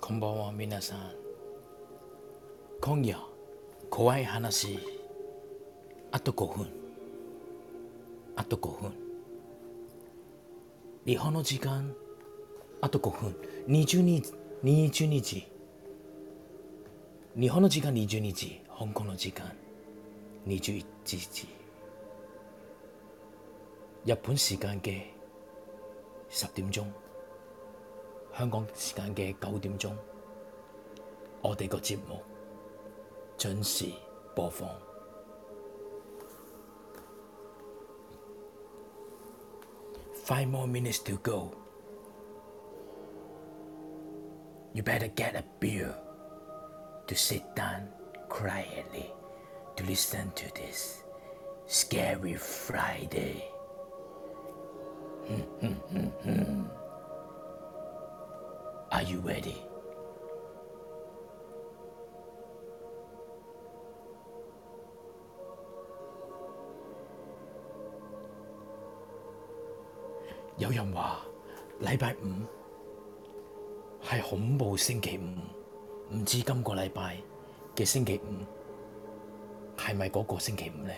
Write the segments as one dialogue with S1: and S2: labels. S1: こんばんは皆さん今夜怖い話あと5分あと5分日本の時間あと5分22日22時日本の時間22時香港の時間21時日本時間嘅十點鐘香港時間嘅九點鐘，我哋個節目準時播放。Five more minutes to go. You better get a beer to sit down quietly to listen to this scary Friday. Hmm, Are you ready? 有人話禮拜五係恐怖星期五，唔知今個禮拜嘅星期五係咪嗰個星期五呢？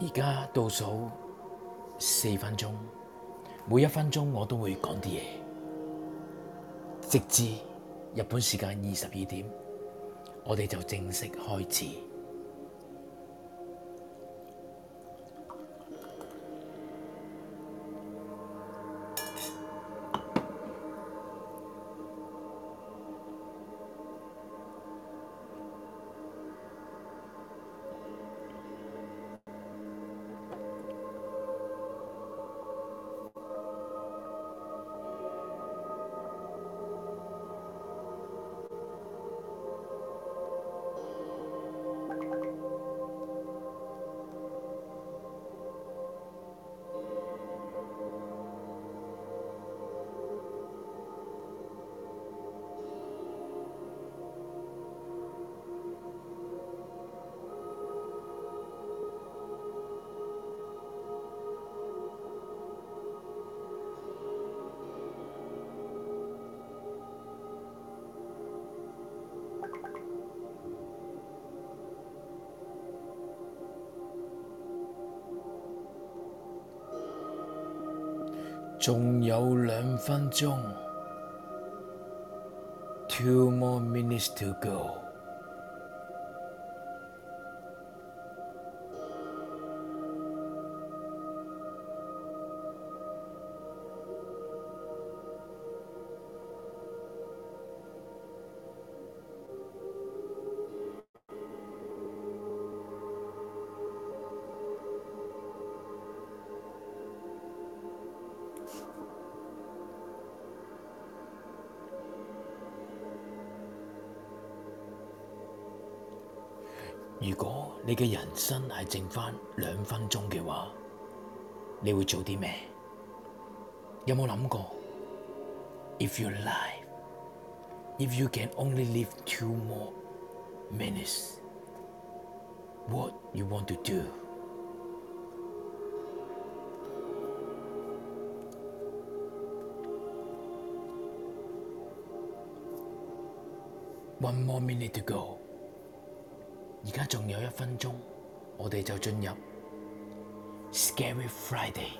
S1: 而家倒數四分鐘，每一分鐘我都會講啲嘢，直至日本時間二十二點，我哋就正式開始。仲有兩分鐘，two more minutes to go。如果你嘅人生係剩翻兩分鐘嘅話，你會做啲咩？有冇諗過？If your life, if you can only live two more minutes, what you want to do? 1 more minute to go. 而家仲有一分鐘，我哋就進入 Scary Friday。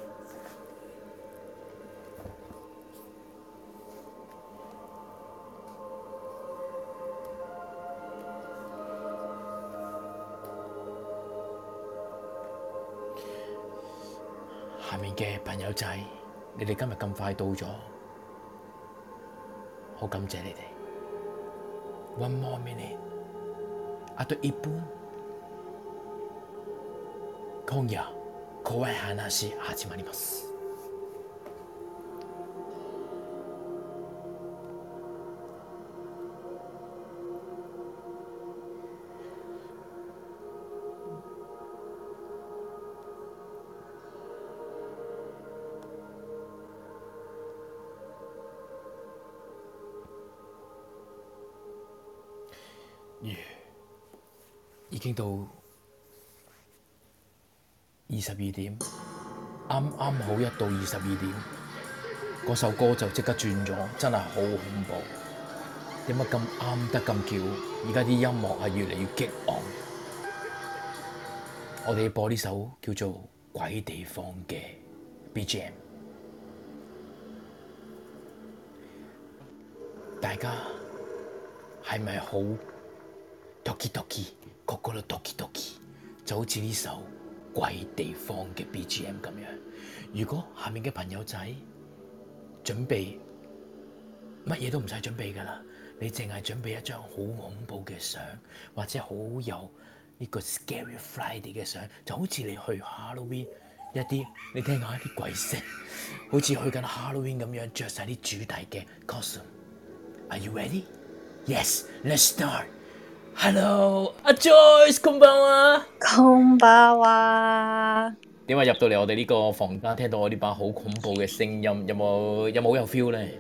S1: 下面嘅朋友仔，你哋今日咁快到咗，好感謝你哋。One more minute。あと1分 À, 今夜怖い話始まります
S2: 經到二十二點，啱啱好一到二十二點，嗰首歌就即刻轉咗，真係好恐怖。點解咁啱得咁巧？而家啲音樂係越嚟越激昂。我哋播呢首叫做《鬼地方》嘅 BGM，大家係咪好 Doki Doki 個個都 Doki Doki，就好似呢首《鬼地方》嘅 BGM 咁樣？如果下面嘅朋友仔準備乜嘢都唔使準備㗎啦，你淨係準備一張好恐怖嘅相，或者好有呢個 Scary Friday 嘅相，就好似你去 Halloween 一啲，你聽下啲鬼聲，好似去緊 Halloween 咁樣，着晒啲主題嘅 costume。Are you ready? Yes, let's start. Hello，阿 Joyce，こんばんは。
S3: 空巴哇，
S2: 點解入到嚟我哋呢個房間，聽到我呢把好恐怖嘅聲音，有冇有冇有 feel 咧？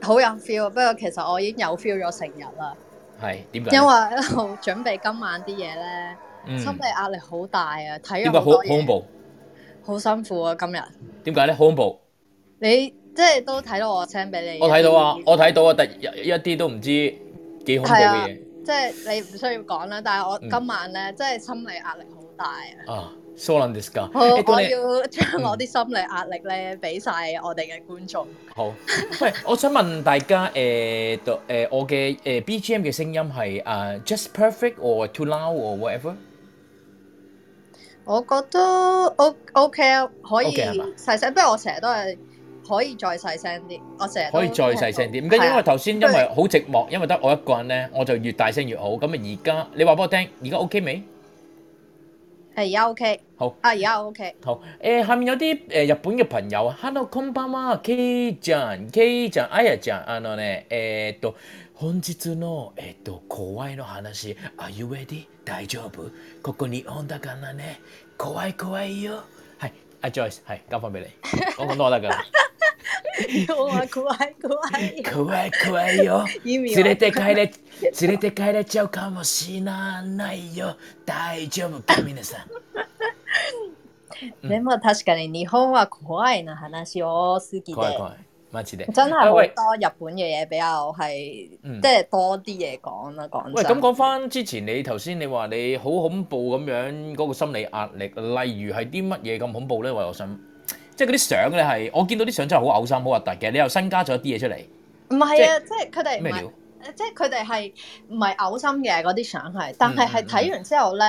S3: 好有 feel 啊！不過其實我已經有 feel 咗成日啦，
S2: 係點解？
S3: 因為一路準備今晚啲嘢咧，
S2: 嗯
S3: 心理壓力好大啊！睇
S2: 點
S3: 咗
S2: 解好
S3: 好
S2: 好
S3: 多
S2: 恐
S3: 嘢，
S2: 怖？
S3: 好辛苦啊！今日
S2: 點解咧？好恐怖！
S3: 你即係都睇到我 send 俾你，
S2: 我睇到啊，我睇到啊，突一一啲都唔知幾恐怖
S3: 係啊
S2: 嘅嘢
S3: 即係你唔需要講啦。但係我
S2: 嗯
S3: 今晚咧，即係心理壓力好大啊！
S2: 啊！そうなんですか。
S3: 好，
S2: 誒
S3: 我
S2: 當你嗯
S3: 要將我啲心理壓力咧，俾晒我哋嘅觀眾。
S2: 好，喂，我想問大家誒，到誒我嘅誒 BGM 嘅聲音係誒 just perfect or too loud or whatever？
S3: 我覺得 O OK 啊，可以
S2: OK 係嘛
S3: 細聲，不過我成日都係可以再細聲啲，我成日都
S2: 可以再細聲啲，唔緊要，
S3: 係啊
S2: 因為頭先因為好寂寞，因為得我一個人咧，我就越大聲越好。咁啊，而家你話俾我聽，而家 OK 未？
S3: 係而家 OK，
S2: 好
S3: 啊而家 OK，
S2: 好，誒下面有啲誒日本嘅朋友，Hello こんばんは K ちゃん K ちゃんあやちゃんあのね えーっと本日のえーっと怖いの話 Are you ready？大丈夫？ここ日本だからね怖い怖いよ。係，阿 Joyce 係交翻俾你，我講多得㗎。
S3: 我話怖い怖い，
S2: 怖い怖いよ。
S3: 意味
S2: 連れ
S3: は
S2: て帰れ連れて帰れちゃうかもしれないよ。大丈夫か皆さん。
S3: でも確かに日本は怖いな話を好き
S2: 怖い
S3: で。
S2: 怖いマジで。
S3: 真係
S2: 啊
S3: 好多
S2: 喂
S3: 日本嘅嘢比較係，
S2: 嗯
S3: 即係多啲嘢講啦。講
S2: 喂，
S3: 真
S2: 咁講翻之前，你頭先你話你好恐怖咁樣嗰個心理壓力，例如係啲乜嘢咁恐怖咧？喂，我想即係嗰啲相咧係，我見到啲相真係好嘔心、好核突嘅。你又新加咗啲嘢出嚟，
S3: 唔係啊，即係佢哋唔
S2: 咩
S3: 係
S2: 料？
S3: 即係佢哋係唔係嘔心嘅嗰啲相係，但係係
S2: 嗯嗯
S3: 睇完之後咧，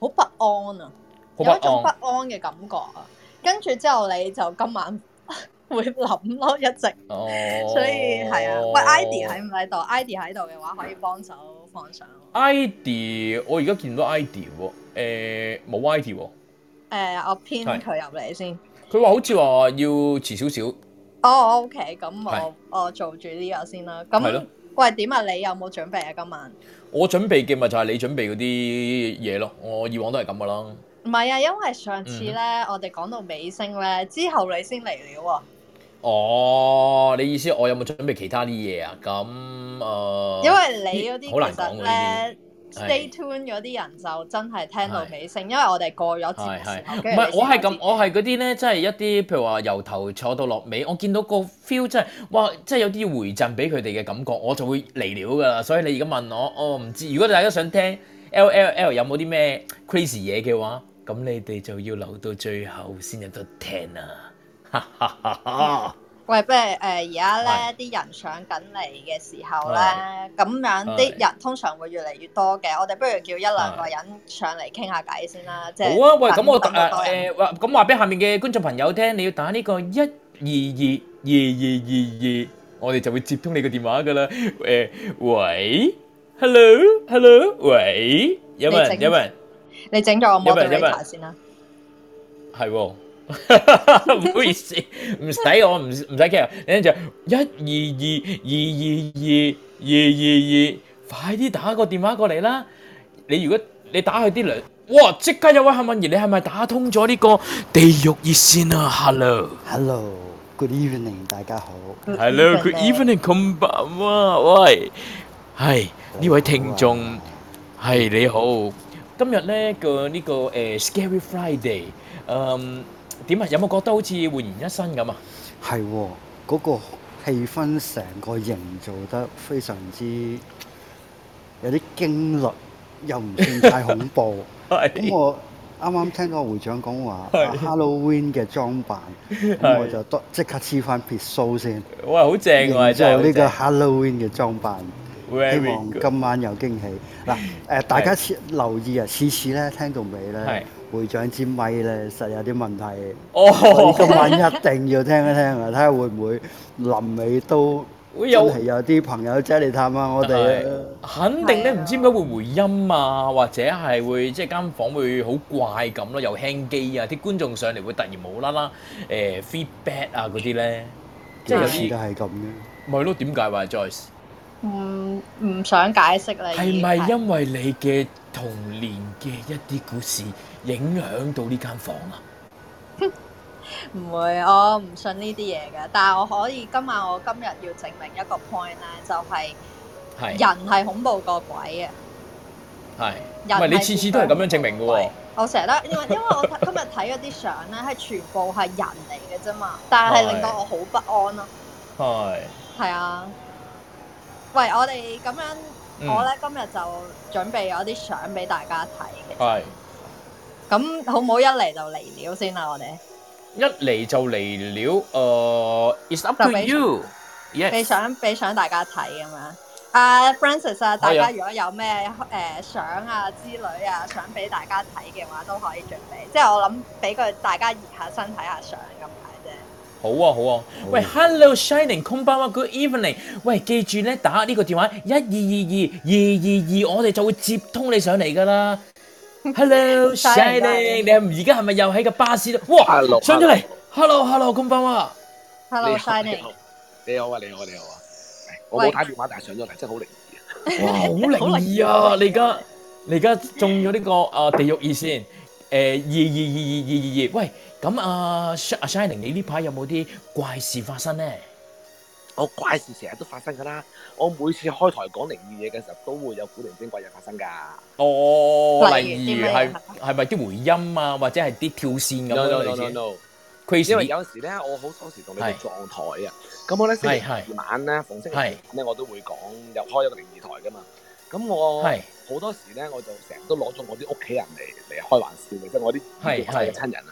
S3: 好不安啊，
S2: 好
S3: 有一種
S2: 不
S3: 不
S2: 安。
S3: 安嘅感覺啊。跟住之後你就今晚 會諗咯，一直，
S2: 哦，
S3: 所以係啊。喂，Idy 喺唔喺度？Idy 喺度嘅話，可以幫手放上。
S2: ID，我而家見到 ID 喎，誒冇 ID 喎。
S3: 誒、我編
S2: 係
S3: 佢入嚟先。
S2: 佢話好似話要遲少少，
S3: 哦、o k 咁
S2: 係
S3: 我我做住呢個先啦。
S2: 係咯
S3: 咁喂，點啊？你有冇準備啊？今晚？
S2: 我準備嘅咪就係你準備嗰啲嘢咯。我以往都係咁噶啦。
S3: 唔係啊，因為上次
S2: 嗯
S3: 咧，我哋講到尾聲咧，之後你先嚟料啊。
S2: 哦，你意思我有冇準備其他啲嘢啊？咁誒，呃
S3: 因為你嗰
S2: 好
S3: 啲
S2: 難
S3: 其實
S2: 講喎呢
S3: 咧
S2: 啲
S3: ，stay tuned 嗰啲人就真係聽到尾聲，因為我哋過咗節
S2: 係
S3: 目
S2: 係
S3: 時，候，
S2: 唔
S3: 跟住
S2: 係
S3: 你
S2: 我係
S3: 先
S2: 咁，
S3: 開始
S2: 我係嗰啲咧，即係一啲譬如話由頭坐到落尾，我見到個 feel 真係，哇！即係有啲要回贈俾佢哋嘅感覺，我就會嚟料㗎啦。所以你而家問我，我唔知。如果大家想聽 L L L 有冇啲咩 crazy 嘢嘅話，咁你哋就要留到最後先有得聽啊！哈哈哈哈！
S3: 喂，不如誒而家咧啲人上緊嚟嘅時候咧，咁樣啲人通常會越嚟越多嘅。我哋不如叫一兩個人上嚟傾下偈先啦，即
S2: 好
S3: 係
S2: 啊，喂，咁我
S3: 等
S2: 打
S3: 等多人
S2: 誒話，咁話俾下面嘅觀眾朋友聽，你要打呢個一二二二二二二，我哋就會接通你嘅電話噶啦。誒，喂，hello，hello，喂，有冇人？
S3: 你整
S2: 有冇人？
S3: 你整咗個
S2: 有人有人
S3: moderator 先啦。
S2: 係喎。唔好意思，唔使我唔唔使驚，你就一二二二二二二二，快啲打個電話過嚟啦！你如果你打去啲兩，哇！即刻有位幸運兒，你係咪打通咗呢個地獄熱線啊？Hello。
S4: Hello, good evening，大家好。
S2: Hello, 啊
S4: 啊
S2: good evening，こんばんは。喂，係呢位聽眾係你好，今日咧個呢個誒 Scary Friday，誒點啊？有冇覺得好似煥然一新咁啊？
S4: 係喎、嗰、個氣氛成個營造得非常之有啲驚慄，又唔算太恐怖。咁
S2: 係
S4: 我啱啱聽到會長講話啊
S2: 係
S4: Halloween 嘅裝扮，咁
S2: 係
S4: 我就多即刻黐翻撇須先，
S2: 哇，好正喎！
S4: 然之後
S2: 真
S4: 呢個
S2: 係
S4: Halloween 嘅裝扮，
S2: 好
S4: 希
S2: 正
S4: 望
S2: Very good
S4: 今晚有驚喜。 嗱誒，大家切留意啊，次次咧聽到尾咧，會長支咪咧實有啲問題，所以今
S2: 哦，
S4: 晚一定要聽一聽啊，睇下會唔會臨尾都
S2: 會
S4: 真
S2: 有
S4: 係有啲朋友仔嚟探下我哋啊。
S2: 肯定咧，
S3: 係啊
S2: 唔知點解會回音啊，或者係會即係間房會好怪咁咯，又輕機啊，啲觀眾上嚟會突然無啦啦誒 feedback 啊嗰啲咧，即係有
S4: 幾多次都
S2: 啲
S4: 係咁嘅，
S2: 咪咯？點解話 Joyce
S3: 唔唔想解釋啦，已
S2: 係
S3: 經
S2: 咪因為你嘅童年嘅一啲故事影響到呢間房啊？
S3: 唔會，我唔信呢啲嘢嘅。但係我可以今晚我今日要證明一個 point 咧，就係、
S2: 係
S3: 人係恐怖過鬼嘅。
S2: 係，唔
S3: 人
S2: 係你次次都係咁樣證明嘅喎。
S3: 我成日都因為因為我睇今日睇嗰啲相咧，係全部係人嚟嘅啫嘛，但係令到我好不安咯。
S2: 係，
S3: 係啊，喂，我哋咁樣，
S2: 嗯
S3: 我咧今日就準備咗啲相俾大家睇嘅。
S2: 係
S3: 咁好唔好一嚟就嚟料先啦？我哋
S2: 一嚟就嚟了。誒，It's up to
S3: 就俾
S2: you。
S3: 俾
S2: Yes。
S3: 相俾相大家睇咁樣。啊、Francis 啊，大
S2: 係啊
S3: 家如果有咩誒、呃相啊之類啊，想俾大家睇嘅話，都可以準備。即係我諗俾佢大家熱下身睇下相咁解啫。
S2: 好啊好啊，喂，Hello Shining，空巴啊，Good evening。喂，記住咧，打呢個電話一二二二二二二二，我哋就會接通你上嚟噶啦。Hello
S3: 犀利
S2: Shining，你係而家係咪又喺個巴士度？哇
S5: Hello，
S2: 上咗嚟，Hello Hello，空巴啊，
S3: Hello
S5: 你好
S3: Shining，
S5: 你好啊，你好啊，你好啊！我
S3: 喂
S5: 冇打電話，但係上咗嚟，真係好靈異啊！
S2: 哇， 好靈異啊！你而家你而家中咗呢個啊地獄熱線，誒二二二二二二二，喂，咁啊 Shining，你呢排有冇啲怪事發生咧？
S5: 我怪事成日都發生㗎啦，我每次開台講靈異嘢嘅時候，都會有古靈精怪嘢發生㗎。
S2: 哦，
S3: 例如
S2: 例如
S3: 啲咩
S2: 係
S3: 啊
S2: 係咪啲回音啊，或者係啲跳線咁
S5: No
S2: 樣啊
S5: no
S2: 類
S5: no
S2: 似
S5: no no，
S2: crazy
S5: 因為有時咧，我好多時同你哋
S2: 係
S5: 撞台啊。咁我咧星期
S2: 係係
S5: 二晚咧，逢星期
S2: 係
S5: 二晚咧，我都會講又開一個靈異台㗎嘛。咁我
S2: 係
S5: 好多時咧，我就成日都攞咗我啲屋企人嚟嚟開玩笑嘅，即係我啲
S2: 係
S5: 過世嘅親人啊。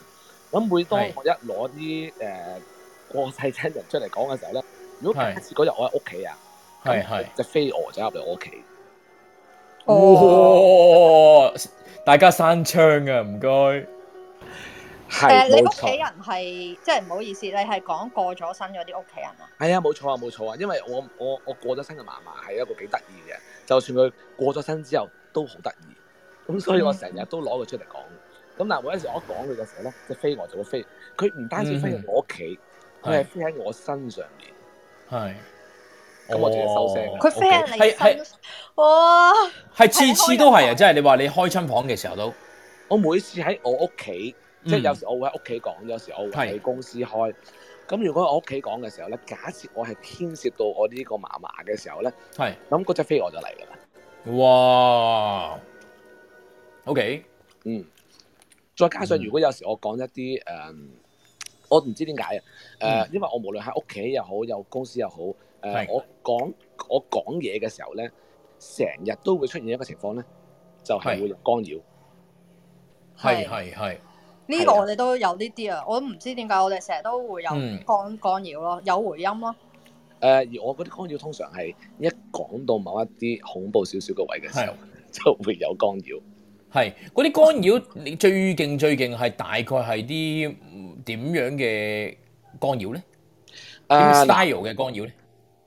S5: 咁每當
S2: 係
S5: 我一攞啲誒過世親人出嚟講嘅時候咧，如果
S2: 係
S5: 假設嗰日我喺屋企啊，
S2: 係係
S5: 只飛蛾走入嚟我屋企，
S3: 哦
S2: 哇！大家閂窗啊，唔該。
S3: 誒，
S5: 係
S3: 啊你
S5: 冇
S3: 屋企
S5: 錯，
S3: 人係即係唔好意思，你係講過咗身嗰啲屋企人啊？
S5: 係啊冇錯啊冇錯啊，因為我我我過咗身嘅嫲嫲係一個幾得意嘅，就算佢過咗身之後都好得意，咁所以我成日都攞佢出嚟講。咁但係每一次我一講佢嘅時候咧，只飛蛾就會飛，佢唔單止飛入我屋企，
S2: 嗯
S5: 佢係飛喺我身上面。
S2: 係。哦
S5: 咁我自己收聲啊
S3: 佢飛喺
S2: OK
S3: 你
S2: 係
S3: 身，哇！
S2: 係係次次都係啊！即係你話你開親房嘅時候都，
S5: 我每次喺我屋企，即係
S2: 嗯
S5: 有時我會喺屋企講，有時我會
S2: 係
S5: 喺公司開。咁如果我屋企講嘅時候咧，假設我係牽涉到我呢個嫲嫲嘅時候咧，
S2: 係
S5: 咁嗰只飛蛾就嚟㗎啦。
S2: 哇。OK，
S5: 嗯，再加上
S2: 嗯
S5: 如果有時我講一啲誒、嗯我唔知點解啊，誒、因為我無論喺屋企又好，有公司又好，誒、
S2: 嗯係
S5: 我講我講嘢嘅時候咧，成日都會出現一個情況咧，就係、
S2: 係
S5: 會有干擾。
S2: 係係係。
S3: 呢個我哋都有呢啲啊，我都唔知點解我哋成日都會有
S2: 嗯
S3: 干干擾咯，有回音咯。
S5: 誒、而我嗰啲干擾通常係一講到某一啲恐怖少少嘅位嘅時候，就會有干擾。
S2: 係嗰啲干擾，你最勁最勁係大概係啲嗯點樣嘅干擾咧？點
S5: 啊嗱
S2: style 嘅干擾咧？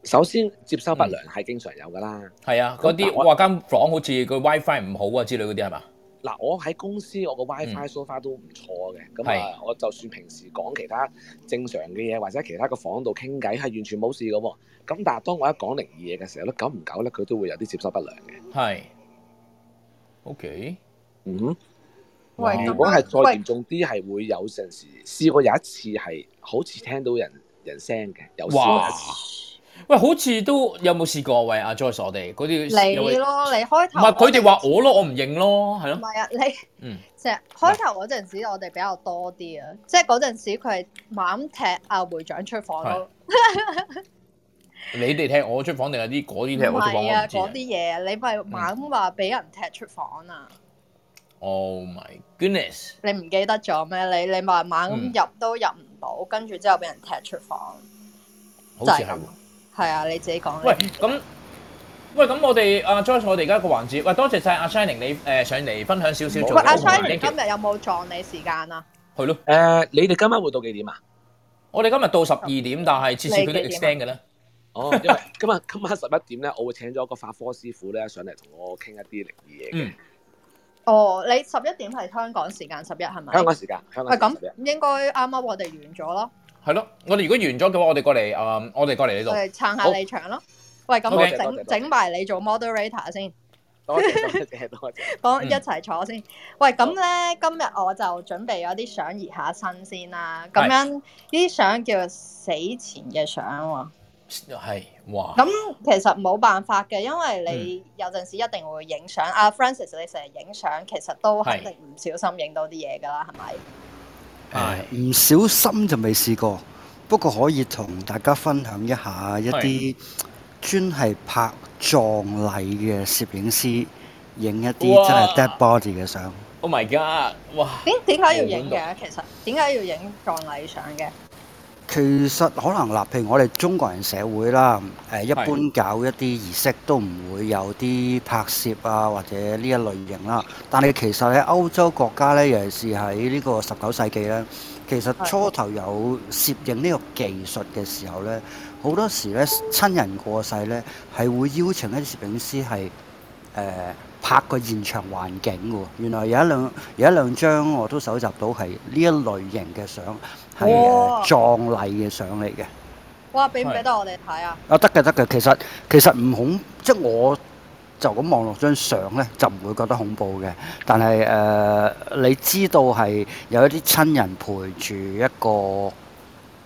S5: 首先接收不良係經常有㗎啦。
S2: 係啊，嗰啲
S5: 咁我
S2: 話間房好似個 WiFi 唔好啊之類嗰啲係嘛？
S5: 嗱，我喺公司
S2: 嗯
S5: 我個 WiFi so far 都唔錯嘅，咁啊，我就算平時講其他正常嘅嘢，或者喺其他個房度傾偈，係完全冇事嘅喎。咁但係當我一講靈異嘢嘅時候咧，久唔久咧，佢都會有啲接收不良嘅。
S2: 係。OK。
S5: 嗯哼，
S3: 喂，
S2: 哇
S3: 咁啊
S5: 如果係再
S3: 喂
S5: 嚴重啲，係會有陣時試過有一次係好似聽到人人聲嘅，有試過有一次。
S2: 喂，好似都有冇試過？喂，阿 Joyce，我哋嗰啲
S3: 你
S2: 有冇
S3: 咯，你開
S2: 唔
S3: 頭
S2: 係佢哋話
S3: 我
S2: 我咯，我唔認咯，係
S3: 唔
S2: 咯，
S3: 係啊，你。
S2: 嗯，
S3: 即係開頭嗰陣時，我哋比較多啲啊，即係嗰陣時佢係猛踢啊會長出房咯，
S2: 你哋踢我出房定係啲嗰啲
S3: 唔
S2: 踢我出房？
S3: 係
S2: 我
S3: 啊
S2: 唔知
S3: 嗰啲
S2: 啊。
S3: 嘢，你咪猛話俾人踢出房啊！
S2: Oh my goodness！
S3: 你唔記得咗咩？你你咪猛咁入都入唔到，跟住之後俾人踢出房，
S2: 好似
S3: 就係
S2: 係
S3: 咁
S2: 喎。
S3: 係啊，你自己講。
S2: 喂，咁喂，咁我哋阿 Joyce，我哋而家個環節，喂，多謝晒阿 Shining 你誒上嚟分享少少做
S3: 喂，阿
S5: 我
S3: Shine，
S5: Shining，
S3: 你
S2: Shining
S3: 今日有冇撞你時間啊？
S2: 係咯，
S5: 诶、你哋今晚會到幾點啊？
S2: 我哋今日到十二點，但係次次佢都
S3: 你幾點啊
S2: extend 嘅咧。
S5: 哦，因為今日今晚十一點咧，我會請咗個法科師傅咧上嚟同我傾一啲靈異嘢
S2: 嗯
S5: 嘅。
S3: 哦，你十一點係香港時間十一係咪？
S5: 香港時間，香
S3: 喂，
S5: 港
S3: 咁
S5: 時間。
S3: 應該啱啱我哋完咗咯，
S2: 係咯，我哋如果完咗嘅話，我哋過嚟誒、呃我哋過嚟呢
S3: 我
S2: 度。
S3: 哋撐
S2: 好
S3: 下你場咯。喂，咁
S2: 多
S3: 我
S2: 謝
S5: 多謝多
S3: 整
S5: 謝
S3: 整埋你做 moderator 先。
S5: 多謝 多謝多謝。
S3: 講
S2: 嗯
S3: 一齊坐先。喂，咁咧今日我就準備咗啲相熱下身先啦。咁
S2: 係
S3: 樣呢啲相叫死前嘅相喎。
S2: 係，哇！
S3: 咁其實冇辦法嘅，因為你
S2: 嗯
S3: 有陣時一定會影相。阿、Francis，你成日影相，其實都肯定唔小心影到啲嘢㗎啦，係咪？
S2: 係
S4: 唔小心就未試過，不過可以同大家分享一下一啲專係拍葬禮嘅攝影師影一啲真係
S2: 哇
S4: dead body 嘅相。
S2: Oh my god！哇！
S3: 點點解要影
S2: 冇
S3: 嘅？其實點解要影葬禮相嘅？
S4: 其實可能嗱，譬如我哋中國人社會啦，誒、一般搞一啲儀式都唔會有啲拍攝啊或者呢一類型啦。但係其實喺歐洲國家呢，尤其是喺呢個十九世紀呢，其實
S3: 係
S4: 初頭有攝影呢個技術嘅時候呢，好多時呢，親人過世呢，係會邀請一啲攝影師係誒、呃拍個現場環境嘅喎。原來有一兩有一兩張我都搜集到係呢一類型嘅相。係
S3: 哇
S4: 誒葬禮嘅相嚟嘅。
S3: 哇！俾唔
S2: 係
S3: 俾得我哋睇啊？
S4: 啊，得嘅得嘅，其實其實唔恐，即係我就咁望落張相咧，就唔會覺得恐怖嘅。但係誒、呃你知道係有一啲親人陪住一個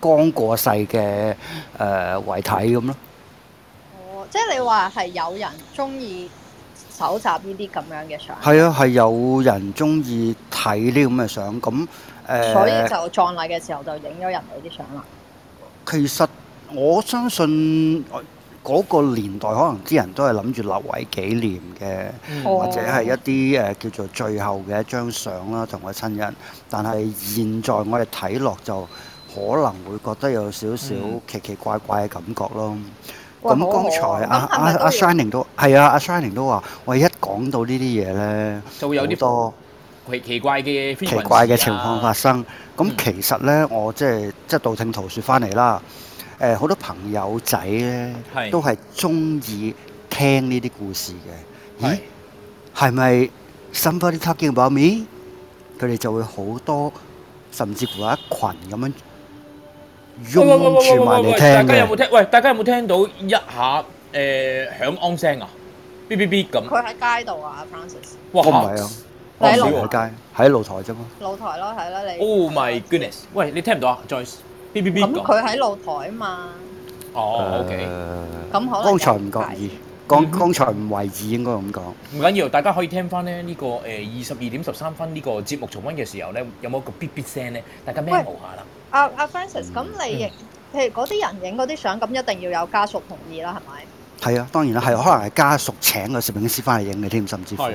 S4: 剛過世嘅誒、呃、遺體咁咯。
S3: 哦，即係你話係有人中意搜集呢啲咁樣嘅相，
S4: 係啊，係有人中意睇呢咁嘅相咁誒。呃
S3: 所以就葬禮嘅時候就影咗人哋啲相啦。
S4: 其實我相信呃嗰個年代可能啲人都係諗住留為紀念嘅。
S2: 嗯
S3: 哦
S4: 或者係一啲誒、呃叫做最後嘅一張相啦，同個親人。但係現在我哋睇落就可能會覺得有少少
S2: 嗯
S4: 奇奇怪怪嘅感覺咯。
S3: 哇
S4: 咁剛
S3: 好好
S4: 才
S3: 啊
S4: 阿
S3: 咁係咪
S4: 阿
S3: 都
S4: 阿 Shining 都係
S3: 要
S4: 啊，阿 Shining 都話：喂，一講到呢啲嘢咧，
S2: 就會有
S4: 好
S2: 啲
S4: 多。
S2: 奇奇怪嘅
S4: 奇怪嘅情況發
S2: 法。
S4: 生。咁
S2: 嗯
S4: 其實呢，我即係即係道聽途説翻嚟啦。誒、好多朋友仔呢，
S2: 係
S4: 都係中意聽呢啲故事嘅。
S2: 係
S4: 咦，係咪 somebody talking about me？佢哋就會好多，甚至乎有一群咁樣
S2: 喂喂喂喂
S4: 擁
S2: 喂
S4: 住埋
S2: 喂
S4: 你
S2: 喂！
S4: 聽
S2: 大家有冇
S4: 嘅。
S2: 聽？喂，大家有冇聽到一下誒響安聲啊？B B B 咁，
S3: 佢喺街度啊，Francis
S2: 嗯哇！
S4: 我唔係啊，我唔
S3: 喺
S4: 係
S3: 露
S4: 喺街，喺露台啫嘛。
S3: 露台咯，係啦，你。
S2: Oh my goodness！喂，你聽唔到啊？Joyce B B B
S3: 咁
S2: 咁。
S3: 佢喺露台啊嘛，
S2: 哦，OK，
S4: 呃
S3: 咁可能
S4: 剛才唔覺意，剛
S2: 嗯
S4: 剛才唔為意，應該咁講。
S2: 唔緊要，大家可以聽翻咧呢個誒二十二點十三分呢個節目重溫嘅時候咧，有冇一個 B B 聲咧？大家 memo 下啦。
S3: 阿阿啊 Francis，咁你影，譬如嗰啲人影嗰啲相，咁一定要有家屬同意啦，係咪？
S4: 係啊，當然啦，係可能係家屬請個攝影師翻嚟影嘅添，甚至乎係
S2: 係。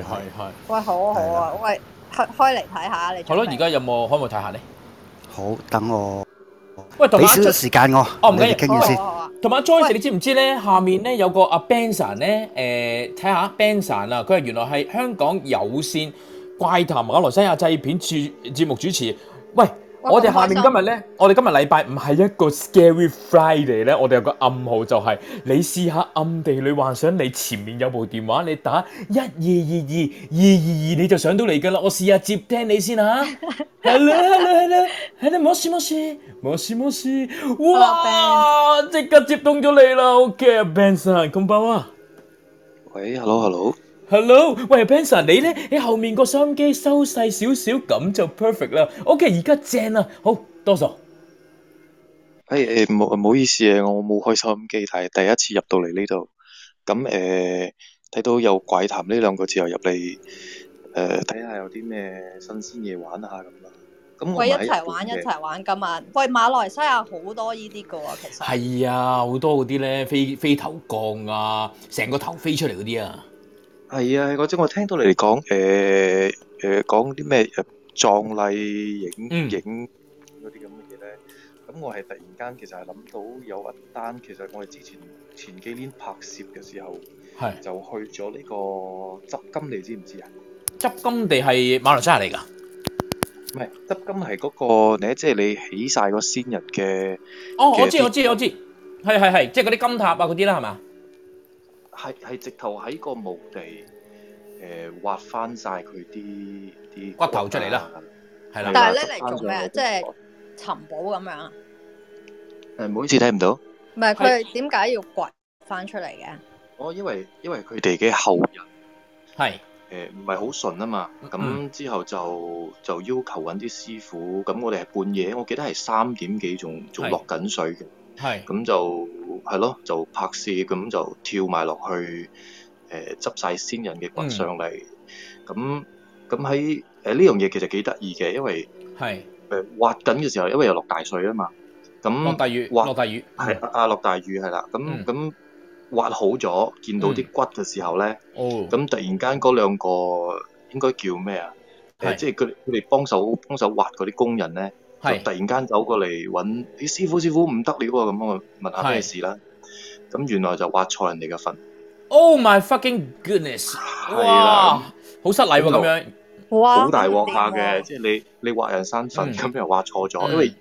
S3: 喂，好啊好啊，喂，開開嚟睇下你準備。
S2: 好咯，而家有冇可唔可以睇下咧？
S4: 好，等我
S2: 喂，同
S4: 俾
S2: 埋阿
S4: 少少
S2: Joyce，
S4: 時間我，
S2: 哦唔緊要
S4: 你哋傾
S3: 好
S4: 住
S3: 啊
S4: 先。
S3: 好啊好啊，
S2: 同埋阿 Joyce，
S3: 喂
S2: 你知唔知咧？下面咧有個阿 Benson 咧，誒睇下 Benson 啊，佢係原來係香港有線怪談馬來西亞製片節節目主持。喂，
S3: 哇
S2: 我哋
S3: 咁
S2: 下面
S3: 開
S2: 今
S3: 心
S2: 日咧，我哋今日禮拜五係一個 Scary Friday 咧，我哋有個暗號就係、你試下暗地裏幻想你前面有部電話，你打一二二二二二二你就上到嚟㗎啦。我試下接聽你先嚇。Hello hello hello hello，冇事冇事冇事冇事，哇！即刻接通咗你啦，OK，Benson，咁包啊。
S6: 喂，hello hello，
S2: Hello，喂 Benson，你咧喺後面個收音機收細少少，咁就 perfect 啦。OK，而家正啦，好多謝。
S6: 誒、誒哎誒，唔好唔好意思誒，我冇開收音機，但係第一次入到嚟呢度，咁誒睇到有怪談呢兩個字又入嚟，誒睇下有啲咩新鮮嘢玩下咁啦。咁我
S3: 喂，一
S6: 買
S3: 齊
S6: 本
S3: 玩一
S6: 嘅
S3: 齊玩今晚。喂，馬來西亞好多呢啲噶喎，其實
S7: 係啊，好多嗰啲咧飛飛頭降啊，成個頭飛出嚟嗰啲啊，
S6: 係啊，嗰陣我聽到你哋講誒誒講啲咩誒葬禮影
S7: 嗯
S6: 影嗰啲咁嘅嘢咧，咁我係突然間其實係諗到有一單，其實我哋之前前幾年拍攝嘅時候
S7: 係
S6: 就去咗呢個執金，你知唔知啊？
S7: 執金地係馬來西亞嚟㗎。
S6: 唔係執金係嗰個你即係你起晒個先人嘅
S7: 哦，我知
S6: 嘅
S7: 我知我知，係係係，即係嗰啲金塔啊嗰啲啦，係嘛？
S6: 係係直頭喺個墓地誒挖翻晒佢啲啲啊
S7: 骨頭出嚟啦，係啦，
S3: 但係咧嚟做咩啊即係尋寶咁樣啊。
S6: 誒唔好意思睇唔到。
S3: 唔係佢哋點解要掘翻出嚟嘅？
S6: 哦，因為因為佢哋嘅後人
S7: 係
S6: 誒唔係好順啊嘛，咁、
S7: 嗯
S6: 之後就就要求揾啲師傅，咁我哋係半夜，我記得係三點幾仲仲
S7: 係
S6: 落緊水嘅，
S7: 係
S6: 咁就係咯，就拍攝咁就跳埋落去誒執晒先人嘅骨
S7: 嗯
S6: 上嚟，咁咁喺誒呢樣嘢其實幾得意嘅，因為
S7: 係
S6: 誒、挖緊嘅時候，因為又落大水啊嘛，
S7: 落
S6: 咁
S7: 大雨，
S6: 哇
S7: 落大雨，
S6: 係啊啊落大雨係啦，咁
S7: 嗯
S6: 咁、挖好咗，見到啲骨嘅時候咧。
S7: 哦，
S6: 咁突然間嗰兩個應該叫咩啊？
S7: 係
S6: 誒，即係佢哋佢哋幫手幫手挖嗰啲工人咧，就
S7: 係
S6: 突然間走過嚟揾啲師傅，師傅唔得了喎，咁我問下咩
S7: 係
S6: 事啦。咁原來就挖錯人哋嘅墳，
S7: ，Oh my fucking goodness！
S6: 係
S7: 哇
S6: 啦，，
S7: 好失禮喎咁樣，
S3: 哇，
S6: 好大鑊下
S3: 咁
S6: 嘅，
S3: 點啊
S6: 即係你你挖人山
S7: 嗯
S6: 墳咁又挖錯咗，
S7: 嗯
S6: 因為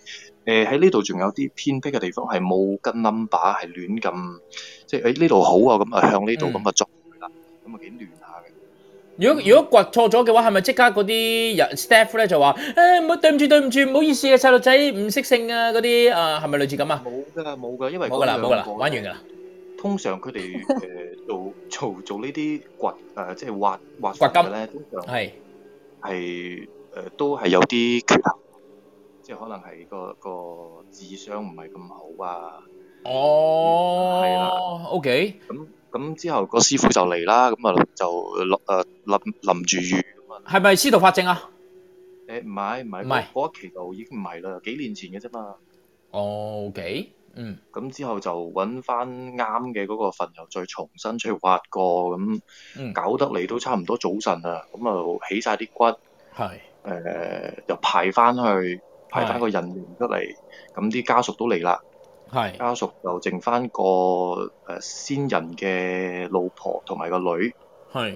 S6: 誒喺呢度仲有啲偏僻嘅地方係冇跟 number，係亂咁，即係誒呢度好啊，咁啊向呢度
S7: 嗯
S6: 咁啊撞佢啦，咁啊幾亂下嘅。
S7: 如果如果掘錯咗嘅話，係咪即刻嗰啲人 staff 咧就話誒唔好對唔住對唔住，唔好意思啊，細路仔唔識性啊嗰啲啊，係咪類似咁啊？
S6: 冇㗎冇㗎，因為
S7: 冇㗎啦，
S6: 嗰
S7: 冇㗎啦
S6: 兩，個
S7: 玩完㗎啦，
S6: 通常佢哋誒做做做呢啲掘誒，即係挖挖
S7: 掘金
S6: 掘嘅咧，通常
S7: 係
S6: 係誒、都係有啲缺陷，即係可能係個個智商唔係咁好啊。係啦
S7: 哦，OK，
S6: 咁咁之後個師傅就嚟啦，咁啊就淋誒淋淋住雨咁啊。
S7: 係咪司徒法證啊？
S6: 誒唔係唔係
S7: 唔係
S6: 嗰嗰一期就已經唔係啦，幾年前嘅啫嘛。
S7: 哦，OK，嗯，
S6: 咁之後就揾翻啱嘅嗰個份，又再重新再挖過，咁
S7: 嗯
S6: 搞得嚟都差唔多早晨啦。咁啊起晒啲骨。
S7: 係
S6: 誒、又排翻去，排翻
S7: 係
S6: 個人形出嚟，咁啲家屬都嚟啦，
S7: 係
S6: 家屬就剩翻個誒、先人嘅老婆同埋個女，
S7: 係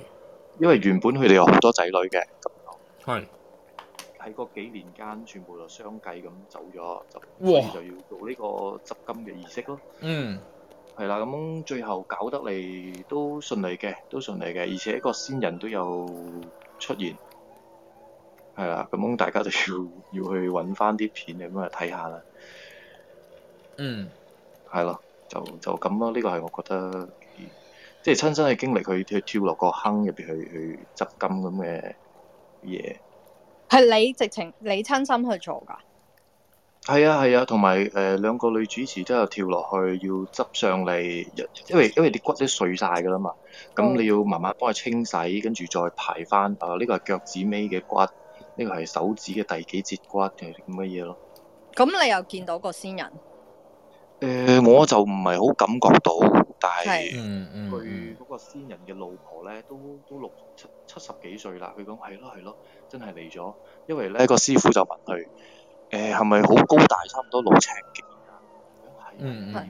S6: 因為原本佢哋有好多仔女嘅，咁
S7: 係，
S6: 喺嗰幾年間全部就相繼咁走咗，就所
S7: 哇
S6: 以就要做呢個執金嘅儀式咯。
S7: 嗯。
S6: 係啦，咁最後搞得嚟都順利嘅，都順利嘅，而且個先人都有出現。係啦，咁大家就要 要去揾翻啲片咁啊睇下啦。
S7: 嗯，
S6: 係咯，就就咁咯。呢個係我覺得即係親身嘅經歷，佢佢跳落個坑入邊去去執金咁嘅嘢。
S3: 喎係你直情你親身去做㗎？
S6: 係啊係啊，同埋誒兩個女主持都有跳落去，要執上嚟，因因為因為啲骨都碎晒㗎啦嘛，咁
S3: 嗯
S6: 你要慢慢幫佢清洗，跟住再排翻。啊，呢個係腳趾尾嘅骨，呢個係手指嘅第幾節骨嘅咁嘅嘢咯。
S3: 咁你又見到個先人？
S6: 誒、我就唔係好感覺到，但係
S3: 係。
S7: 嗯嗯
S6: 佢
S7: 嗯，
S6: 嗰個先人嘅老婆咧，都都六七七十幾歲啦。佢講係咯係咯，真係嚟咗。因為咧個師傅就問佢：誒係咪好高大，差唔多六尺幾啊？佢講係啊，
S7: 嗯嗯，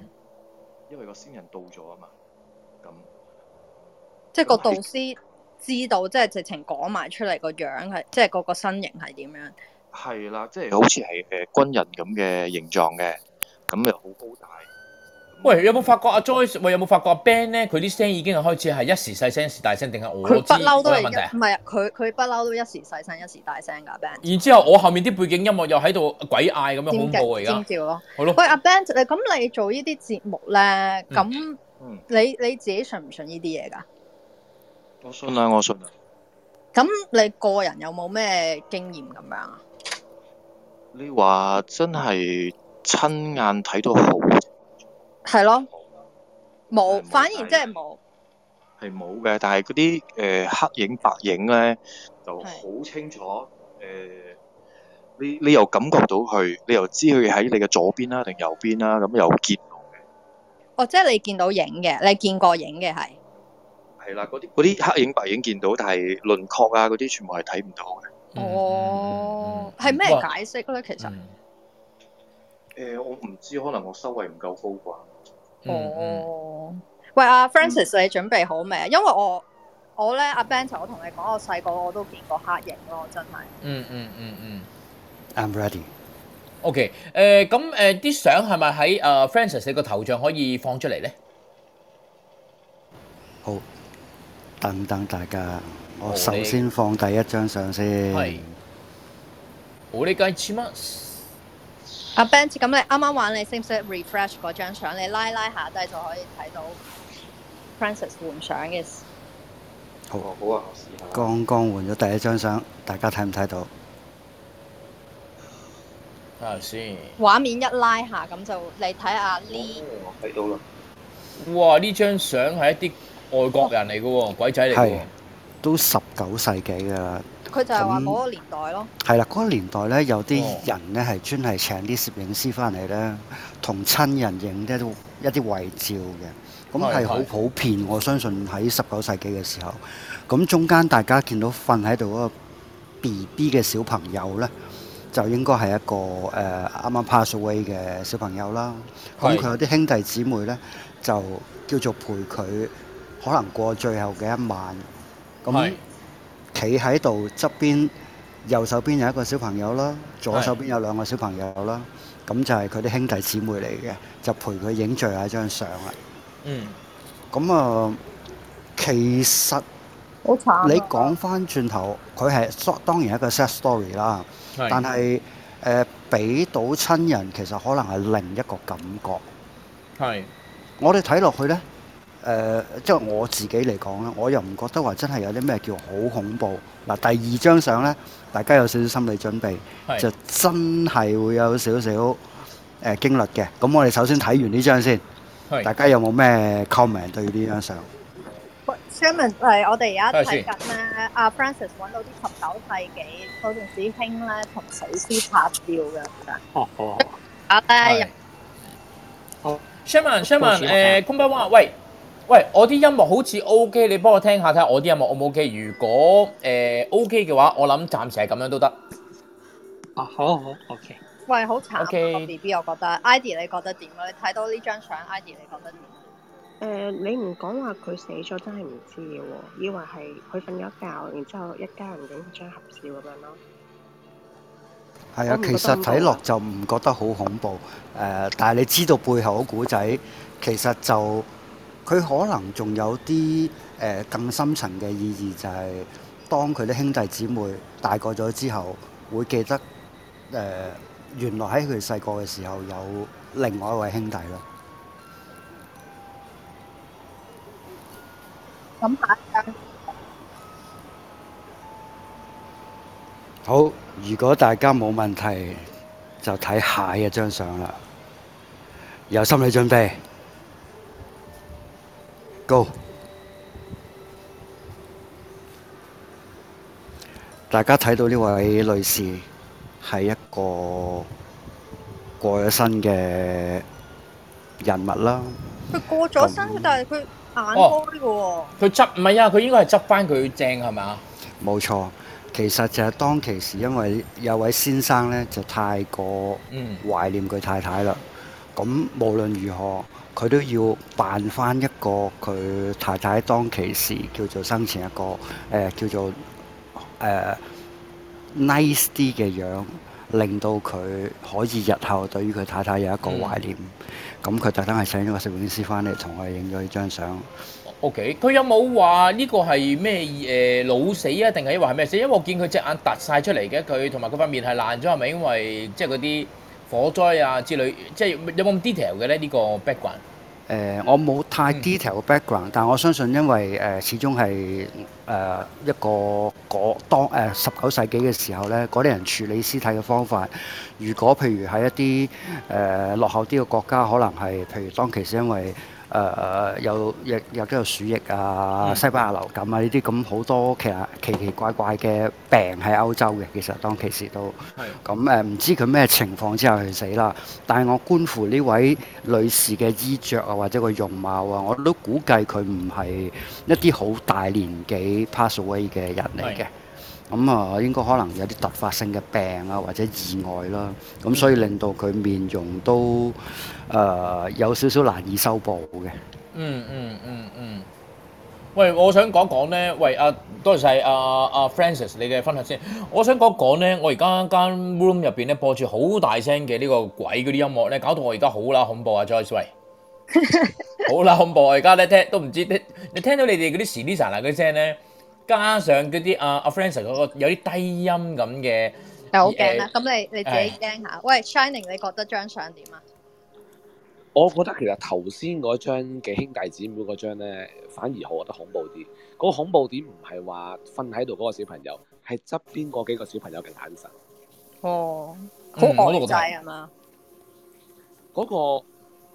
S6: 因為個先人到咗啊嘛。咁
S3: 即係個導師知道，即係直情講埋出嚟個樣係，即係個個身形係點樣？
S6: 係啦，即係好似係誒軍人咁嘅形狀嘅，咁又好高大。咁
S7: 喂，有冇發覺阿 Joyce？喂，有冇發覺阿啊 Ben 咧？佢啲聲已經係開始係一時細聲，一時大聲，定係我
S3: 佢不
S7: 知
S3: 嬲都
S7: 我
S3: 係
S7: 有問題啊
S3: 一唔？係啊佢佢不嬲都一時細聲一時大聲㗎 Ben，
S7: 然之後我後面啲背景音樂又喺度鬼嗌咁樣恐
S3: 尖
S7: 怖啊！而
S3: 叫尖
S7: 家
S3: 叫咯。
S7: 好咯，
S3: 喂阿 Ben，你咁你做呢啲節目咧，咁
S6: 嗯
S3: 你你自己信唔信呢啲嘢㗎？
S6: 我信啦，我信啦。
S3: 咁你個人有冇咩經驗咁樣啊？
S6: 你話真係親眼睇到好
S3: 系咯，冇，
S6: 係冇
S3: 反而真係冇。
S6: 係冇嘅，但係嗰啲誒黑影白影咧就好清楚誒、你你又感覺到佢，你又知佢喺你嘅左邊啦定右邊啦，咁又見到嘅。
S3: 哦，即係你見到影嘅，你見過影嘅係。
S6: 係啦，嗰啲嗰啲黑影白影見到，但係輪廓啊嗰啲全部係睇唔到嘅。
S7: 嗯
S3: 哦，係咩
S2: 哇
S3: 解釋咧？其實，
S2: 嗯
S6: 誒、我唔知，可能我修為唔夠高啩。
S2: 嗯嗯
S3: 哦，喂，阿
S7: 嗯
S3: Francis，你準備好未？啊因為我我咧，阿 Ben 頭我同你講，我細個我都見過黑影咯，真係。
S2: 嗯嗯嗯嗯。
S4: I'm ready。
S2: OK，誒咁誒啲相係咪喺誒 Francis 你個頭像可以放出嚟咧？
S4: 好，等等大家，
S2: 好
S4: 我首先放第一張相先。
S2: 係我呢間似乜？
S3: 阿 Ben，咁你啱啱玩你識唔識 refresh 嗰張相？你拉拉下低就可以睇到 Francis 換相嘅事。
S4: 好
S6: 哦，好啊，我試下。
S4: 剛剛換咗第一張相，大家睇唔睇到？
S2: 睇下啊先。
S3: 畫面一拉下，咁就你睇下呢，
S6: 哦我睇到啦。
S2: 哇！呢張相係一啲外國人嚟嘅喎，鬼仔嚟嘅喎
S4: 係。都十九世紀㗎啦。
S3: 佢就係話嗰個年代咯。
S4: 係啦，嗰、個年代咧，有啲
S2: 哦
S4: 人咧係專係請啲攝影師翻嚟咧，同親人影一啲一啲遺照嘅。咁
S2: 係
S4: 係好
S2: 係
S4: 普遍，我相信喺十九世紀嘅時候，咁中間大家見到瞓喺度嗰個 B B 嘅小朋友咧，就應該係一個誒啱啱 pass away 嘅小朋友啦。咁
S2: 係
S4: 佢有啲兄弟姊妹咧，就叫做陪佢，可能過最後嘅一晚。咁
S2: 係
S4: 企喺度側邊，右手邊有一個小朋友啦，左
S2: 係
S4: 手邊有兩個小朋友啦，咁就係佢啲兄弟姊妹嚟嘅，就陪佢影最後一張相啦。
S2: 嗯
S4: 咁啊、其實
S3: 好慘啊
S4: 你講翻轉頭，佢係當然係一個 sad story 啦，
S2: 係。
S4: 但係誒俾到親人其實可能係另一個感覺。
S2: 係
S4: 我哋睇落去呢，誒、即係我自己嚟講啦，我又唔覺得話真係有啲咩叫好恐怖。嗱，第二張相呢，大家有少少心理準備，
S2: 係
S4: 就真係會有少少誒驚慄嘅。咁我哋首先睇完呢張先，
S2: 係
S4: 大家有冇咩 comment 對呢張相？
S3: 喂 Sherman，誒，我哋而家
S2: 睇下
S3: 睇
S2: 先
S3: 緊咧，阿 Francis 揾到啲十九世紀嗰陣時興咧同死屍拍照嘅。
S8: 哦哦，
S3: 啊咧，
S2: 係。
S8: 好
S2: Sherman Sherman
S8: 多謝
S2: 誒，空巴話喂喂，我啲音樂好似 OK，你幫我聽下睇下我啲音樂 O 唔 OK？如果誒 OK 嘅話，我諗暫時係咁樣都得。
S8: 啊好好，OK。
S3: 喂，好慘啊
S2: OK
S3: 個 B B，我覺得。Ivy 你覺得點啊？你睇到呢張相，Ivy 你覺得點？
S9: 誒、呃你唔講話佢死咗，真係唔知嘅喎，以為係佢瞓咗覺，然之後一家人影張合照咁樣咯。
S4: 係
S9: 我
S4: 啊
S9: 唔，覺
S4: 其
S9: 得
S4: 實
S9: 恐怖
S4: 睇落
S9: 啊
S4: 就唔覺得好恐怖，誒、呃但係你知道背後嘅故仔，其實就佢可能仲有啲誒、呃更深層嘅意義，就係、當佢啲兄弟姊妹大個咗之後，會記得誒、呃原來喺佢細個嘅時候有另外一位兄弟咯。
S3: 咁下一張
S4: 好，如果大家冇問題，就睇下一張相啦。有心理準備，Go！大家睇到呢位女士係一個過咗身嘅人物啦。
S3: 佢過咗身，但係佢眼
S2: 哦
S3: 開嘅喎。
S2: 佢執唔係啊，佢應該係執翻佢正係咪啊？
S4: 冇錯，其實就係當其時，因為有位先生呢，就太過
S2: 嗯
S4: 懷念佢太太啦。咁無論如何，佢都要扮翻一個佢太太當其時叫做生前一個誒、呃叫做誒、呃 nice 啲嘅樣，令到佢可以日後對於佢太太有一個懷念。咁佢特登係請咗個攝影師翻嚟同我哋影咗呢張相。
S2: ，OK。佢有冇話呢個係咩誒老死啊？定係話係咩死？因為我見佢隻眼突晒出嚟嘅，佢同埋佢塊面係爛咗，係咪因為即係嗰啲火災啊之類？即係有冇咁 detail 嘅咧？呢個 background
S4: 誒、誒、呃我冇太 detail 嘅 background，、但我相信因為誒、呃始終係誒、一個嗰當誒十九世紀嘅時候咧，嗰啲人處理屍體嘅方法，如果譬如喺一啲誒、呃落後啲嘅國家，可能係譬如當其時因為誒、有亦有都有鼠疫啊、
S7: 嗯
S4: 西班牙流感啊呢啲咁好多其實奇奇怪怪嘅病喺歐洲嘅，其實當其時都。咁誒唔知佢咩情況之下去死啦。但係我觀乎呢位女士嘅衣着啊，或者個容貌啊，我都估計佢唔係一啲好大年紀 pass away 嘅人嚟嘅
S7: 係。
S4: 咁啊，應該可能有啲突發性嘅病啊，或者意外啦。咁所以令到佢面容都誒、呃有少少難以修補嘅。
S7: 嗯嗯嗯嗯。喂，我想講講咧，喂啊，多謝晒啊啊 Francis 你嘅分享先。我想講講咧，我而家間 room 入邊咧播住好大聲嘅呢個鬼嗰啲音樂咧，搞到我而家好啦恐怖啊，Joyce 喂，好啦恐怖啊！而家咧聽都唔知聽，你聽到你哋嗰啲 s i l i s a 嗰啲聲咧，加上嗰啲啊啊 Francis 嗰個有啲低音咁嘅。
S3: 但好驚啦。
S7: 誒
S3: 咁你你自己驚下。喂，Shining，你覺得張相點啊？
S5: 我覺得其實頭先嗰張嘅兄弟姊妹嗰張咧，反而我覺得恐怖啲。嗰、個恐怖點唔係話瞓喺度嗰個小朋友，係側邊嗰幾個小朋友更眼神。
S3: 哦，好
S7: 嗯我都覺
S3: 呆
S7: 得
S3: 仔
S7: 係
S3: 係嘛？
S5: 嗰、個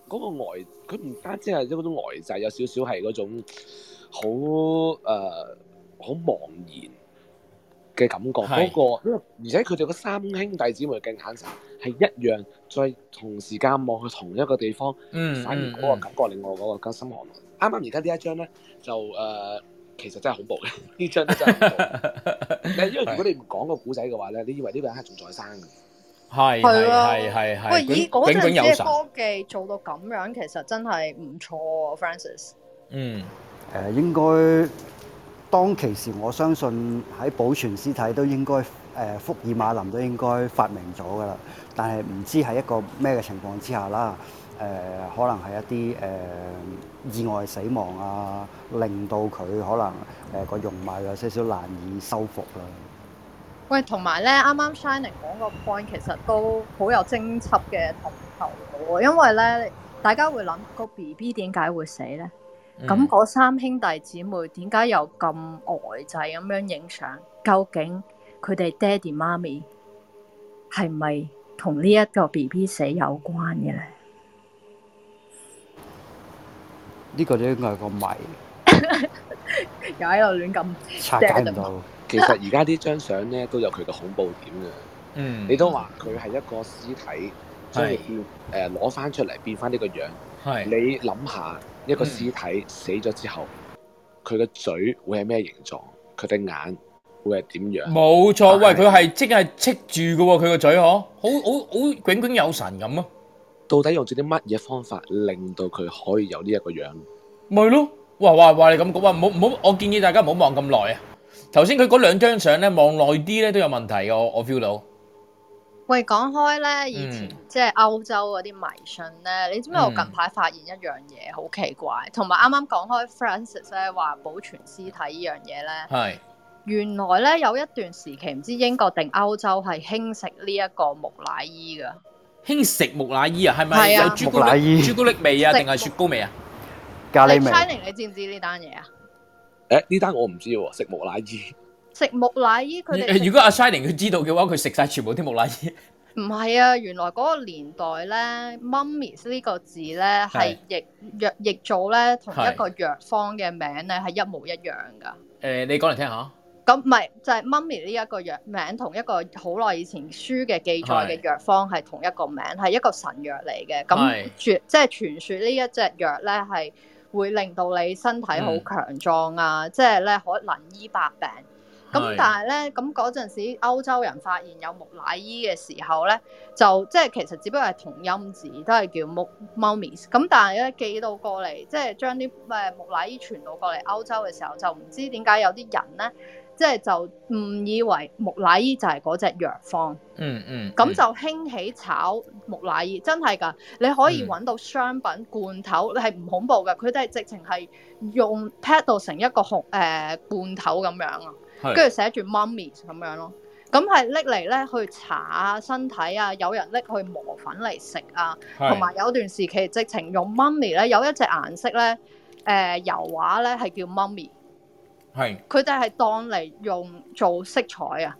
S5: 嗰、個呆，佢唔單止係一種呆滯，有少少係嗰種好誒好茫然嘅感覺。
S7: 係
S5: 嗰、個，而且佢哋嗰三兄弟姊妹嘅眼神係一樣，再同時間望去同一個地方。
S7: 嗯
S5: 反而
S7: 嗯
S5: 嗰個
S7: 嗯，
S5: 感覺令我嗰個心寒。啱啱而家呢一張咧，就誒、呃其實真係恐怖嘅， 呢張都真 係恐怖。因為如果你唔講個古仔嘅話咧，你以為呢個人係仲在生嘅。
S7: 係係
S3: 係啊
S7: 係係係，
S3: 喂，咦，嗰
S7: 炯炯
S3: 陣
S7: 有
S3: 時
S7: 神，
S3: 科技做到咁樣，其實真係唔錯喎，Francis。
S7: 嗯
S4: 誒、應該當其時，我相信喺保存屍體都應該誒、福爾馬林都應該發明咗㗎啦，但係唔知喺一個咩嘅情況之下啦。誒、可能係一啲誒、意外死亡啊，令到佢可能誒個、容貌有少少難以修復啦。
S3: 喂，同埋咧，啱啱 Shining 講個 point 其實都好有偵緝嘅同頭腦喎，因為咧，大家會諗個 B B 點解會死咧？
S7: 嗯
S3: 咁嗰三兄弟姊妹點解又咁呆滯咁樣影相？究竟佢哋爹哋媽咪係咪同呢一個 B B 死有關嘅咧？
S4: 呢、個都應該係個謎，
S3: 又喺度亂咁，
S4: 拆解唔
S3: 啊
S4: 到。
S5: 其實而家呢張相咧都有佢嘅恐怖點 嘅。
S7: 嗯，
S5: 你都話佢係一個屍體，將
S7: 係
S5: 佢變誒攞翻出嚟變翻呢個樣。
S7: 係
S5: 你諗下，一個屍
S4: 嗯
S5: 體死咗之後，佢嘅嘴會係咩形狀？佢嘅眼會係點樣？
S7: 冇錯，喂，
S5: 係
S7: 佢係即係戚住嘅喎，佢個嘴嗬，好好好炯炯有神咁啊，
S5: 到底用咗啲乜嘢方法令到佢可以有呢一個樣？
S7: 咪咯，哇哇哇！你咁講，哇唔好唔好，我建議大家唔好望咁耐
S2: à?
S7: 啊。頭先佢嗰兩張相咧，望耐啲咧都有問題嘅，我我 feel 到。
S3: 喂，講開咧，以前
S7: 嗯
S3: 即係歐洲嗰啲迷信咧，你知唔知
S4: 嗯
S3: 我近排發現一樣嘢好奇怪，同埋啱啱講開 Francis 咧話保存屍體呢樣嘢咧，
S7: 係
S3: 原來咧有一段時期唔知英國定歐洲係興食呢一個木乃伊㗎。
S7: 輕食木乃伊啊，係咪
S3: 係啊
S7: 有朱古
S4: 木乃
S7: 力
S4: 伊
S7: 朱古力味啊，
S3: 食
S7: 定係雪糕味啊？
S4: 咖喱
S3: 你
S4: 味
S3: Shining，你知唔知呢單嘢啊？
S5: 誒呢單我唔知喎，食木乃伊。
S3: 食木乃伊佢哋
S7: 如如果阿 Shining 佢知道嘅話，佢食晒全部啲木乃伊。
S3: 唔係啊，原來嗰個年代咧，mummies 呢個字咧係
S7: 係
S3: 譯藥譯做咧同
S7: 係
S3: 一個藥方嘅名咧係一模一樣㗎。
S7: 誒，你講嚟聽下。
S3: 咁唔係就係 mummy 呢一個藥名同一個好耐以前書嘅記載
S7: 係
S3: 嘅藥方係同一個名，係一個神藥嚟嘅。咁
S7: 係
S3: 傳即係傳說呢一隻藥咧係會令到你身體
S7: 嗯
S3: 好強壯啊，即係咧可能醫百病。
S7: 係
S3: 咁但係咧，咁嗰陣時歐洲人發現有木乃伊嘅時候咧，就即係其實只不過係同音字，都係叫木 mummies。咁但係咧寄到過嚟，即係將啲誒木乃伊傳到過嚟歐洲嘅時候，就唔知點解有啲人咧。即係就誤以為木乃伊就係嗰只藥方，
S7: 嗯嗯。
S3: 咁
S7: 嗯
S3: 就興起炒木乃伊，真係㗎！你可以
S7: 嗯
S3: 揾到商品罐頭，係唔恐怖㗎，佢哋係直情係用 pad 到成一個紅誒、呃罐頭咁樣啊，
S7: 係
S3: 跟住寫住 mummies 咁樣咯。咁係拎嚟咧去搽啊身體啊，有人拎去磨粉嚟食啊，
S2: 係
S3: 同埋有段時期直情用 mummy 咧，有一隻顏色咧，誒、油畫咧係叫 mummy，
S2: 係
S3: 佢哋係當嚟用做色彩啊。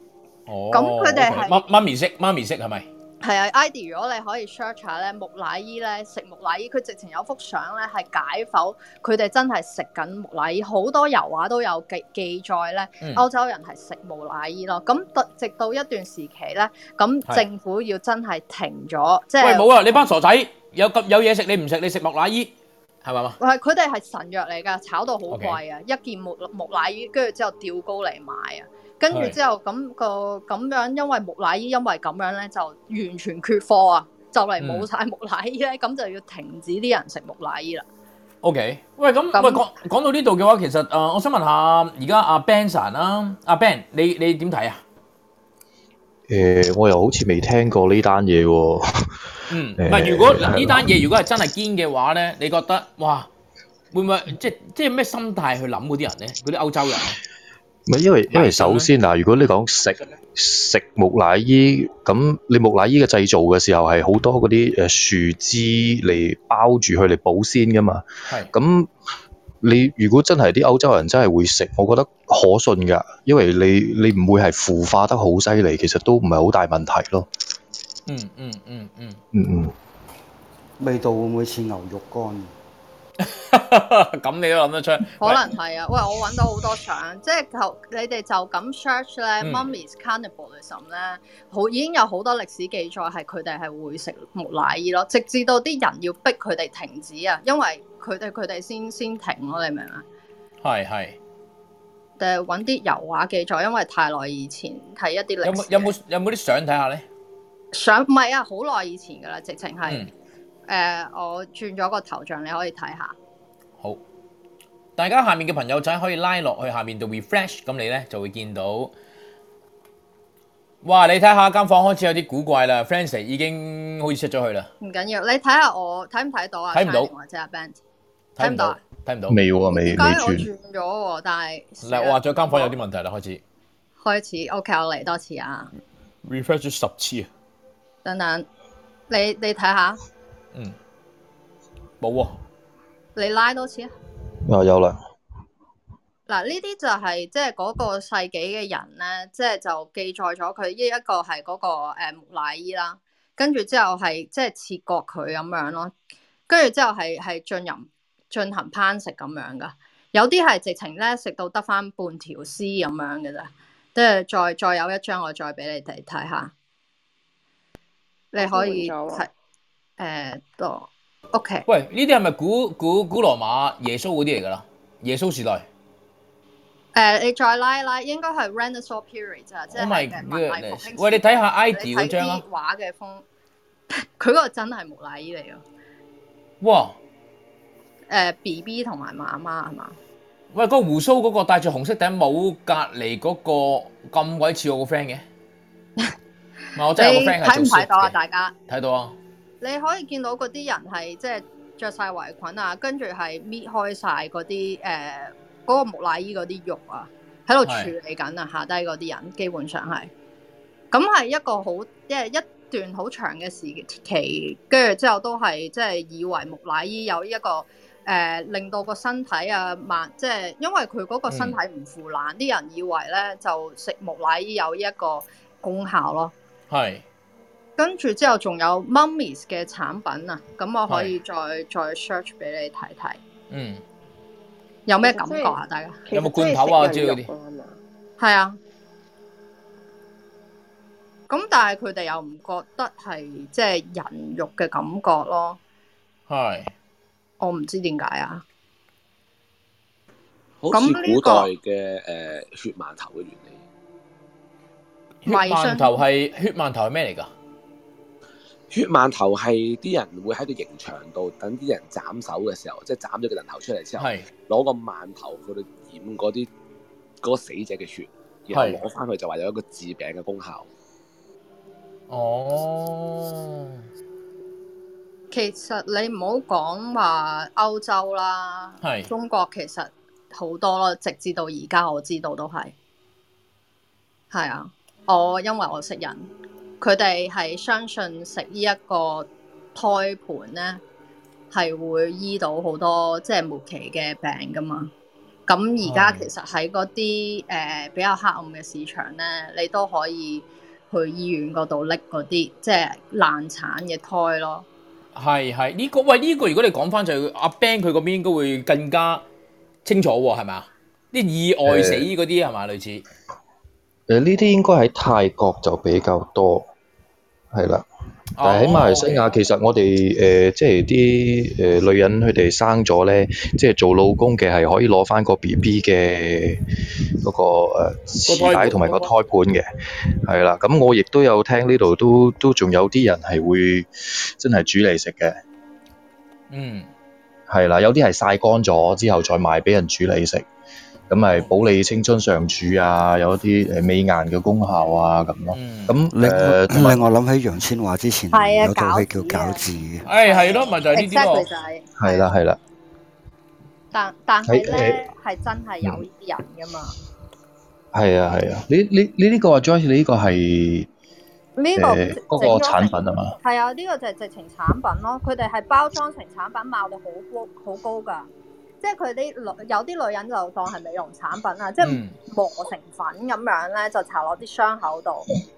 S2: 哦，
S3: 咁佢哋
S2: OK
S3: 係
S2: 媽媽咪識媽咪識係咪？
S3: 係啊，Idy 如果你可以 search 下咧，木乃伊咧食木乃伊，佢直情有幅相咧係解剖，佢哋真係食緊木乃伊，好多油畫都有記記載咧，
S2: 嗯
S3: 歐洲人係食木乃伊咯。咁到直到一段時期咧，咁
S2: 係
S3: 政府要真係停咗，即
S2: 喂，
S3: 係
S2: 冇啊！你班傻仔有咁有嘢食，你唔食，你食木乃伊係咪嘛？
S3: 喂佢哋係神藥嚟㗎，炒到好
S2: OK
S3: 貴啊一件木木乃伊，跟住之後吊高嚟買啊。跟住
S2: 係
S3: 之後咁、個咁樣，因為木乃伊因為咁樣咧，就完全缺貨啊，就嚟
S2: 嗯
S3: 冇晒木乃伊咧， 咁、就要停止啲人食木乃伊啦。
S2: O K，喂，咁
S3: 咁
S2: 喂講講到呢度嘅話，其實誒、呃我想問下而家阿 Ben 神啦，阿 Ben，你你點睇啊？
S6: 誒、我又好似未聽過呢單嘢喎。
S2: 嗯，唔
S6: 誒
S2: 係，如果
S6: 係啦
S2: 呢單嘢如果係真係堅嘅話咧，你覺得哇，會唔會即即係咩心態去諗嗰啲人咧？嗰啲歐洲人呢
S6: 唔係因為因
S2: 係咁
S6: 為
S2: 樣
S6: 首先嗱，如果你講食食木乃伊，咁你木乃伊嘅製造嘅時候係好多嗰啲呃誒樹枝嚟包住佢嚟保鮮噶嘛。
S2: 係
S6: 咁你如果真係啲歐洲人真係會食，我覺得可信㗎，因為你你唔會係腐化得好犀利，其實都唔係好大問題咯。
S2: 嗯嗯嗯嗯，
S6: 嗯嗯，
S4: 味道會唔會似牛肉乾？
S2: 咁 你都諗得出，
S3: 可能係啊，喂，我揾到好多相，即係求你哋就咁 search 咧
S2: 嗯
S3: ，Mummy's Cannibalism 咧，好已經有好多歷史記載係佢哋係會食木乃伊咯，直至到啲人要逼佢哋停止啊，因為佢哋佢哋先先停咯，你明唔明啊？
S2: 係係
S3: 定係揾呃啲油畫記載，因為太耐以前睇一啲
S2: 有
S3: 歷
S2: 冇
S3: 史
S2: 有冇有冇啲相睇下咧？
S3: 相，唔係啊，好耐以前㗎啦，直情係
S2: 嗯，
S3: 誒，我轉咗個頭像，你可以睇下。
S2: 好。大家下面嘅朋友仔可以拉落去下面度 refresh，咁你咧就會見到。哇！你睇下間房開始有啲古怪啦 f r a n c i s 已經好似出咗去啦，
S3: 唔緊要，你睇下我睇唔睇到啊？
S2: 睇唔到
S3: Shining 或者阿 Ben
S2: 睇
S3: 睇
S2: 唔
S3: 唔到
S2: 到
S3: 啊，
S2: 睇唔到。
S6: 未喎，未未
S3: 點解我
S6: 轉。
S3: 轉咗喎？但係
S2: 嗱，我話咗間房有啲問題啦，開始
S3: 開始。OK，我嚟多次啊！
S2: refresh 咗十次啊。
S3: 等等，你你睇下，
S2: 嗯，冇喎、
S3: 你拉多次啊！
S6: 啊，有啦。
S3: 嗱，呢啲就係即係嗰個世紀嘅人咧，即係就記載咗佢呢一個係嗰、個誒木乃伊啦，跟住之後係即係切割佢咁樣咯，跟住之後係係進入進行烹食咁樣噶，有啲係直情咧食到得翻半條絲咁樣嘅咋，即係再再有一張我再俾你哋睇下，你可以
S10: 我都換咗
S3: 睇誒多 OK
S2: 喂，呢啲係咪古古古羅馬耶穌嗰啲嚟㗎啦？耶穌時代
S3: 誒、你再拉一拉應該係 Renaissance period 咋，即
S2: ，Oh my
S3: 係誒文藝復
S2: goodness！
S3: 興
S2: 喂，你睇下 ID
S3: 你
S2: 嗰
S3: 睇
S2: 張啊
S3: 啲，畫嘅風， 佢嗰個真係木乃伊嚟咯。
S2: 哇！
S3: 誒、B B 同埋媽媽係嘛？
S2: 喂，嗰個胡鬚嗰個戴住紅色頂帽，隔離嗰個咁鬼似我個 friend 嘅，唔係我
S3: 你
S2: 真係有個 friend 係
S3: 睇唔
S2: 做
S3: 睇
S2: shift
S3: 到啊？
S2: 嘅，
S3: 大家
S2: 睇到啊，
S3: 你可以見到嗰啲人係即係着晒圍裙啊，跟住係搣開晒嗰啲誒嗰個木乃伊嗰啲肉啊，喺度處理緊啊，下低嗰啲人基本上係咁係一個好即係一段好長嘅時期，跟住之後都係即係以為木乃伊有一個。誒、令到個身體啊慢，即係因為佢嗰個身體唔腐爛，啲、人以為咧就食木乃伊有呢一個功效咯。
S2: 係
S3: 跟住之後仲有 Mummies 嘅產品啊，咁我可以再再 search 俾你睇睇，
S2: 嗯，
S3: 有咩感覺啊？大家
S10: 其
S2: 有
S10: 實
S2: 冇罐頭啊
S10: 真係食人肉啊嘛
S3: 係啊，咁但係佢哋又唔覺得係即係人肉嘅感覺咯，
S2: 係
S3: 我唔知點解啊。
S5: 好
S3: 咁
S5: 似
S3: 呢
S5: 古
S3: 個
S5: 代嘅誒血饅頭嘅原理。
S2: 血
S3: 迷信
S2: 饅頭係血饅頭係咩嚟㗎？
S5: 血饅頭係啲人會喺個刑場度等啲人斬手嘅時候，即係斬咗個人頭出嚟之後，
S2: 係
S5: 攞個饅頭去到染嗰啲嗰個死者嘅血，然後
S2: 係
S5: 攞翻去就話有一個治病嘅功效。
S2: 哦，
S3: 其實你唔好講話歐洲啦，
S2: 係
S3: 中國其實好多咯，直至到而家我知道都係，係啊，我因為我識人，佢哋係相信食呢一個胎盤咧係會醫到好多即係末期嘅病噶嘛。咁而家
S2: 哦
S3: 其實喺嗰啲誒比較黑暗嘅市場咧，你都可以去醫院嗰度拎嗰啲即係難產嘅胎咯。
S2: 係係呢個喂呢、個，如果你講翻就阿 Ben 佢嗰邊應該會更加清楚喎，係咪啊？啲意外死嗰啲係啊嘛？類似
S11: 誒呃呢啲應該喺泰國就比較多，係啦。但係喺
S2: 哦
S11: 馬來西亞，其實我哋誒、呃即係啲呃誒女人佢哋生咗咧，即係做老公嘅係可以攞翻個 B B 嘅嗰個誒
S2: 個胎
S11: 臍帶
S2: 盤
S11: 同埋個胎盤嘅，係啦。咁我亦都有聽呢度都都仲有啲人係會真係煮嚟食嘅，
S2: 嗯
S11: 係啦。有啲係曬乾咗之後再賣俾人煮嚟食，咁咪保你青春常駐啊，有一啲誒美顏嘅功效啊咁咯。
S2: 嗯
S11: 咁誒
S4: 令我
S11: 同埋
S4: 令我諗起楊千嬅之前
S3: 係啊
S4: 有套戲叫《
S3: 餃子啊
S4: 餃子》嘅。
S2: 誒哎係咯，咪就係呢啲
S3: exactly 就
S2: 咯。
S3: 係
S11: 係啦，係啦，
S3: 但但係
S11: 喺
S3: 咧係真係
S11: 嗯
S3: 有呢啲人噶嘛。
S11: 係啊，係啊。你你你呢個啊 Joyce，你呢個係
S3: 呢
S11: 誒
S3: 個
S11: 嗰個產品啊嘛？
S3: 係啊，呢、個就係直情產品咯。佢哋係包裝成產品，賣到好高好高㗎。即係佢啲女有啲女人就當係美容產品啊，即係
S2: 嗯
S3: 磨成粉咁樣咧，就搽落啲傷口度。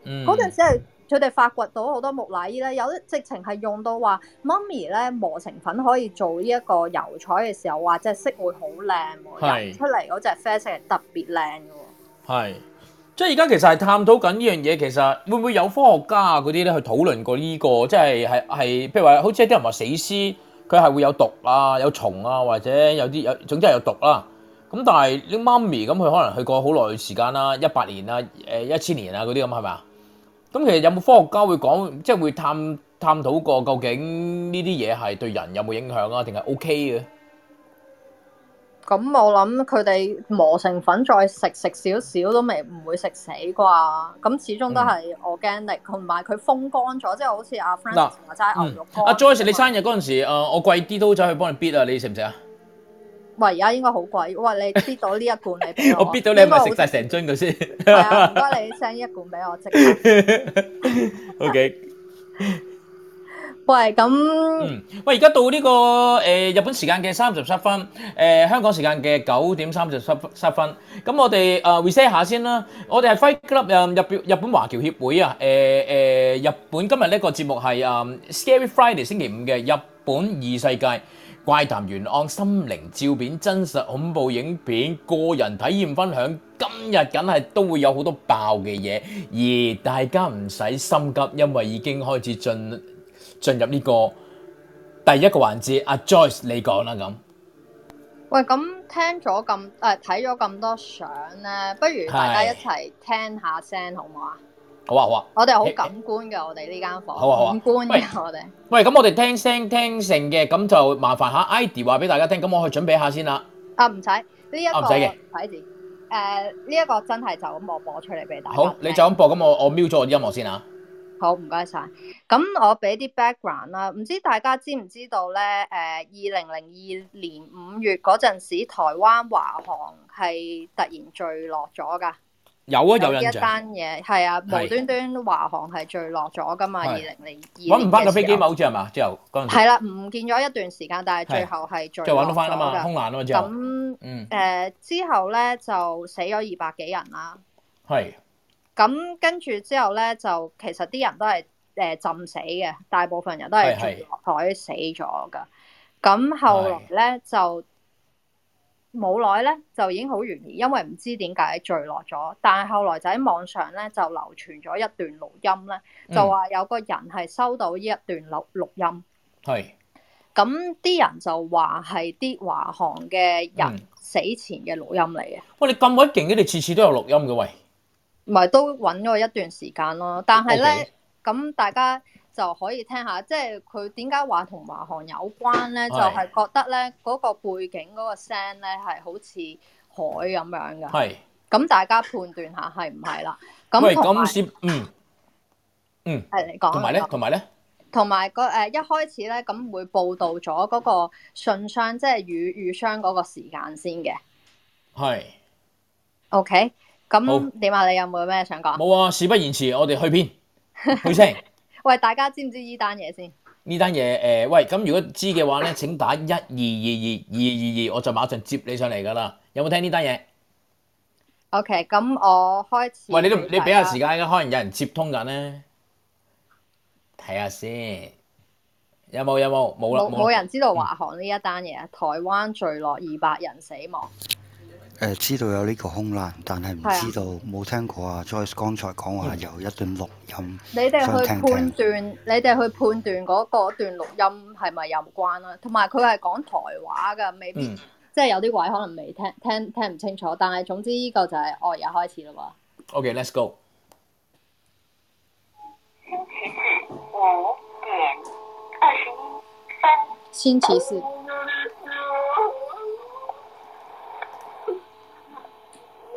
S2: 嗯
S3: 嗰陣時係佢哋發掘到好多木乃伊咧，有啲直情係用到話媽咪咧磨成粉可以做呢一個油彩嘅時候，話隻色會好靚喎，
S2: 係
S3: 油出嚟嗰隻啡色係特別靚嘅喎。
S2: 係，即係而家其實係探討緊呢樣嘢，其實會唔會有科學家啊嗰啲咧去討論過呢、個，即係係係，譬如話好似有啲人話死屍佢係會有毒啊、有蟲啊，或者有啲有總之係有毒啦、咁但係啲媽咪咁，佢可能去過好耐時間啦，一百年啦、誒一千年啊嗰啲咁係咪啊？咁其實有冇科學家會講，即係會探探討過究竟呢啲嘢係對人有冇影響啊，定係 O K 嘅？
S3: 咁我諗佢哋磨成粉再食食少少都未唔會食死啩，咁始
S2: 嗯
S3: 終都係 organic，同埋佢風乾咗，即係好似阿 Francis 話齋牛肉乾。
S2: 嗯阿 Joyce，你生日嗰陣時，誒我貴啲都走去幫你 bid 啊，你食唔食啊？
S3: 喂，而家應該好貴，喂，你知到呢一罐你俾我，
S2: 我逼到你係咪食
S3: 應
S2: 晒
S3: 該好
S2: 成樽佢先
S3: 係啊，唔該你 send 一罐俾我即刻。
S2: 嗯 ？O K，
S3: 喂，咁
S2: 嗯，喂，而家到呢、個呃日本時間嘅三十七分，誒、香港時間嘅九點三十七七分，咁我哋誒 reset 下先啦。我哋係 Fight Club 誒日本日本華僑協會啊，誒、呃、日本今日呢個節目係誒、Scary Friday 星期五嘅日本異世界。怪談懸案、心靈照片、真實恐怖影片、個人體驗分享，今日梗係都會有好多爆嘅嘢，而大家唔使心急，因為已經開始進進入呢個第一個環節。阿 Joyce 你講啦咁，
S3: 喂，咁聽咗咁誒睇咗咁多相咧，不如大家一齊聽下聲好唔好啊？
S2: 好啊好啊。
S3: 我哋好感官嘅，我哋呢間房
S2: 好啊好啊
S3: 感官
S2: 喂
S3: 嘅我哋。
S2: 喂，咁我哋聽聲聽成嘅，咁就麻煩下 ID 話俾大家聽，咁我去準備下先啦。
S3: 啊，唔使呢一個
S2: 啊唔使嘅
S3: 唔使字。誒呢一個真係就咁我播出嚟俾大家聽。
S2: 好，你就咁播，咁我我瞄咗我啲音樂先啊。
S3: 好，唔該晒。咁我俾啲 background 啦，唔知大家知唔知道咧？誒二零零二年五月嗰陣時，台灣華航係突然墜落咗㗎。
S2: 有啊，有
S3: 一
S2: 印象。
S3: 單嘢係啊，
S2: 係
S3: 無端端華航係墜落咗㗎嘛？
S2: 係
S3: 二零零二
S2: 揾唔翻個飛機嘛？
S3: 冇？
S2: 好似係嘛？之後嗰陣時，
S3: 係啦，唔見咗一段時間，但係最後係墜
S2: 再
S3: 落
S2: 揾
S3: 咗
S2: 到翻啊嘛，
S3: 㗎。
S2: 空難啊嘛之後。
S3: 咁
S2: 嗯，
S3: 誒、呃之後咧就死咗二百幾人啦。
S2: 係。
S3: 咁跟住之後咧，就其實啲人都係誒、呃浸死嘅，大部分人都
S2: 係
S3: 係
S2: 係
S3: 墜落海死咗噶。咁後來咧就冇耐咧就已經好懸疑，因為唔知點解墜落咗。但係後來就喺網上咧就流傳咗一段錄
S2: 嗯
S3: 音咧，就話有個人係收到呢一段錄錄音。
S2: 係
S3: 咁啲人就話係啲華航嘅人
S2: 嗯
S3: 死前嘅錄音嚟嘅。
S2: 喂，你咁鬼勁嘅，你次次都有錄音嘅喂。
S3: 唔係都揾咗一段時間咯，但係咧
S2: OK，
S3: 咁大家就可以聽下，即係佢點解話同華航有關咧？就係、覺得咧嗰、個背景嗰個聲咧係好似海咁樣噶，
S2: 係。
S3: 咁大家判斷下係唔係啦。咁
S2: 喂，
S3: 同埋
S2: 咁是嗯，
S3: 係你講，
S2: 同埋咧，同埋咧，
S3: 同埋個誒一開始咧咁會報道咗嗰個信箱， 即係雨雨箱嗰個時間先嘅。
S2: 係
S3: OK，咁
S2: 好
S3: 點啊？你有冇咩想講？
S2: 冇啊，事不宜遲，我哋去片去聲。
S3: 喂，大家知唔知呢單嘢先？
S2: 呢單嘢誒，喂，咁如果知嘅話咧，請打一二二二二二二，我就馬上接你上嚟噶啦。有冇聽呢單嘢？
S3: OK，咁我開始。
S2: 喂，你都你俾下
S3: 啊
S2: 時。間，可能有人接通緊咧。睇下先，有冇有冇冇啦
S3: 冇冇
S2: 啦
S3: 人知道華航呢一單嘢啊，台灣墜落二百人死亡。
S4: 誒知道有呢個空難，但係唔
S3: 係啊
S4: 知道冇聽過啊。Joyce 剛才講話有一段錄音，
S3: 你哋去
S4: 想聽
S3: 判
S4: 聽
S3: 斷，你哋去判斷嗰嗰段錄音係咪有關啦？同埋佢係講台話㗎，未必、
S2: 嗯
S3: 即係有啲位可能未聽聽聽唔清楚。但係總之呢個就係哦我而家開始啦喎。
S2: OK，let's go。
S12: 五点二十一分。
S3: 先此事，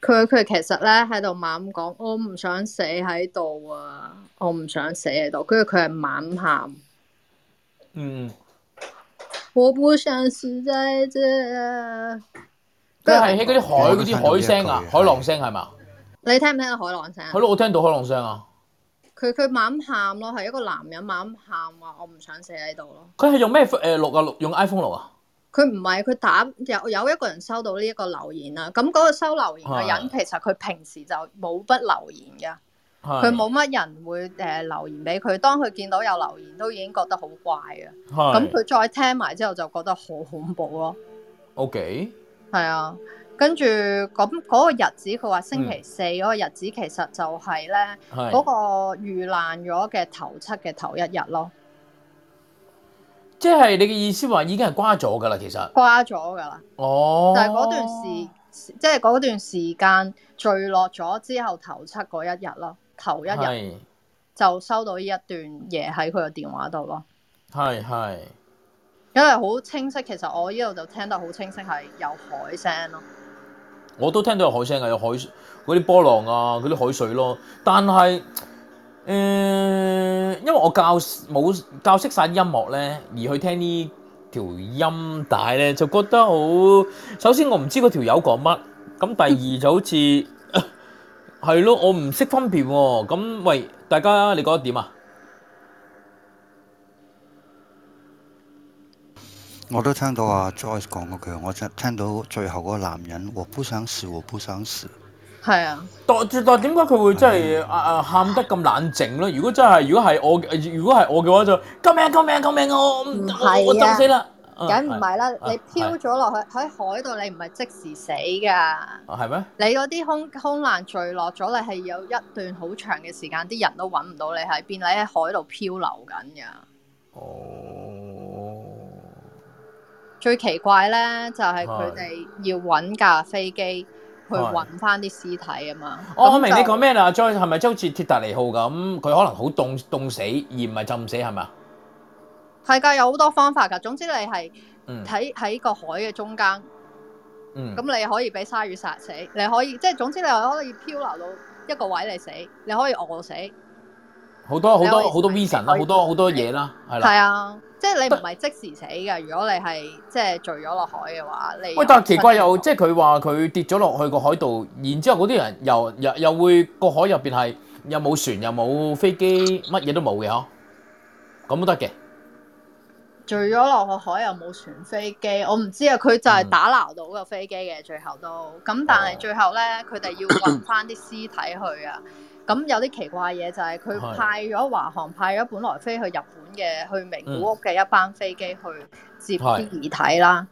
S3: 佢佢其實咧喺度猛講，我唔想死喺度啊，我唔想死喺度。跟住佢係猛喊。
S2: 嗯，
S3: 我不想死在这啊。
S2: 佢係喺嗰啲海嗰
S4: 我都聽
S2: 啲
S4: 到
S2: 海聲
S4: 呢
S2: 啊
S4: 一，句
S2: 海浪聲係嘛？
S3: 你聽唔聽到海浪聲啊
S2: 係？咯，我聽到海浪聲啊。
S3: 佢佢猛喊咯，係一個男人猛喊話我唔想死喺度咯。
S2: 佢係用咩誒錄啊？錄用 iPhone 錄啊？
S3: 佢唔係佢打有有一個人收到呢一個留言啊啦，咁嗰個收留言嘅人
S2: 係
S3: 其實佢平時就冇乜留言㗎。
S2: 係
S3: 佢冇乜人會誒、呃留言俾佢。當佢見到有留言，都已經覺得好怪嘅。咁
S2: 係
S3: 佢再聽埋之後，就覺得好恐怖咯。
S2: OK。
S3: 係啊，跟住咁嗰個日子，佢話星期四嗰個日子，其實就係咧
S2: 嗯係
S3: 嗰個遇難咗嘅頭七嘅頭一日咯，
S2: 即係你嘅意思話已經係瓜咗㗎啦，其實。
S3: 瓜咗㗎啦。
S2: 哦。
S3: 就係嗰段時，即係嗰段時間墜落咗之後頭七嗰一日咯，頭一日
S2: 係
S3: 就收到呢一段嘢喺佢個電話度咯。
S2: 係係。
S3: 因為好清晰，其實我呢度就聽得好清晰係有海聲咯。
S2: 我都聽到有海聲啊，有海嗰啲波浪啊，嗰啲海水咯。但係誒、呃因為我教冇教識晒啲音樂咧，而去聽呢條音帶咧，就覺得好。首先我唔知嗰條友講乜，咁第二就好似呃係咯，我唔識分辨喎、咁喂，大家你覺得點啊？
S4: 我都聽到啊 Joyce 講嗰句，我就聽到最後嗰個男人，我不想死，我不想死。
S3: 係啊，
S2: 但但點解佢會真係啊啊喊得咁冷靜咧？如果真係，如果係我，如果係我嘅話就救命救命救命啊！我我
S3: 唔係啊
S2: 我我浸死啦！啊
S3: 梗唔係啦，
S2: 係
S3: 你漂咗落去喺海度，你唔係即時死噶。
S2: 啊係咩？
S3: 你嗰啲空空難墜落咗，你係有一段好長嘅時間，啲人都揾唔到你喺邊，你喺海度漂流緊㗎。
S2: 嗯哦，
S3: 最奇怪咧就係佢哋要揾架飛機去
S2: 係
S3: 揾翻啲屍體啊嘛。
S2: 我我
S3: 咁
S2: 明
S3: 就
S2: 你講咩啦，Joy 係咪即係好似鐵達尼號咁？佢可能好凍凍死，而唔係浸死係咪啊？
S3: 係㗎，有好多方法㗎。總之你係
S2: 嗯
S3: 睇喺個海嘅中間。
S2: 嗯，
S3: 咁你可以俾鯊魚殺死，你可以即係總之你可以漂流到一個位你死，你可以餓死，
S2: 好多好
S3: 你可以
S2: 多好多
S3: 試下
S2: vision
S3: 你
S2: 啦，
S3: 可以
S2: 好多好多嘢啦，係啦。
S3: 係啊，即係你唔係即時死嘅。如果你係即係墜咗落海嘅話，你
S2: 喂，但係奇怪又即係佢話佢跌咗落去個海度，然之後嗰啲人又又又會個海入邊係又冇船又冇飛機，乜嘢都冇嘅嗬，咁都得嘅。
S3: 墜咗落個海又冇船飛機，我唔知啊。佢就係
S2: 嗯
S3: 打撈到個飛機嘅，最後都咁，但係最後咧，佢哋要運翻啲屍體去啊。咁有啲奇怪嘢就
S2: 係
S3: 係佢派咗華航派咗本來飛去日本嘅去名古屋嘅一班飛機去接
S2: 係
S3: 啲遺體啦。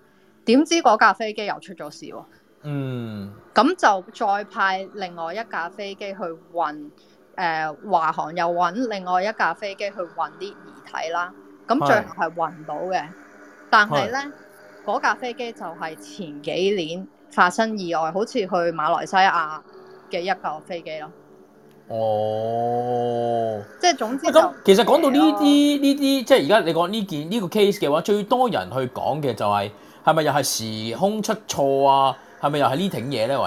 S3: 點知嗰架飛機又出咗事喎、
S2: 嗯，
S3: 咁就再派另外一架飛機去運，誒、呃華航又揾另外一架飛機去運啲遺體啦。咁最後係運到嘅，但係呢，嗰架飛機就係前幾年發生意外，好似去馬來西亞嘅一架飛機咯。
S2: 哦。
S3: 即係總之
S2: 喂
S3: 就
S2: 咁其實講到呢啲呢啲，即係而家你講呢件呢、個 case 嘅話，最多人去講嘅就係係咪又係時空出錯啊？係咪又係呢挺嘢咧？喂，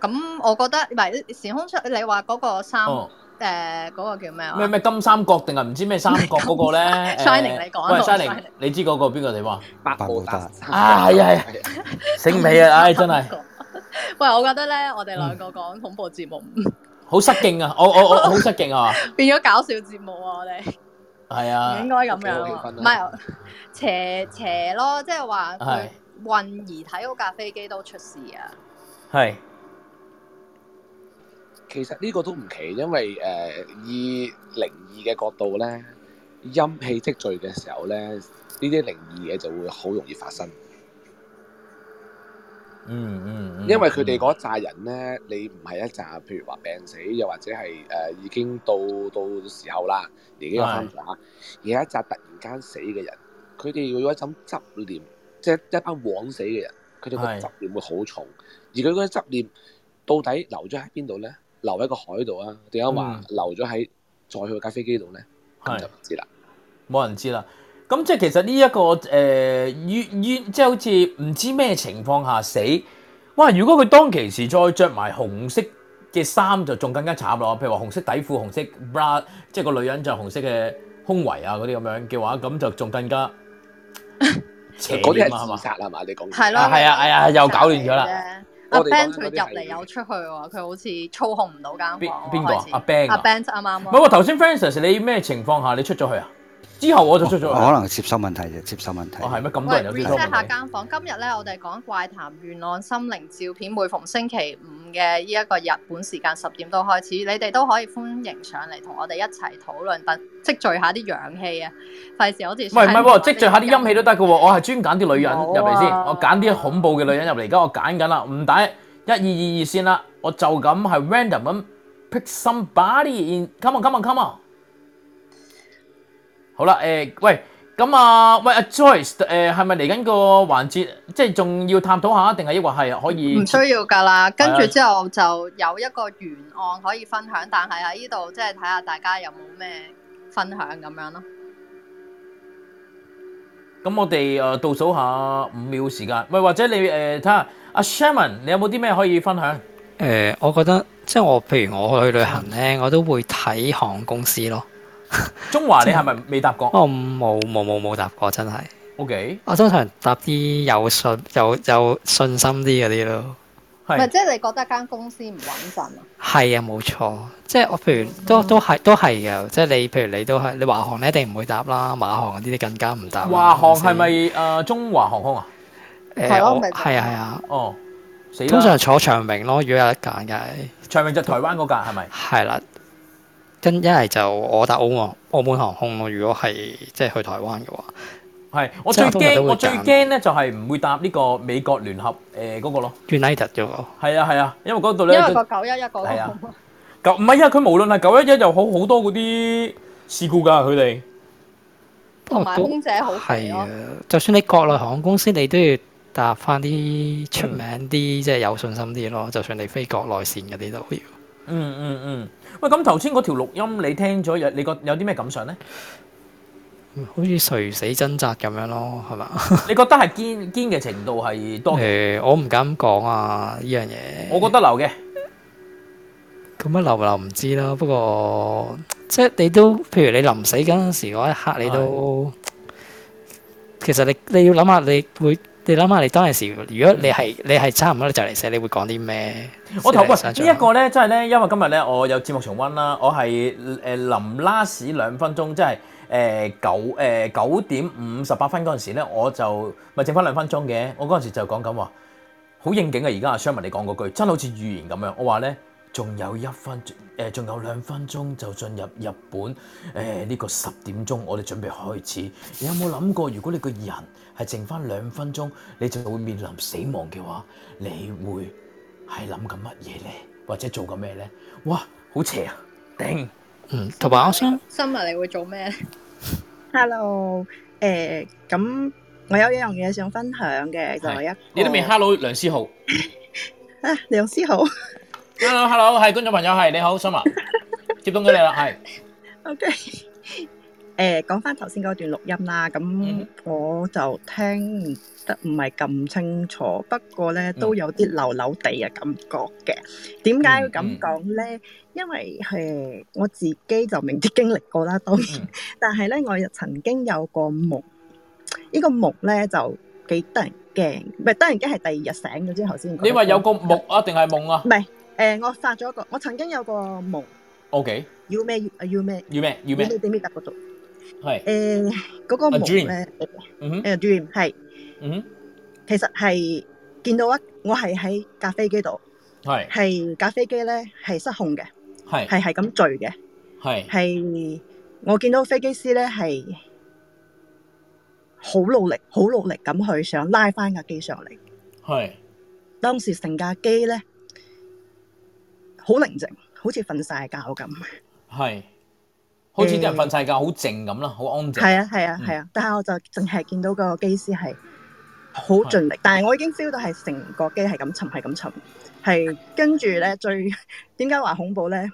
S3: 咁，我覺得唔係時空出，你話嗰個三誒嗰、
S2: 哦，
S3: 個叫咩話啊
S2: 咩咩金三角定係唔知咩三角嗰個咧
S3: Shining，
S2: 誒
S3: 你講
S2: 喂
S3: 我
S2: Shining，
S3: Shining
S2: 你知嗰個邊個地方？
S5: 百
S4: 百慕
S5: 慕
S4: 達
S5: 達
S2: 啊係啊係啊
S5: 係啊，
S2: 醒起啊！唉，真係。
S3: 喂，我覺得咧，我哋
S2: 嗯
S3: 兩個講恐怖節目，
S2: 好失敬啊！我我我好失敬啊！
S3: 變咗搞笑節目啊！我哋
S2: 係
S3: 唔
S2: 啊
S3: 應，該咁樣
S5: 幾好
S3: 啊，
S5: 氣
S3: 唔
S5: 氛啊
S3: 係邪邪咯，即係話
S2: 係
S3: 佢運而體嗰架飛機都出事啊！
S2: 係
S5: 其實呢個都唔奇，因為誒、呃以靈異嘅角度咧，陰氣積聚嘅時候咧，呢啲靈異嘢就會好容易發生。
S2: 嗯嗯嗯，
S5: 因為佢哋嗰扎人咧，你唔係一扎，譬如話病死，又或者係誒、呃已經到到時候啦，年紀又翻咗下，而係一扎突然間死嘅人，佢哋會有一種執念，即係一班枉死嘅人，佢哋個
S2: 係
S5: 執念會好重，而佢嗰啲執念到底留咗喺邊度咧？留喺個海度啊？定係話
S2: 嗯
S5: 留咗喺再去架飛機度咧？咁就
S2: 係
S5: 唔知啦。
S2: 冇人知啦。咁即係其實呢、一個誒冤冤，即係好似唔知咩情況下死。哇！如果佢當其時再着埋紅色嘅衫，就仲更加慘咯。譬如話紅色底褲、紅色 bra，即係個女人着紅色嘅胸圍啊嗰啲咁樣嘅話，咁就仲更加 邪
S5: 嗰啲
S2: 念啊，係
S5: 係
S2: 嘛
S5: 自？殺係嘛？你講
S3: 係咯，
S2: 啊係啊係啊又搞亂咗啦
S3: 阿
S5: 我哋
S3: Ben
S5: 講緊
S3: 佢
S5: 嗰啲係
S3: 入嚟有出去喎，佢好似操控唔到間
S2: 邊
S3: 房。
S2: 邊個啊
S3: 開始
S2: 阿 Ben 啊
S3: 阿 Ben 啱啱
S2: 唔係
S3: 咯，
S2: 喎，頭先 Francis 你咩情況下你出咗去啊？之後我就出咗去
S4: 我
S2: 啦。
S4: 可能接收問題啫，接收問題。
S2: 哦，係咩？咁多
S3: 喂
S2: 人有啲收
S3: reset 下
S2: 問題。
S3: 間房。今日咧，我哋講怪談懸案心靈照片，每逢星期五嘅呢一個日本時間十點到開始，你哋都可以歡迎上嚟同我哋一齊討論，等積聚下啲陽氣啊！費事好似
S2: 唔係唔係喎，積聚下啲陰氣都
S3: 都
S2: 得嘅喎。我係專揀啲女人入嚟先，
S3: 冇啊
S2: 我揀啲恐怖嘅女人入嚟。而家我揀緊啦，唔打一二二二先啦，我就咁係 random 咁 pick somebody in。Come on come on come on。好啦，誒、喂，咁啊喂阿 Joyce 誒、係咪嚟緊個環節？即係仲要探討下，定係抑或係可以？
S3: 唔需要噶啦，跟
S2: 係
S3: 住
S2: 啊
S3: 之後就有一個原案可以分享，但係喺呢度即係睇下大家有冇咩分享咁樣咯。
S2: 咁我哋誒倒數下五秒時間，喂，或者你誒睇下阿 Sherman，你有冇啲咩可以分享？
S13: 誒、呃我覺得即係我譬如我去旅行咧，我都會睇航空公司咯。
S2: 中華你係咪未答過
S13: 我哦冇冇冇冇搭過，真係。
S2: ？OK，
S13: 我通常搭啲有信有有信心啲嗰啲咯。
S3: 唔係
S2: 係
S3: 即係你覺得間公司唔穩陣啊？
S13: 係啊，冇錯。即係我譬如
S2: 嗯
S13: 都都係都係嘅，即係你譬如你都係你華航你一定唔會搭啦，馬航嗰啲你更加唔搭啦。
S2: 華航係
S13: 先
S2: 咪？誒中華航空啊？
S3: 係
S13: 誒
S3: 咯
S13: 我
S3: 咪就係
S13: 係啊係啊，
S2: 哦，死
S13: 通常
S2: 啦！
S13: 坐長榮咯，如果有得揀嘅
S2: 長榮就台灣嗰架係咪？
S13: 係啦。跟一係就我搭澳門澳門航空咯，如果係即係去台灣嘅話。
S2: 係我
S13: 即係我通
S2: 最
S13: 常
S2: 驚
S13: 都會
S2: 我最
S13: 揀
S2: 驚咧就係唔會搭呢個美國聯合誒嗰個咯。
S13: United 啫喎，
S2: 係啊係啊，因為嗰度
S3: 因
S2: 咧
S3: 為個九一一嗰個
S2: 係啊九唔係啊，佢無論係九一一又好好多嗰啲事故㗎，佢哋
S3: 同埋空姐好肥
S13: 係
S3: 咯
S13: 啊，，就算你國內航空公司，你都要搭翻啲出名啲，即係有信心啲咯。就算你飛國內線嗰啲都要。
S2: 嗯嗯嗯。喂，咁頭先嗰條錄音你聽咗有你覺有啲咩感想咧？
S13: 好似垂死掙扎咁樣咯，係嘛？
S2: 你覺得係堅堅嘅程度係多嘅？
S13: 誒、我唔敢講啊，呢樣嘢。
S2: 我覺得留嘅，
S13: 咁樣流唔流唔知啦，不過即係你都，譬如你臨死嗰陣時嗰一刻，你都其實你你要諗下，你會你諗下你當陣時，如果你係你係差唔多就嚟死，你會講啲咩？
S2: 我頭喂
S13: 死嚟
S2: 呢
S13: 生
S2: 一
S13: 咗
S2: 個咧，真係咧，因為今日咧我有節目重温啦，我係誒臨 last 兩分鐘，即係誒誒九誒九點五十八分嗰陣時咧，我就咪剩翻兩分鐘嘅，我嗰陣時就講緊話，好應景啊！而家阿 Sherman 你講嗰句真係好似預言咁樣，我話咧。仲有一分誒，仲有兩分鐘就進入日本誒呢、個十點鐘，我哋準備開始。有冇諗過，如果你個人係剩翻兩分鐘，你就會面臨死亡嘅話，你會係諗緊乜嘢咧？或者做緊咩咧？哇，好邪啊！頂，
S13: 嗯，同埋我想
S3: 新聞啊你會做咩？
S14: Hello，誒，咁我有一樣嘢想分享嘅，就係一
S2: 你都未 hello 梁思浩
S14: 啊，梁思豪。
S2: ，hello hello，係觀眾朋友係你好，Summer，接通咗你啦，係
S14: OK，誒講翻頭先嗰段錄音啦，咁我就聽唔得唔係咁清楚，不過咧都有啲流流地嘅感覺嘅。點解要咁講咧？因為誒我自己就明知經歷過啦，當然，但係咧我又曾經有個夢，呢個夢咧就幾得人驚，唔係得人驚係第二日醒咗之後先覺得。
S2: 你話有個木啊定係夢啊？
S14: 唔係誒？我發咗個，我曾經有個夢。
S2: ，OK，
S14: 要咩？要要咩？
S2: 要咩？要咩？
S14: 點咩特嗰度？
S2: 係，
S14: 誒，嗰個
S2: A
S14: 夢
S2: dream Ừ
S14: 咧，
S2: 嗯哼，
S14: 誒 À, dream 係，
S2: 嗯
S14: 其實係見到一，我係喺架飛機度，
S2: 哼，係
S14: 係架飛機咧係失控嘅，
S2: 係
S14: 係係咁墜嘅，
S2: 係
S14: 係我見到飛機師咧係好努力、好努力咁去想拉翻架機上嚟，
S2: 係
S14: 當時成架機咧好寧靜，好似瞓晒覺咁。
S2: 係，好似啲人瞓晒覺，好靜咁啦，好安靜。
S14: 係啊係啊
S2: 嗯
S14: 係啊，但係我就淨係見到個機師係好盡力，但係我已經 feel 到係成個機係咁沉係咁沉，係跟住咧最 點解話恐怖咧？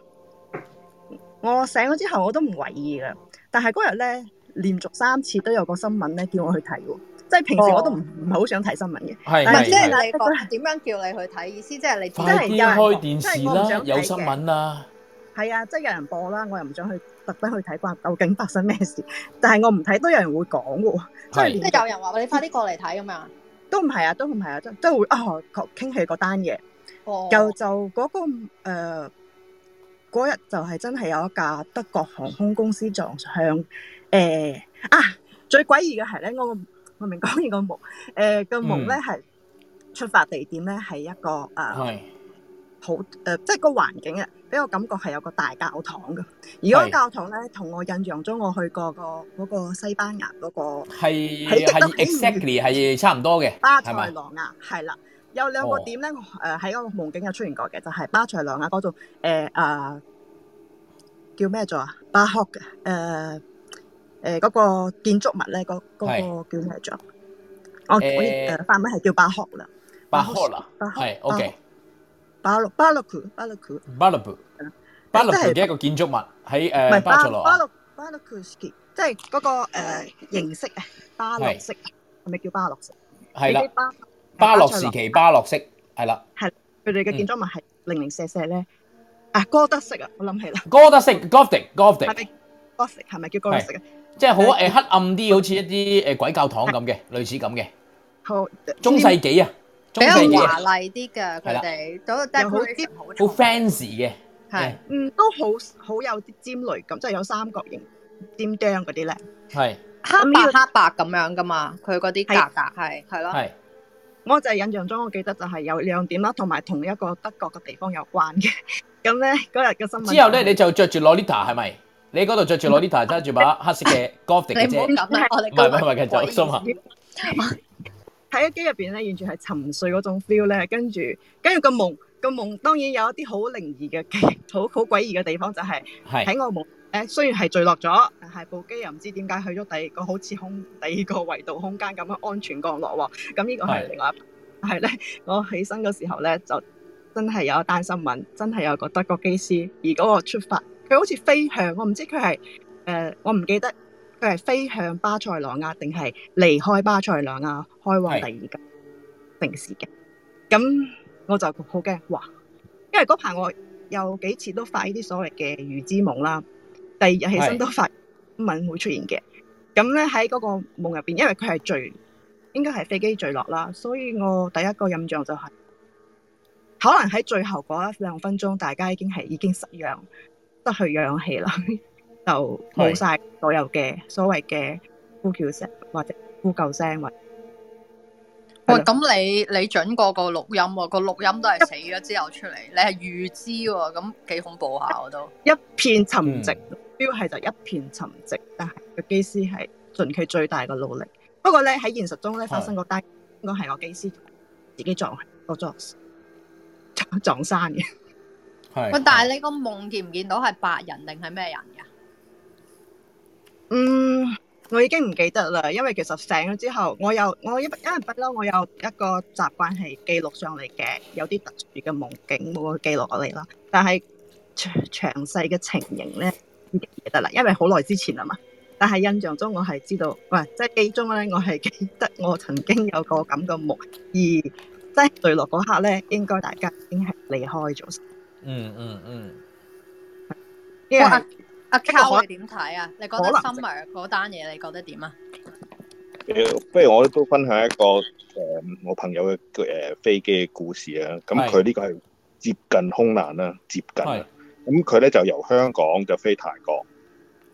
S14: 我醒咗之後我都唔為意嘅，但係嗰日咧連續三次都有個新聞咧叫我去睇喎，即係平時我都唔唔係好想睇新聞嘅，
S2: 係
S14: 但
S2: 係
S14: 係
S3: 即係你講點樣叫你去睇？意思即係你真
S2: 快啲
S14: 係有人
S2: 開電
S14: 真
S2: 視
S14: 係我唔
S2: 啦
S14: 想，睇
S2: 有新聞啦，
S14: 係啊，即係有人播啦，我又唔想去特登去睇關究竟發生咩事，但係我唔睇都有人會講嘅喎，即係
S3: 即
S14: 連續
S3: 係有人話你快啲過嚟睇咁樣。
S14: 都唔係啊，都唔係啊，都都會啊，講傾起嗰單嘢，
S3: 哦，
S14: 又就嗰、個呃嗰日、就係真係有一架德國航空公司撞上誒、呃啊！最詭異嘅係咧，我個我明講完個夢誒個夢咧
S2: 嗯
S14: 係出發地點咧係一個誒、呃
S2: 係
S14: 好誒、呃即係個環境啊，俾我感覺係有個大教堂嘅。而嗰
S2: 係
S14: 個教堂咧，同我印象中我去過個嗰、個西班牙嗰、個。
S2: 係
S14: 係
S2: 係
S14: 得得
S2: exactly 係差唔多嘅，
S14: 巴塞
S2: 係咪？
S14: 羅那係啦，有兩個
S2: 哦
S14: 點咧，誒喺嗰個夢境有出現過嘅，就係、巴塞羅那嗰度誒啊叫咩座啊？巴赫嘅誒誒嗰個建築物咧，嗰、嗰個叫咩座？我我
S2: 誒
S14: 呃誒法文係叫巴赫啦，
S2: 巴赫啦，
S14: 巴赫
S2: 係 OK，
S14: 巴洛巴洛庫巴洛庫，唔
S2: 巴勒布巴勒布嘅一個建築物喺誒
S14: 係
S2: 巴
S14: 巴
S2: 塞羅啊那
S14: 巴。洛巴洛庫斯基，即係嗰個誒形式啊，巴洛式係咪叫巴洛式？
S2: 係啦
S14: 呢啲巴
S2: 巴洛
S14: 塞
S2: 時
S14: 羅
S2: 期嗯巴洛式係啦，
S14: 係佢哋嘅建築物係零零舍舍咧，啊哥德式啊，我諗起啦，
S2: 哥德式 Gothic
S14: 係
S2: Gothic，
S14: 咪哥式係咪叫哥德式啊？
S2: 即係好誒黑暗啲，好似一啲誒鬼教堂咁嘅，類似咁嘅
S14: 好
S2: 中世紀啊，中
S3: 比較
S2: 世紀
S3: 華
S2: 啊，
S3: 麗啲嘅
S2: 係
S3: 佢
S2: 啦
S3: 哋，嗰個
S14: 又好
S3: decoration 好
S2: 好
S3: 重，
S2: fancy 嘅，
S3: 係
S14: 嗯都好好有啲尖銳咁，即係有三角形尖釘嗰啲咧。
S2: 係
S3: 黑白
S14: 呢個
S3: 黑白咁樣噶嘛，佢嗰啲價格係係咯，
S2: 係
S14: 我就係印象中，我記得就係有兩點啦，同埋同一個德國嘅地方有關嘅。咁咧嗰日嘅新聞
S2: 之後咧你就着住 Lolita 係咪？你嗰度着住 Lolita 揸住把黑色嘅 Gothic 嘅
S3: 你唔好
S2: 啫，
S3: 咁啦，我哋
S2: 唔係唔
S3: 今日
S2: 係唔係，繼續蘇文
S14: 喺機入邊咧，完全係沉睡嗰種 feel 咧，跟住跟住個夢個夢當然有一啲好靈異嘅 好好詭異嘅地方，就係、
S2: 係
S14: 喺我夢誒，雖然係墜落咗，但係部機又唔知點解去咗第二個好似空第二個維度空間咁樣安全降落喎。咁呢個
S2: 係
S14: 係另外一 係咧，我起身嘅時候咧，就真係有一單新聞，真係有個德國機師，而嗰個出發，佢好似飛向，我唔知佢係誒，我唔記得佢係飛呃向巴塞羅那定係離開巴塞羅那開往
S2: 係
S14: 第二個城市嘅。咁我就好驚，哇！因為嗰排我有幾次都發呢啲所謂嘅預知夢啦，第二日起
S2: 係
S14: 身都發新聞會出現嘅。咁咧喺嗰個夢入邊，因為佢係墜，應該係飛機墜落啦，所以我第一個印象就係、可能喺最後嗰一兩分鐘，大家已經係已經失氧、失去氧氣啦，
S10: 就冇晒所有嘅所謂嘅呼叫聲或者呼救聲或
S3: 喂，咁你你準過個錄音喎，個錄音都係死咗之後出嚟，你係預知喎，咁幾恐怖下我都。
S10: 一片沉寂，標係就一片沉寂，但係個機師係盡佢最大嘅努力。不過咧喺現實中咧發生嗰單，應該係我機師自己撞個撞撞山嘅。
S3: 喂，但係你個夢見唔見到係白人定係咩人
S10: 啊
S3: 㗎？
S10: 嗯，我已經唔記得啦，因為其實醒咗之後，我有我一因為不嬲，我有一個習慣係記錄上嚟嘅，有啲特殊嘅夢境我會記錄落嚟啦。但係詳詳細嘅情形咧，唔記得啦，因為好耐之前啊嘛。但係印象中我係知道，喂，即係記中咧，我係記得我曾經有個咁嘅夢，而真係墜落嗰刻咧，應該大家已經係離開咗。
S2: 嗯嗯嗯，
S10: 因為係
S3: 阿
S10: 一個可
S3: Cow 你點睇啊？你覺得
S10: 可能
S3: Summer 嗰單嘢你覺得點啊？
S15: 誒不如我都分享一個誒、我朋友嘅誒、飛機嘅故事啊。咁佢呢個係接近空難啦，接近啊。咁佢咧就由香港就飛泰國，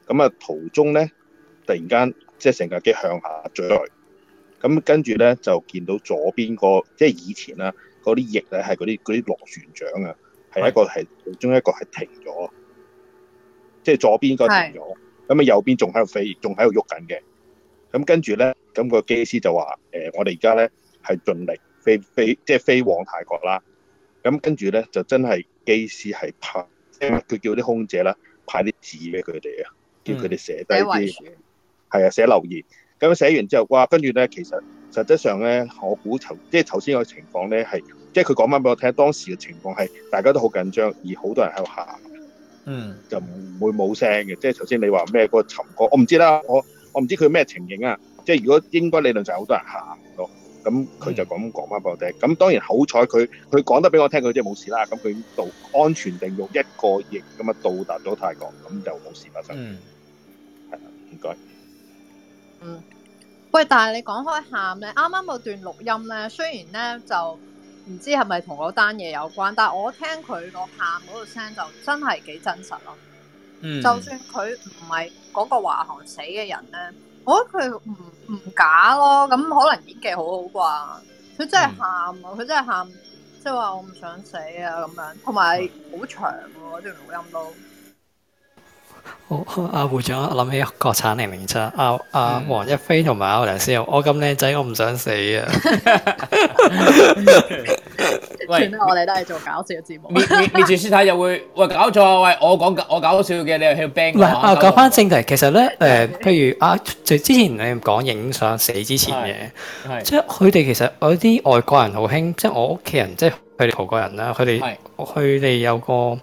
S15: 咁啊途中咧突然間即係成架機向下墜落嚟，咁跟住咧就見到左邊個即係以前啦，嗰啲翼咧係嗰啲嗰啲螺旋槳啊，係一個係其中一個係停咗，即係左邊嗰個停咗，咁啊右邊仲喺度飛，仲喺度喐緊嘅。咁跟住咧，咁、個機師就話：誒、我哋而家咧係盡力飛飛，即係飛往泰國啦。咁跟住咧就真係機師係派，即係佢叫啲空姐啦，派啲紙俾佢哋啊，叫佢哋寫低
S3: 寫遺
S15: 啲，係啊寫留言。咁寫完之後，哇！跟住咧，其實實質上咧，我估頭即係頭先個情況咧係，即係佢講翻俾我聽，當時嘅情況係大家都好緊張，而好多人喺度喊。
S2: 嗯
S15: 就唔會冇聲嘅。即係頭先你話咩嗰個沉降，我唔知啦，我我唔知佢咩情形啊。即係如果應該理論上好多人喊咯，咁佢就咁講翻俾我聽。咁當然好彩佢佢講得俾我聽，佢即係冇事啦。咁佢到安全定用一個翼咁啊到達咗泰國，咁就冇事發生。
S2: 嗯，
S15: 係啦，唔該。
S3: 嗯，喂，但係你講開喊咧，啱啱嗰段錄音咧，雖然咧就唔知係咪同嗰單嘢有關，但係我聽佢個喊嗰個聲就真係幾真實咯。
S2: 嗯
S3: 就算佢唔係嗰個華航死嘅人咧，我覺得佢唔唔假咯，咁可能演技好好啩。佢真係喊啊！
S10: 嗯
S3: 佢真係喊，即係話我唔想死啊咁樣，同埋好長喎嗰段錄音都。
S13: 我阿會長我諗起國產零零七，阿阿
S2: 嗯
S13: 黃一飛同埋阿梁思浩，我咁靚仔，我唔想死啊！
S3: 算啦，我哋都係做搞笑嘅節目。
S2: 滅滅滅住屍體又會喂搞錯啊！喂，我講我搞笑嘅，你又喺度 ban
S13: 唔係
S2: 我啊
S13: 啊，講翻正題，其實咧，誒、譬如啊，就之前你講影相死之前
S2: 係
S13: 嘅，即係佢哋其實有啲外國人好興，即係我屋企人，即係佢哋葡國人啦，佢哋佢哋有個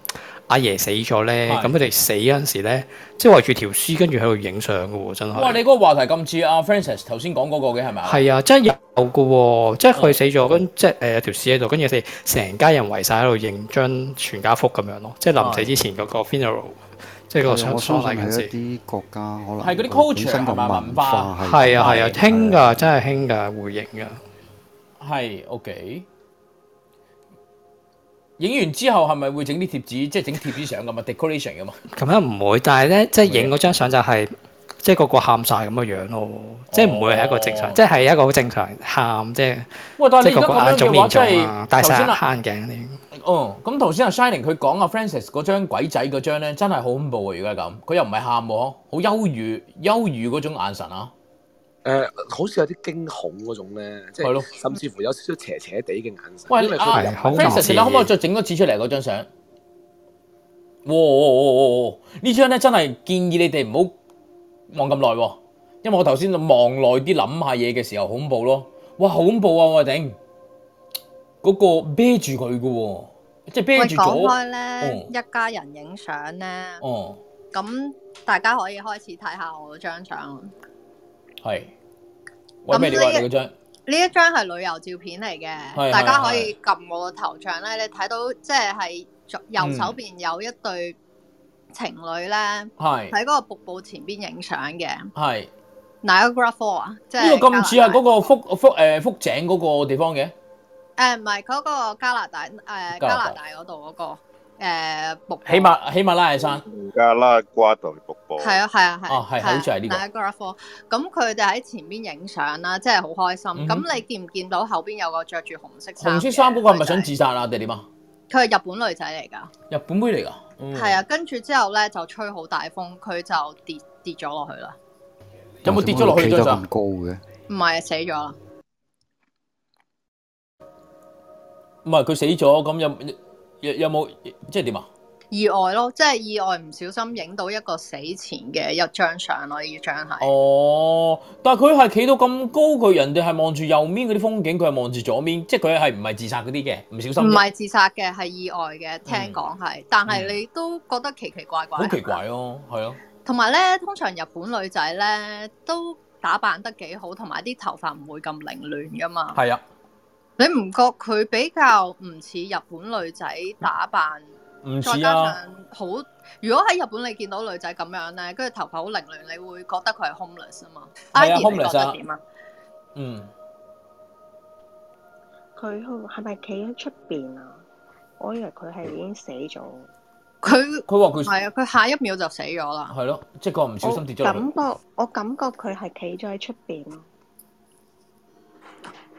S13: 阿爺死咗咧，
S2: 係
S13: 咁佢哋死嗰陣時咧，即係圍住條屍跟住喺度影相嘅喎，真
S2: 哇！
S13: 係。
S2: 你嗰個話題咁似阿 Francis 頭先講嗰個嘅係咪啊？
S13: 係啊，即係有嘅喎，即係
S2: 哦
S13: 佢死咗，跟即係誒有條屍喺度，跟住佢哋成家人圍晒喺度影張全家福咁樣咯，即係臨死之前嗰個 funeral，即係嗰個
S4: 啊
S13: 喪
S4: 我相
S13: 喪
S4: 信
S13: 禮嗰陣時
S4: 係。一啲國家可能
S2: 係嗰啲
S4: 佢本
S2: culture
S4: 身個
S2: 係咪文
S4: 文
S2: 化
S4: 化
S13: 係啊係啊，興㗎，真係興㗎，回應㗎。
S2: 係 OK。影完之後係咪會整啲貼紙，即係整貼紙相咁啊？decoration 咁啊？
S13: 咁樣唔會，但係咧，即係影嗰張相就係、即係個個喊晒咁嘅樣咯，即係唔會係一個正常，即係一個好正常喊，即係
S2: 喂但係
S13: 即
S2: 你
S13: 係個個
S2: 而家咁
S13: 眼腫
S2: 樣嘅話
S13: 面
S2: 即
S13: 腫
S2: 係
S13: 啊，戴
S2: 頭
S13: 晒
S2: 先啊
S13: 眼鏡嗰啲。
S2: 哦，咁頭先阿 Shining 佢講阿 Francis 嗰張鬼仔嗰張咧，真係好恐怖啊！而家咁，佢又唔係喊喎，好憂鬱憂鬱嗰種眼神啊！
S5: 誒、呃好似有啲驚恐嗰種咧，即
S2: 係咯
S5: 係甚至乎有少少斜斜地嘅眼神。
S2: 喂
S5: 因為，
S2: 阿
S5: 佢入
S2: Francis，你可唔可以再整多次出嚟嗰張相？哇！哦哦哦呢張咧真係建議你哋唔好望咁耐喎，因為我頭先望耐啲諗下嘢嘅時候恐怖咯。哇！好恐怖啊！我頂嗰、個啤住佢嘅喎，即係
S3: 喂，
S2: 啤住咗。
S3: 講開咧
S2: 哦，
S3: 一家人影相咧，
S2: 哦，
S3: 咁大家可以開始睇下我嗰張相。呢
S2: 係。喂，咩料啊？你嗰張？
S3: 一張係旅遊照片嚟
S2: 係
S3: 嘅，大家
S2: 係
S3: 可以撳我個頭像咧，你睇到即係係左
S2: 嗯
S3: 右手邊有一對情侶咧，
S2: 係
S3: 喺嗰個瀑布前邊影相嘅
S2: 係。
S3: Niagara f a l 啊，即係
S2: 呢個咁似
S3: 加
S2: 啊嗰個福福誒福井嗰個地方嘅，
S3: 誒唔係嗰個加拿大誒、
S2: 加
S3: 加
S2: 拿大
S3: 拿大嗰度嗰個誒瀑布
S2: 喜馬喜馬拉雅山。
S15: 而家啦，瓜代瀑布。 Falls。
S3: 係啊，係啊，係。
S15: 哦係好似係呢個
S3: Niagara Falls 咁佢哋喺前邊影相啦，真係好開心。
S2: 嗯哼
S3: 咁、你見唔見到後邊有個着住紅色衫
S2: 紅
S3: 嘅？
S2: 色衫嗰個係咪想自殺啊？定係點啊？
S3: 佢係日本女仔嚟㗎。
S2: 日本妹嚟
S15: 嗯
S2: 㗎。嗯
S3: 係啊，跟住之後咧就吹好大風，佢就跌跌咗落去啦。
S2: 有冇跌咗落去
S4: 企得
S2: 張相
S4: 咁高嘅？
S3: 唔係啊，死咗啦。
S2: 唔係佢死咗，咁有有有冇即係點啊？
S3: 意外咯，即係意外唔小心影到一個死前嘅一張相咯，呢張係。
S2: 哦，但係佢係企到咁高，佢人哋係望住右面嗰啲風景，佢係望住左面，即係佢係唔係自殺嗰啲嘅，唔小心啫。
S3: 唔係自殺嘅，係意外嘅，
S15: 嗯
S3: 聽講係，但係你都覺得奇奇怪怪。
S2: 好奇怪咯，係咯，
S3: 同埋咧，通常日本女仔咧都打扮得幾好，同埋啲頭髮唔會咁凌亂噶嘛。
S2: 係啊，
S3: 你唔覺佢比較唔似日本女仔打扮？
S2: 唔
S3: 再
S2: 似
S3: 加上
S2: 啊，
S3: 好，如果喺日本你見到女仔咁樣咧，跟住頭髮好凌亂，你會覺得佢係 homeless 啊嘛。
S2: 係啊
S3: Ivy 你覺
S2: homeless 啊
S3: 得點啊？
S2: 嗯，
S9: 佢係咪企喺出邊啊？我以為佢係已經死咗。
S3: 佢
S2: 佢話佢
S3: 係啊，佢下一秒就死咗啦。
S2: 係咯，即係佢話唔小心跌咗
S9: 我
S2: 落
S9: 感
S2: 去。
S9: 覺我感覺佢係企咗喺出邊咯。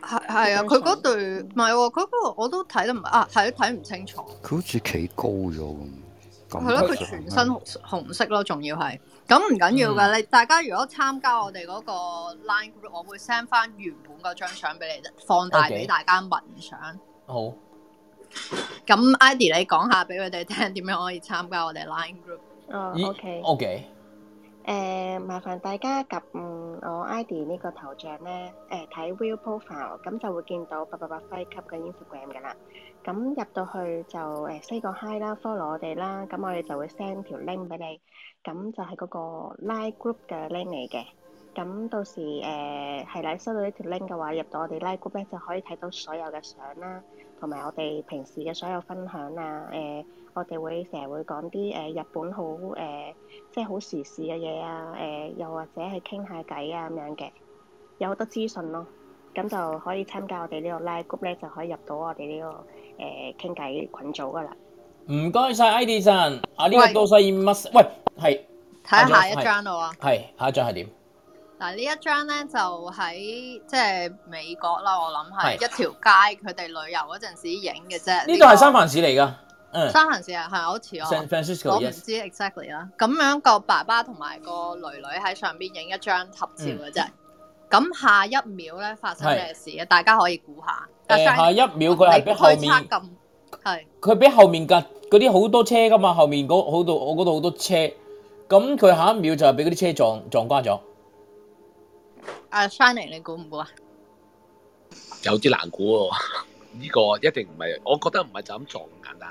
S3: 係係啊，佢嗰對唔係喎，佢嗰個我都睇得唔啊，係都睇唔清楚。
S4: 佢好似企高咗咁。
S3: 係咯，佢全身紅紅色咯，仲要係咁唔緊要
S2: 嗯
S3: 㗎。你大家如果參加我哋嗰個 Line Group，我會 send 翻原本嗰張相俾你，放大
S2: OK
S3: 俾大家聞相。
S2: 好，
S3: 咁 Ivy 你講下俾佢哋聽點樣可以參加我哋 Line Group。
S9: 哦
S2: 咦
S9: ，OK。
S2: OK，
S9: 誒、呃麻煩大家及嗯我 ID 呢個頭像咧，誒、睇 Will Profile，咁就會見到八八八輝級嘅 Instagram 噶啦。咁入到去就誒 say 個 hi 啦，follow 我哋啦，咁我哋就會 send 條 link 俾你，咁就係嗰個 Line Group 嘅 link 嚟嘅。咁到時誒係啦，收到呢條 link 嘅話，入到我哋 Line Group 咧就可以睇到所有嘅相啦，同埋我哋平時嘅所有分享啊，誒、我哋會成日會講啲誒日本好呃誒、即係好時事嘅嘢啊，誒、又或者係傾下偈啊咁樣嘅，有好多資訊咯。咁就可以參加我哋呢個 Line Group 咧，就可以入到我哋呢、個誒傾偈群組噶啦。
S2: 唔該晒 ID 神，啊呢個多西乜？喂，係啊
S3: 睇下一張咯喎。
S2: 係下一張係點？
S3: 嗱，呢一張咧就喺即係美國啦，我諗係
S2: 係
S3: 一條街佢哋旅遊嗰陣時影嘅啫。
S2: 呢度係
S3: 呃個
S2: 三藩市嚟㗎，嗯，
S3: 三藩市啊，係好似我
S2: San Francisco，
S3: 我唔
S2: yes
S3: 知 exactly 啦。咁樣個爸爸同埋個女女喺上邊影一張合照嘅
S2: 嗯
S3: 啫。咁、下一秒咧發生咩事嘅？大家可以估下。阿
S2: 誒
S3: Shine，
S2: 呃下一秒佢係
S3: 你
S2: 俾後
S3: 推測
S2: 面，
S3: 咁係
S2: 佢俾後面架嗰啲好多車㗎嘛，後面嗰好度我嗰度好多車，咁佢下一秒就係俾嗰啲車撞撞瓜咗。
S3: 阿 Shining，你估唔估啊？
S5: 有啲難估喎。呢個一定唔係，我覺得唔係就咁撞咁簡單。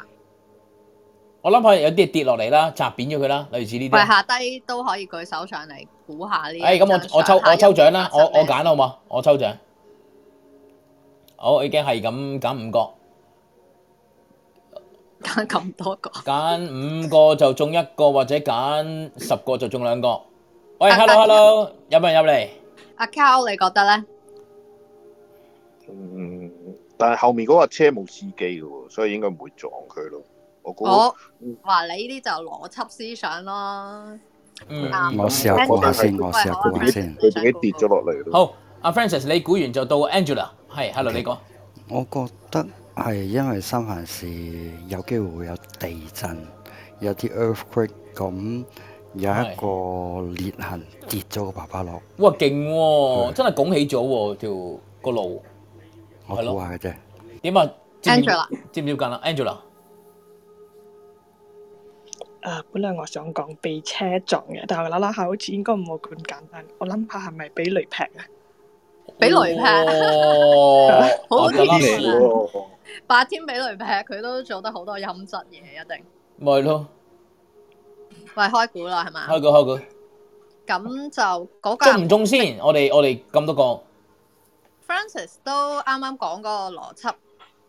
S2: 我諗係有啲跌落嚟啦，砸扁咗佢啦，類似呢
S3: 喂，
S2: 啲。哎
S3: 下低都可以舉手上嚟估下呢一張
S2: 誒，
S3: 相。
S2: 咁我我抽我抽獎啦，我
S3: 下
S2: 我揀
S3: 一秒發生咩
S2: 好嘛？我抽獎。好，已經係咁揀五個，
S3: 揀咁多個。
S2: 揀五個就中一個，或者揀十個就中兩個。喂，hello
S3: 啊
S2: hello，有冇人入嚟？
S3: 阿 Cow，你覺得咧？
S15: 嗯，但係後面嗰架車冇司機嘅喎，所以應該唔會撞佢咯。我估
S3: 我話你呢啲就邏輯思想咯。
S2: 嗯
S3: 啱
S4: 嗯我試下估下先，我試下估下先。佢自己跌咗
S15: 落嚟。
S2: 好，阿 Francis，你估完就到 Angela，係，hello 你講。
S4: 我覺得係因為三藩市有機會會有地震，有啲 earthquake，咁有一個裂痕跌咗個爸爸落，
S2: 哇，勁喎，真係拱起咗喎條個路。
S4: 我估下嘅啫。
S2: 點啊接唔接
S14: Angela
S2: 接唔接近啦？Angela，啊
S14: 誒，啊本來我想講被車撞嘅，但係我諗諗下，好似應該唔會咁簡單。我諗下係咪俾雷劈啊？
S3: 俾雷劈
S2: 哦
S3: 好好天
S2: 天
S3: 氣啊
S4: 哦
S3: 白天俾雷劈，佢都做得好多陰質嘢，一定。
S2: 咪咯，
S3: 喂，開估啦，係嘛？
S2: 開佢開佢。
S3: 咁就嗰架
S2: 中唔中先？我哋我哋咁多個
S3: Francis 都啱啱講嗰個邏輯，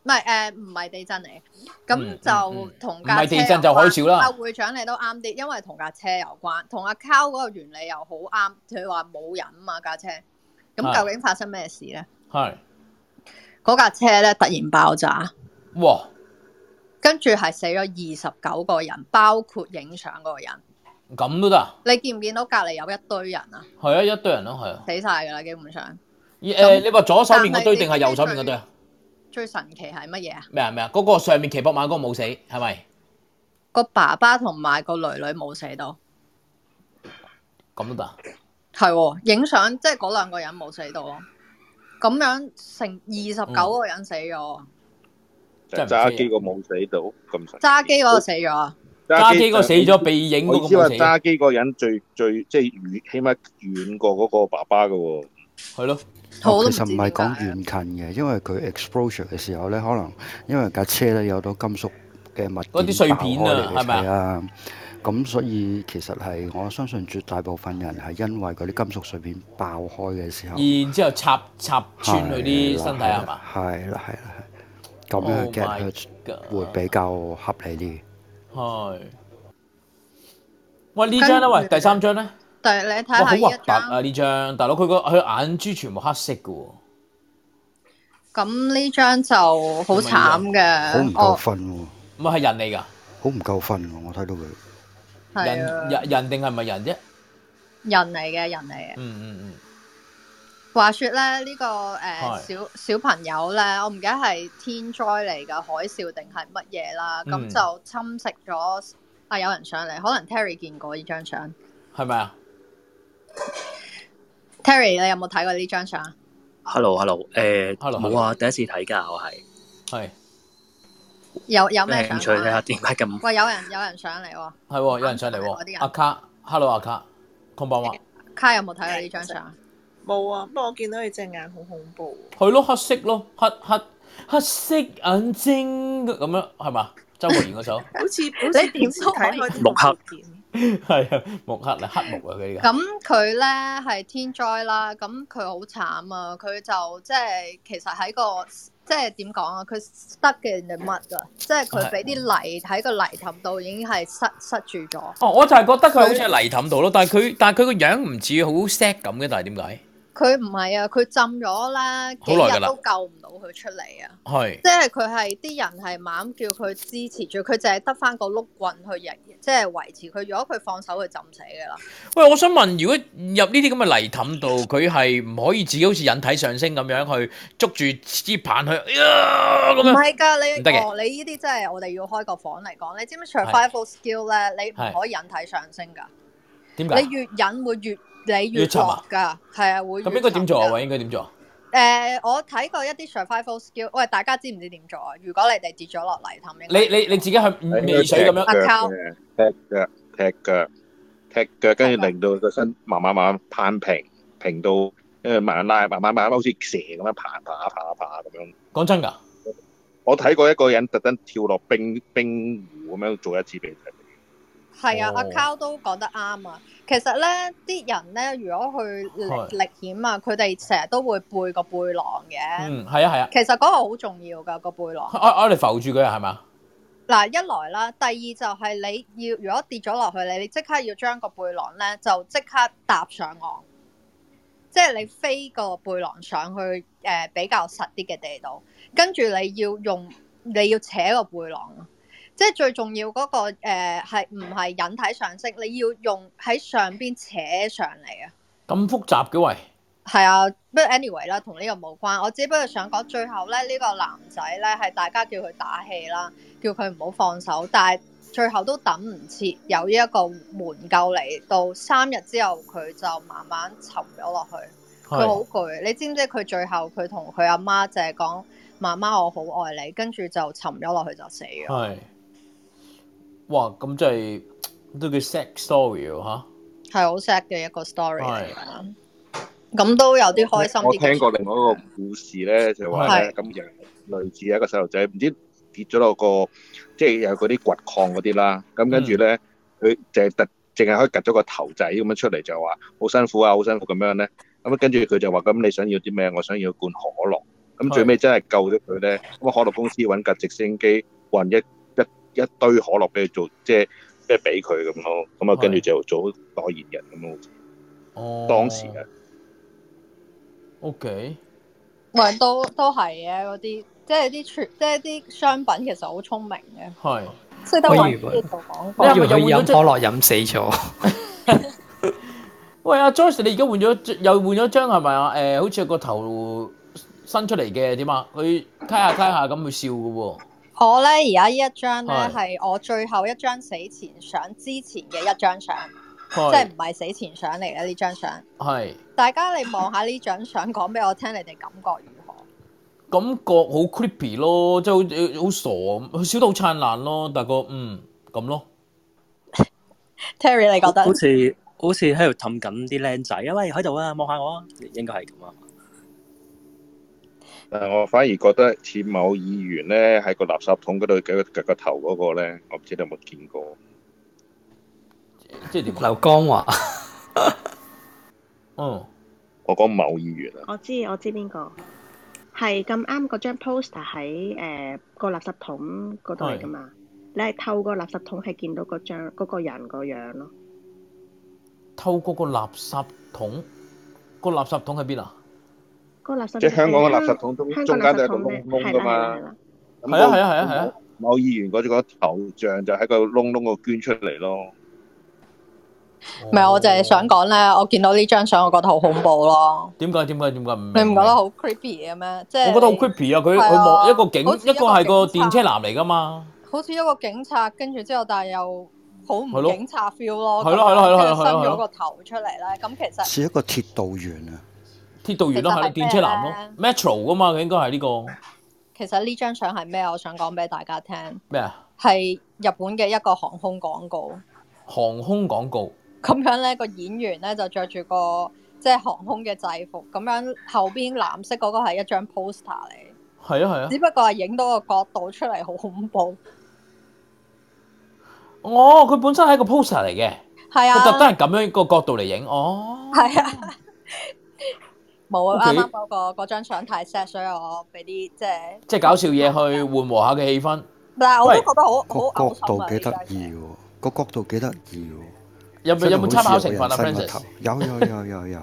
S3: 唔係誒唔係地震嚟嘅，咁就同
S2: 嗯唔
S3: 架
S2: 係地震就海嘯啦
S3: 阿會長你都啱啲，因為同架車有關，同阿 Cow 嗰個原理又好啱，佢話冇人啊嘛架車，咁
S2: 係
S3: 究竟發生咩事咧？
S2: 係
S3: 嗰架車咧突然爆炸，
S2: 哇！
S3: 跟住係死咗二十九個人，包括影相嗰個人。
S2: 咁都得啊？
S3: 你見唔見到隔離有一堆人啊？
S2: 係啊，一堆人咯，係啊。
S3: 死晒㗎啦，基本上。
S2: 咦誒，你話左手面嗰堆定係右手面嗰堆啊？
S3: 最神奇係乜嘢啊？
S2: 咩啊咩啊？嗰個上面騎膊馬嗰個冇死係咪？
S3: 個爸爸同埋個女女冇死到，
S2: 咁都得啊？
S3: 係喎，影相即係嗰兩個人冇死到咯。咁樣成二十
S2: 嗯
S3: 九個人死咗，
S2: 真係唔知啊
S15: 揸機個冇死到咁神奇。
S3: 揸機嗰個死咗啊！
S2: 揸機嗰個死咗被影嗰個冇死
S15: 我意思話揸機嗰個人最最即係遠，起碼遠過嗰個爸爸嘅喎。
S2: 係咯。
S4: 哦其實唔係講遠近嘅，因為佢 exposure 嘅時候咧，可能因為架車咧有到金屬嘅物
S2: 嗰啲碎片啊係咪
S4: 係啊？咁所以其實係我相信絕大部分人係因為嗰啲金屬碎片爆開嘅時候，
S2: 然之後插插穿佢啲身體啊係嘛？
S4: 係啦係啦係，咁樣
S2: Oh
S4: 嘅
S2: my
S4: 會比較合理啲。
S2: 係。喂，呢張咧，喂，第三張咧，
S3: 但係你
S2: 哇，
S3: 睇
S2: 好
S3: 下
S2: 核
S3: 呢一
S2: 突啊！呢張大佬佢個佢眼珠全部黑色嘅喎，
S3: 咁呢張就好慘
S4: 好唔
S3: 嘅，
S4: 夠
S2: 啊
S3: 哦，
S4: 瞓喎，
S2: 唔係係人嚟㗎，
S4: 好唔夠瞓喎，我睇到佢
S3: 係啊
S2: 人人人定係唔係人啫？
S3: 人嚟嘅人嚟嘅。
S2: 嗯嗯嗯。
S3: 話說咧，呢、個誒、
S2: 係
S3: 小小朋友咧，我唔記得係天災嚟嘅海嘯定係乜嘢啦，咁、
S2: 嗯
S3: 就侵蝕咗啊！有人上嚟，可能 Terry 見過呢張相。
S2: 係咪啊
S3: Terry，你有冇睇過呢張相啊？
S16: Hello，Hello，誒
S2: Hello，
S16: 冇啊，第一次睇㗎，我係
S2: 係
S3: 有有咩相
S16: 興趣睇
S3: 啊？
S16: 下點解咁
S3: 喂，有人有人上嚟喎，
S2: 係喎，有人上嚟
S3: 嗰啲
S2: 喎
S3: 人，
S2: 阿卡，Hello 阿卡，啊空白話
S3: 卡有冇睇過呢張相啊？
S14: 冇啊，不過我見到佢隻眼好恐怖。
S2: 係咯，黑色咯，黑黑黑色眼睛咁樣係嘛？周國賢嗰 首
S14: 好似好似平時睇開啲恐怖片
S2: 係啊，木黑啊，黑木啊佢呢個。
S3: 咁佢咧係天災啦，咁佢好慘啊！佢就即係其實喺個即係點講啊？佢得嘅人哋乜噶？即係佢俾啲泥喺個泥氹度已經係塞塞住咗。
S2: 哦，我就係覺得佢好似係泥氹度咯，但係佢但係佢個樣唔似好 sad 咁嘅，但係點解？
S3: 佢唔係啊，佢浸咗咧幾
S2: 好耐㗎
S3: 日
S2: 啦
S3: 都救唔到
S2: 哦
S3: 佢出嚟啊！
S2: 係
S3: 即係佢係啲人係猛叫佢支持住，佢淨係得翻個碌棍去營，即係維持佢。如果佢放手，佢浸死㗎啦。
S2: 喂，我想問，如果入呢啲咁嘅泥氹度，佢係唔可以自己好似引體上升咁樣去捉住支棒去，哎呀咁
S3: 唔係
S2: 樣，
S3: 㗎，你
S2: 唔得嘅
S3: 哦，你呢啲真係我哋要開個房嚟講。你知唔
S2: 係
S3: 知 survival skill 咧？你唔
S2: 係
S3: 可以引體上升㗎。
S2: 點解？
S3: 你越忍會越你
S2: 越
S3: 越
S2: 沉啊
S3: 落㗎，係啊會越
S2: 咁應該點做啊？
S3: 沉㗎？
S2: 喂，應該點做啊？
S3: 誒、我睇過一啲 survival skill，喂，大家知唔知點做啊？如果你哋跌咗落泥氹，應
S2: 你你你自己去嗯尾水咁樣，
S3: 阿溝
S15: 踢腳踢腳踢腳，跟住令到個身慢慢慢慢攀平平到，因為慢慢拉慢慢慢慢好似蛇咁樣爬爬爬爬咁樣。
S2: 講真㗎，
S15: 我睇過一個人特登跳落冰冰湖咁樣做一次俾佢睇。
S3: 係啊，
S15: 哦
S3: 阿 Cow 都講得啱啊。其實咧，啲人咧，如果去
S2: 係
S3: 歷歷險啊，佢哋成日都會背個背囊嘅。
S2: 嗯，係啊係啊，
S3: 其實嗰個好重要㗎，個背囊。
S2: 我我哋浮住佢啊係嘛？
S3: 嗱，一來啦，第二就係你要，如果跌咗落去，你你即刻要將個背囊咧，就即刻搭上岸，即係你飛個背囊上去誒、呃比較實啲嘅地度，跟住你要用你要扯個背囊啊，即係最重要嗰、個誒係唔係引體上升，你要用喺上邊扯上嚟啊！
S2: 咁複雜嘅喂，
S3: 係啊，不過 anyway 啦，同呢個冇關。我只不過想講，最後咧呢、呢個男仔咧係大家叫佢打氣啦，叫佢唔好放手，但係最後都等唔切，有呢一個援救嚟到三日之後，佢就慢慢沉咗落去。
S2: 係
S3: 佢好攰，你知唔知佢最後佢同佢阿媽就係講媽媽我好愛你，跟住就沉咗落去就死咗。
S2: 係，哇，咁即係都叫 sex story 喎嚇，
S3: 係好 sad 嘅一個 story 嚟
S2: 係
S3: 㗎咁都有啲開心
S15: 我
S3: 啲嘅
S15: 聽過另外一個故事咧，就話咧
S3: 係
S15: 咁又類似一個細路仔，唔知跌咗落個即係有嗰啲掘礦嗰啲啦，咁跟住咧佢就係突淨係可以趌咗個頭仔咁樣出嚟，就話好辛苦啊，好辛苦咁樣咧。咁跟住佢就話：咁你想要啲咩？我想要罐可樂。咁最尾真係救咗佢咧。咁可樂公司揾架直升機運一一一堆可樂俾佢做，即係即係俾佢咁咯。咁啊，跟住就做代言人咁咯。
S2: 哦，
S15: 當時啊，
S2: OK，
S3: 喂，都都係嘅嗰啲，即係啲全，即係啲商品其實好聰明嘅。
S2: 係。
S3: 識得
S13: 我
S3: 揾
S13: 以為
S3: 呢度講
S13: 我以為
S2: 你係咪
S13: 佢
S2: 又換咗
S13: 飲可
S2: 張
S13: 樂飲死咗。
S2: 喂，阿 Joyce，你而家換咗又換咗張係咪啊？誒、好似有個頭伸出嚟嘅點啊？佢揩下揩下咁，佢笑嘅喎。
S3: 我咧而家呢一張咧
S2: 係
S3: 係我最後一張死前相之前嘅一張相，即
S2: 係
S3: 係唔係死前相嚟嘅呢張相。
S2: 係
S3: 大家你望下呢張相，講俾我聽你哋感覺如何？
S2: 感覺好 creepy 咯，即係好好傻咁，佢笑得好燦爛咯，但個嗯咁咯。
S3: Terry，你覺得
S11: 好似好似喺度氹緊啲僆仔，喂喺度啊，望下我啊，應該係咁啊。
S15: 但呃我反而覺得似某議員咧喺個垃圾桶嗰度嘅個個頭嗰個咧，我唔知你有冇見過。
S2: 即係點？
S13: 劉江華。
S2: 哦，
S15: 我講某議員啊，
S9: 我知我知邊個，係咁啱嗰張 poster 喺誒個垃圾桶嗰度嚟噶嘛？你係透過垃圾桶係見到嗰張嗰個人個樣咯。
S2: 透過個垃圾桶，個垃圾桶喺邊啊？
S9: 個垃圾
S15: 即係香港嘅垃圾桶中
S9: 香
S15: 中
S9: 港
S15: 間都有
S9: 垃圾
S15: 一個
S9: 桶咧
S15: 窿窿
S9: 係
S15: 噶
S9: 啦係啦係啦
S15: 嘛。
S2: 係啊係啊係啊係啊！
S15: 某議員嗰個頭像就喺個窿窿度捐出嚟咯。
S3: 唔係我就係想講咧，我見到呢張相，我覺得好恐怖咯。
S2: 點解點解點解唔明？
S3: 你唔覺得好 creepy 嘅咩？即係
S2: 我覺得好 creepy 啊！佢
S3: 係
S2: 佢
S3: 啊
S2: 望一個警，
S3: 好似
S2: 一個係個電車男嚟噶嘛。
S3: 好似一個警察，跟住之後但係又好
S2: 係
S3: 唔
S2: 咯
S3: 警察 feel 咯，
S2: 係咯係咯係咯係咯
S3: 跟住伸
S2: 係
S3: 咗
S2: 咯
S3: 個頭出嚟咧。咁其實
S4: 似
S11: 啊
S4: 一個鐵道員啊，
S2: 鐵道員咯，
S3: 其
S2: 係咯，
S3: 實係啊咩
S2: 電車男咯，Metro 噶嘛，佢應該係呢個
S3: 其實呢張相係咩？我想講俾大家聽，
S2: 咩啊？
S3: 係日本嘅一個航空廣告。
S2: 航空廣告
S3: 咁樣咧，個演員咧就着住個即係航空嘅制服，咁樣後邊藍色嗰個係一張 poster 嚟，
S2: 係啊係啊
S3: 只。不過係影到個角度出嚟好恐怖。
S2: 哦，佢本身係一個 poster 嚟嘅，
S3: 係
S2: 佢特登
S3: 啊，
S2: 係咁樣個角度嚟影。哦，
S3: 係 啊，冇啊！啱
S2: OK
S3: 啱嗰個嗰張相太 sad，所以我俾啲即係，
S2: 即係搞笑嘢去緩和下嘅氣氛。
S3: 但係我都
S2: 喂
S3: 覺得好
S4: 個
S3: 好
S4: 角
S3: 嘔心
S4: 度
S3: 啊！
S4: 幾
S3: 呢
S4: 得
S3: 張
S4: 意喎，個角度幾得意喎。
S2: 有冇有冇參考成分啊
S4: 真係好似有個人伸個
S2: Francis？
S4: 頭有有有有有，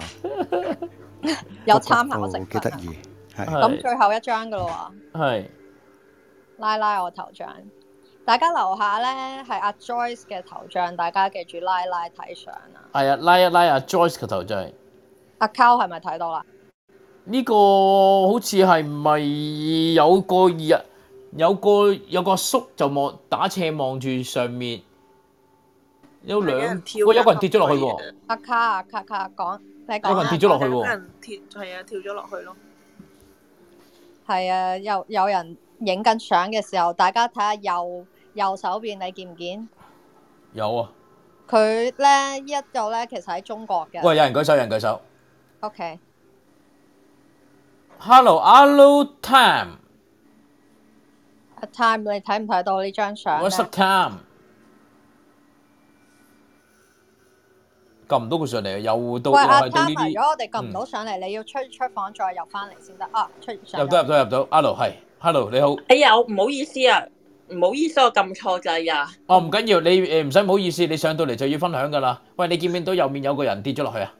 S3: 有參考
S4: 哦
S3: 成
S4: 幾
S3: 分
S4: 得
S3: 啊。
S4: 意，
S3: 咁
S4: 係
S3: 最後一張噶咯
S2: 係
S3: 喎，拉拉我頭像，大家留下咧係阿 Joyce 嘅頭像，大家記住拉拉睇相啊。
S2: 係啊，拉一拉啊 Joyce 個頭就係
S3: 阿 Cow 係咪睇到啦？
S2: 呢個好似係咪有個日有個有個叔就望打斜望住上面有
S3: 啊
S2: 兩喂有個人跌咗落去喎。
S3: 阿卡啊卡卡講，你
S2: 有個
S3: 講
S2: 人
S3: 啊
S2: 跌咗落去喎
S17: 有人跳係啊，跳咗落去咯。
S3: 係啊，有有人影緊相嘅時候，大家睇下右右手邊，你見唔見？
S2: 有啊，
S3: 佢咧呢一度咧，其實喺中國嘅。
S2: 喂，有人舉手，有人舉手。
S3: O K，
S2: Hello，Hello Time，
S3: 阿 Time，你睇唔睇到呢張相
S2: 我
S3: 咧？
S2: 塞 Time，撳唔到佢上嚟，又到
S3: 喂，
S2: 又
S3: 阿
S2: 係到
S3: Time，
S2: 呢
S3: 啊
S2: 啲，
S3: 如
S2: 嗯
S3: 果我哋撳唔到上嚟，你要出出房再入翻嚟先得啊！出上
S2: 入到入到入到，Hello 係，Hello 你好，
S17: 哎呀，我唔好意思啊，唔好意思，我撳錯掣啊。
S2: 哦唔緊要，你誒唔使唔好意思，你上到嚟就要分享㗎啦。喂，你見唔見到右面有個人跌咗落去啊？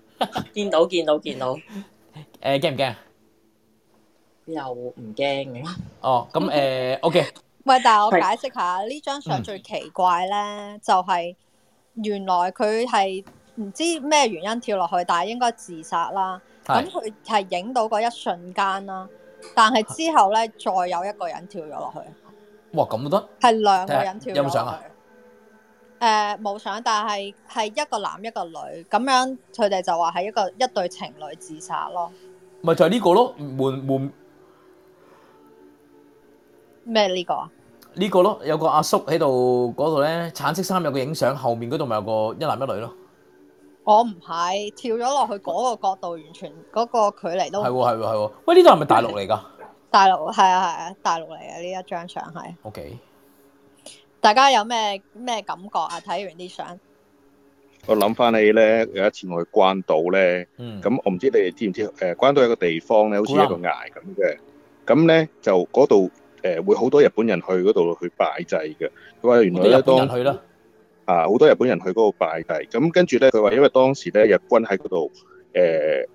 S17: 見到見到見到，
S2: 誒驚唔驚啊？
S17: 又唔驚嘅。
S2: 哦，咁誒 OK，
S3: 喂，但係我
S17: 係
S3: 解釋下呢張相
S2: 嗯
S3: 最奇怪咧，就係原來佢係唔知咩原因跳落去，但係應該自殺啦。
S2: 係
S3: 咁佢係影到嗰一瞬間啦，但係之後咧再有一個人跳咗落去，
S2: 哇咁都得，
S3: 係兩個
S2: 睇
S3: 人
S2: 下
S3: 跳咗
S2: 有冇相
S3: 落
S2: 啊
S3: 去？。誒冇相，但係係一個男一個女咁樣，佢哋就話係一個一對情侶自殺咯。
S2: 咪就係呢個咯，門門
S3: 咩呢個啊？
S2: 呢個咯，有個阿叔喺度嗰度咧，橙色衫有個影相，後面嗰度咪有個一男一女咯。
S3: 我唔係跳咗落去嗰個角度，完全嗰個距離都唔
S2: 係喎係喎係喎，喂呢度係咪大陸嚟㗎
S3: 大陸係啊係啊，大陸嚟嘅呢一張相係。
S2: ？OK，
S3: 大家有咩咩感覺啊？睇完啲相，
S15: 我諗翻起咧，有一次我去關島咧，
S2: 嗯
S15: 咁我唔知你哋知唔知？誒，關島有個地方咧，好似
S2: 鼓
S15: 一
S2: 浪
S15: 個崖咁嘅，咁咧就嗰度誒會好多日本人去嗰度去拜祭嘅。佢話原
S2: 好多
S15: 來咧
S2: 日本
S15: 當
S2: 人去啦。
S15: 啊，好多日本人去嗰度拜祭。咁跟住咧，佢話因為當時咧日軍喺嗰度誒，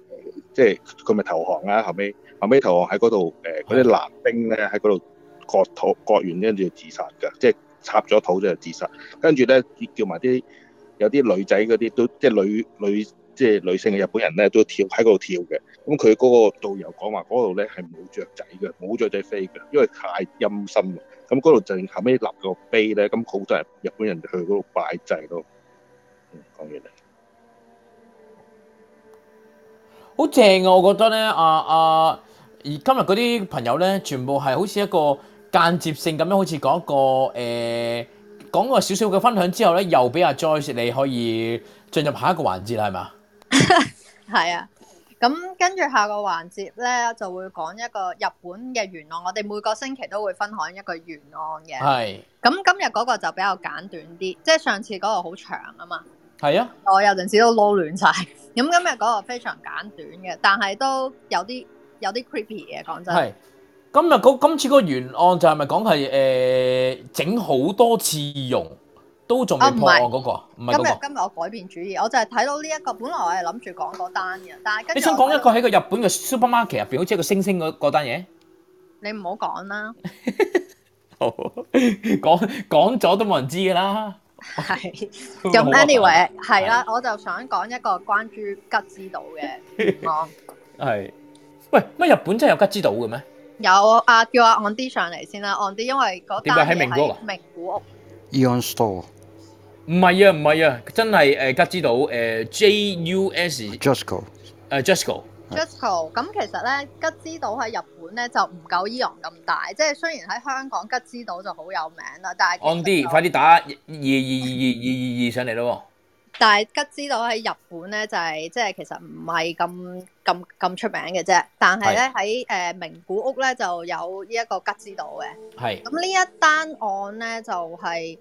S15: 即係佢咪投降啊啦，後尾後尾呃投降喺嗰度誒，嗰啲男兵咧喺嗰度割肚割完跟住自殺㗎，即係插咗肚就自殺，跟住咧叫埋啲有啲女仔嗰啲都即係女女即係女性嘅日本人咧都跳喺嗰度跳嘅。咁佢嗰個導遊講話嗰度咧係冇雀仔嘅，冇雀仔飛嘅，因為太陰森啦。咁嗰度就後尾立個碑咧，咁好多人日本人去嗰度拜祭咯。嗯，講完啦。
S2: 好正啊！我覺得咧，啊啊，而今日嗰啲朋友咧，全部係好似一個間接性咁樣，好似講一個誒、呃、講個少少嘅分享之後咧，又俾阿 Joyce 你可以進入下一個環節啦，係嘛？
S3: 係啊，咁跟住下個環節咧，就會講一個日本嘅懸案。我哋每個星期都會分享一個懸案嘅。
S2: 係
S3: 咁今日嗰個就比較簡短啲，即係上次嗰個好長啊嘛。
S2: 係啊，
S3: 我有陣時都撈亂晒。咁今日嗰個非常簡短嘅，但係都有啲有啲 creepy 嘅，講真。
S2: 係。今日嗰今次嗰個原案就係咪講係誒整好多次用都仲未破案嗰、個啊？唔係
S3: 今日
S2: 嗰個。
S3: 今日我改變主意，我就係睇到呢、一個，本來我係諗住講嗰單嘅，但係
S2: 你
S3: 跟住
S2: 想
S3: 我
S2: 講一個喺個日本嘅 supermarket 入邊，好似一個星星嗰嗰單嘢？
S3: 你唔好講啦，
S2: 好， 講講咗都冇人知㗎啦。
S3: 係。
S2: 咁
S3: 咁
S2: 啊
S3: anyway 係啦，我就想講一個關於吉之島嘅 懸案。
S2: 係。喂，乜日本真係有吉之島嘅咩？
S3: 有啊，叫阿 on D 上嚟先啦，on D 因為嗰
S2: 點
S3: 單
S2: 解喺名古屋
S3: 嘢
S2: 啊
S3: 喺名古屋，
S18: Eon Store
S2: 唔係啊，唔係啊，真係誒吉之島誒 J U S 誒
S18: Jusco
S2: Jusco。
S3: Jusco，咁其實咧吉之島喺日本咧就唔夠伊洋咁大，即係雖然喺香港吉之島就好有名啦，但係
S2: on D，快啲打二二二二二二二上嚟咯
S3: 但係吉之島喺日本咧就係即係其實唔係咁咁咁出名嘅啫，但係咧喺誒名古屋咧就有呢一個吉之島嘅。
S2: 喎，係
S3: 咁呢一單案咧就係、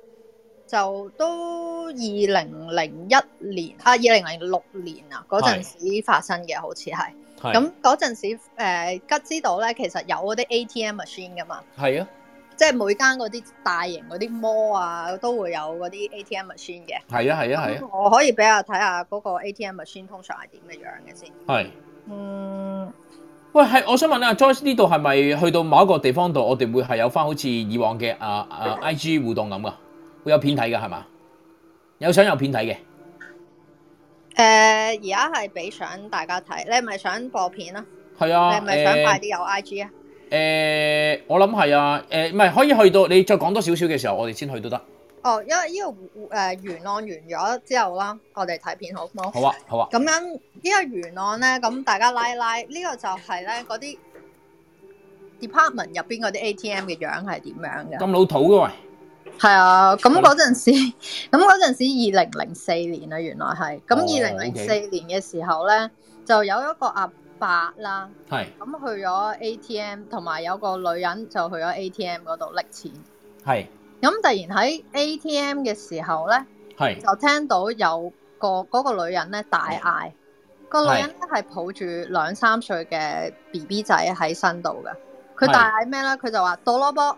S3: 就都二零零一年啊，二零零六年啊嗰陣時發生嘅，好似係。
S2: 係
S3: 咁嗰陣時，誒、吉之島咧，其實有嗰啲 ATM machine 噶嘛，
S2: 係啊，
S3: 即係每間嗰啲大型嗰啲 mall 啊，都會有嗰啲 ATM machine 嘅。
S2: 係啊，係啊，係啊，
S3: 我可以俾下睇下嗰個 ATM machine 通常係點嘅樣嘅先。
S2: 係。
S3: 嗯，
S2: 喂，係，我想問啊，Joyce 呢度係咪去到某一個地方度，我哋會係有翻好似以往嘅啊啊 IG 互動咁噶？會有片睇噶係嘛？有相有片睇嘅，
S3: 誒而家係俾相大家睇，你係咪想播片啊？
S2: 係啊，
S3: 你係咪想
S2: 誒
S3: 快啲有 IG 啊？
S2: 誒、我諗係啊，誒、唔係可以去到你再講多少少嘅時候，我哋先去都得。
S3: 哦，因為呢個誒懸案完咗之後啦，我哋睇片好冇？
S2: 好啊，好啊。
S3: 咁樣呢個懸案咧，咁大家拉一拉，呢、個就係咧嗰啲 department 入邊嗰啲 ATM 嘅樣係點樣嘅？
S2: 咁老土嘅喂，
S3: 係啊，咁嗰陣時，咁嗰陣時二零零四年啊，原來係。咁
S2: 哦
S3: 二零零四
S2: OK
S3: 年嘅時候咧，就有一個阿伯啦，
S2: 係
S3: 咁去咗 ATM，同埋有個女人就去咗 ATM 嗰度拎錢。
S2: 係
S3: 咁突然喺 ATM 嘅時候咧，
S2: 係
S3: 就聽到有個嗰、個女人咧大
S2: 嗯
S3: 嗌，個女人咧係抱住兩三歲嘅 B B 仔喺身度嘅。佢
S2: 係
S3: 大嗌咩咧？佢就話到咯波，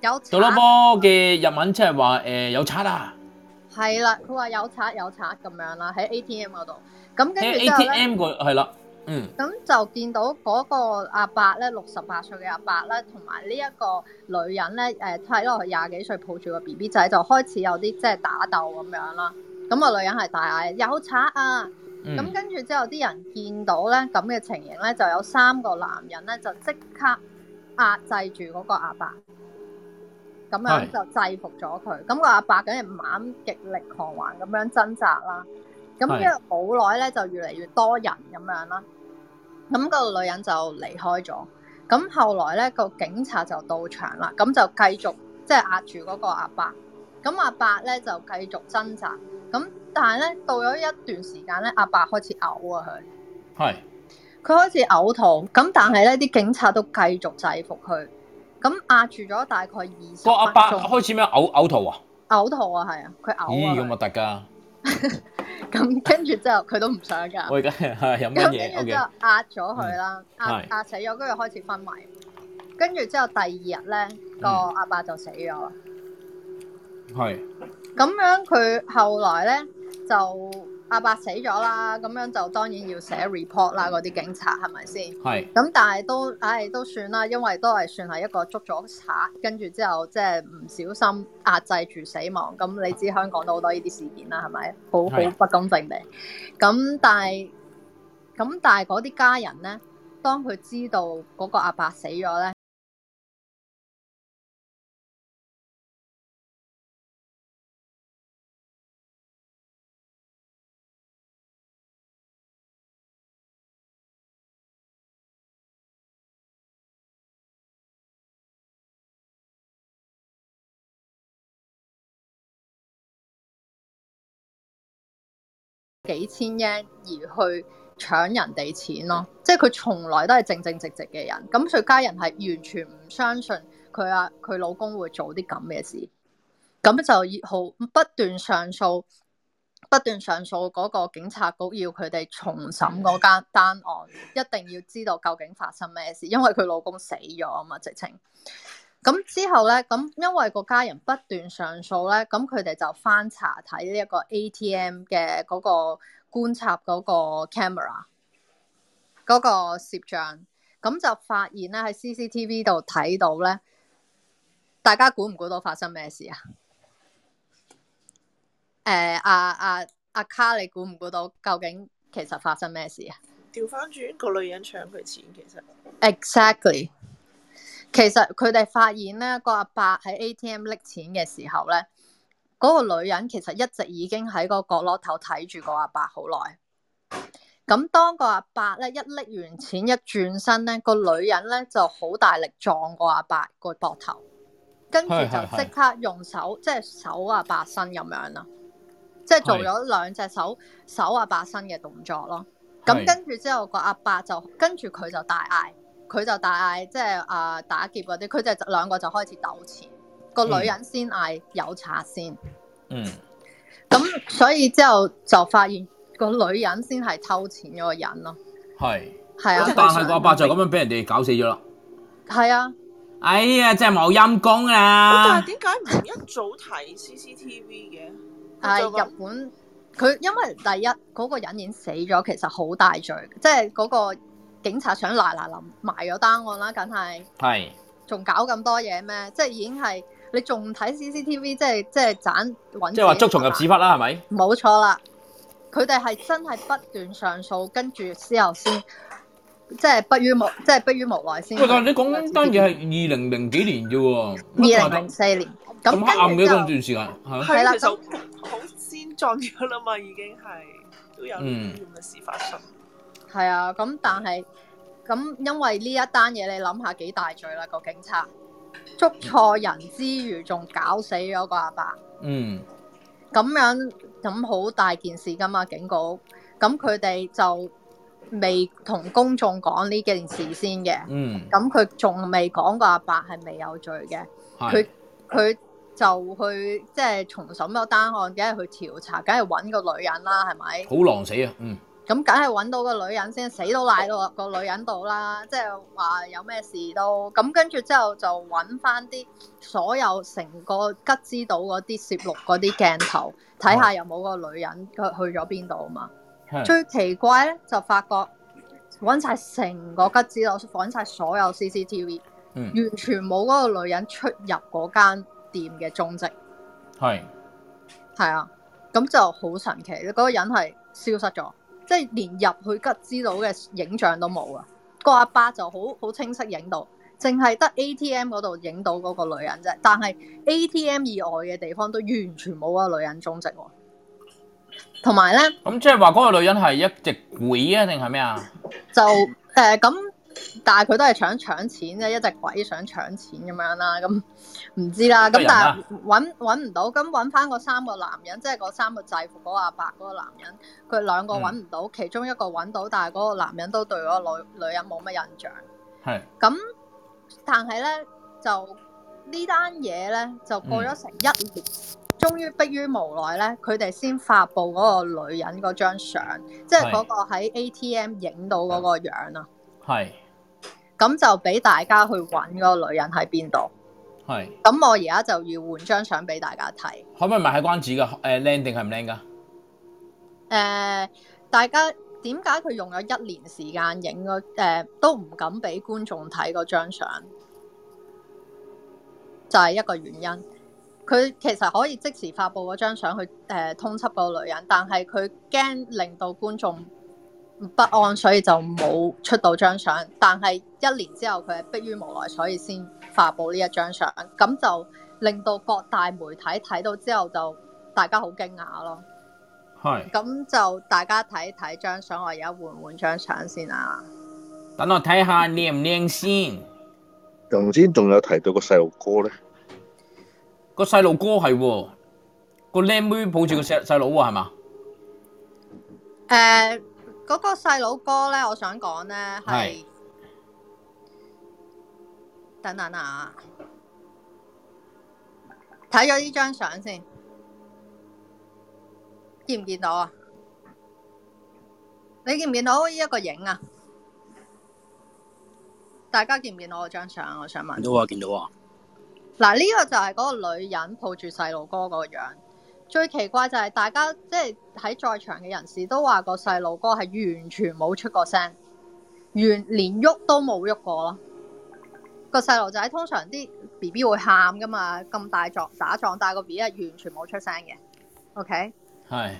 S3: 有賊
S2: 杜拉波嘅日文即係話誒有差啦，
S3: 係啦，佢話有賊有賊咁樣啦，喺 ATM 嗰度。咁跟
S2: 喺
S3: 住之後咧。
S2: ATM 個係啦，嗯
S3: 咁就見到嗰個阿伯咧，六十八歲嘅阿伯咧，同埋呢一個女人咧，誒睇落去廿幾歲，抱住個 B B 仔，就開始有啲即係打鬥咁樣啦。咁、個女人係大嗌有賊啊！咁、
S9: 嗯
S3: 跟住之後，啲人見到咧咁嘅情形咧，就有三個男人咧就即刻壓制住嗰個阿伯，咁樣
S9: 係
S3: 就制服咗佢。咁、個阿伯梗係猛極力狂橫咁樣掙扎啦。咁
S9: 係
S3: 因為冇耐咧，就越嚟越多人咁樣啦。咁、個女人就離開咗。咁後來咧，個警察就到場啦，咁就繼續即係壓住嗰個阿伯。咁啊阿伯咧就繼續掙扎。咁但係咧，到咗一段時間咧，阿伯開始嘔啊佢。
S2: 係
S3: 佢開始嘔吐，咁但係咧啲警察都繼續制服佢，咁壓住咗大概二十
S2: 個阿伯
S3: 分鐘，
S2: 開始咩嘔嘔吐啊？
S3: 嘔吐啊，係啊，佢
S2: 咦
S3: 嘔啊，
S2: 咁核突㗎，
S3: 咁跟住之後佢都唔想
S2: 我
S3: 㗎，
S2: 而家 係飲緊
S3: 咁跟
S2: 嘢
S3: 住
S2: ，OK
S3: 之後壓咗佢啦，
S2: 嗯
S3: 壓
S2: 係
S3: 壓死咗，跟住開始昏迷，跟住之後第二日咧個
S2: 嗯
S3: 阿伯就死咗啦。
S2: 係
S3: 咁樣佢後來咧就誒、阿伯死咗啦，咁樣就當然要寫 report 啦，嗰啲警察係咪先？
S2: 係
S3: 咁但係都，唉、都算啦，因為都係算係一個捉咗賊，跟住之後即係唔小心壓制住死亡。咁你知香港都好多呢啲事件啦，係咪？好好
S2: 係
S3: 不公正地。咁但係，咁但係嗰啲家人咧，當佢知道嗰個阿伯死咗咧，幾千 yen 而去搶人哋錢咯，即係佢從來都係正正直直嘅人，咁佢家人係完全唔相信佢啊佢老公會做啲咁嘅事，咁就要好不斷上訴，不斷上訴嗰個警察局要佢哋重審嗰間單案，一定要知道究竟發生咩事，因為佢老公死咗啊嘛，直情。咁之後咧，咁因為個家人不斷上訴咧，咁佢哋就翻查睇呢一個 ATM 嘅嗰個觀察嗰個 camera 嗰個攝像，咁就發現咧喺 CCTV 度睇到咧，大家估唔估到發生咩事啊？誒阿阿阿卡，你估唔估到究竟其實發生咩事啊？
S9: 調翻轉個女人搶佢錢，其實
S3: Exactly，其實佢哋發現咧，個阿伯喺 ATM 拎錢嘅時候咧，嗰、個女人其實一直已經喺個角落頭睇住個阿伯好耐。咁當個阿伯咧一拎完錢一轉身咧，個女人咧就好大力撞個阿伯個膊頭，跟住
S14: 係係
S3: 就
S14: 係
S3: 即刻用手即係手阿伯身咁樣啦，即係做
S14: 係
S3: 咗兩隻手手阿伯身嘅動作咯。咁
S14: 係
S3: 跟住之後個阿伯就跟住佢就大嗌，佢就大嗌，即係啊、打劫嗰啲，佢就兩個就開始糾纏，個
S14: 嗯
S3: 女人先嗌有賊先，
S2: 嗯，
S3: 咁所以之後就發現個女人先係偷錢嗰個人咯，
S2: 係。
S3: 係啊
S2: 咁，但係個阿伯就咁樣俾人哋搞死咗啦。
S3: 係啊，
S2: 哎呀，真係冇陰功啦
S9: 哦但係！點解唔一早睇 CCTV 嘅？
S3: 係日本佢因為第一嗰、個人已經死咗，其實好大罪，即係嗰個警察想嗱嗱臨埋咗單案啦，梗係。
S2: 係
S3: 仲搞咁多嘢咩？即係已經係你仲睇 CCTV，即係即係斬揾。啊
S2: 即係話捉蟲入屎忽啦，係咪？
S3: 冇錯啦，佢哋係真係不斷上訴，跟住之後先即係不於無即係不於無奈先。
S2: 喂，但係你講緊單嘢係二零零幾年啫喎，
S3: 二零零四年咁
S2: 咁黑暗
S3: 跟住
S2: 嘅
S3: 之
S2: 嗰段
S3: 後，
S2: 時間係
S9: 係
S2: 啊
S9: 啦，其實好先進咗啦嘛，已經係都有
S15: 嗯
S9: 呢啲咁嘅事發生。
S3: 係啊，咁但係咁因為呢一單嘢，你諗下幾大罪啦個警察捉錯人之餘，仲搞死咗個阿伯。
S2: 嗯，
S3: 咁樣咁好大件事噶嘛，警告。咁佢哋就未同公眾講呢件事先嘅。
S2: 嗯
S3: 咁佢仲未講個阿伯係未有罪嘅。
S2: 係
S3: 佢佢就去即係重審咗單案，梗係去調查，梗係揾個女人啦，係咪？
S2: 好狼死啊，嗯，
S3: 咁梗係揾到個女人先，死都賴到個女人度啦，即係話有咩事都咁，跟住之後就揾翻啲所有成個吉之島嗰啲攝錄嗰啲鏡頭，睇下有冇個女人佢去咗邊度啊嘛。
S14: 係
S3: 最奇怪咧就發覺揾晒成個吉之島，揾晒所有 CCTV，、
S2: 嗯
S3: 完全冇嗰個女人出入嗰間店嘅蹤跡。
S2: 係
S3: 係啊，咁就好神奇。嗰、個人係消失咗，即係連入去吉之島嘅影像都冇啊。個阿伯就好好清晰影到，淨係得 ATM 嗰度影到嗰個女人啫。但係 ATM 以外嘅地方都完全冇嗰個女人蹤跡喎。同埋咧，
S2: 咁即係話嗰個女人係一隻鬼啊，定係咩啊？
S3: 就誒咁、但係佢都係想搶錢啫，一隻鬼想搶錢咁樣啦，咁唔知啦。咁
S14: 得人
S3: 但
S14: 啊
S3: 係揾揾唔到，咁揾翻嗰三個男人，即係嗰三個制服嗰個阿伯嗰個男人，佢兩
S14: 嗯
S3: 個揾唔到，其中一個揾到，但係嗰個男人都對嗰個女女人冇乜印象。
S2: 係
S3: 咁但係咧就呢單嘢咧就
S14: 嗯
S3: 過咗成一年，終於迫於無奈咧，佢哋先發布嗰個女人嗰張相，即係嗰個喺 ATM 影到嗰個樣啊。
S2: 係
S3: 咁就俾大家去揾嗰個女人喺邊度。
S2: 係，
S3: 咁我而家就要換張相俾大家睇。
S2: 可唔可以賣下關子㗎？誒靚定係唔靚㗎？
S3: 大家點解佢用咗一年時間影嗰誒都唔敢俾觀眾睇嗰張相，就係、一個原因。佢其實可以即時發布嗰張相去誒、呃通緝個女人，但係佢驚令到觀眾不安，所以就冇出到張相。但係一年之後，佢係迫於無奈，所以先發布呢一張相，咁就令到各大媒體睇到之後就大家好驚訝咯。
S2: 係。
S3: 咁就大家睇睇張相，我而家換換張相先啊。
S2: 等我睇下靚唔靚先。
S15: 頭先仲有提到個細路哥咧，
S2: 個細路哥係喎，個靚妹抱住個細細佬喎，係嘛？
S3: 誒、嗰、個細佬哥咧，我想講咧係
S2: 係
S3: 等等啊，睇咗呢張相先，見唔見到啊？你見唔見到呢一個影啊？大家見唔見到我張相？我想問。
S19: 見到啊，見到 啊，
S3: 嗱，呢個就係嗰個女人抱住細路哥嗰個樣。最奇怪就係大家即係喺在場嘅人士都話個細路哥係完全冇出過聲，完連喐都冇喐過咯。個細路仔通常啲 B B 會喊噶嘛，咁大撞打撞，但係個 B B 係完全冇出聲嘅。OK，
S2: 係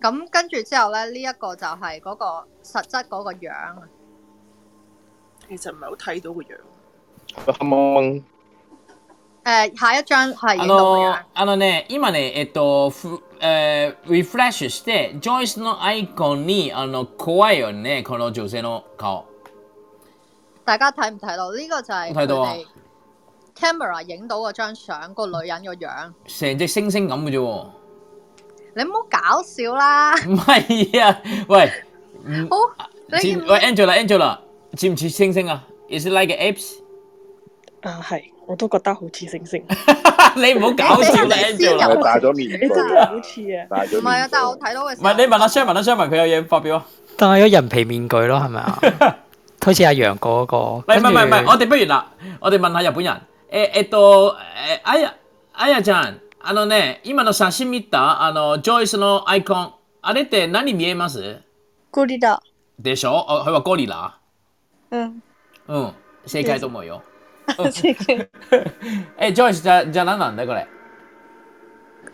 S3: 咁跟住之後咧，呢、一個就係嗰個實質嗰個樣啊。
S9: 其實唔係好睇到個樣。
S15: 黑掹掹。
S3: 誒、下一張係
S2: あ
S3: 影到個樣
S2: の。あのね、今ね、えっと、ふえー、リフレッシュして、ジョイスのアイコンに、あの、怖いよね、この女性の顔。
S3: 大家睇唔睇到？呢、個就係
S2: 我睇
S3: 佢
S2: 到啊
S3: 哋 camera 影到嗰張相，個女人個樣。
S2: 成隻猩猩咁嘅啫喎。
S3: 你唔好搞笑啦！
S2: 唔係啊，喂，唔
S3: 好，你
S2: 似
S3: 見
S2: 唔
S3: 唔
S2: 啊喂 Angela，Angela 似唔似猩猩啊？Is it like a apes？
S20: 啊，係，我都覺得好似星 星。
S2: 你唔好搞笑啦
S20: 你俾人哋
S2: ，Angela。
S20: 先入戴咗面具
S2: 唔
S20: 真係好似啊！
S3: 唔係啊，但係我睇到嘅時
S2: 係你問阿 Sherman 啦，Sherman 佢有嘢發表啊。
S13: 戴咗人皮面具咯，係咪 啊？好似阿楊嗰個。
S2: 喂，唔係唔係
S13: 跟
S2: 唔係，
S13: 住
S2: 我哋不如嗱，我哋問下日本人。誒えっと誒あやあやちゃん、あのね、今の写真見たあのジョイスのアイコン、あれって何見えます？
S20: ゴリラ。
S14: 啊
S2: でしょ？あ佢話ゴリラ。
S20: うん。
S2: うん、正解と思うよ。哦え、ジョイスじゃじゃあ何なんだこれ？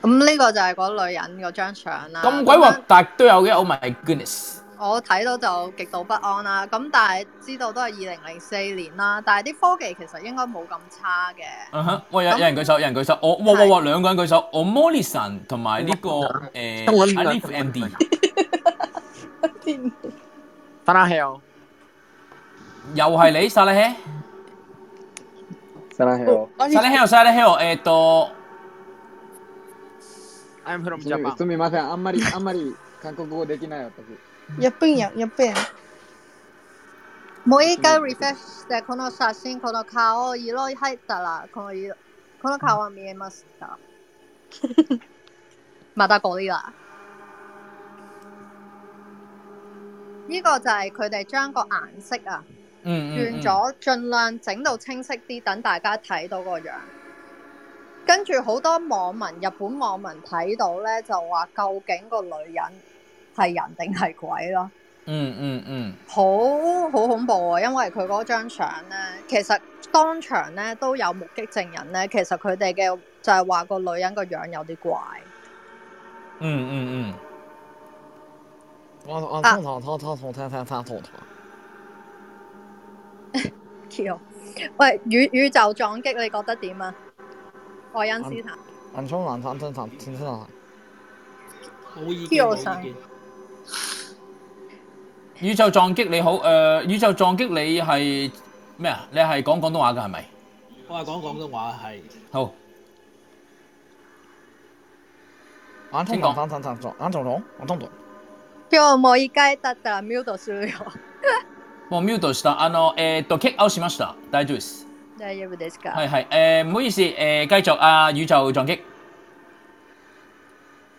S3: 咁呢個就係嗰女人嗰張相啦。
S2: 咁鬼核突都有嘅，Oh my goodness！
S3: 我睇到就極度不安啦。咁但係知道都係二零零四年啦，但係啲科技其實應該冇咁差嘅。
S2: 啊哈！喂，有有人舉手，有人舉手，我哇哇哇兩個人舉手，我 Morrison 同埋
S7: 啊
S2: 呢個呃誒
S1: 中文名
S2: Alif MD。
S1: 得啦 h e
S2: 又係你，沙拉希，
S1: 得啦 h e
S2: 沙拉希，沙拉希，誒到
S7: I'm from Japan。すみません、あんまり、あんまり韓国語できない私。
S20: 日本人、日本人。
S3: もう一
S2: 嗯
S3: 回 refresh してこの写真この顔色入ったらこの色こ
S2: 嗯
S3: の顔は見えますか？またゴリラ。呢個就係佢哋將個顏色啊
S2: 嗯
S3: 轉。咗，盡量整到清晰啲，等大家睇到個樣。跟住好多網民，日本網民睇到咧就話，究竟個女人係人定係鬼咯？
S2: 嗯嗯嗯，
S3: 好好恐怖啊！因為佢嗰張相咧，其實當場咧都有目擊證人咧，其實佢哋嘅就係話個女人個樣有啲怪。
S2: 嗯嗯嗯，
S7: 我我通常通通通通通通通
S3: 跳，喂，宇宇宙撞擊，你覺得點啊？愛因斯坦
S7: 通，通常通通通通通。
S19: 好意
S3: 見冇意見
S2: 宇宙撞擊你好，誒宇宙撞擊你係咩啊？你係講廣東話㗎係咪？
S19: 我係講廣東話係。
S2: 好，
S7: 俺通常通通通通，俺通常俺通常。
S3: 今日もう一回だったらミュートするよ。
S2: もうミュートした。あのえっと kick out しました。大丈夫です。
S3: 大丈夫ですか？
S2: 係係誒，唔好意思誒，繼續啊宇宙撞擊。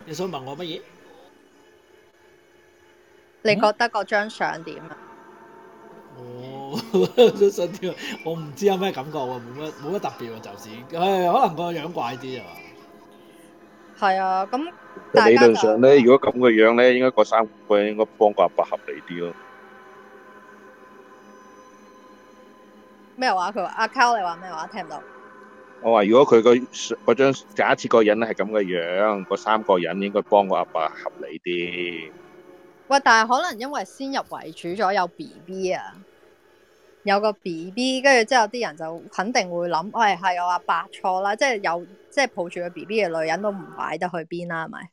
S19: 你想問我乜嘢？
S3: 你覺得嗰張相點啊？
S19: 我都想跳，我唔知有咩感覺喎，冇乜冇乜特別喎，就算誒可能個樣怪啲啊。
S3: 係啊，咁大
S15: 理
S3: 家
S15: 論
S3: 就
S15: 上咧，如果咁嘅樣咧，應該個三個應該幫個阿伯合理啲咯。
S3: 咩話？佢話阿 Cow 你話咩話？聽唔到。
S15: 我話如果佢個嗰張假設個人係咁嘅樣，嗰三個人應該幫個阿伯合理啲。
S3: 喂，但係可能因為先入為主咗有 B B 啊，有個 B B，跟住之後啲人就肯定會諗，喂、係我阿伯錯啦，即係有即係抱住個 B B 嘅女人都唔擺得去邊啦，係咪？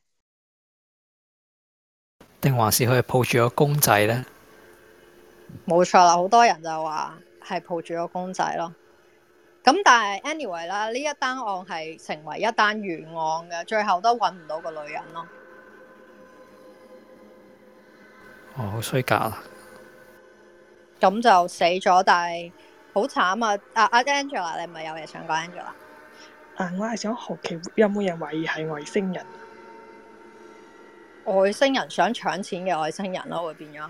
S13: 定還是佢係抱住個公仔咧？
S3: 冇錯啦，好多人就話係抱住個公仔咯。咁但係 anyway 啦，呢一單案係成為一單懸案嘅，最後都揾唔到個女人咯。
S13: 哦，好衰格啊！
S3: 咁就死咗，但係好慘啊！阿、啊、阿 Angela，你唔係有嘢想講 Angela？
S20: 啊，我係想好奇有冇人懷疑係外星人？
S3: 外星人想搶錢嘅外星人咯，會變咗。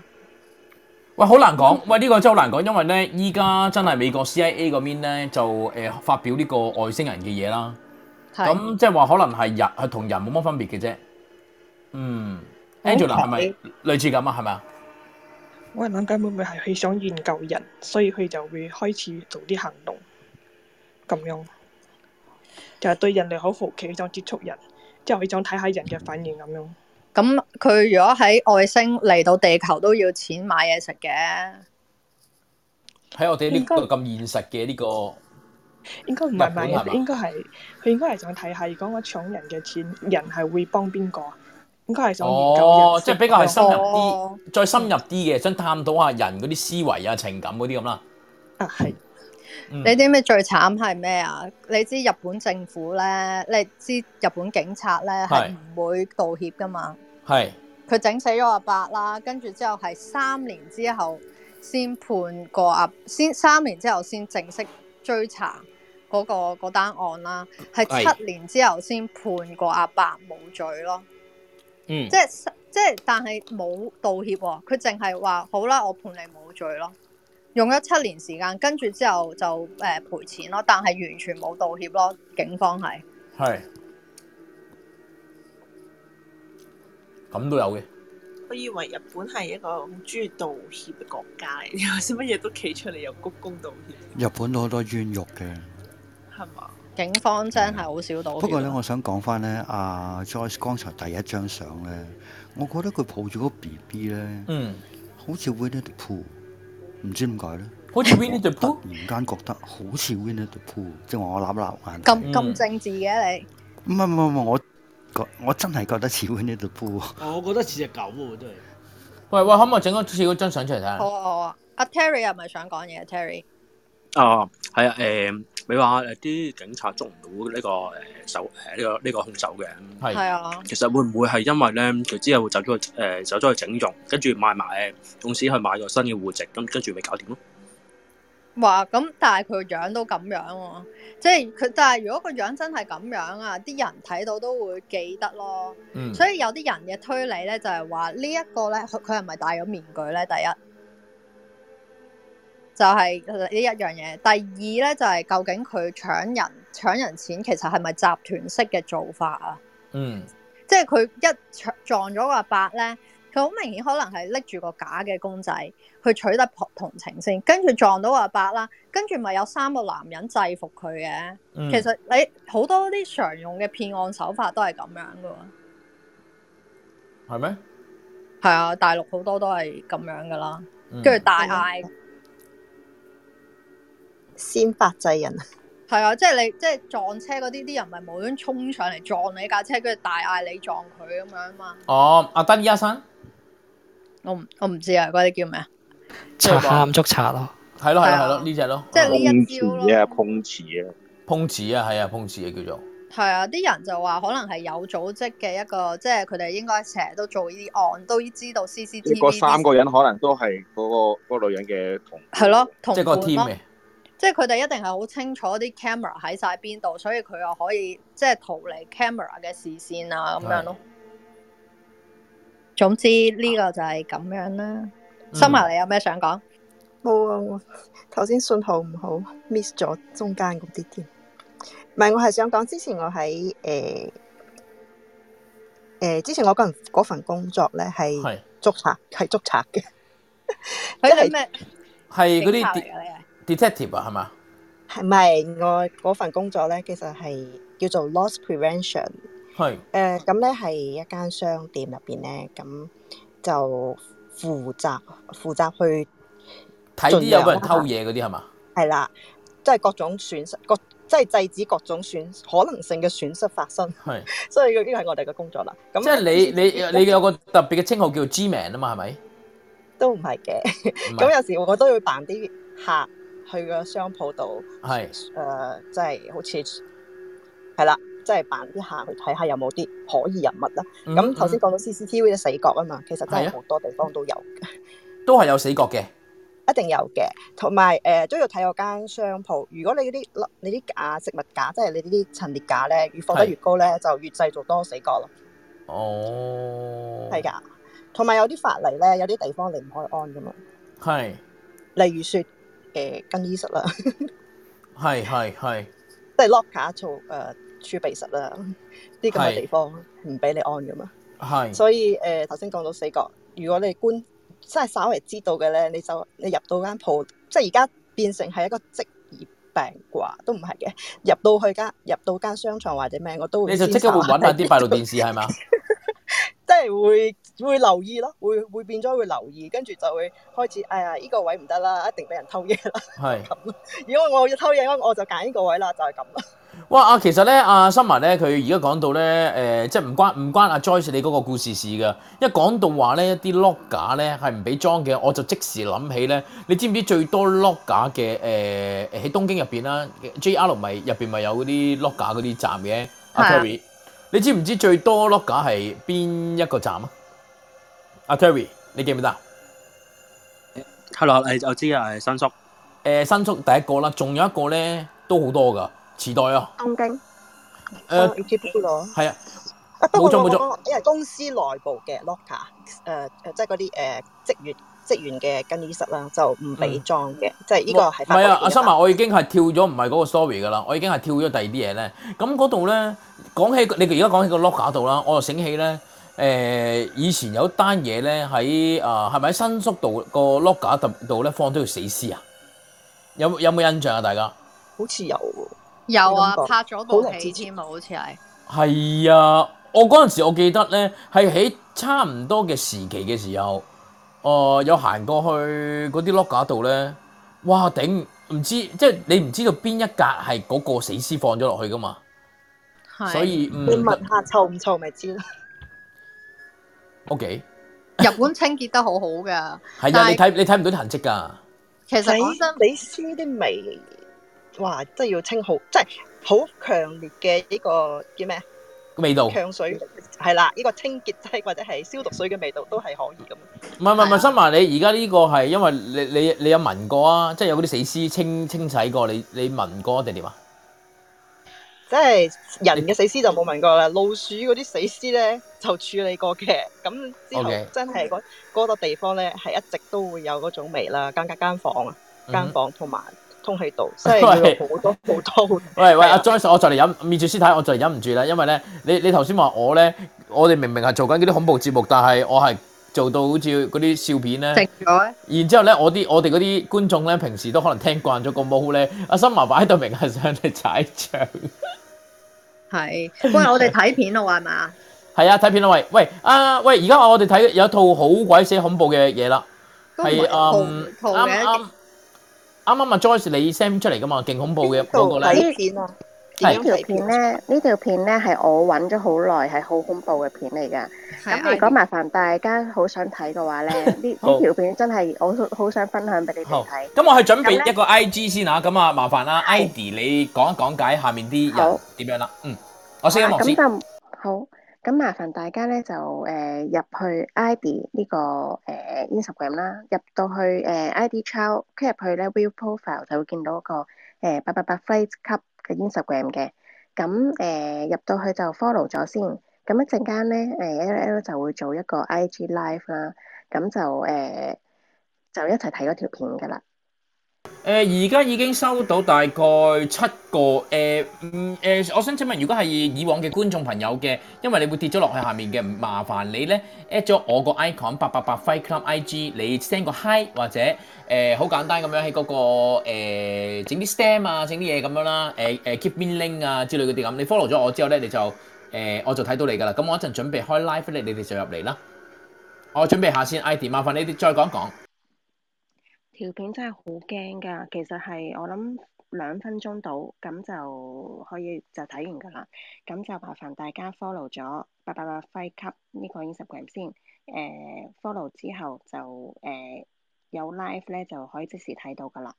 S2: 喂，好難講，喂呢、個真係好難講，因為咧依家真係美國 CIA 嗰邊咧就誒、呃、發表呢個外星人嘅嘢啦，
S3: 係
S2: 咁即係話可能係人係同人冇乜分別嘅啫。嗯，Angela 係咪類似咁啊？係咪啊？
S20: 我係諗緊會唔會係佢想研究人，所以佢就會開始做啲行動咁樣，就係、對人類好好奇，想接觸人，之後佢想睇下人嘅反應咁樣。
S3: 咁佢如果喺外星嚟到地球都要錢買嘢食嘅，
S2: 喺我哋呢個咁現實嘅呢、個
S20: 應該唔係
S2: 日
S20: 買
S2: 本
S20: 嘢
S2: 係嘛
S20: 食，應該係佢應該係想睇下，如果我搶人嘅錢，人係會幫邊個？應該係想研究人。
S2: 哦，即係比較係深入
S3: 哦
S2: 啲，再深入啲嘅，想探討下人嗰啲思維啊、情感嗰啲咁啦。
S20: 啊，係。
S2: 嗯
S3: 你知唔知最慘係咩啊？你知日本政府咧，你知日本警察咧係
S2: 係
S3: 唔會道歉噶嘛？
S2: 係
S3: 佢整死咗阿伯啦，跟住之後係三年之後先判個阿，先三年之後先正式追查嗰、個嗰單案啦，係
S2: 係
S3: 七年之後先判個阿伯冇罪咯。
S2: 嗯，
S3: 即係即係，但係冇道歉喎，佢淨係話好啦，我判你冇罪咯，用咗七年時間，跟住之後就誒、呃、賠錢咯，但係完全冇道歉咯，警方係
S2: 係咁都有嘅。
S9: 我以為日本係一個好中意道歉嘅國家嚟， 有時乜嘢都企出嚟又鞠躬道歉，
S4: 日本都好多冤獄嘅。
S9: 係嘛？
S3: 警方真係好少道歉。
S4: 不過咧，我想講翻咧，阿 Joyce 剛才第一張相咧，我覺得佢抱住嗰個 B B 咧，
S2: 嗯，
S4: 好似 Winnie the Pooh，唔知點解咧，
S2: 好似 Winnie the
S4: Pooh，突然間覺得好似 Winnie the Pooh，即係我揦揦眼，
S2: 嗯
S3: 咁咁政治嘅你，
S4: 唔係唔係唔係，我覺我真係覺得似 Winnie the Pooh，
S21: 我覺得似隻狗喎，真係。
S2: 喂喂，可唔可以整多次嗰張相出嚟睇下？
S3: 好啊好啊，阿 Terry 係咪想講嘢啊？Terry
S11: 哦，係啊，誒，你話誒啲警察捉唔到呢個誒手誒呢個呢個兇手嘅，
S2: 係
S3: 係啊
S11: 其實會唔會係因為咧佢之後走咗去誒走咗去整容，跟住買埋誒縱使去買個新嘅戶籍，咁跟住咪搞掂咯？
S3: 話咁，但係佢個樣都咁樣喎、即係佢。但係如果個樣真係咁樣啊，啲人睇到都會記得咯。
S2: 嗯
S3: 所以有啲人嘅推理咧，就係話呢一個咧，佢佢係咪戴咗面具咧？第一就係呃呢一樣嘢，第二咧就係、究竟佢搶人搶人錢，其實係咪集團式嘅做法啊？
S2: 嗯，
S3: 即係佢一搶撞咗個阿伯咧，佢好明顯可能係拎住個假嘅公仔去取得同情先，跟住撞到個阿伯啦，跟住咪有三個男人制服佢嘅。
S2: 嗯
S3: 其實你好多啲常用嘅騙案手法都係咁樣噶喎，
S2: 係咩？
S3: 係啊，大陸好多都係咁樣噶啦
S2: 嗯，
S3: 跟住大嗌。
S14: 先發制人。
S3: 係啊，即係你即係撞車嗰啲啲人咪無端衝上嚟撞你架車，跟住大嗌你撞佢咁樣嘛。
S2: 哦，阿丹醫生，
S3: 我唔我唔知啊，嗰啲叫咩啊？
S13: 賊喊捉賊咯。
S2: 係咯係咯係咯，呢只咯，
S3: 即係呢一招咯。
S2: 碰瓷啊，碰瓷啊，係啊，碰瓷啊叫做。
S3: 係啊，啲人就話可能係有組織嘅一個，即係佢哋應該成日都做呢啲案，都知道 CCTV
S15: 嗰三個
S3: 啲
S15: 人可能都係嗰、個嗰個女人嘅同
S3: 係咯，同
S15: 即係
S3: 伴
S15: 個
S3: 咯
S15: team 嘅，
S3: 即係佢哋一定係好清楚啲 camera 喺晒邊度，所以佢又可以即係逃離 camera 嘅視線啊咁樣咯。總之呢個就係咁樣啦。森華，你有咩想講？
S14: 冇啊，我頭先信號唔好，miss 咗中間嗰啲添。唔係，我係想講之前我喺誒诶、之前我嗰份嗰份工作咧係捉賊，係捉賊嘅，
S3: 佢係咩？
S2: 係嗰
S14: 警
S2: 啲
S14: 察嚟
S2: de-
S14: 㗎你係
S2: detective 啊，係嘛？
S14: 係咪我嗰份工作咧？其實係叫做 loss prevention。
S2: 係
S14: 誒呃咁咧係一間商店入邊咧，咁就負責負責去
S2: 睇啲
S14: à,
S2: 有冇人偷嘢嗰啲係嘛？
S14: 係啦，即係各種損失，各即係制止各種損可能性嘅損失發生。
S2: 係，
S14: 所以呢個係我哋嘅工作啦。咁
S2: 即係你你你有個特別嘅稱號叫 G-man 啊嘛，係咪？
S14: 都唔係嘅，
S2: 唔係
S14: 咁有時我都會扮啲客去個商鋪度，
S2: 係
S14: 誒呃即係好似係啦，即係扮啲客去睇下有冇啲可疑人物啦。
S2: 嗯
S14: 咁頭先
S2: 嗯
S14: 講到 CCTV 嘅死角啊嘛，其實真
S2: 係
S14: 係
S2: 啊
S14: 好多地方都有。
S2: 都係有死角嘅。
S14: 一定有嘅，同埋誒都要睇我間商鋪。如果你嗰啲你啲架食物架，即係你呢啲陳列架咧，越放得
S2: 係
S14: 越高咧，就越製造多死角咯。
S2: 哦，
S14: 係㗎，同埋有啲法例咧，有啲地方你唔可以安㗎嘛，
S2: 係
S14: 例如説誒、呃更衣室啦， 即
S2: 係係係
S14: 係 lock 架做誒、呃、儲備室啦，啲咁嘅地方唔俾你安啊㗎嘛。
S2: 係。
S14: 所以誒頭先講到死角，如果你官真係稍微知道嘅咧，你就你入到間鋪，即係而家變成係一個職業病啩，都唔係嘅。入到去間入到間商場或者咩，我都會
S2: 你就即
S14: 先
S2: 刻會
S14: 查
S2: 揾下啲
S14: 邊
S2: 閉路
S14: 度
S2: 電視係嘛？
S14: 即係會會留意咯，會會變咗會留意，跟住就會開始，哎呀，呢、個位唔得啦，一定俾人偷嘢啦。
S2: 係。
S14: 如果我要偷嘢，我就揀呢個位啦，就係咁啦。
S2: 哇！啊，其實咧，阿森文咧，佢而家講到咧，誒、即係唔關唔關阿 Joyce 你嗰個故事事㗎。一講到話咧，一啲 lock 架咧係唔俾裝嘅，我就即時諗起咧，你知唔知最多 lock 架嘅誒誒喺東京入邊啦，JR 咪入邊咪有嗰啲 lock 架嗰啲站嘅，阿
S15: 係啊
S2: Terry，你知唔知最多 lock 架係邊一個站啊？阿 Terry，你記唔記得啊？
S15: Hello，誒我知啊，誒新叔，
S2: 誒、新宿第一個啦，仲有一個咧都好多㗎，池袋啊，
S14: 東京，
S2: 誒
S14: 你接咯。
S2: 呃係啊，
S14: 不過
S2: 冇錯
S14: 我
S2: 冇錯
S14: 講。因為公司內部嘅 locker，誒、誒，即係嗰啲誒職員職員嘅更衣室啦，就唔俾裝嘅，即係呢個係
S2: 嗯唔
S14: 法
S2: 係
S14: 律
S2: 啊，阿
S14: 嚟
S2: 森
S14: 㗎嘛
S2: 啊，我已經係跳咗唔係嗰個 story 噶啦，我已經係跳咗第二啲嘢咧。咁嗰度咧，講起你而家講起個 locker 度啦，我又醒起咧，誒、以前有單嘢咧喺啊，係咪喺新宿度個 locker 度度咧放咗條死屍啊？有冇有冇印象啊？大家
S14: 好似有
S3: 有啊，
S2: 你咁講
S3: 拍咗部戲添啊，好似係。
S2: 係啊，我嗰陣時我記得咧係喺差唔多嘅時期嘅時候，哦、有行過去嗰啲 locker 度咧，哇頂！唔知即係你唔知道邊一格係嗰個死屍放咗落去噶嘛？
S14: 係
S2: 所以嗯
S14: 你聞下臭唔臭咪知咯。
S2: 屋企
S3: 日本清潔得好好噶，
S2: 係啊，
S3: 但
S2: 你睇你睇唔到啲痕跡㗎。
S3: 其實講真，
S14: 你屍啲味，哇！真係要清好，即係好強烈嘅呢個叫咩？啊
S2: 個味道
S14: 強水係啦，呢、個清潔劑或者係消毒水嘅味道都係可以咁。
S2: 唔係唔係唔係，新華你而家呢個係因為你你你有聞過啊，即係有嗰啲死屍清清洗過，你你聞過定點啊？
S14: 即係人嘅死屍就冇問過啦，老鼠嗰啲死屍咧就處理過嘅。咁之後
S2: OK
S14: 真係嗰嗰個地方咧係一直都會有嗰種味啦，間間間房啊，
S2: 嗯
S14: 間房同埋通氣道，即係會 有好多好多。
S2: 喂喂，阿 Joyce，我就嚟忍面住屍體，我就嚟忍唔住啦，因為咧，你你頭先話我咧，我哋明明係做緊嗰啲恐怖節目，但係我係做到好似嗰啲笑片咧。
S3: 咗
S2: 然之後咧，我啲我哋嗰啲觀眾咧，平時都可能聽慣咗個毛咧，阿森麻擺喺度明係上嚟踩場。
S3: 係。喂，我哋睇片咯，係嘛？
S2: 係啊，睇片啦，喂喂啊喂，而家我哋睇有一套好鬼死恐怖嘅嘢啦，
S3: 都唔係
S2: 係嗯
S3: 圖圖嘅
S2: 啱啱啱啱阿 Joyce 你 send 出嚟噶嘛，勁恐怖嘅嗰個咧
S9: 睇。
S14: 片啊！
S9: 呢
S2: 係
S9: 條片咧，呢條片咧係我揾咗好耐，係好恐怖嘅片嚟㗎。咁如果麻煩大家好想睇嘅話咧，呢
S2: 好
S9: 呢條片真係我好好想分享俾你哋
S2: 好
S9: 睇，。
S2: 咁我去準
S9: 咁
S2: 備
S9: 呢
S2: 一個 I G 先啊，咁啊麻煩啦，Idy 你講一講解下面啲人點樣啦，嗯，我識音樂
S9: 啊咁
S2: 先，
S9: 就好。咁麻煩大家咧就誒、呃入去 ID 呢、個誒、呃 Instagram 啦，入到去誒、呃 ID Chow，跟住入去咧 View Profile 就會見到一個誒八八八 Flight Club 嘅 Instagram 嘅。咁誒、呃入到去就 follow 咗先。咁一陣間咧誒 L L 就會做一個 IG Live 啦，咁就誒、呃就一齊睇嗰條片㗎啦。
S2: 誒、誒而家已經收到大概七個誒嗯誒，我想請問，如果係以往嘅觀眾朋友嘅，因為你會跌咗落去下面嘅，麻煩你咧 at 咗我個 icon 八八八 Fight Club IG，你 send 個 hi 或者誒好、簡單咁樣喺嗰、個誒整啲 stem 啊，整啲嘢咁樣啦，誒、誒、keep me link 啊之類嗰啲咁，你 follow 咗我之後咧，你就誒、我就睇到你噶啦，咁我一陣準備開 live 咧，你哋就入嚟啦。我準備下先，ID，麻煩你哋再講一講。
S9: 條片真係好驚㗎，其實係我諗兩分鐘到，咁就可以就睇完㗎啦。咁就麻煩大家 follow 咗八八八 Fight Club 呢個 Instagram 先，誒、follow 呃之後就誒、有 live 咧就可以即時睇到㗎啦。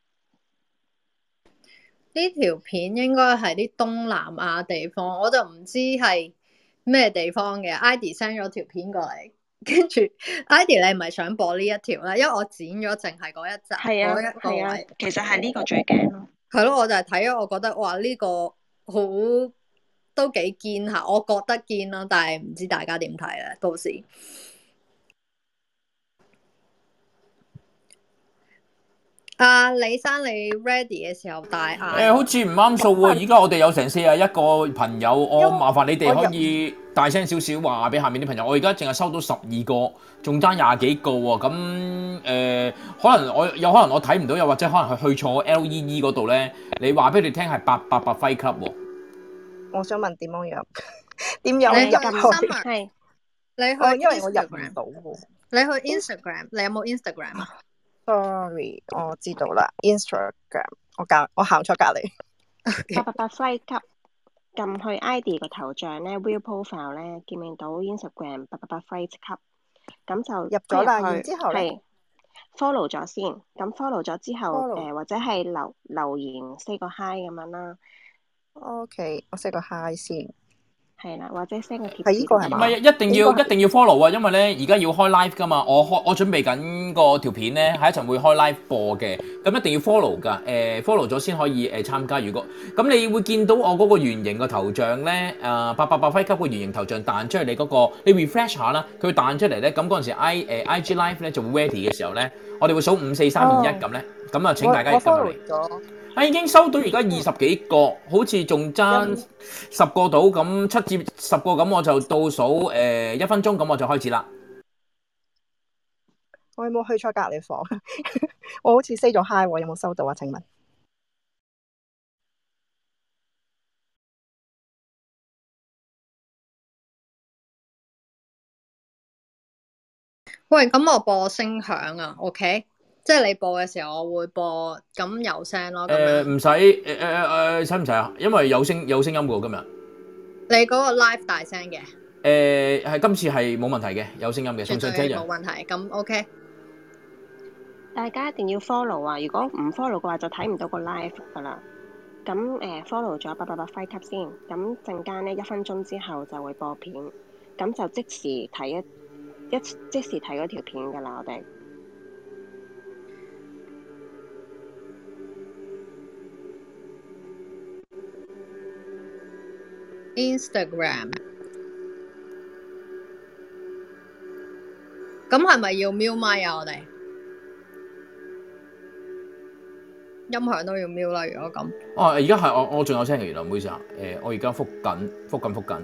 S3: 呢條片應該係啲東南亞地方，我就唔知係咩地方嘅。Idy send 咗條片過嚟，跟住 Idy 你係咪想播呢一條咧？因為我剪咗淨係嗰一集，
S9: 係啊
S3: 嗰一個
S9: 係啊
S3: 位。
S9: 其實係呢個最驚咯。
S3: 係咯，我就係睇咗，我覺得哇呢、個好都幾堅下，我覺得堅啦，但係唔知大家點睇咧？到時阿、啊李生你 ready 嘅時候大
S2: 誒、
S3: 嗌。
S2: 好似唔啱數喎！而家我哋有成四啊一個朋友，我麻煩你哋可以大聲少少話俾下面啲朋友，我而家淨係收到十二個，仲爭廿幾個喎。咁誒、可能我有可能我睇唔到，又或者可能係去錯 LEE 嗰度咧，你話俾佢哋聽係八八八輝級喎。
S14: 我想問點樣入？ 點有
S3: 你
S14: 入
S3: 入
S14: 去？
S3: summer 係你去
S14: 哦，因為我入
S3: Instagram
S14: 唔到喎。
S3: 你去 Instagram，你有冇 Instagram 啊？
S14: Sorry，我知道啦。Instagram，我隔我行錯隔離。
S9: 八八八 Fight Club 撳去 ID 個頭像咧，View Profile 咧，見面到 Instagram 八八八 Fight Club，咁就入
S14: 咗啦
S9: 去
S14: 然之後呢
S9: 係 follow 咗先，咁 follow 咗之後，誒、
S14: Follow
S9: 或者係留留言 say 個 hi 咁樣啦，
S14: OK，我 set 個 hi 先。
S9: 係啦，或者 send 個貼
S14: 係呢個係
S2: 唔
S14: 嘛？
S2: 係一定要一定要 follow 啊，因為咧而家要開 live 噶嘛，我開我準備緊個條片咧，下一陣會開 live 播嘅，咁一定要 follow 噶，誒、follow 咗先可以誒、參加。如果咁你會見到我嗰個圓形個頭像咧，誒八八八輝級個圓形頭像彈出嚟，你嗰、個你 refresh 下啦，佢彈出嚟咧，咁嗰陣時 I 誒、IG live 咧就會 ready 嘅時候咧，我哋會數五四三二一咁咧，咁啊請大家
S14: 我
S2: 撳入嚟
S14: follow。咗。
S2: 啊，已經收到而
S3: 嗯
S2: 家二十幾個，好似仲爭十個到咁，七至十個咁，我就倒數誒、呃一分鐘咁，我就開始啦。
S14: 我有冇去錯隔離房？ 我好似 say 咗 hi 喎，有冇收到啊？請問
S3: 喂，咁我播聲響啊，OK？即係你播嘅時候，我會播咁有聲哦咯。咁
S2: 誒
S3: 樣
S2: 唔使誒誒誒使唔使啊？因為有聲有聲音嘅喎今
S3: 你嗰個 live 大聲嘅，
S2: 日。誒、係今次係冇問題嘅，有聲音嘅，
S3: 絕
S2: 純粹
S3: 對
S2: 聽
S3: 冇
S2: 人。
S3: 問題。咁 OK，
S9: 大家一定要 follow 啊！如果唔 follow 嘅話，就睇唔到個 live 噶啦。咁誒、呃 follow 咗八八八 Fight Club 先，咁陣間咧一分鐘之後就會播片，咁就即時睇一一即時睇嗰條片噶啦，我哋。
S3: Instagram。咁係咪要 mute 咪啊？我哋音響都要 mute 啦。如果咁，
S2: 哦，而家係我我仲有聲嘅，原來唔好意思啊。誒、我而家復緊復緊復緊，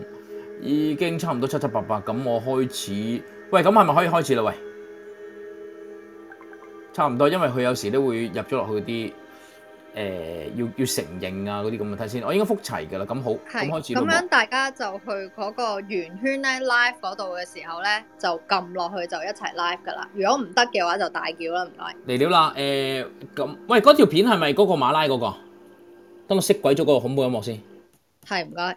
S2: 已經差唔多七七八八咁，我開始。喂，咁係咪可以開始啦？喂，差唔多，因為佢有時都會入咗落去啲。誒、要要承認啊嗰啲咁嘅睇先，我應該覆齊㗎啦，咁好，咁
S3: 係
S2: 開始
S3: 咁
S2: 咯
S3: 樣，
S2: 喎。
S3: 大家就去嗰個圓圈咧 live 嗰度嘅時候咧，就撳落去就一齊 live 噶啦。如果唔得嘅話，就大叫啦，唔該。
S2: 嚟料啦，誒、咁，喂，嗰條片係咪嗰個馬拉嗰、個？等我熄鬼咗嗰個恐怖音樂先。
S3: 係唔該。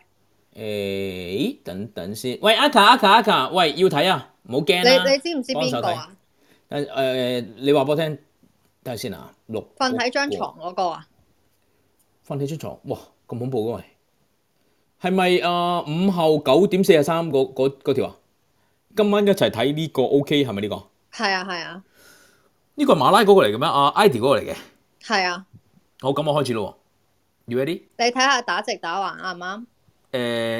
S2: 誒、等等先。喂，阿卡阿卡阿卡，喂，要睇啊，唔好驚啦。
S3: 你你知唔知
S2: 幫手
S3: 邊個
S2: 睇
S3: 啊？
S2: 但誒、你話俾我聽，睇下先啊，六
S3: 瞓喺張
S2: 嗰個
S3: 床，嗰個啊？
S2: 瞓喺張床，哇，咁恐怖嘅喂，係咪啊？午後九點四十三嗰嗰嗰條啊？今晚一齊睇呢個 OK 係咪呢個？
S3: 係啊係啊
S2: 呢個係馬拉嗰個嚟嘅咩？啊，ID 嗰個嚟嘅。
S3: 係啊！
S2: 好，咁我開始咯喎。You ready？
S3: 你睇下打直打橫啊啱唔啱？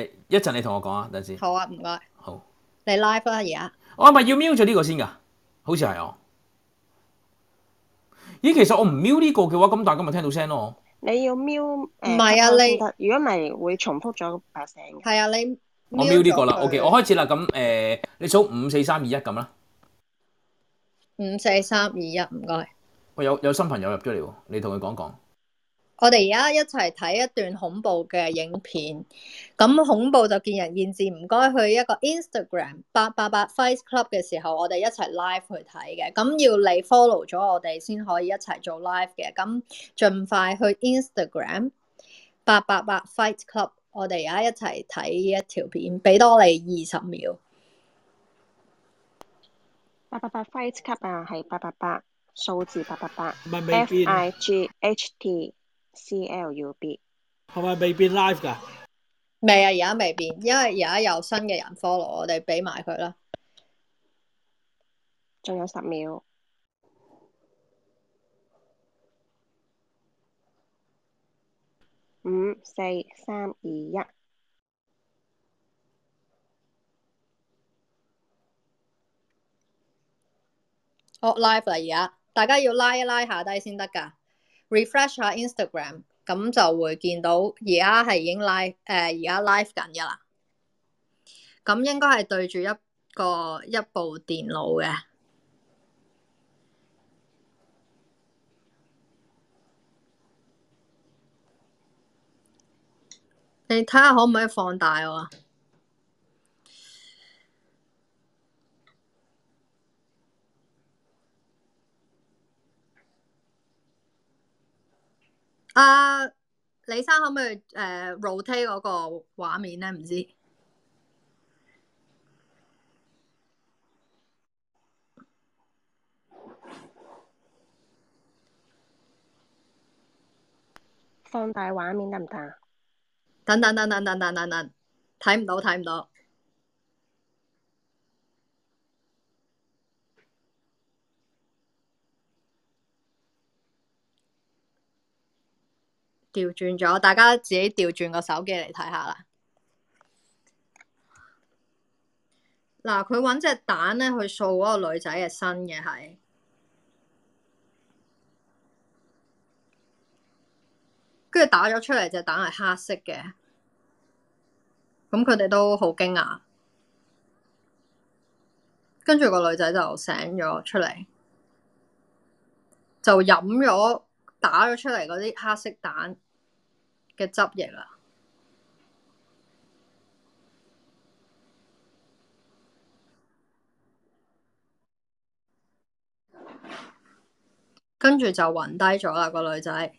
S2: 誒、一陣你同我講啊，等陣先。
S3: 好啊，唔該。
S2: 好。
S3: 你 live 啦而家。
S2: 我係咪要瞄咗呢個先㗎？好似係哦。哦咦，其實我唔瞄呢個嘅話，咁大家咪聽到聲咯。
S9: 你要瞄呃誒，
S3: 唔係啊你
S9: 如果唔係會重複咗把聲嘅。
S3: 係啊，你
S2: 我瞄呢個啦
S3: 瞄咗佢
S2: ，OK，我開始啦。咁誒、呃你數五四三二一咁啦。
S3: 五四三二一，唔該。
S2: 我有有新朋友入咗嚟喎，你同佢講講。
S3: 我哋而家一齊睇一段恐怖嘅影片，咁恐怖就見仁見智，唔該去一個 Instagram 八八八 Fight Club 嘅時候，我哋一齊 live 去睇嘅，咁要你 follow 咗我哋先可以一齊做 live 嘅，咁盡快去 Instagram 八八八 Fight Club，我哋而家一齊睇呢一條片，俾多你二十秒。
S9: 八八八 Fight Club 啊，係八八八數字八八八
S19: 咪未
S9: ，F
S19: 見
S9: I G H T C L U B。
S19: 係咪未變 live 㗎？
S3: 未啊，而家未變，因為而家有新嘅人 follow 我哋，俾埋佢啦。
S9: 仲有十秒。五、四、三、二、一，
S3: 我哦 live 啦，而家大家要拉一拉下低先得㗎，refresh 下 Instagram，咁就會見到而家係已經 live，誒而家 live 緊㗎啦。咁應該係對住一個一部電腦嘅。你睇下可唔可以放大我啊？啊，李生可唔可以诶 rotate 嗰個畫面咧？唔知
S9: 放大畫面得唔得啊？
S3: 等等等等等等等等，睇唔到睇唔到。調轉咗，大家自己調轉個手機嚟睇下啦。嗱，佢揾隻蛋咧去掃嗰個女仔嘅身嘅係。跟住打咗出嚟隻蛋係黑色嘅，咁佢哋都好驚訝。跟住個女仔就醒咗出嚟，就飲咗打咗出嚟嗰啲黑色蛋嘅汁液啦。跟住就暈低咗啦，個女仔。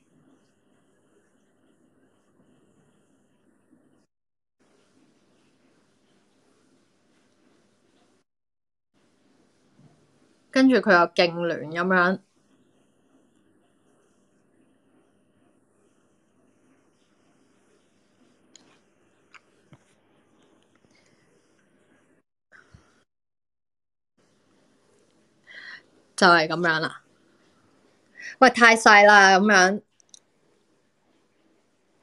S3: 跟住佢又痙攣咁樣，就係咁樣啦。喂，太細啦，咁樣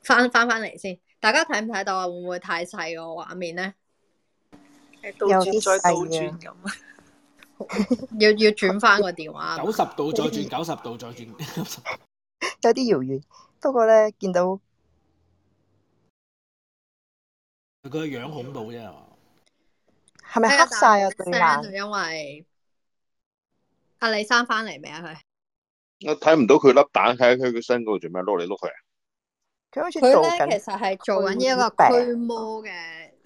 S3: 翻翻翻嚟先，大家睇唔睇到啊？會唔會太細個畫面咧？
S22: 倒
S3: 有
S22: 轉
S3: 啲
S22: 再倒
S3: 細啊
S22: 轉咁。
S3: 要要轉翻個電話。
S19: 九十度再轉，九十度再轉，
S14: 有啲遙遠。不過咧，見到
S19: 佢個樣恐怖啫係嘛？
S14: 係咪黑晒啊對
S3: 聲
S14: 眼？
S3: 就因為阿李生翻嚟未啊？佢
S15: 我睇唔到佢粒蛋喺佢個身嗰度做咩碌嚟碌 去啊？
S14: 佢好似
S3: 佢
S14: 做
S3: 咧
S14: 緊
S3: 其實係做緊一個驅魔嘅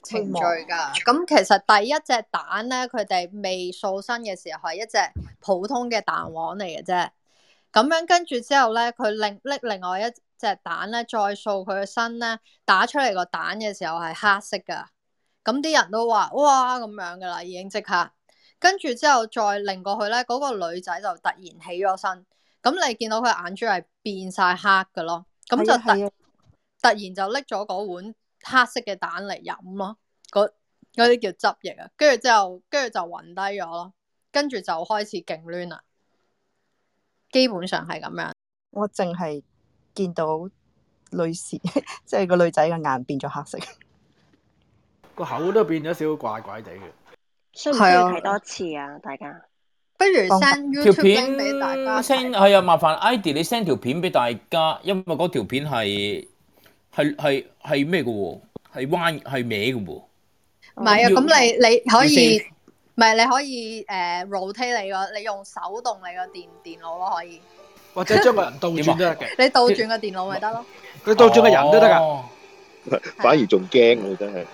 S3: 程序㗎。咁其實第一隻蛋咧，佢哋未掃身嘅時候係一隻普通嘅蛋黃嚟嘅啫。咁樣跟住之後咧，佢另拎另外一隻蛋咧，再掃佢嘅身咧，打出嚟個蛋嘅時候係黑色㗎。咁啲人都話哇咁樣㗎啦，已經即刻。跟住之後再擰過去咧，嗰、個女仔就突然起咗身，咁你見到佢眼珠係變晒黑㗎咯，咁就
S14: 啊
S3: 突突然就拎咗嗰碗黑色嘅蛋嚟飲咯，嗰嗰啲叫汁液啊，跟住之後跟住就暈低咗咯，跟住就開始勁攣啦，基本上係咁樣。
S14: 我淨係見到女士， 即係個女仔嘅眼變咗黑色。
S19: 個口都變咗少少怪怪地嘅。
S9: 需唔需
S14: 係
S9: 要
S14: 啊
S9: 睇多次啊？大家
S3: 不如 send
S2: 條
S3: YouTube
S2: 片
S3: link 俾大家
S2: send
S3: 睇。
S2: 係啊，麻煩 ID 你 send 條片俾大家，因為嗰條片係係係係咩嘅喎？係彎係歪嘅喎。
S3: 唔係啊，
S2: 哦要
S3: 咁你你可以
S2: 要
S3: 唔係你可以誒 rotate 你個，你用手動你個電電腦咯，可以。
S19: 或者將個人倒轉都得嘅。
S3: 你倒轉個電腦咪得咯。
S19: 佢倒轉個人都得㗎。
S3: 啊
S15: 反而仲驚喎，真係。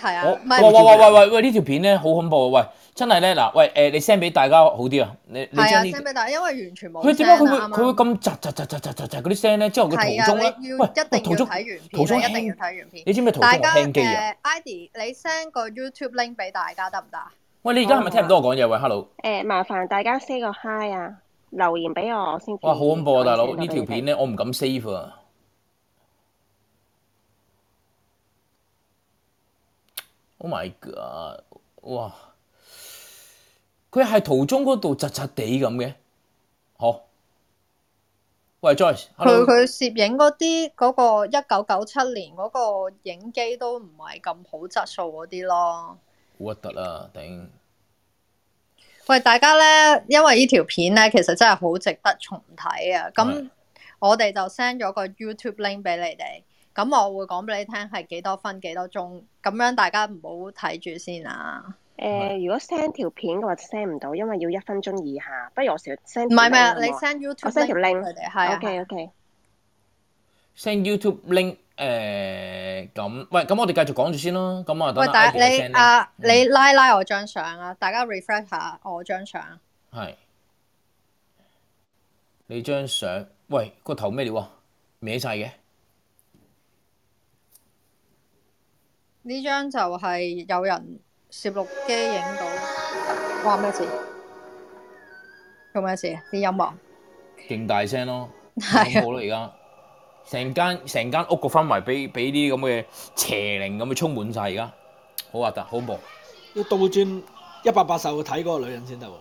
S3: 係啊，
S2: 我
S3: 唔
S2: 喂
S3: 係
S2: 喂喂喂喂喂！呢條片咧好恐怖啊！喂，真係咧嗱，喂誒，你 send 俾大家好啲啊！你你
S3: 係啊
S2: 將呢
S3: ，send 俾大家，因為完全冇
S2: 佢點解佢會
S3: 聲啊
S2: 佢會咁窒窒窒窒窒窒窒嗰啲聲咧？之後個途
S3: 係啊，
S2: 中咧，
S3: 你要
S2: 喂
S3: 一定
S2: 喂途
S3: 要
S2: 中
S3: 睇原
S2: 途
S3: 片
S2: 中
S3: 啊，一定要
S2: 輕
S3: 睇原片。
S2: 你知唔知途中
S3: 大
S2: 我
S3: 家
S2: 輕機啊？
S3: 誒，Ivy，你 send 個 YouTube link 俾大家得唔得啊？
S2: 喂，你而家係咪聽唔到我講嘢？喂，hello！
S9: 诶、麻煩大家 say 個 hi 啊，留言俾我先至。
S2: 哇，好恐怖啊，大佬！
S9: 我
S2: 呢
S9: send 到俾
S2: 條
S9: 你哋
S2: 片咧，我唔敢 save 啊。Oh my god！哇，佢係途中嗰度窒窒地咁嘅。好，喂
S3: 佢
S2: Joyce，hello。
S3: 佢攝影嗰啲嗰個一九九七年嗰個影機都唔係咁好質素嗰啲咯。
S2: 好核突啊！頂，
S3: 喂，大家咧，因為呢條片咧，其實真係好值得重睇啊！咁我哋就 send 咗個 YouTube link 俾你哋，咁我會講俾你聽係幾多分幾多鐘，咁樣大家唔好睇住先啊！
S9: 诶、呃如果 send 條片嘅話 send 唔到，因為要一分鐘以下。不如我成 send
S3: 唔係唔係啊，
S9: 條
S3: 你 send
S9: link 好唔好啊我
S3: YouTube
S9: send 條
S3: link 俾
S9: link
S3: 佢哋係啊
S9: OK OK。
S2: send YouTube link 誒、咁，喂，咁我哋繼續講住先啦。咁啊，等
S3: 喂，大
S2: 阿
S3: 家你
S2: Ivy 嘅 send
S3: 啊，你拉拉我張相啊，大家 refresh 下我張相。啊
S2: 係你張相，喂個頭咩料啊？歪晒嘅，
S3: 呢張就係有人攝錄機影到，哇咩事？做咩事？啲音樂
S2: 勁大聲咯，好
S3: 係
S2: 恐怖咯而家。成間成間屋個氛圍俾俾呢啲咁嘅邪靈咁嘅充滿晒而家好核突，好恐怖。
S19: 要倒轉一百八十度睇嗰個女人先得喎。唔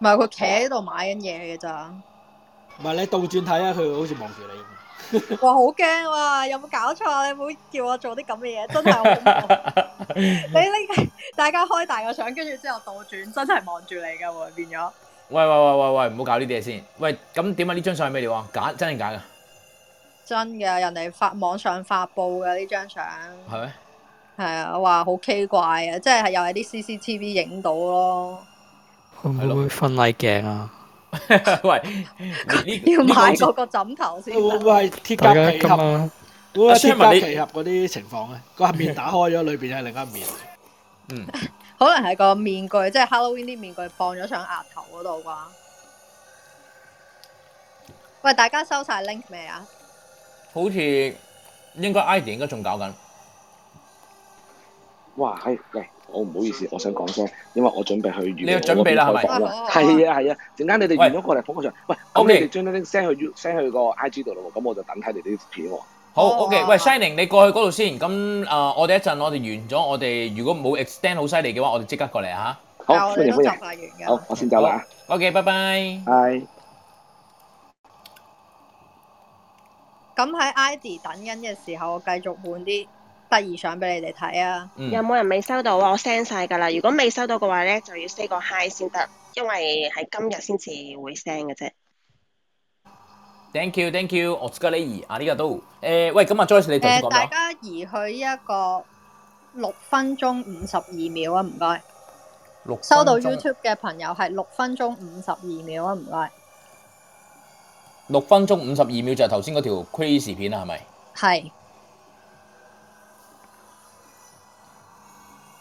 S3: 唔係佢企喺度買緊嘢嘅咋？
S19: 係你倒轉睇啊，佢好似望住你。
S3: 哇，好驚哇！有冇搞錯啊？你唔好叫我做啲咁嘅嘢，真係好恐怖。你你大家開大個相，跟住之後倒轉，真係望住你㗎喎，變咗。
S2: 喂喂喂喂喂，唔好搞呢啲嘢先。喂，咁點啊？呢張相係咩料啊？假真定假㗎？
S3: 真嘅，人哋發網上發布嘅呢張相，
S2: 係咩？
S3: 係啊，話好奇怪啊，即係又係啲 CCTV 影到咯。
S13: 會唔會婚禮鏡啊？
S2: 喂，
S3: 要買嗰個枕頭先得。啊
S19: 會唔會係鐵
S13: 大
S19: 甲
S13: 家
S19: 皮
S13: 今晚啊
S19: 盒？會唔會係鐵甲
S2: Sherman，你
S19: 皮盒嗰啲情況咧？個面打開咗，裏邊係另一面。
S2: 嗯，
S3: 可能係個面具，即係 Halloween 啲面具放咗上額頭嗰度啩。喂，大家收晒 link 未啊？
S2: 好似應該 ID 應該仲搞緊。
S5: 哇，係喂，我唔好意思，我想講聲，因為我準備去預
S2: 你要準備啦係咪
S5: 係啊係啊，陣間你哋完咗過嚟捧個場。喂，咁
S2: OK
S5: 你哋將啲 link send 去 send 去個 IG 度咯喎，咁我就等睇你哋啲片喎。
S2: 好，OK，喂，Shining，你過去嗰度先。咁啊、呃我哋一陣我哋完咗，我哋如果冇 extend 好犀利嘅話，我哋即刻過嚟嚇。
S5: 好有歡迎你都歡迎習慣完㗎好我先走啦
S2: 好。OK，拜拜。
S5: 係。
S3: 咁喺 ID 等緊嘅時候，我繼續換啲得意相俾你哋睇啊。
S2: 嗯
S9: 有冇人未收到啊？我 send 晒㗎啦。如果未收到嘅話咧，就要 say 個 hi 先得，因為喺今日先至會 send 嘅啫。
S2: Thank you，Thank you，我斯卡利啊，呢個都。誒，喂，咁啊，Joyce，你頭先講
S3: 誒、
S2: 咩
S3: 大
S2: 啊？
S3: 家移去一個六分鐘五十二秒啊，唔該。
S2: 六
S3: 收到
S2: 分鐘
S3: YouTube 嘅朋友係六分鐘五十二秒啊，唔該。
S2: 六分鐘五十二秒就係頭先嗰條 crazy 片啦，係咪？
S3: 係。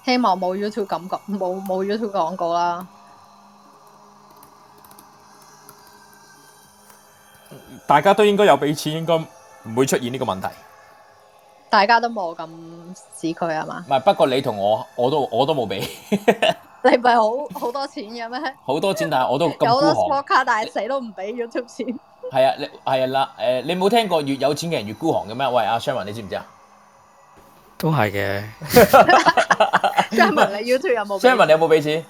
S3: 希望冇 YouTube 感覺，冇冇 YouTube 廣告啦。
S2: 大家都應該有俾錢，應該唔會出現呢個問題。
S3: 大家都冇咁指佢係嘛
S2: 唔？係，不過你同我，我都我都冇俾
S3: 你唔係好好多錢嘅咩？
S2: 好多錢，但係我都
S3: 有
S2: 咁
S3: 好多
S2: 孤
S3: s p o r
S2: 寒。
S3: t 卡，但係死都唔俾 YouTube 錢。
S2: 係啊，你係啊啦，誒、你冇聽過越有錢嘅人越孤寒嘅咩？喂，阿 Sharon，你知唔知啊？
S13: 都係嘅，
S3: 張文，你 YouTube 有冇俾？
S2: Sharon，你有冇俾錢？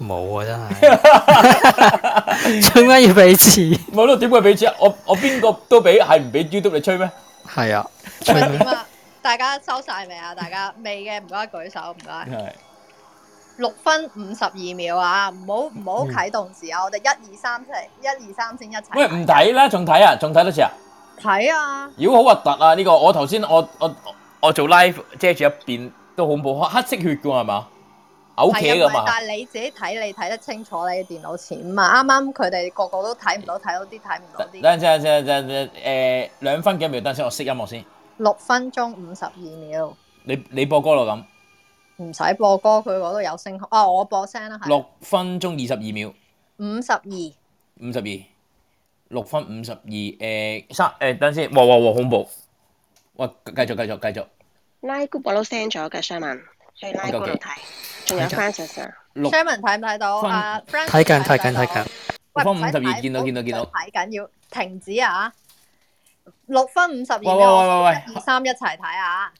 S13: 冇啊真係， 做咩要俾錢？
S2: 冇咯，點會俾錢啊？我我邊個都俾，係唔俾 YouTube 你吹咩？
S13: 係啊，
S3: 大家收晒未啊？大家未嘅唔該舉手，唔該。
S2: 係。
S3: 六分五十二秒啊！唔好唔好啟動時啊！我哋一二三先，一二三先一齊。
S2: 嗯喂，唔睇啦，仲睇啊，仲睇多次啊！
S3: 睇啊！
S2: 妖好核突啊！呢、個我頭先我我我我做 live 遮住一邊都恐怖，黑色血噶嘛係嘛？嘔茄
S3: 係
S2: 噶
S3: 啊，唔係
S2: 嘛？
S3: 但係你自己睇，你睇得清楚你嘅電腦錢嘛？啱啱佢哋個個都睇唔到，睇到啲睇唔到啲。
S2: 等陣先，等陣先等陣先誒兩分幾秒，等陣先，我熄音樂先。
S3: 六分鐘五十二秒，
S2: 你你播歌咯咁，
S3: 唔使播歌，佢嗰度有聲控。啊，我播聲啦，係
S2: 六分鐘二十二秒，
S3: 五十二。
S2: 五十二，六分五十二，誒三誒等陣先，哇哇哇恐怖！哇，繼續繼續繼續，
S9: 拉姑我都 send 咗嘅 Sherman，去拉姑度睇，仲有 Francis 啊。
S2: 六
S3: Sherman 睇唔睇到
S2: 分
S3: 啊？Francis
S13: 睇緊睇緊
S3: 睇
S13: 睇
S3: 唔到
S13: 緊，
S2: 六
S3: 喂
S2: 分五
S3: 唔使
S2: 十二，
S3: 睇
S2: 見到見到見到。
S3: 睇緊要停止啊！六分五十二
S2: 喂喂喂
S3: 秒，
S2: 喂喂
S3: 一二三一齊睇啊！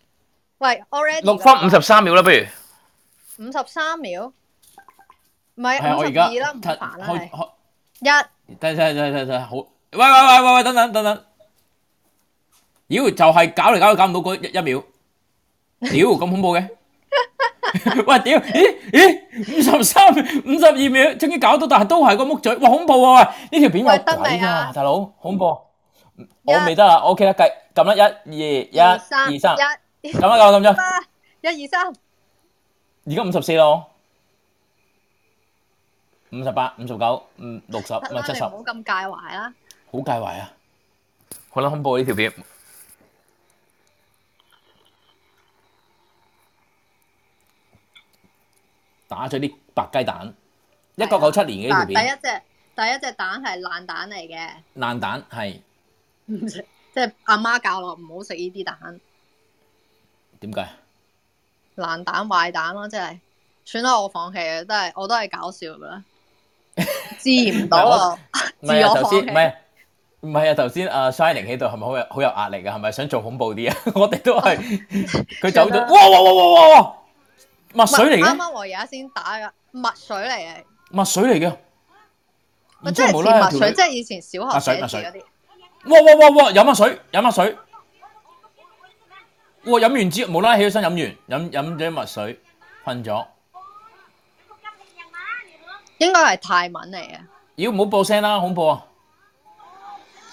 S3: 喂，already
S2: 六分五十三秒啦，不如係
S3: 五十三秒，唔係
S2: 啊我
S3: 五
S2: 而
S3: 十
S2: 家
S3: 二啦，唔
S2: 睇
S3: 煩啦，
S2: 開
S3: 係
S2: 開，
S3: 一
S2: 等等等等等，好，喂喂喂喂喂，等等等等，妖就係搞嚟搞去搞唔到嗰一一秒，屌咁恐怖嘅， 喂屌，咦咦五十三五十二秒，終於搞到，但係都係個木嘴，哇恐怖啊喂，啊呢條片有鬼㗎，大佬恐怖，我未得啦，OK 啦，計撳啦，一二一二三，
S3: 一，
S2: 撳啦撳啦撳啦，
S3: 一二三，
S2: 而家五十四咯，五十八、五十九、五六十、
S3: 得
S2: 唔
S3: 啦
S2: 係啊七
S3: 你
S2: 十，
S3: 唔
S2: 好
S3: 好咁介懷啦。
S2: 介懷啊！好啦，恐怖呢條片，打咗啲白雞蛋，一九九七年嘅
S3: 嗱，
S2: 呢條
S3: 第一
S2: 片，
S3: 隻第一隻蛋係爛蛋嚟嘅，
S2: 爛蛋係
S3: 唔食即係阿媽教我唔好食呢啲蛋，
S2: 點解？
S3: 爛蛋壞蛋咯，即係。算啦，我放棄啊，都係我都係搞笑 噶啦，治唔到啊，
S2: 唔
S3: 自
S2: 係啊，
S3: 我
S2: 頭
S3: 放
S2: 先唔係
S3: 棄
S2: 啊。唔係啊，頭先阿 Shining 喺度係咪好有好有壓力啊？係咪想做恐怖 啲啊？我哋都係佢走咗，哇哇哇哇哇哇！墨水嚟
S3: 啱
S2: 嘅，
S3: 啱我而家先打嘅墨水嚟嘅，
S2: 墨水嚟嘅，
S3: 咪
S2: 然之
S3: 即
S2: 後
S3: 係似
S2: 無啦啦
S3: 墨
S2: 有條
S3: 水，
S2: 女
S3: 即係以前小學
S2: 墨水
S3: 寫字嗰
S2: 墨
S3: 啲。
S2: 哇哇哇哇！飲下水，飲下水。哇！飲完之後，無啦啦起咗身飲完，飲飲咗墨水，瞓咗。
S3: 應該係泰文嚟嘅。
S2: 妖唔好報聲啦，恐怖啊！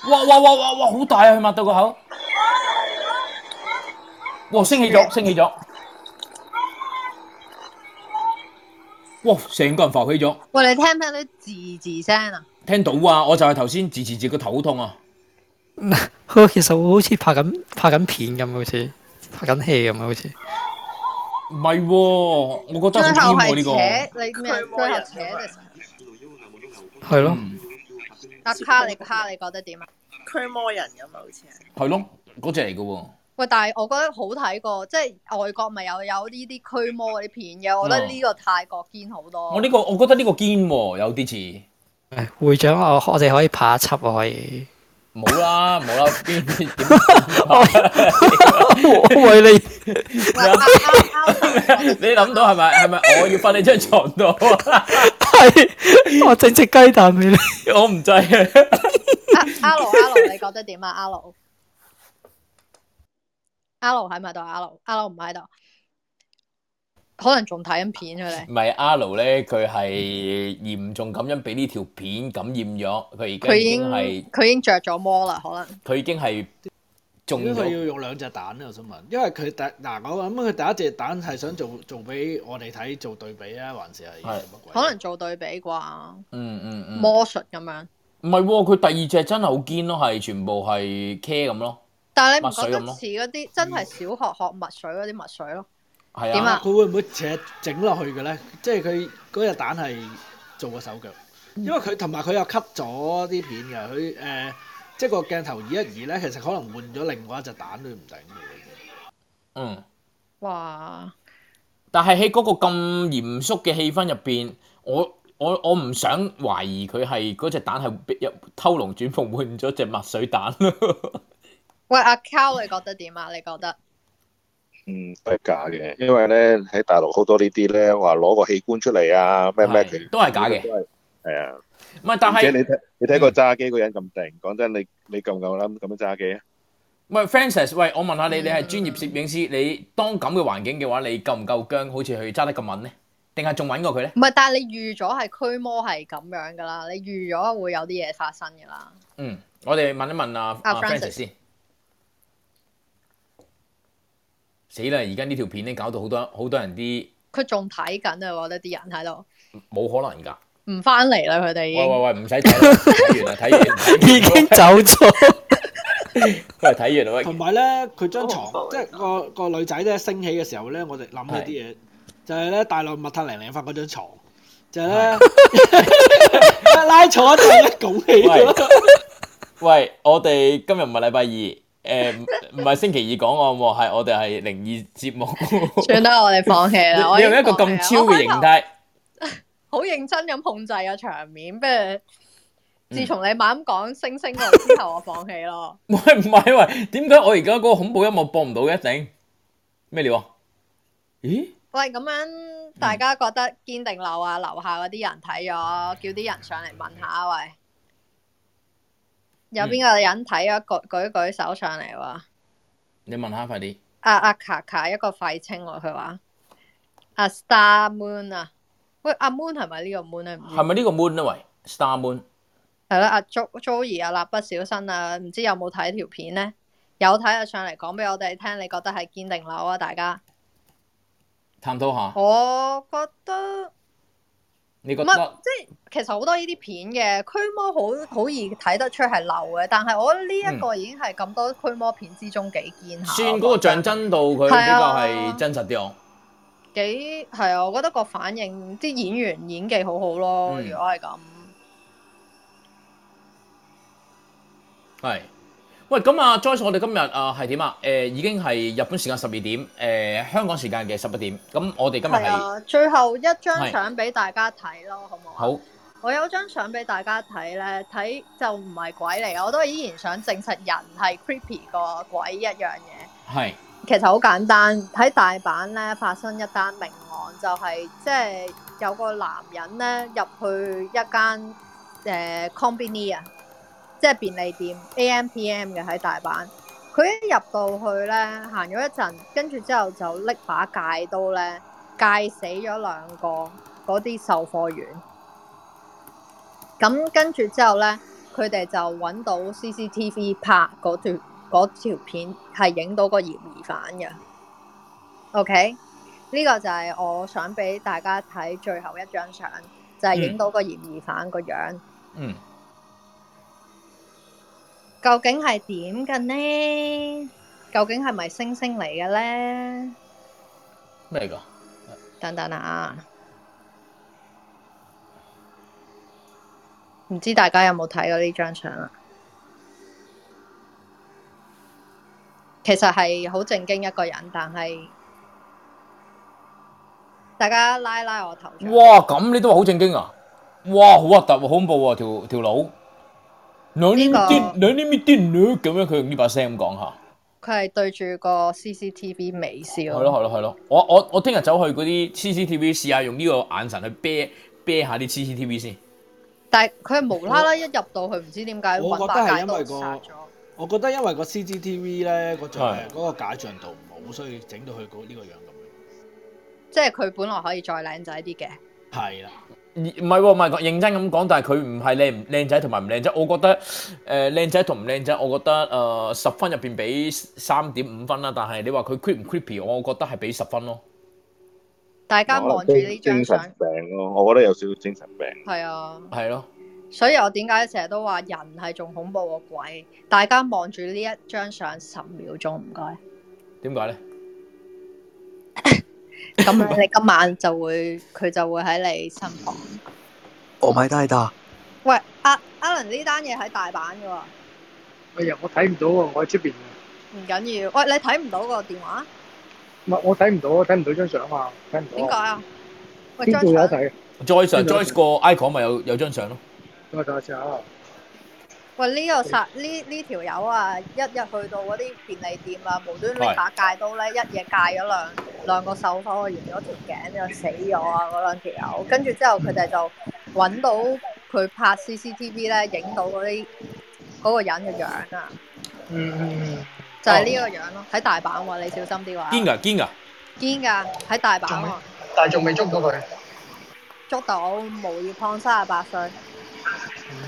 S2: 哇哇哇哇哇！好大啊，佢擘到個口。哇！升起
S3: 嗯
S2: 咗，升起咗。哇！成個人浮起咗，
S3: 喂，你聽唔聽到啲字字聲啊？
S2: 聽到啊！我就係頭先自自自個頭好痛啊！
S13: 佢其實好似拍緊拍緊片咁，好似拍緊戲咁，好似
S2: 唔係喎，我覺
S3: 最
S2: 得好
S3: 後
S2: 癲喎呢
S3: 係
S2: 個。
S3: 扯你咩？啊最後扯隻
S13: 係咯。
S2: 嗯
S3: 阿卡你卡，你覺得點啊？
S23: 驅魔人咁啊，好似係。
S2: 係咯，嗰只嚟嘅喎。
S3: 喂，但係我覺得好睇過，即係外國咪有有呢啲驅魔嗰啲片嘅，我覺
S2: 嗯
S3: 得呢個泰國堅好多。
S2: 我呢、個我覺得呢個堅喎，有啲似。
S13: 誒會長，我我哋可以拍一輯喎，可以。
S2: 冇啦，冇啦，邊邊點？
S13: 我為你
S2: 你諗到係咪？係咪我要瞓你張床度 啊？
S13: 係，我整隻雞蛋俾你。
S2: 我唔制啊！
S3: 阿 盧阿盧，你覺得點啊？阿盧阿盧喺咪度？啊阿盧阿盧唔喺度，可能仲睇緊片佢哋
S2: 唔。係阿 L 咧，佢係嚴重咁樣俾呢條片感染咗，佢而家
S3: 佢
S2: 已
S3: 已經
S2: 經係
S3: 佢已經着咗魔啦，可能
S2: 佢已經係中
S19: 點解佢
S2: 咗。
S19: 要用兩隻蛋啊咧？我想問，因為佢第嗱我諗佢第一隻蛋係想做做俾我哋睇做對比啊，還是係乜鬼？
S3: 可能做對比啩，
S2: 嗯嗯嗯。
S3: 魔術咁樣。
S2: 唔係喎，佢第二隻真係好堅咯，係全部係 care 咁咯。
S3: 但係你唔
S2: 墨
S3: 覺
S2: 水
S3: 得
S2: 咁咯
S3: 似嗰啲真係小學學墨水嗰啲墨水咯？
S2: 係
S3: 點啊
S19: 佢會唔會扯整落去嘅咧？即係佢嗰隻蛋係做個手腳，因為佢同埋佢又 cut 咗啲片嘅，佢誒、呃即係個鏡頭移一移咧，其實可能換咗另外一隻蛋都唔定嘅。
S2: 嗯。
S3: 哇！
S2: 但係喺嗰個咁嚴肅嘅氣氛入邊，我我我唔想懷疑佢係嗰只蛋係俾入偷龍轉鳳換咗隻墨水蛋咯。
S3: 喂，阿 Cow 你覺得點啊？你覺得
S15: 嗯，都係假嘅，因為咧喺大陸好多呢啲咧話攞個器官出嚟啊，咩咩其
S2: 都係假嘅。
S15: 係啊。
S2: 唔係但係
S15: 而且你睇你睇個揸機個人咁定，講真，你你夠唔夠膽咁樣揸機啊？
S2: 喂 Francis，喂，我問下你，你係專業攝影師，你當咁嘅環境嘅話，你夠唔夠姜？好似佢揸得咁穩呢？定係仲揾過佢咧？
S3: 唔係，但係你預咗係驅魔係咁樣噶啦，你預咗會有啲嘢發生噶啦。
S2: 嗯，我哋問一問啊
S3: 阿
S2: 啊
S3: Francis
S2: Francis 先。死啦！而家呢條片咧搞到好多好多人啲
S3: 佢仲睇緊啊，我覺得啲人喺度
S2: 冇可能㗎。
S3: 唔翻嚟啦，佢 哋已
S2: 喂喂
S3: 經。
S2: 喂，唔使睇啦，睇完啦，睇完已經走
S13: 咗。
S2: 佢係睇完啦，
S19: 同埋咧，佢張床即係個個女仔咧升起嘅時候咧，我哋諗起啲嘢，就係咧大量麥塔玲玲翻嗰張床，就係咧拉坐一陣一拱起 咗。
S2: 喂，我哋今日唔係禮拜二，誒、唔唔係星期二講案喎，係我哋係靈異節目。
S3: 算啦，我哋放棄啦。我
S2: 你
S3: 已
S2: 用
S3: 經
S2: 一個
S3: 放
S2: 咁
S3: 棄啦
S2: 超
S3: 我
S2: 嘅
S3: 開
S2: 形
S3: 頭
S2: 態，
S3: 好認真咁控制個場面，不
S2: 嗯
S3: 如自從你猛咁講星星嗰個之後，我放棄咯。
S2: 喂唔係喂，點解我而家嗰個恐怖音樂播唔到嘅？頂咩料啊？咦？
S3: 喂，咁樣大家覺得堅定樓啊、樓下嗰啲人睇咗，叫啲人上嚟問下喂，
S2: 嗯
S3: 有邊個人睇咗舉舉舉手上嚟喎？
S2: 你問下快啲，
S3: 阿阿卡卡一個廢青喎，佢話阿 Star Moon 啊，喂阿 Moon 係咪呢個 Moon 咧？唔知
S2: 係咪呢個 moon 啊？喂，star moon
S3: 係啦，阿 Jo Joey 啊，蠟筆小新啊，唔知有冇睇條片咧？有睇就上嚟講俾我哋聽，你覺得係堅定樓啊？大家，
S2: 探討下，
S3: 我覺得
S2: 你
S3: 唔
S2: 覺
S3: 係
S2: 得？
S3: 即係其實好多呢啲片嘅驅魔好好易睇得出係漏嘅，但係我覺得
S2: 嗯
S3: 呢一個已經係咁多驅魔片之中幾堅下，
S2: 算嗰個象真度，佢比
S3: 係
S2: 較
S3: 啊
S2: 係真實啲哦。
S3: 幾係啊！我覺得個反應啲演員演技好好咯。
S2: 嗯
S3: 如果係咁，
S2: 係。喂，咁啊，Joyce，我哋今日啊係點啊？誒、已經係日本時間十二點，誒、香港時間嘅十一點。咁我哋今日
S3: 係
S2: 係
S3: 啊，最後一張
S2: 係
S3: 相俾大家睇咯，好唔好啊？
S2: 好。
S3: 我有張相俾大家睇咧，睇就唔係鬼嚟，我都依然想證實人係 creepy 過鬼一樣嘢。
S2: 係
S3: 其實好簡單，喺大阪咧發生一單命案，就係、即係有個男人咧入去一間誒 combini 啊，即係便利店 A.M. P.M. 嘅喺大阪。佢一入到去咧，行咗一陣，跟住之後就拎把戒刀咧，戒死咗兩個嗰啲售貨員。咁跟住之後咧，佢哋就揾到 CCTV 拍嗰段嗰條片，係影到個嫌疑犯嘅。OK，呢個就係我想俾大家睇最後一張相，就係、影到個嫌疑犯個樣。
S2: 嗯。
S3: 究竟係點嘅呢？究竟係咪星星嚟嘅咧？
S2: 咩嚟㗎？
S3: 等等啊！唔知大家有冇睇過呢張相啊？其實係好正經一個人，但係大家拉拉我頭，
S2: 哇！咁你都話好正經啊？哇！好核突喎，好恐怖喎，條條佬。兩呢啲兩呢啲女咁樣，佢用呢把聲咁講下。
S3: 佢係對住個 CCTV 微笑。
S2: 係咯係咯係咯，我我我聽日走去嗰啲 CCTV 試下用呢個眼神去啤啤下啲 CCTV 先。
S3: 但係佢係無啦啦一入到去，唔知點解
S19: 我覺得
S3: 揾把
S19: 係
S3: 戒
S19: 因
S3: 刀
S19: 為
S3: 殺
S19: 個
S3: 咗。，
S19: 我覺得因為個 CCTV 咧嗰像
S2: 係
S19: 嗰個解像度唔好，所以整到佢嗰呢個樣咁
S3: 即係佢本來可以再靚仔啲嘅。
S19: 樣。係啦，
S2: 而唔係喎，唔係講認真咁講，但係佢唔係靚唔靚仔同埋唔靚仔，我覺得誒靚仔同唔靚仔，我覺得誒十、分入邊俾三點五分啦。但係你話佢 creep 唔 creepy，我覺得係俾十分咯。
S3: 大家
S15: Ờ,
S3: 望住呢張
S15: 精神
S3: 相，
S15: 病咯，我覺得有少少精神病。
S3: 係啊，
S2: 係咯，
S3: 所以我點解成日都話人係仲恐怖過鬼？大家望住呢一張相十秒鐘，唔該。
S2: 點解咧？
S3: 咁樣你今晚就會佢就會喺你身旁。
S4: 我咪低打。
S3: 喂，阿 Alan 呢單嘢喺大阪嘅喎，
S7: 哎呀，我睇唔到喎，我喺出邊。
S3: 唔緊要。喂，你睇唔到個電話？
S7: 唔係我睇唔到，我睇唔到張相啊，睇唔到。
S3: 點解？啊？喂，
S7: 邊
S3: 張
S7: 度有
S3: 相
S7: 得睇？
S2: Joyce 啊 Joyce 個 icon 咪有有張相咯。
S7: 我睇下先啊。
S3: 喂，呢、個殺呢呢條友啊，一日去到嗰啲便利店啊，無端拎把戒刀咧，一嘢戒咗兩兩個手手啊，完咗條頸就死咗啊！嗰兩條友，跟住之後佢哋就揾到佢拍 CCTV 咧，影到嗰啲嗰個人嘅樣啊，
S7: 嗯，
S3: 就係、呢個樣咯，喺大阪喎、你小心啲話。
S2: 堅㗎堅㗎，
S3: 堅㗎，喺大阪喎、
S7: 但係仲未捉到佢。
S3: 捉到無業抗三十八歲。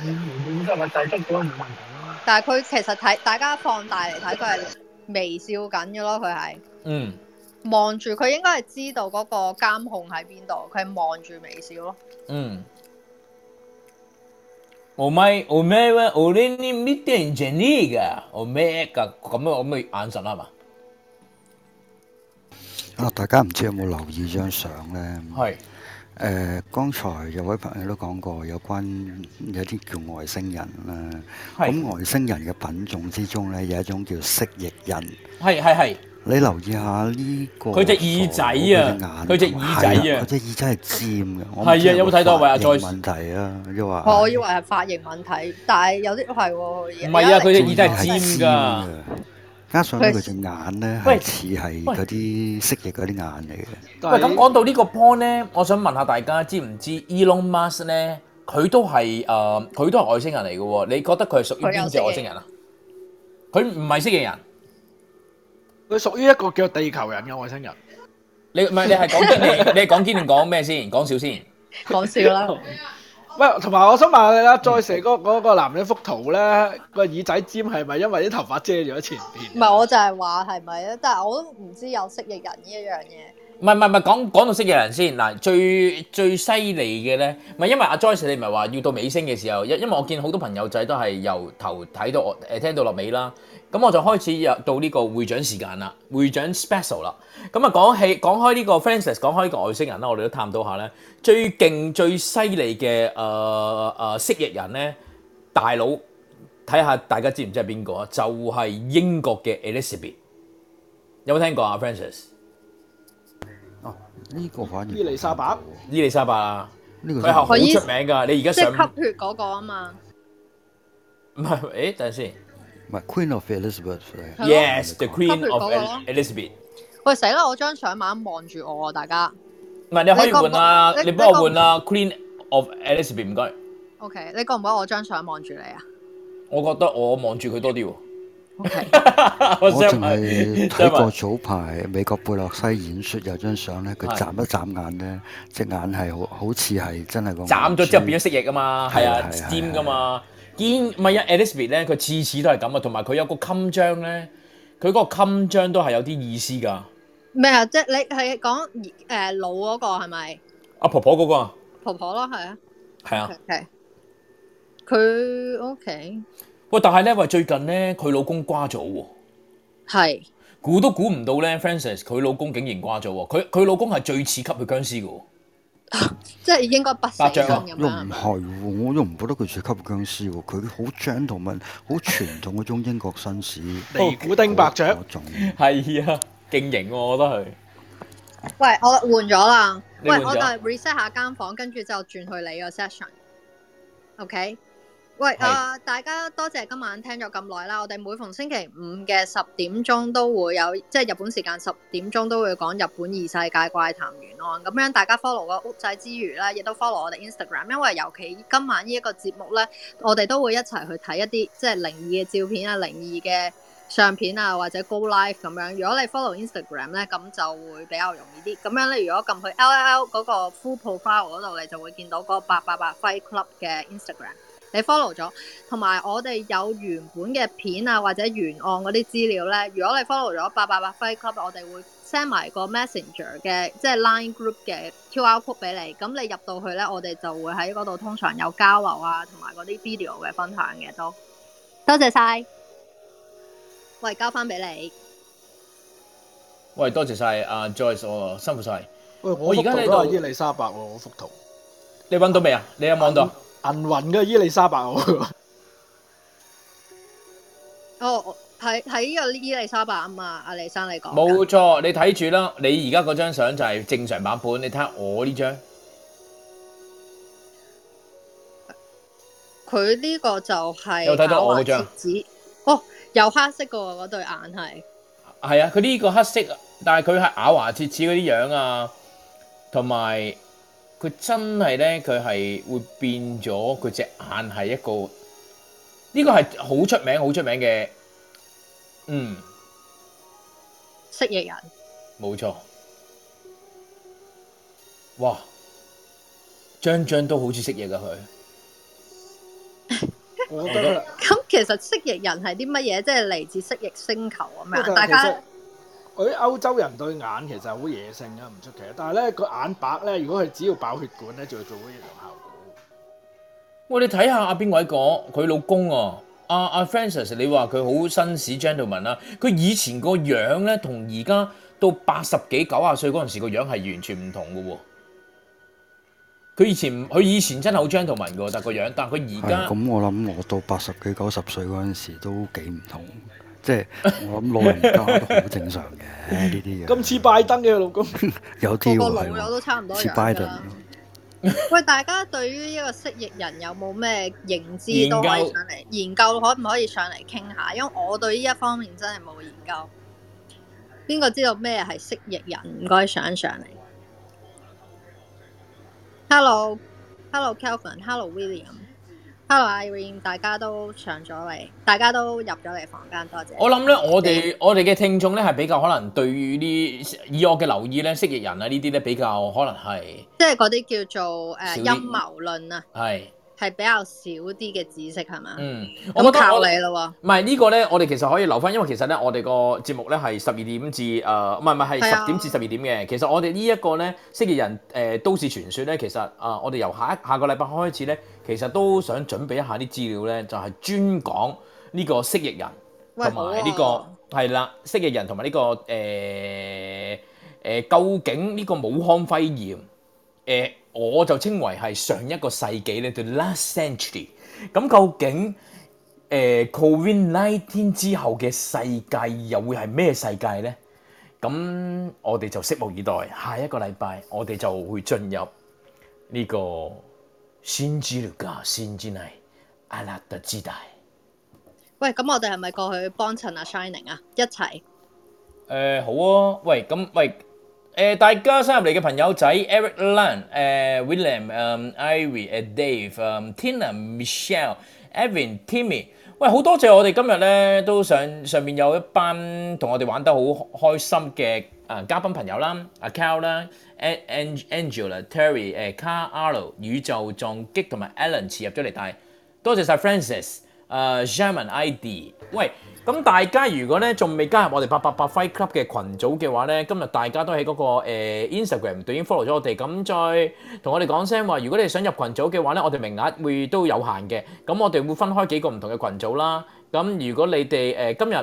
S7: 咁即係咪製出咗冇問題咯？
S3: 但係佢其實睇大家放大嚟睇，佢係微笑緊嘅咯，佢係
S2: 嗯，
S3: 望住佢應該係知道嗰個監控喺邊度，佢係望住微笑咯。
S2: 嗯。お前、お前は俺に見てんじゃねえが、お前が咁樣咁嘅眼神係嘛？
S4: 啊！大家唔知有冇留意張相咧？
S2: 係。
S4: 誒、剛才有位朋友都講過有關有啲叫外星人啦。
S2: 係
S4: 咁外星人嘅品種之中咧，有一種叫蜥蜴人。
S2: 係係係，
S4: 你留意下呢個
S2: 佢隻耳仔啊
S4: 佢
S2: 佢隻
S4: 隻眼
S2: 耳仔啊
S4: 係佢隻耳仔係尖嘅。我唔
S2: 係啊
S4: 知
S2: 有冇睇到啊喂阿
S4: 髮型
S2: Joyce
S4: 問題啊，抑或
S3: 我以為係髮型問題，但係有啲係喎。
S2: 唔係啊，佢隻耳仔
S4: 係
S2: 係尖
S4: 尖
S2: 㗎
S4: 㗎。加上咧佢隻眼咧
S2: 喂
S4: 係似係
S2: 喂
S4: 嗰啲蜥蜴嗰啲眼嚟嘅。
S2: 喂，咁講到呢個 point 咧，我想問下大家知唔知 Elon Musk 咧，佢都係誒，呃佢、都係外星人嚟嘅喎。你覺得佢係屬於邊只外星人啊？佢唔係蜥蜴人，
S19: 佢屬於一個叫地球人嘅外星人。
S2: 你唔係你係講堅定，你係講堅定講咩先？講笑先，
S3: 講笑啦。
S19: 喂，同埋我想問下你啦，再成嗰嗰個男人幅圖咧，個耳仔尖係咪因為啲頭髮遮住喺前邊？
S3: 唔係，我就係話係咪咧？但係我都唔知有蜥蜴人呢一樣嘢。
S2: 唔係唔係唔係講講到蜥蜴人先嗱，最最犀利嘅咧，唔係因為阿 Joyce 你唔係話要到尾聲嘅時候，因因為我見好多朋友仔都係由頭睇到我誒聽到落尾啦，咁我就開始入到呢個會長時間啦，會長 special 啦，咁啊講起講開呢個 Francis 講開呢個外星人啦，我哋都探討下咧，最勁最犀利嘅誒誒蜥蜴人咧，大佬睇下大家知唔知係邊個啊？就係、英國嘅 Elizabeth，有冇聽過啊 Francis？
S4: 哦呢個反而
S19: 伊麗莎白，
S2: 伊麗莎白啊，
S4: 呢
S2: 佢
S4: 個
S2: 係好出名㗎。你而家
S3: 即係
S2: 上
S3: 吸血嗰個啊嘛。
S2: 唔係？誒，等陣先
S4: 唔係 Queen of Elizabeth 嚟嘅
S2: ，Yes，the
S3: 吸血
S2: Queen
S3: 嗰
S2: of
S3: 個咯
S2: Elizabeth。
S3: 喂死啦！我張相猛望住我啊，大家。
S2: 唔係，你可以換啊
S3: 你覺唔覺，
S2: 你幫我換啊，Queen of Elizabeth 唔該。
S3: O、k 你覺唔覺我張相望住你啊？
S2: 我覺得我望住佢多啲喎。
S4: 我
S2: 我
S4: 淨
S2: 想
S4: 係
S2: 問
S4: 睇過
S2: 想問
S4: 早排美國貝洛西演說有張相咧，佢
S2: 係
S4: 眨一眨眼咧，隻眼係好好似係真係個
S2: 斬咗之後變咗蜥蜴啊嘛，係
S4: 係
S2: 啊
S4: 啊係啊，
S2: 尖噶嘛，堅唔係啊？Elizabeth 咧，佢次次都係咁啊，同埋佢有個襟章咧，佢嗰個襟章都係有啲意思㗎。
S3: 咩啊？即係你係講誒老嗰個係咪？
S2: 阿婆婆嗰個啊
S3: 婆婆咯，係啊。
S2: 係啊。
S3: OK，佢 OK
S2: 喂，但係咧，喂，最近咧，佢老公瓜咗喎。
S3: 係
S2: 估都估唔到咧，Francis 佢老公竟然掛咗喎！佢佢老公係最似吸血僵屍嘅
S19: 哦
S2: 喎，
S3: 即係應該不死
S2: 白
S3: 身
S2: 象啊
S3: 咁
S4: 又
S3: 樣。
S4: 唔係喎，我又唔覺得佢似吸血僵屍喎，佢好 gentleman，好傳統嗰種英國紳士。
S19: 尼古丁白雀
S2: 係啊，勁型喎，我覺得佢。
S3: 喂，我換咗啦。
S2: 你
S3: 喂，
S2: 換咗
S3: 我就係 reset 下間房，跟住就轉去你個 session。OK。喂，
S2: 係
S3: 啊、大家多謝今晚聽咗咁耐啦。我哋每逢星期五嘅十點鐘都會有，即係日本時間十點鐘都會講日本異世界怪談懸案。咁樣大家 follow 個屋仔之餘啦，亦都 follow 我哋 Instagram，因為尤其今晚呢一個節目咧，我哋都會一齊去睇一啲即係靈異嘅照片啊、靈異嘅相片啊，或者 go live 咁樣。如果你 follow Instagram 咧，咁就會比較容易啲。咁樣咧，如果撳去 LLL 嗰個 full profile 嗰度，你就會見到嗰個八八八 Fight Club 嘅 Instagram。你 follow 咗，同埋我哋有原本嘅片啊，或者原案嗰啲資料咧。如果你 follow 咗八八八 Fight Club，我哋會 send 埋個 Messenger 嘅即係 Line Group 嘅 QR code 俾你。咁你入到去咧，我哋就會喺嗰度通常有交流啊，同埋嗰啲 video 嘅分享嘅都。 多謝晒。喂，交翻俾你。
S2: 喂，多謝晒阿 Joyce，我辛苦晒。
S19: 喂，我
S2: 我而
S19: 而
S2: 家
S19: 家
S2: 喺
S19: 喺
S2: 度
S19: 度伊麗莎白喎，我幅圖
S2: 你揾到未啊？你有冇揾到啊？
S19: 銀魂嘅伊麗 莎白喎，
S3: 哦，我睇睇呢個伊麗莎白啊嘛，阿李生你講。
S2: 冇錯，你睇住啦。你而家嗰張相就係正常版本，你睇下我呢張。
S3: 佢呢個就係
S2: 有睇到我嗰張
S3: 咬牙切齒哦，有黑色嘅喎，嗰對眼係。
S2: 係啊，佢呢個黑色，但係佢係咬牙切齒嗰啲樣啊，同埋佢真係咧，佢係會變咗佢隻眼係一個，呢、個係好出名、好出名嘅，嗯，
S3: 蜥蜴人，
S2: 冇錯。哇！張張都好似識嘢噶佢。
S19: 我
S2: 覺得
S3: 咁其實蜥蜴人係啲乜嘢？即係嚟自蜥蜴星球咁
S19: 不過
S3: 樣，啊
S19: 但係
S3: 大
S19: 其
S3: 家
S19: 實嗰啲歐洲人對眼其實好野性啊，唔出奇。但係咧個眼白咧，如果佢只要爆血管咧，就會做到一樣效果。
S2: 喂，你睇下阿邊位講佢老公啊，阿、阿、Francis，你話佢好紳士 gentleman 啦，佢以前個樣咧同而家到八十幾九啊歲嗰陣時個樣係完全唔同嘅喎。佢以前唔佢以前真係好 gentleman 嘅喎，但係個樣，但係佢而
S4: 係啊
S2: 家
S4: 咁，我諗我到八十幾九十歲嗰陣時都幾唔同，即係我諗老人家都好正常嘅呢啲嘢，
S19: 咁似拜登嘅老公，
S4: 有啲
S3: 個
S4: 喎
S3: 老
S4: 係
S3: 友都差唔
S4: 喎
S3: 多
S4: 似
S3: 樣
S4: 拜
S3: 㗎
S4: 登
S3: 啦。喂，大家對於呢個蜥蜴人有冇咩認知都可
S2: 研
S3: 以
S2: 究
S3: 上嚟研究，可唔可以上嚟傾下？因為我對呢一方面真係冇研究。邊個知道咩係蜥蜴人？唔該上一上嚟。Hello，Hello Kelvin，Hello William，Hello Irene，大家都上咗嚟，大家都入咗嚟房間，多謝。
S2: 我諗咧，我哋我哋嘅聽眾咧係比較可能對於啲以我嘅留意咧，蜥蜴人啊呢啲咧比較可能係
S3: 即係嗰啲叫做誒
S2: 少啲
S3: 陰謀論啊，
S2: 係
S3: 係比較少啲嘅知識係嘛？
S2: 嗯，我
S3: 啊咁
S2: 覺得我
S3: 靠你咯
S2: 唔係呢個咧，我哋其實可以留翻，因為其實咧，我哋個節目咧係十二點至誒，呃唔係唔係
S3: 係
S2: 係
S3: 啊
S2: 十點至十二點嘅。其實我呃哋呢一個咧，蜥蜴人誒、呃都市傳說咧，其實啊、呃我哋由下一下個禮拜開始咧，其實都想準備一下啲資料咧，就係、專講呢個蜥蜴人
S3: 喂
S2: 同埋呢
S3: 好啊
S2: 個係啦，蜥蜴人同埋呢個誒誒、呃究竟呢個武漢肺炎？誒、我就稱為係上一個世紀咧，the last century。咁究竟誒、Covid nineteen 之後嘅世界又會係咩世界咧？咁我哋就拭目以待。下一個禮拜我哋就會進入呢個先知了噶，先知係阿拉特之大。
S3: 喂，咁我哋係咪過去幫襯阿 Shining 啊？一齊
S2: 誒、好啊，喂，咁喂，誒、大家新入嚟嘅朋友仔，Eric Lan、誒 William、誒 Ivy、誒 Dave、誒 Tina、Michelle、Evan、Timmy，喂，好多謝我哋今日咧都上上面有一班同我哋玩得好開心嘅啊嘉賓朋友啦，阿 Cal 啦、An- An- Angela、Terry、誒 Carlo、宇宙撞擊同埋 Alan 遲入咗嚟，但係。多謝晒 Francis、誒 Sherman ID。喂，咁大家如果咧仲未加入我哋八八八 Fight Club 嘅群組嘅話咧，今日大家都喺嗰、個、呃 Instagram 度已經 follow 咗我哋，咁再同我哋講聲話，如果你想入群組嘅話咧，我哋名額會都有限嘅，咁我哋會分開幾個唔同嘅群組啦。咁如果你哋誒、呃今日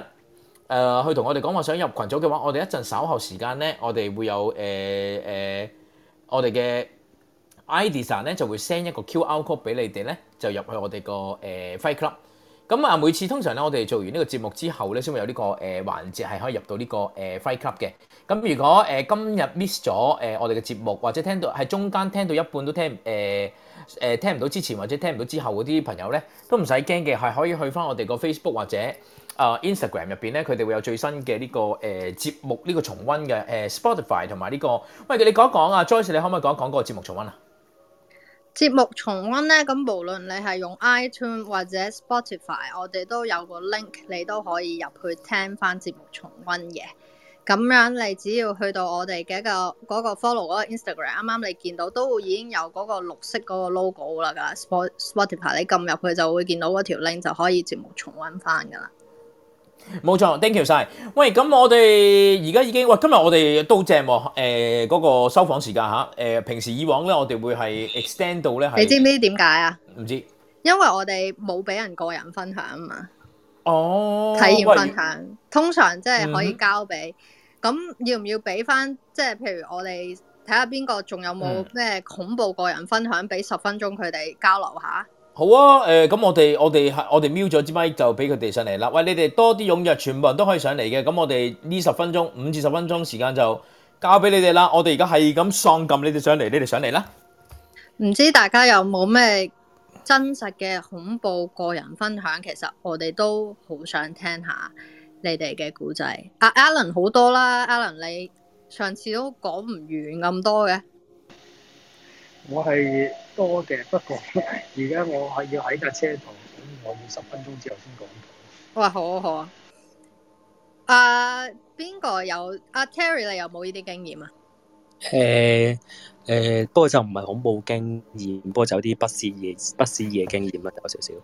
S2: 誒、去同我哋講話想入群組嘅話，我哋一陣稍後時間咧，我哋會有誒誒、呃我哋嘅 IDSA 咧就會 send 一個 QR code 俾你哋咧，就入去我哋個誒 Fight Club。咁啊，每次通常咧，我哋做完呢個節目之後咧，先會有呢、個誒、呃、環節係可以入到呢、個誒、呃 Fight Club 嘅。咁如果誒、呃今日 miss 咗誒我哋嘅節目，或者聽到係中間聽到一半都聽誒誒、呃呃、聽唔到之前或者聽唔到之後嗰啲朋友咧，都唔使驚嘅，係可以去翻我哋個 Facebook 或者。啊 Instagram 入邊咧，佢哋會有最新嘅呢、個誒、呃節目呢、個重温嘅誒、呃 Spotify 同埋呢個，喂你講一講啊，Joyce 你可唔可以講一講嗰個節目重温啊？
S3: 節目重温咧，咁無論你係用 iTunes 或者 Spotify，我哋都有個 link，你都可以入去聽翻節目重温嘅。咁樣你只要去到我哋嘅一個嗰、個 follow 嗰個 Instagram，啱啱你見到都會已經有嗰個綠色嗰個 logo 啦㗎，Spot-，Spotify 你撳入去就會見到嗰條 link 就可以節目重温翻㗎啦。
S2: 冇錯，thank you 晒。喂，咁我哋而家已經，喂，今日我哋都正喎、誒嗰、個收房時間嚇，誒、平時以往咧，我哋會係 extend 到咧係，
S3: 你知唔知點解啊？
S2: 唔知？
S3: 因為我哋冇俾人個人分享啊嘛。
S2: 哦，
S3: 體驗
S2: 喂
S3: 分享，通常即係可以
S2: 嗯哼
S3: 交俾。咁、要唔要俾翻？即係譬如我哋睇下邊個仲有冇
S2: 嗯
S3: 咩恐怖個人分享，俾十分鐘佢哋交流下。
S2: 好啊，誒、咁我哋我哋係我哋瞄咗支咪就俾佢哋上嚟啦。喂，你哋多啲踴躍，全部人都可以上嚟嘅。咁我哋呢十分鐘五至十分鐘時間就交俾你哋啦。我哋而家係咁喪撳你哋上嚟，你哋上嚟啦。
S3: 唔知大家有冇咩真實嘅恐怖個人分享？其實我哋都好想聽下你哋嘅故仔。阿、Alan 好多啦，Alan 你上次都講唔完咁多嘅。
S7: 我係多嘅，不過 而家我係要喺架車度，咁我要十分鐘之後先講。
S3: 哇，好啊好啊。啊，邊個有？阿、Terry 你有冇呢啲經驗啊？
S11: 誒誒，不過就唔係恐怖經驗，不過就有啲不思議、不思議嘅經驗啦，有少少。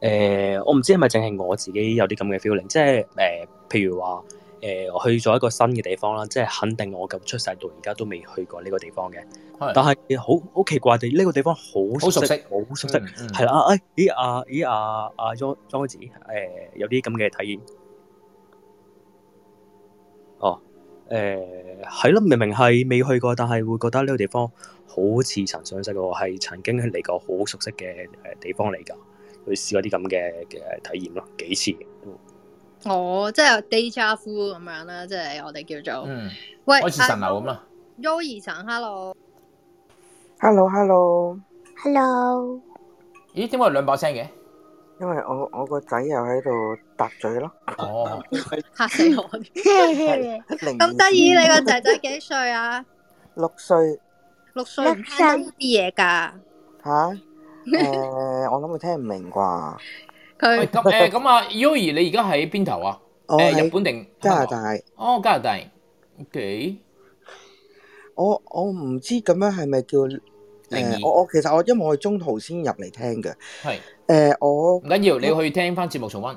S11: 誒、我唔知係咪淨係我自己有啲咁嘅 feeling，即係誒、呃譬如話誒、我去咗一個新嘅地方啦，即係肯定我咁出世到而家都未去過呢個地方嘅。
S2: 係
S11: 但係好好奇怪地，呢、個地方好
S2: 好熟悉
S11: 好熟悉，
S2: 嗯嗯
S11: 係啦、啊哎咦啊咦啊啊 John John 子誒、有啲咁嘅體驗。哦，誒係咯，明明係未去過，但係會覺得呢個地方好似曾相識喎，係曾經係嚟過好熟悉嘅誒地方嚟㗎。佢試過啲咁嘅嘅體驗咯，幾次嘅都
S3: 哦，即係 deja vu 咁樣啦，即係我哋叫做。
S2: 嗯，
S3: 喂啊
S2: 開始神流咁啦。
S3: Yoyi 神，hello。
S17: Hello，Hello，
S3: Hello。
S2: 咦？點解有兩把聲嘅？
S17: 因為我我個仔又喺度搭嘴咯。
S2: 哦，
S3: 嚇死 我！咁得意，你個仔仔幾歲啊？
S17: 六歲
S3: 六歲唔聽得呢啲嘢㗎。
S17: 吓？誒，我諗佢聽唔明啩？
S3: 佢
S2: 咁誒咁啊，Yoyi 你而家喺邊頭啊？
S17: 我
S2: 誒
S17: 喺
S2: 日本定
S17: 加拿
S2: 香港？
S17: 大，
S2: 哦，加拿大。OK，
S17: 我我唔知咁樣係咪叫
S2: 靈異
S17: 誒？我我其實我因為我係中途先入嚟聽嘅。
S2: 係
S17: 誒，我
S2: 唔緊要，你去聽翻節目重温。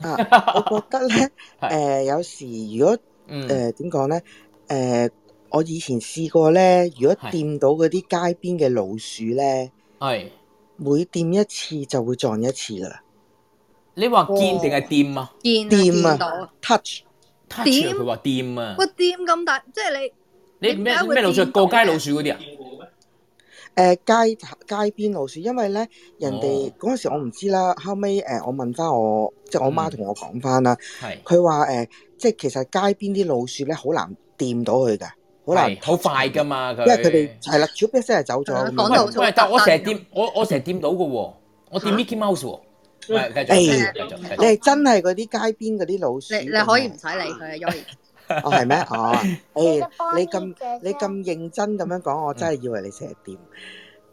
S17: 啊，我覺得咧，誒有時如果
S2: 嗯
S17: 誒點講咧，誒我以前試過咧，如果
S2: 係
S17: 掂到嗰啲街邊嘅老鼠咧，
S2: 係
S17: 每掂一次就會撞一次噶啦。
S2: 你話見定
S17: 哦
S2: 係掂啊？
S3: 哦見
S17: 掂
S3: 見到
S17: 啊，touch
S2: touch 啊佢話掂啊
S3: 喂，！掂咁大，即係你
S2: 你咩咩老鼠？過街老鼠嗰啲啊？
S17: 誒街街邊老鼠，因為咧人
S2: 哦
S17: 哋嗰陣時我唔知啦，後尾誒我問翻我，即係我媽同我講翻啦，
S2: 嗯係
S17: 佢話誒即係其實街邊啲老鼠咧好難掂到佢㗎，好難
S2: 係，好快噶嘛
S17: 因為佢哋係啦，主一聲係走咗。
S2: 喂喂，但我成日掂，我我成日掂到嘅喎，我掂 Mickey Mouse 喎。係繼續繼續繼
S17: 嗯哎你係
S2: 續。
S17: 真係嗰啲街邊嗰啲老鼠。
S3: 你你可以唔使理佢啊，Yoyi。
S17: 哦，係咩？哦，誒，你咁你咁認真咁樣講，
S2: 嗯
S17: 我真係以為你成日掂。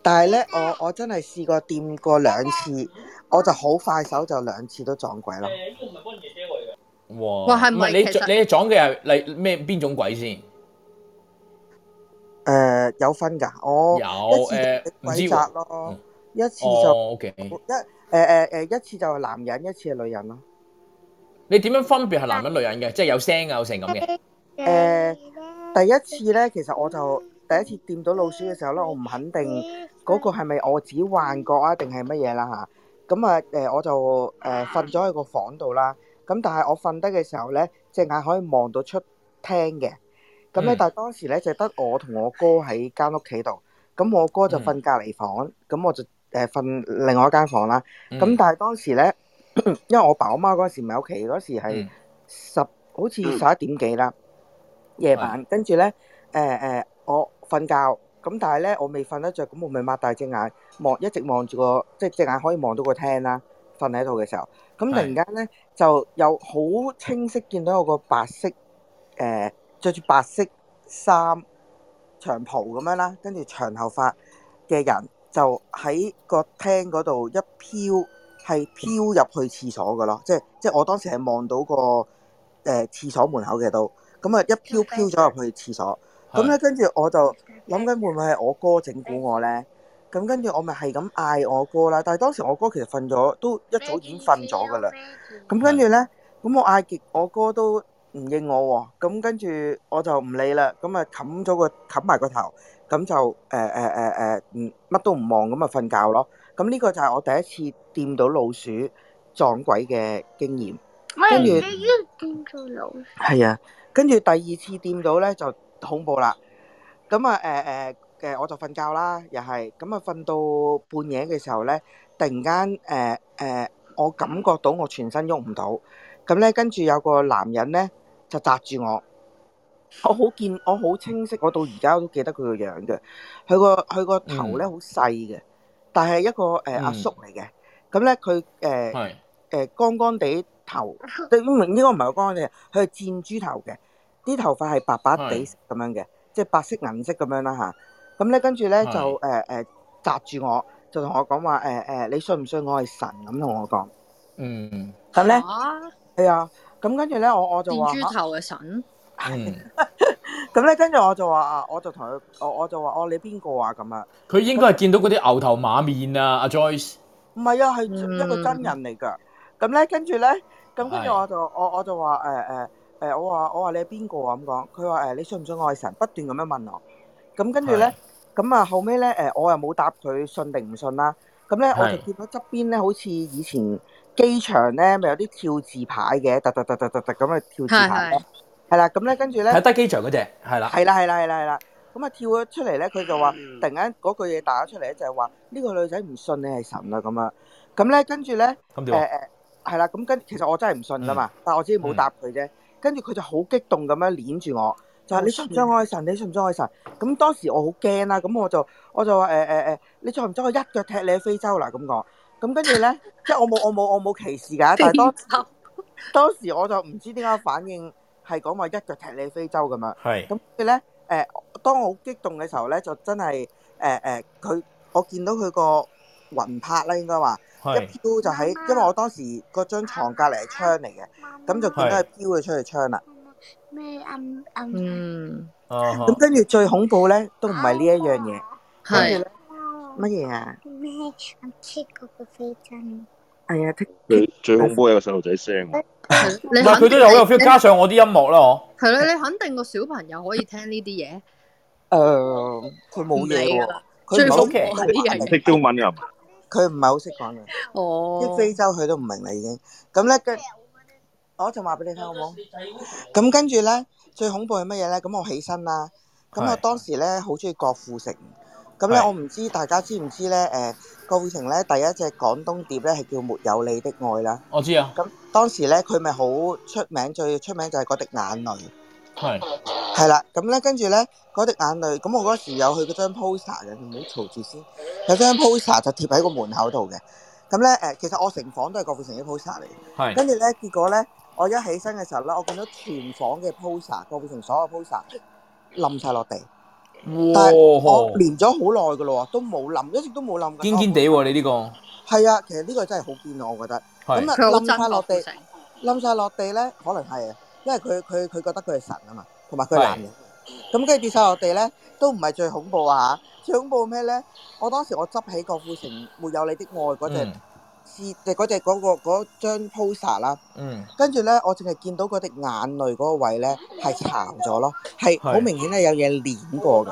S17: 但係咧，我我真係試過掂過兩次，我就好快手就兩次都撞鬼咯。
S2: 哇！
S17: 哇係咪
S2: 唔係你
S17: 其實
S2: 你撞嘅係嚟咩邊種鬼先？
S17: 誒、有分㗎，我
S2: 有
S17: 一次
S2: 誒
S17: 就
S2: 唔知喎
S17: 鬼宅咯，一次就
S2: 哦，OK。
S17: 一誒誒誒，一次就係男人，一次係女人咯。
S2: 你點樣分別係男人女人嘅？即係有聲啊，有成咁 嘅。
S17: 誒、第一次咧，其實我就第一次掂到老鼠嘅時候咧，我唔肯定嗰個係咪我自己幻覺啊，定係乜嘢啦吓。咁啊誒，我就誒瞓咗喺個房度啦。咁但係我瞓低嘅時候咧，隻眼可以望到出廳嘅。咁咧，
S24: 嗯
S17: 但係當時咧就得我同我哥喺間屋企度。咁我哥就
S24: 嗯
S17: 瞓隔離房，咁我就誒瞓另外一間房啦。
S24: 嗯
S17: 咁但係當時咧， 因為我爸我媽嗰陣時唔喺屋企，嗰時
S24: 嗯
S17: 係十好似十一點幾啦。夜晚，跟住咧，誒、誒，我瞓覺，咁但係咧，我未瞓得着，咁我咪擘大隻眼望，一直望住個，即係隻眼可以望到個廳啦，瞓喺度嘅時候，咁突然間咧就又好清晰見到有個白色，誒、着住白色衫長袍咁樣啦，跟住長頭髮嘅人就喺個廳嗰度一飄，係飄入去廁所噶咯，即係即係我當時係望到個。誒、廁所門口嘅都，咁啊一飄飄咗入去廁所，咁咧跟住我就諗緊會唔會係我哥整蠱我咧？咁跟住我咪係咁嗌我哥啦，但係當時我哥其實瞓咗，都一早已經瞓咗噶啦。咁跟住咧，咁我嗌極我哥都唔應我喎，咁跟住我就唔理啦，咁啊冚咗個冚埋個頭，咁就誒誒誒誒，唔乜都唔望，咁啊瞓覺咯。咁呢個就係我第一次掂到老鼠撞鬼嘅經驗，跟住。係啊，跟住第二次掂到咧就恐怖啦。咁啊誒誒誒，我就瞓覺啦，又係咁啊，瞓到半夜嘅時候咧，突然間誒誒，我感覺到我全身喐唔到，咁咧跟住有個男人咧就扎住我。我好見，我好清晰，我到而家都記得佢個樣嘅。佢個佢個頭咧好細嘅，但係一個誒、呃
S24: 嗯
S17: 阿叔嚟嘅。咁咧佢
S24: 係
S17: 誒誒乾乾地 頭，應該應該唔係乾乾地，佢係箭豬頭嘅，啲頭髮係白白地
S24: 係
S17: 咁樣嘅，即係白色銀色咁樣啦吓，咁咧跟住咧就
S24: 係
S17: 誒誒擲住我，就同我講話誒誒，你信唔信我係神咁同我講？
S2: 嗯。
S17: 咁咧
S3: 啊，
S17: 係啊，咁跟住咧我我就
S3: 箭
S17: 話
S3: 豬
S17: 嚇
S3: 頭嘅神。
S2: 嗯。
S17: 咁咧跟住我就話啊，我就同佢，我我就話哦，你邊個啊咁啊？
S2: 佢應該係見到嗰啲牛頭馬面啊，阿 Joyce。
S17: 唔係啊，係
S2: 嗯
S17: 一個真人嚟㗎。咁咧，跟住咧，咁跟住
S2: 係
S17: 我就我我就話誒誒誒，我話我話你係邊個啊咁講，佢話誒你信唔信愛神？不斷咁樣問我。咁跟住咧，咁啊後尾咧誒，我又冇答佢信定唔信啦。咁咧我就
S12: 係
S17: 見到側邊咧，好似以前機場咧咪有啲跳字牌嘅，突突突突突突咁嘅跳字牌
S2: 係
S17: 咧。係啦，咁咧跟住咧。
S2: 睇低機場嗰只，係啦。嗯
S17: 係啦係啦係啦係啦，咁啊跳咗出嚟咧，佢就話突然間嗰句嘢打咗出嚟咧，就係話呢個女仔唔信你係神啦咁啊，咁咧跟住咧
S2: 咁
S17: 誒
S2: 點啊嗯
S17: 誒係啦，咁跟其實我真係唔信噶嘛，但我只係冇答佢啫，跟住佢就好激動咁樣攆住我。就
S2: 哦
S17: 話你信唔信愛神？你信唔信愛神？咁當時我好驚啦，咁我就我就話誒誒誒，你再唔再我一腳踢你喺非洲啦咁講。咁跟住咧， 即係我冇我冇我冇歧視㗎，但係當當時我就唔知點解反應係講話一腳踢你非洲咁樣。
S2: 係
S17: 咁跟住咧，誒、當我好激動嘅時候咧，就真係誒誒，佢、我見到佢個魂魄啦，應該話一
S2: 係
S17: 飄就喺，因為我當時嗰張床隔離係窗嚟嘅，咁就見到佢
S2: 係
S17: 飄咗出去窗啦。
S12: 咩暗暗？
S17: 嗯。
S2: 啊哈
S17: 咁跟住最恐怖咧，都唔係呢一樣嘢，跟
S12: 係
S17: 住咧乜嘢啊？
S12: 咩？我 k 嗰個飛針。
S17: 係啊，剔
S15: 最最恐怖係個細路仔聲，
S2: 唔係佢都有好有 feel，加上我啲音樂啦，哦我
S3: 系咯，你肯定個小朋友可以聽呢啲嘢，
S17: 誒，佢冇嘢
S3: 唔理㗎
S17: 喎
S3: 啦，
S17: 佢唔係好
S3: 最恐怖係呢樣嘢
S15: 識中文㗎，
S17: 佢唔係好識講嘅，
S3: 哦
S17: 啲非洲佢都唔明啦已經。咁咧跟，我就話俾你聽好冇？咁跟住咧，最恐怖係乜嘢咧？咁我起身啦，咁我
S12: 係
S17: 當時咧好中意郭富城，咁咧
S12: 係
S17: 我唔知大家知唔知咧？誒，郭富城咧第一隻廣東碟咧係叫《沒有你的愛》啦。
S2: 我知啊。
S17: 咁當時咧佢咪好出名，最出名就係嗰滴眼淚。
S2: 係
S17: 係啦，咁咧跟住咧嗰滴眼淚，咁我嗰時有佢嗰張 poster 嘅，你唔好嘈住先。有張 poster 就貼喺個門口度嘅。咁咧誒，其實我成房都係郭富城啲 poster 嚟嘅。
S12: 係
S17: 跟住咧，結果咧，我一起身嘅時候咧，我見到全房嘅 poster，郭富城所有 poster 冧晒落地。但係我
S2: 哇，
S17: 連咗好耐噶咯喎，都冇冧，一直都冇冧㗎。
S2: 堅堅地喎你呢個。
S17: 係啊，其實呢個真係好堅啊，我覺得。
S2: 係
S17: 咁啊，
S3: 佢好
S17: 冧
S3: 憎
S17: 晒落
S3: 郭富
S17: 地
S3: 城，
S17: 冧晒落地咧，可能係啊，因為佢佢佢覺得佢係神啊嘛，同埋佢係
S12: 係
S17: 男人。咁跟住跌晒落地咧，都唔係最恐怖啊嚇！最恐怖咩咧？我當時我執起郭富城《沒有你的愛》嗰隻
S12: 嗯
S17: 詩，即係嗰隻嗰個嗰張 poster 啦。
S2: 嗯
S17: 跟住咧，我淨係見到嗰滴眼淚嗰個位咧係殘咗咯，係好明顯係有嘢攣過嘅，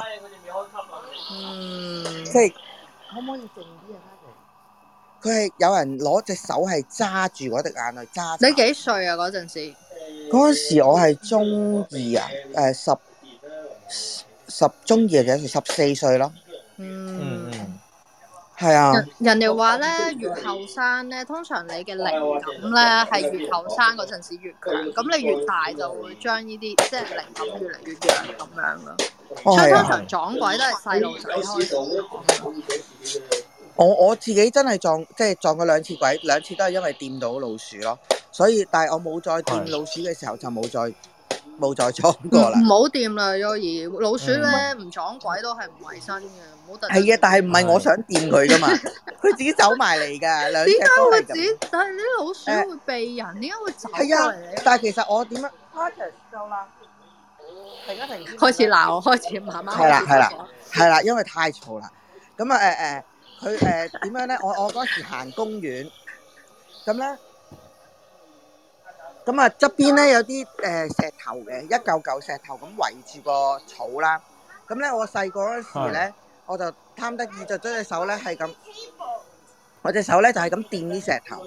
S17: 即係可唔可以靜啲啊？佢係有人攞隻手係揸住嗰滴眼淚揸住。
S3: 你幾歲 啊？嗰陣時
S17: 嗰陣時我係中二啊，誒、十十中二嘅時候十四歲咯，
S2: 嗯嗯。
S17: 係啊，
S3: 人哋話咧，越後生咧，通常你嘅靈感咧係越後生嗰陣時越強，咁你越大就會將呢啲即係靈感越嚟越弱咁樣咯。
S17: 哦
S3: 所以
S17: 係
S3: 通
S17: 啊
S3: 常撞鬼都係細路仔開始講。
S17: 我我自己真係撞，即係撞過兩次鬼，兩次都係因為掂到老鼠咯，所以但係我冇再掂老鼠嘅時候就冇再冇再撞過啦
S3: 唔。好掂啦，Yoyi，老鼠咧唔撞鬼都係唔衞生嘅，唔好特登
S17: 嗯係啊，但係唔係我想掂佢 噶嘛，佢自己走埋嚟㗎，兩隻
S3: 點解
S17: 啊都
S3: 會
S17: 係
S3: 自
S17: 咁
S3: 己。？但係啲老鼠會避人，點解會走過
S17: 係啊
S3: 嚟咧？，
S17: 但係其實我點樣 Podcast 夠啦，停一停先。
S3: 開始鬧， 我開始慢慢
S17: 係啦
S3: 開始
S17: 係啦
S3: 講
S17: 係啦，因為太嘈啦。咁啊誒誒，佢誒點樣咧？我我嗰時行公園，咁咧，咁啊側邊咧有啲誒、呃石頭嘅，一嚿嚿石頭咁圍住個草啦。咁咧我細個嗰時咧，我就貪得意就將隻手咧係咁，我隻手咧就係咁掂啲石頭，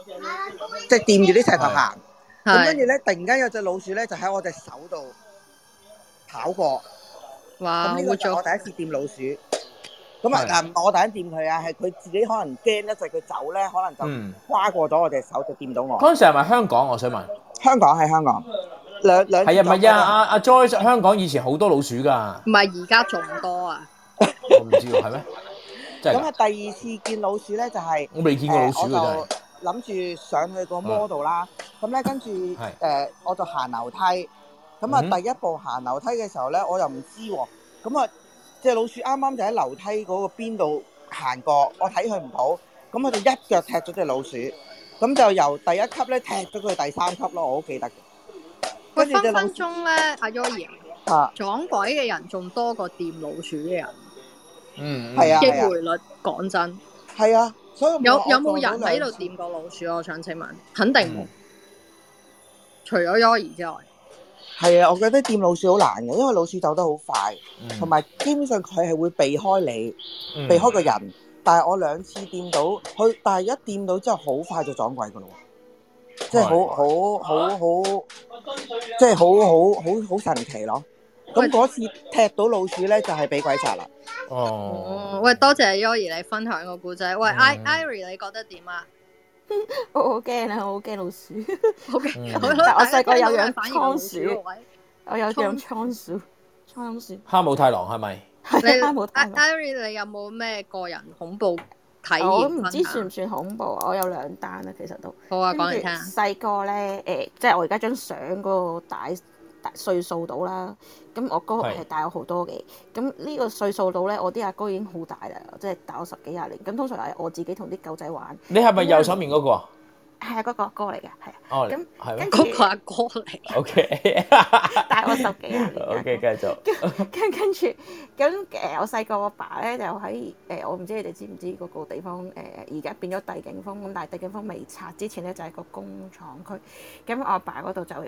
S17: 即係掂住啲石頭行。咁
S12: 係
S17: 跟住咧，突然間有隻老鼠咧就喺我隻手度跑過。
S3: 哇
S17: 咁呢個就係我第一次掂老鼠。咁啊，嗱，唔係我第一掂佢啊，係佢自己可能驚一陣佢走咧，可能
S2: 嗯
S17: 就跨過咗我隻手就掂到我。
S2: 嗰陣時係咪香港？我想問。
S17: 香港係香港，兩兩
S2: 係啊，唔係啊，阿阿 Joyce 香港以前好多老鼠㗎，
S3: 唔係而家仲多啊！
S2: 我唔知喎，係 咩？真
S17: 咁
S2: 係
S17: 啊，
S2: 㗎。
S17: 第二次見老鼠咧就係、
S2: 我未見過老鼠㗎啊
S17: 呃我就諗住上去個摩度啦。咁咧跟住
S2: 係
S17: 誒，我就行樓梯。咁啊，
S2: 嗯
S17: 第一步行樓梯嘅時候咧，我又唔知喎。咁啊，只老鼠啱啱就喺樓梯嗰個邊度行過，我睇佢唔到。咁我就一腳踢咗只老鼠，咁就由第一級咧踢咗佢第三級咯，我好記得嘅。
S3: 喂，
S17: 跟住
S3: 分
S17: 隻老
S3: 分
S17: 鼠
S3: 鐘咧，阿 Yoyi，啊
S17: 啊
S3: 撞鬼嘅人仲多過掂老鼠嘅人，
S2: 嗯，
S17: 係啊
S3: 機
S17: 係啊
S3: 會率講真
S17: 係啊，所以我
S3: 有
S17: 我
S3: 有冇
S17: 撞
S3: 人
S17: 到
S3: 喺
S17: 兩
S3: 度
S17: 次
S3: 掂過老鼠？啊我想請問，肯定
S17: 嗯
S3: 冇，除咗 Yoyi 之外，
S17: 係啊，我覺得掂老鼠好難嘅，因為老鼠走得好快
S2: 嗯，
S17: 同埋、基本上佢係會避開你，
S2: 嗯
S17: 避開個人。但係我兩次掂到佢，但係一掂到之後好快就撞鬼噶咯喎，即係好好好好，即係好好好好神奇咯。咁嗰次踢到老鼠咧，就係、俾鬼殺啦。
S2: 哦，
S3: 哦，喂，多謝 Yoyi 你分享個故仔。
S25: 嗯
S3: 喂，I Iri 你覺得點啊？
S25: 我好驚啊！我好驚 老鼠。
S3: 好
S25: 驚
S3: 好
S25: 嗯但我
S3: 大家
S25: 細個有
S3: 聽到
S25: 養
S3: 佢反而老
S25: 倉
S3: 鼠個
S25: 鼠
S3: 位，
S25: 我有養倉鼠，倉鼠。
S2: 哈姆太郎係咪？
S3: 你 I- Iri 你有冇咩個人恐怖體
S25: 我
S3: 驗
S25: 唔
S3: 分
S25: 知
S3: 享
S25: 算唔？算恐怖啊！我有兩單啊，其實都。
S3: 好啊
S25: 跟
S3: 講嚟
S25: 住
S3: 聽下
S25: 細個咧，誒、即係我而家張相嗰個大大歲數到啦。咁我哥
S26: 係
S25: 係大我好多嘅。咁呢個歲數到咧，我啲阿哥已經好大啦，即係大我十幾廿年。咁通常係我自己同啲狗仔玩。
S2: 你係咪
S25: 咁有
S2: 右
S25: 人
S2: 手面嗰個啊？
S25: 係啊，嗰個阿哥嚟嘅，係啊。
S2: 哦，
S25: 咁
S2: 係咩
S25: 跟住
S3: 阿哥嚟。
S2: O K，
S25: 大我十幾
S11: 嗯
S25: 廿年。
S2: O K，繼續。
S25: 跟跟住咁誒，我細個我爸咧就喺誒、我唔知你哋知唔知嗰個地方誒，而、家變咗帝景峰咁，但係帝景峰未拆之前咧就係、個工廠區。咁我阿爸嗰度就誒、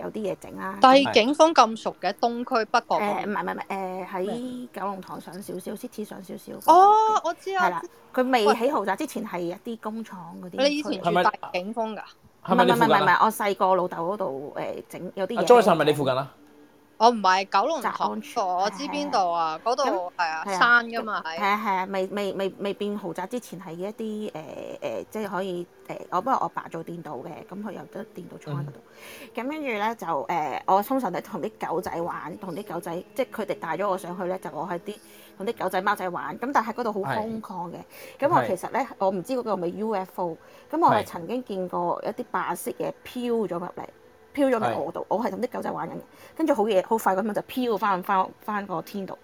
S25: 有啲嘢整啦。啊
S3: 帝景峰咁熟嘅東區北角嗰邊
S25: 誒唔係唔係唔係誒喺九龍塘上少少，city 上少少。
S3: 哦，我知啊
S25: 係啦，佢未起豪宅之前係一啲工廠嗰啲區嚟嘅。
S3: 你以前住大景峰㗎？
S2: 係
S25: 唔
S2: 咪
S25: 係
S2: 你
S25: 唔
S2: 附近
S25: 係唔係唔
S2: 啊？
S25: 係，我細個老豆嗰度誒整有啲
S2: 阿
S25: 嘢。
S2: Joyce 係咪你附近啊？
S3: 我哦唔係九龍塘嗰度，我知邊度啊？嗰度係啊
S25: 係啊
S3: 山㗎嘛
S25: 係啊係啊，未未未未變豪宅之前係一啲誒誒，即係可以誒，我不過我爸做電腦嘅，咁佢有得電腦
S3: 嗯
S25: 廠喺嗰度。咁跟住咧就誒、我通常都同啲狗仔玩，同啲狗仔，即係佢哋帶咗我上去咧，就我喺啲同啲狗仔貓仔玩。咁但係嗰度好
S26: 係
S25: 空曠嘅。咁我
S26: 係
S25: 其實咧，我唔知嗰個係咪 UFO。咁我係
S26: 係
S25: 曾經見過一啲白色嘢飄咗入嚟。飄咗
S26: 係
S25: 嚟我度，我係同啲狗仔玩緊嘅，跟住好嘢好快咁樣就飄翻翻翻個天度。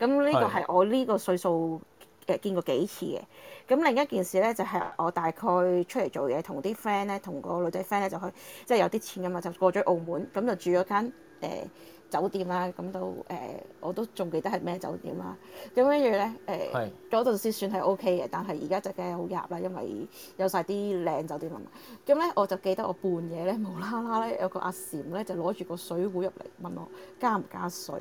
S25: 咁呢個
S26: 係
S25: 係我呢個歲數誒見過幾次嘅。咁另一件事咧就係、我大概出嚟做嘢，同啲 friend 咧，同個女仔 friend 咧就去，即係有啲錢咁啊，就過咗澳門，咁就住咗間誒酒店啦。咁都誒、呃我都仲記得係咩酒店啦。咁跟住呃咧誒
S26: 係，
S25: 嗰陣時算係 OK 嘅，但係而家就梗係好入啦，因為有晒啲靚酒店啦嘛。咁咧我就記得我半夜咧無啦啦咧有個阿嬋咧就攞住個水壺入嚟問我加唔加水。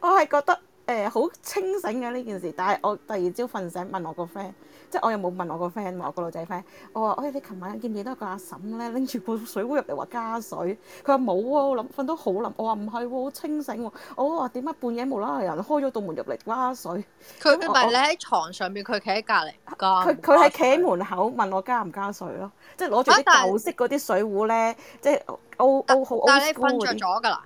S25: 我係覺得誒好、清醒嘅呢件事，但係我第二朝瞓醒問我個 friend，即係我又冇問我個 friend，我個女仔 friend，我話：，哎喂、你琴晚見唔見到個阿嬸咧拎住個水壺入嚟話加水？佢話冇喎，我諗瞓到好冧，我話唔係喎，好清醒喎，我話點解半夜無啦啦有人開咗道門入嚟加水？
S3: 佢
S25: 咁
S3: 佢
S25: 我哦
S3: 咪
S25: 我
S3: 你喺床上面，佢企喺隔離㗎。
S25: 佢佢係企喺門口問我加唔加水咯，即係攞住
S3: 啊但係
S25: 啲舊式嗰啲水壺咧，即係 O O 好 O
S3: 但係你瞓着咗㗎啦，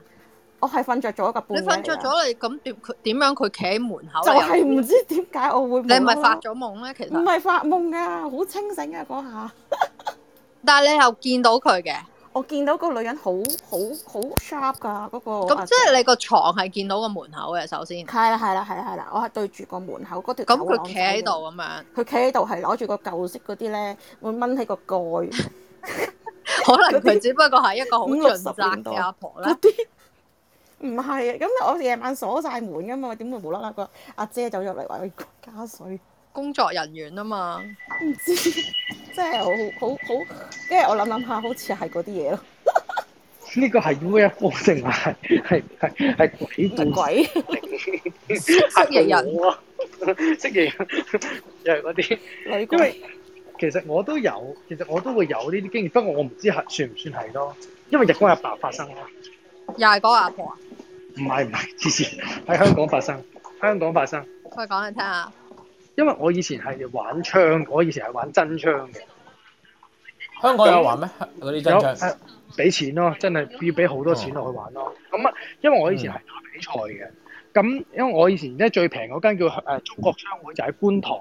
S25: 我哦係瞓啊着咗個
S3: 你
S25: 半夜嚟㗎
S3: 瞓着咗你咁點佢點樣佢企喺門口？
S25: 就係唔知點解我會
S3: 你唔係
S25: 無啦啦
S3: 發咗夢咧？其實
S25: 啊唔係發夢啊，好清醒啊嗰下。
S3: 但係你又見到佢嘅，
S25: 我見到個女人好好好 sharp 㗎嗰個阿姐。
S3: 咁即係你個床係見到個門口嘅。首先，
S25: 啊係啦係啦係啦係啦，我係對住個門口嗰條
S3: 咁
S25: 走
S3: 佢
S25: 廊
S3: 企喺度啊
S25: 走
S3: 咁樣，
S25: 嘅。佢企喺度係攞住個舊式嗰啲咧，會掹起個蓋。
S3: 可能佢只不過係一個好
S25: 五六
S3: 盡
S25: 十
S3: 責
S25: 年代
S3: 嘅阿婆啦。
S25: 唔係啊，咁我夜晚鎖晒門㗎嘛，點會無啦啦個阿姐走入嚟話要加水？
S3: 工作人員啊嘛，
S25: 唔知，即係好好好，跟住我諗諗下，好似係嗰啲嘢咯。
S7: 呢個係 UFO 定係係係係鬼故
S25: 鬼
S7: 嚇
S25: 蜥蜴
S7: 到
S25: 人
S7: 我啊！ 蜥蜴人又係嗰啲，因為其實我都有，其實我都會有呢啲經驗，不過我唔知係算唔算係咯，因為日光日白發生咯。
S3: 又係嗰個阿婆啊！
S7: 唔係唔係，之前喺香港發生，香港發生。
S3: 佢講你聽下，
S7: 因為我以前係玩槍，我以前係玩真槍嘅。
S2: 香港有玩咩？嗰啲真
S7: 有
S2: 槍
S7: 誒俾錢咯，真係要俾好多錢落去玩咯。咁啊，因為我以
S2: 嗯
S7: 前係打比賽嘅，咁因為我以前咧最平嗰間叫誒中國槍會就喺觀塘。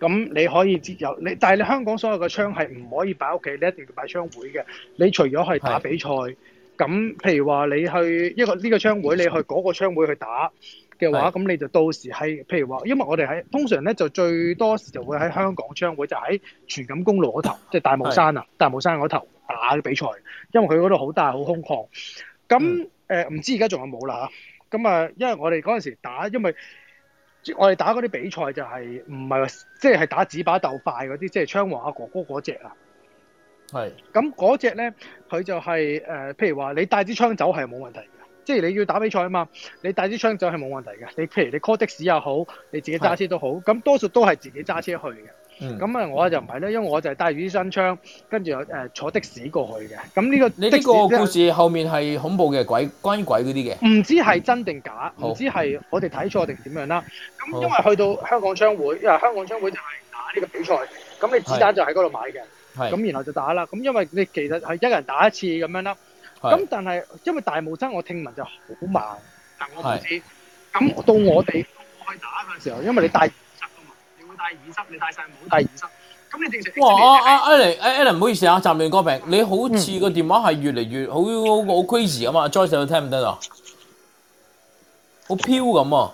S7: 咁你可以接有你，但係你香港所有嘅槍係唔可以擺屋企，你一定要擺槍會嘅。你除咗係打比賽，咁譬如話你去一個呢、個槍會，你去嗰個槍會去打嘅話，咁你就到時係譬如話，因為我哋喺通常咧就最多時就會喺香港槍會，就喺荃錦公路嗰頭，即係大帽山啊，大帽山嗰頭打比賽，因為佢嗰度好大好空曠。咁誒唔知而家仲有冇啦嚇。咁啊，因為我哋嗰陣時打，因為即我哋打嗰啲比賽就係唔係話即係打紙把鬥快嗰啲，即係槍王阿哥哥嗰只啊。
S2: 係。
S7: 咁嗰只咧，佢就係、呃譬如話你帶支槍走係冇問題嘅，即係你要打比賽啊嘛，你帶支槍走係冇問題嘅。你譬如你 call 的士又好，你自己揸車都好，咁多數都係自己揸車去嘅。
S2: 嗯
S7: 咁啊、我就唔係咧，因為我就係帶住啲新槍，跟住又誒坐的士過去嘅。咁呢個
S2: 你
S7: 的
S2: 呢
S7: 士
S2: 個
S7: 咧
S2: 故事後面係恐怖嘅鬼，關於鬼嗰啲嘅。
S7: 唔知係真定假，
S2: 好
S7: 唔知係我哋睇錯定點樣啦。咁
S2: 好
S7: 因為去到香港槍會，因為香港槍會就係打呢個比賽，咁你子彈就喺嗰度買嘅，
S2: 係
S7: 咁然後就打啦。咁因為你其實係一個人打一次咁樣啦。
S2: 係
S7: 咁但係因為大霧爭，我聽聞就好猛，但我唔
S2: 係
S7: 知。咁到我哋去打嗰陣時候，因為你戴耳塞啊嘛，你會戴耳塞，你戴晒帽，戴耳塞。咁你正常
S2: 哇！阿阿 Alan，阿 Alan，唔好意思啊，暫亂歌病。你
S7: 嗯
S2: 好似個電話係越嚟越好好好 crazy 啊嘛，Joyce 你聽唔聽到？好飄咁啊！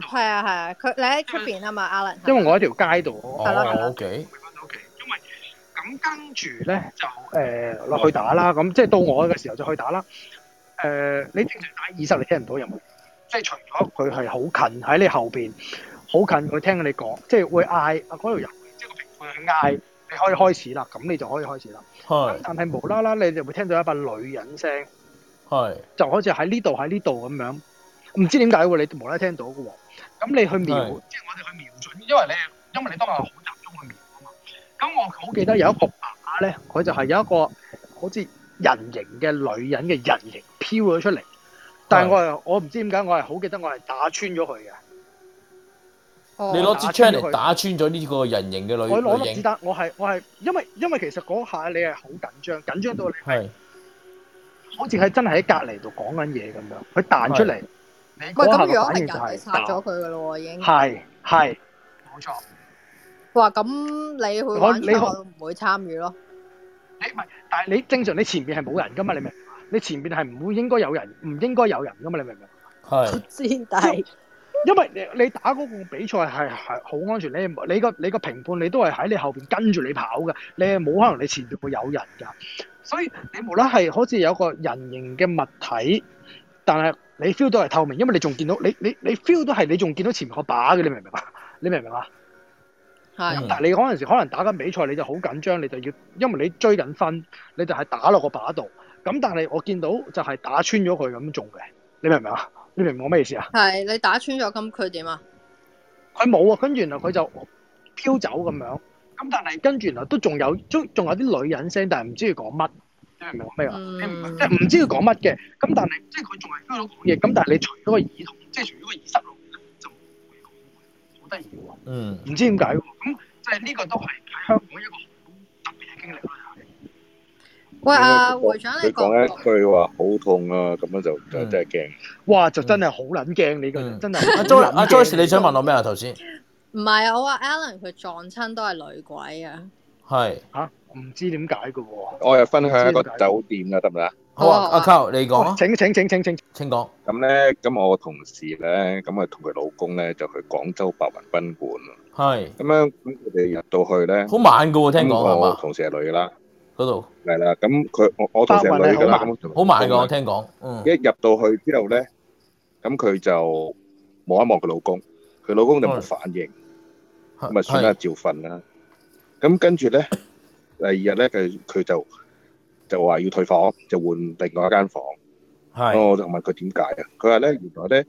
S27: 係啊係啊，佢你喺出邊啊
S7: 嗯
S27: 嘛，Alan。
S7: 因為我喺條街度，
S2: 哦
S7: 係啦係啦
S2: ，OK，
S7: 住咧就誒落、去打啦，咁即係到我嘅時候就去打啦。誒、你正常打二十你聽唔到任何嘢，即係除咗佢係好近喺你後邊，好近佢聽你講，即係會嗌啊嗰條友，即係個評判去嗌，你可以開始啦，咁你就可以開始啦。
S2: 係
S7: 但係無啦啦你就會聽到一把女人聲，
S2: 係
S7: 就好似喺呢度喺呢度咁樣，唔知點解喎，你無啦啦聽到嘅喎。咁你去瞄，
S2: 係
S7: 即係我哋去瞄準，因為你因為你當下好集中去瞄啊嘛。咁我好記得有一個靶咧，佢就係有一個好似人形嘅女人嘅人形飄咗出嚟，但係我係我唔知點解，我係好記得我係打穿咗佢嘅。
S2: 你攞支槍嚟
S7: 哦打
S2: 打穿咗呢個人形嘅
S7: 我攞
S2: 女女
S7: 粒子
S2: 影，
S7: 彈，我係我係因為因為其實嗰下你係好緊張，緊張到你
S2: 係
S7: 好似係真係喺隔離度講緊嘢咁樣，佢彈出嚟，你
S27: 喂，
S7: 嗰下
S27: 咁如
S7: 嘅
S27: 果
S7: 反
S27: 係
S7: 應
S27: 人，
S7: 就
S27: 你
S7: 係
S27: 殺咗
S7: 打
S27: 佢噶咯喎，已經。
S7: 係係冇錯。
S27: 哇，咁你去
S7: 我
S27: 玩
S7: 你
S27: 槍，
S7: 可
S27: 我都唔會參與咯。
S7: 但係你正常你前面係冇人噶嘛，你明唔明？你前面係唔會應該有人，唔應該有人噶嘛，你明唔明？
S2: 係
S27: 知，但係
S7: 因為你你打嗰個比賽係係好安全，你你個你個評判你都係喺你後邊跟住你跑嘅，你係冇可能你前面會有人㗎。所以你無啦係好似有個人形嘅物體，但係你 feel 到係透明，因為你仲見到你你你 feel 到係你仲見到前面個靶嘅，你明唔明啊？你明唔明啊？
S27: 係
S7: 但係你嗰陣時可能打緊比賽，你就好緊張，你就要因為你追緊分，你就係打落個靶度。咁但係我見到就係打穿咗佢咁中嘅，你明唔明啊？你明唔明我咩意思啊？
S27: 係你打穿咗，咁佢點啊？
S7: 佢冇啊，跟住原來佢就飄走咁樣。咁但係跟住原來都仲有，都仲有啲女人聲，但係唔知佢講乜，你明唔明我咩
S20: 嗯
S7: 啊？你唔即係唔知佢講乜嘅。咁但係即係佢仲係 feel 到講嘢。咁但係你除咗個耳筒，即係除咗個耳塞落嚟咧，就冇嘢講喎好得意喎。
S2: 嗯，
S7: 唔知點解喎。咁即係呢個都係喺香港一個好特別嘅經歷啦。
S27: 喂，阿會長，
S15: 佢
S27: 你
S15: 講一
S27: 講
S15: 句話好痛啊，咁樣就就真係驚。
S7: 哇！就真係好撚驚你個人，真係
S2: 阿
S7: 好
S2: Joyce，
S7: 撚
S2: 阿 Joyce，你想問我啊咩啊？頭先
S27: 唔係啊？我話 Alan 佢撞親都係女鬼啊！
S2: 係
S7: 嚇，唔知點解嘅喎。
S15: 我又分享一個酒店啦，得唔得啊？
S2: 好啊，阿 Carl，你講啊。
S7: 哦請請請請請
S2: 請講。
S15: 咁咧，咁我同事咧，咁啊同佢老公咧就去廣州白雲賓館啊。
S2: 係
S15: 咁樣咁佢哋入到去咧，
S2: 好晚㗎喎聽講
S15: 咁
S2: 係
S15: 我
S2: 嘛
S15: 同事係女㗎啦，
S2: 嗰度
S15: 係啦。咁佢我我同事係女㗎
S7: 啊
S15: 啦，
S2: 白雲
S15: 咁
S2: 係好晚好晚㗎我聽講
S15: 講。
S2: 嗯
S15: 一入到去之後咧，咁佢就望一望佢老公，佢老公就冇反應，咁啊算啦，照瞓啦。咁跟住咧，第二日咧佢佢就就話要退房，就換另外一間房。
S2: 係
S15: 我就問佢點解啊？佢話咧原來咧，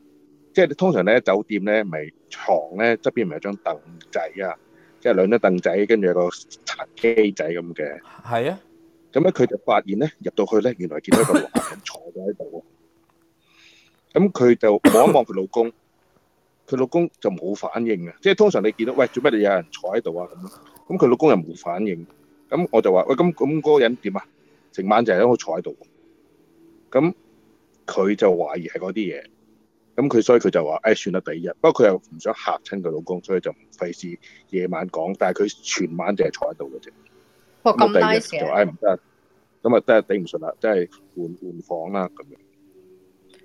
S15: 即係通常咧酒店咧咪床咧側邊咪有張凳仔啊，即係兩張凳仔，跟住有個茶幾仔咁嘅。
S2: 係啊，
S15: 咁咧佢就發現咧入到去咧，原來見到一個男人坐咗喺度喎。咁佢就望一望佢老公，佢老公就冇反應啊！即係通常你見到喂做乜你有人坐喺度啊咁樣，咁佢老公又冇反應。咁我就話喂咁咁嗰個人點啊？成晚就係喺度坐喺度喎。咁佢就懷疑係嗰啲嘢。咁佢所以佢就話：，誒、算啦，第二日。不過佢又唔想嚇親佢老公，所以就唔費事夜晚講。但係佢全晚就係坐喺度嘅啫。
S3: 哦
S27: 哇，
S15: 咁啊
S27: 咁
S15: 第二日
S27: nice
S15: 就
S27: 嘅。
S15: 誒唔得，咁啊真係頂唔順啦，真係換換房啦咁樣。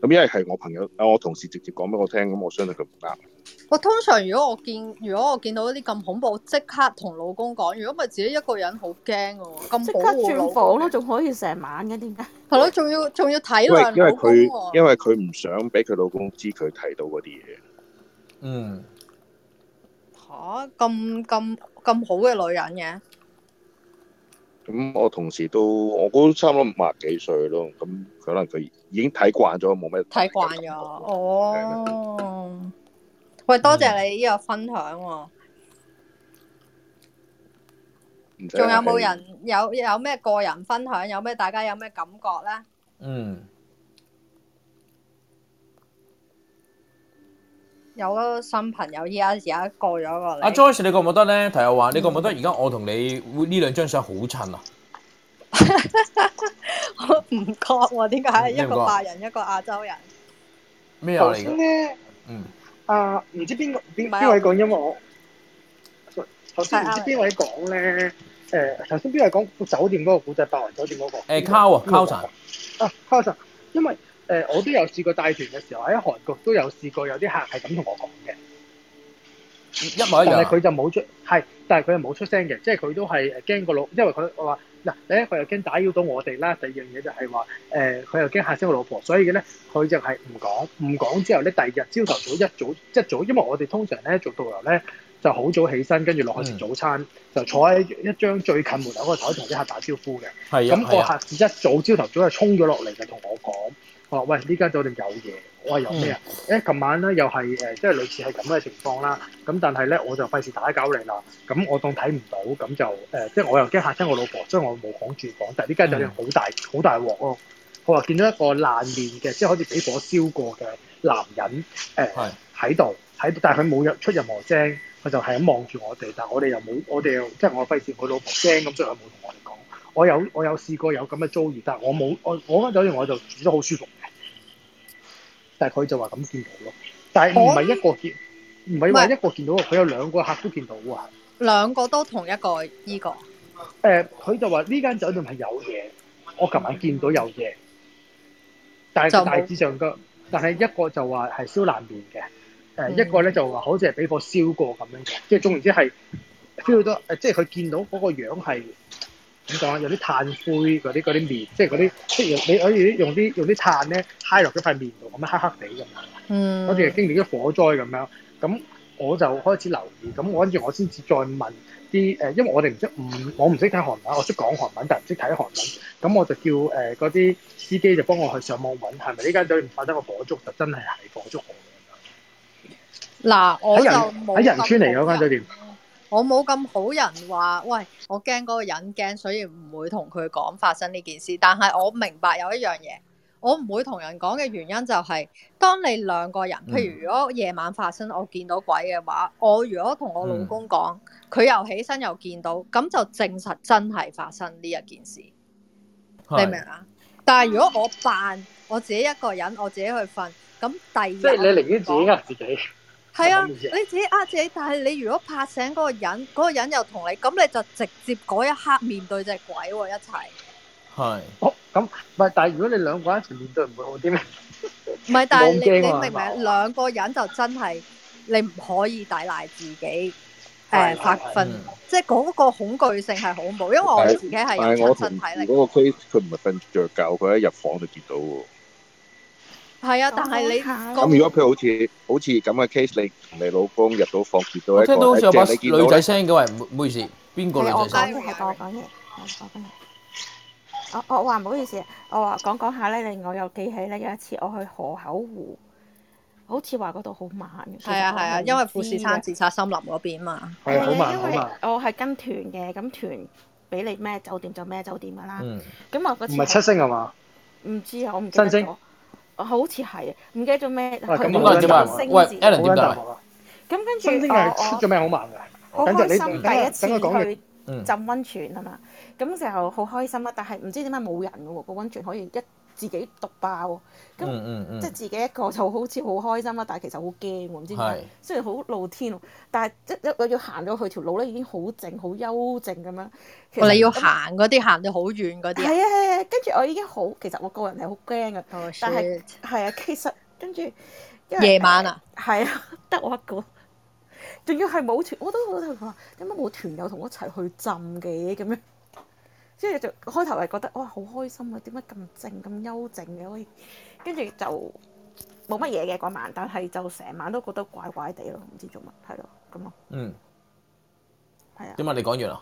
S15: 咁因為係我朋友，啊我同事直接講俾我聽，咁我相信佢唔啱。
S3: 我通常如果我見如果我見到啲咁恐怖，即刻同老公講。如果咪自己一個人好驚嘅喎，咁
S25: 即
S3: 保
S25: 刻
S3: 護老
S25: 轉
S3: 公
S25: 房咯，仲可以成晚嘅，點解？
S3: 係咯，仲要仲要體
S15: 因為
S3: 諒
S15: 因為
S3: 老公
S15: 佢
S3: 喎。
S15: 因為佢唔想俾佢老公知佢睇到嗰啲嘢。
S2: 嗯。
S3: 嚇咁咁咁好嘅女人嘅，
S15: 咁我同事都我估差唔多五廿幾歲咯，咁可能佢已經睇慣咗，冇咩
S3: 睇慣咗哦。喂，多謝你呢個分享喎。
S15: 唔使
S3: 仲有冇
S15: 客氣
S3: 人有有咩個人分享？有咩大家有咩感覺咧？
S2: 嗯，
S3: 有新朋友依家而家過咗過
S2: 阿
S3: 嚟，
S2: 啊 Joyce，你覺唔覺得咧？提又話你覺唔覺得
S7: 嗯
S2: 而家我同你會呢兩張相好襯啊？
S3: 我唔覺喎，點解
S7: 嗯
S2: 你唔覺
S3: 一個白人一個亞洲人？
S2: 咩啊
S7: 頭
S2: 嚟
S7: 先
S2: 㗎？
S7: 咧，
S2: 嗯，
S7: 啊唔知邊個邊
S3: 係啊
S7: 邊位講，因為我頭先唔
S3: 係
S7: 知
S3: 啊
S7: 邊位講咧，誒頭先邊位講酒店嗰個古仔，白雲酒店嗰個。
S2: 誒 Cow 啊，Cow 陳，
S7: 啊，確實，因為誒、呃我都有試過帶團嘅時候喺韓國都有試過有啲客係咁同我講嘅，
S2: 一模一
S7: 但係佢
S2: 樣。
S7: 就冇出係，但係佢又冇出聲嘅，即係佢都係誒呃驚個老，因為佢我話嗱第一佢又驚打擾到我哋啦，第二樣嘢就係話誒佢又驚嚇死我老婆，所以咧佢就係唔講，唔講之後咧第二日朝頭早一早一早，因為我哋通常咧做導遊咧。就好早起身，跟住落去食早餐，就坐喺一張最近門口個台同啲客打招呼嘅。
S2: 係啊
S7: 咁
S2: 係
S7: 個
S2: 啊
S7: 客一早朝頭早就衝咗落嚟就同我講，我話喂呢間酒店有嘢，我話有咩啊？誒琴晚咧又係誒，即係類似係咁嘅情況啦。咁但係咧我就費事打攪你啦，咁我當睇唔到，咁就誒、即係我又驚嚇親我老婆，所以我冇講住講。但係呢間酒店好大好大鑊咯。我話見到一個爛面嘅，即係好似俾火燒過嘅男人誒喺度，喺度，但係佢冇入出任何聲，佢就係咁望住我哋，但係我哋又冇，我哋又即係我費事佢老婆驚咁，所以佢冇同我哋講。我有我有試過有咁嘅遭遇，但係我冇我我間酒店我就住得好舒服嘅，但係佢就話咁見到咯，但係唔係一個見，唔係話一個見到喎，佢有兩個客都見到喎。
S3: 兩個都同一個依個。
S7: 誒、佢就話呢間酒店係有嘢，我琴晚見到有嘢，但係
S3: 就冇
S7: 佢大致上嘅，但係一個就話係燒冷面嘅，誒、
S3: 嗯
S7: 一個咧就話好似係俾火燒過咁樣嘅，即係總言之係 feel 到誒，即係佢見到嗰個樣係點講啊？有啲炭灰嗰啲嗰啲面，即係嗰啲即係你可以用啲用啲炭咧揩落咗塊面度咁樣黑黑地咁樣。
S3: 嗯
S7: 我哋係經歷咗火災咁樣，咁我就開始留意，咁我跟住我先至再問啲誒，因為我哋唔識唔我唔識睇韓文，我識講韓文，但係唔識睇韓文，咁我就叫誒嗰啲司機就幫我去上網揾係咪呢間酒店發生個火燭，就真係係火燭
S3: 嗱，
S7: 喺
S3: 我就
S7: 人
S3: 冇
S7: 喺仁
S3: 咁
S7: 村嚟
S3: 好
S7: 嗰間酒店，
S3: 我冇咁好人話，喂，我驚嗰個人驚，所以唔會同佢講發生呢件事。但係我明白有一樣嘢，我唔會同人講嘅原因就係、當你兩個人，
S27: 嗯
S3: 譬如如果夜晚發生我見到鬼嘅話，我如果同我老公
S7: 嗯
S3: 講，佢、又起身又見到，咁就證實真係發生呢一件事，你
S27: 係
S3: 明啊？但係如果我扮我自己一個人，我自己去瞓，咁第二日
S7: 即係你寧
S3: 我
S7: 願自己呃自己。
S3: 係啊，
S7: 咁
S3: 你
S7: 嘅意思啊
S3: 自己呃自己，但係你如果拍醒嗰個人，嗰、個人又同你，咁你就直接嗰一刻面對只鬼喎一齊。
S2: 係。
S7: 哦，咁唔係，但係如果你兩個人一齊面對，唔會好啲咩？
S3: 唔係，但係
S7: 冇咁
S3: 你
S7: 驚
S3: 你明
S7: 啊
S3: 唔
S7: 係嘛
S3: 明？兩個人就真係你唔可以抵賴自己
S15: 係
S3: 誒發
S15: 係
S3: 瞓，即係嗰個恐懼性係好恐怖，因為我
S15: 但
S3: 自己係
S15: 但
S3: 有
S15: 係我
S3: 親
S15: 同
S3: 身
S15: 事
S3: 體
S15: 嗰
S3: 力。
S15: 個 case，佢唔係瞓着覺，佢一入房就見到喎。
S3: 係啊，但係你
S15: 咁如果佢好似好似咁嘅 case，你同你老公入到房見到
S2: 我
S15: 一個，
S2: 聽到好似有
S15: 即
S2: 把
S15: 係你見到
S2: 女
S15: 咧
S2: 仔聲嘅，喂，唔唔好意思，邊個
S25: 係我
S2: 女仔
S25: 講
S2: 聲？
S25: 嘢，係我講嘢，係我講嘢。我我話唔好意思，我話講講下咧，令我又記起咧有一次我去河口湖，好似話嗰度好猛嘅。其實
S3: 係啊
S25: 我
S3: 係啊，
S25: 唔
S3: 因為富士
S25: 知
S3: 山
S25: 嘅
S3: 自殺森林嗰邊嘛。
S25: 係啊，
S7: 好慢
S25: 因
S7: 好
S25: 為
S7: 慢
S25: 我係跟團嘅，咁團俾你咩酒店就咩酒店噶啦。
S7: 嗯
S25: 咁我嗰
S7: 唔
S25: 次
S7: 係七星係嘛？
S25: 唔知啊，我唔記得
S7: 新星
S25: 咗。我好似係，啊唔記得咗咩。
S7: 喂咁
S25: 去
S7: 好撚
S25: 咗
S7: 大
S25: 個
S7: 鑊
S25: 星
S7: 啊喂
S25: 字
S7: Alan 點答啊
S25: 咁跟住哦
S7: 新星
S3: 哦
S7: 係出咗
S25: 我
S7: 咩好慢
S25: 我
S7: 㗎？
S25: 好
S7: 等陣
S25: 開
S7: 你等
S25: 心第一
S7: 陣
S25: 次
S7: 等佢講嗯完
S25: 去。啊浸温泉啊嘛，咁就好開心啦。但係唔知點解冇人嘅喎，個温泉可以一自己獨爆，咁、
S2: 嗯嗯嗯
S25: 即係自己一個就好似好開心啦，啊但係其實好驚喎，唔知點
S2: 係
S25: 解。雖然好露天喎，但係即係要行到去條路咧已經好靜、好幽靜咁樣。其實
S3: 哦你要
S25: 咁
S3: 行嗰啲，行到好遠嗰啲
S25: 係啊係啊，跟住我已經好，其實我個人係好驚嘅
S3: Oh,
S25: 但
S3: shit
S25: 係係啊，其實跟住因為
S3: 夜晚啊，
S25: 係啊， 得我一個，仲要係冇團，我都好同佢話點解冇團友同我一齊去浸嘅咁樣。即係就開頭係覺得哇好開心啊！點解咁靜咁幽靜嘅？可以跟住就冇乜嘢嘅嗰晚，但係就成晚都覺得怪怪地咯，唔知做乜係咯咁咯，
S2: 嗯，
S25: 係啊。
S2: 點啊？你講完啦。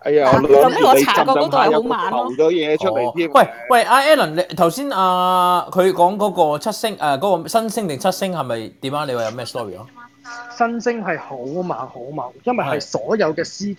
S15: 哎呀，我
S2: 咁
S15: 諗
S2: 呢個
S15: 你
S2: 茶
S15: 浸
S2: 個嗰
S15: 浸
S2: 度
S15: 下
S2: 係
S15: 有
S2: 好
S15: 個
S2: 慢咯
S15: 投咗嘢出嚟添。
S2: 喂喂，阿 Alan，你頭先啊，佢講嗰個七星誒，嗰、個新星定七星係咪點啊？你話有咩 story 啊？
S7: 新星係好猛好猛，因為係所有嘅司機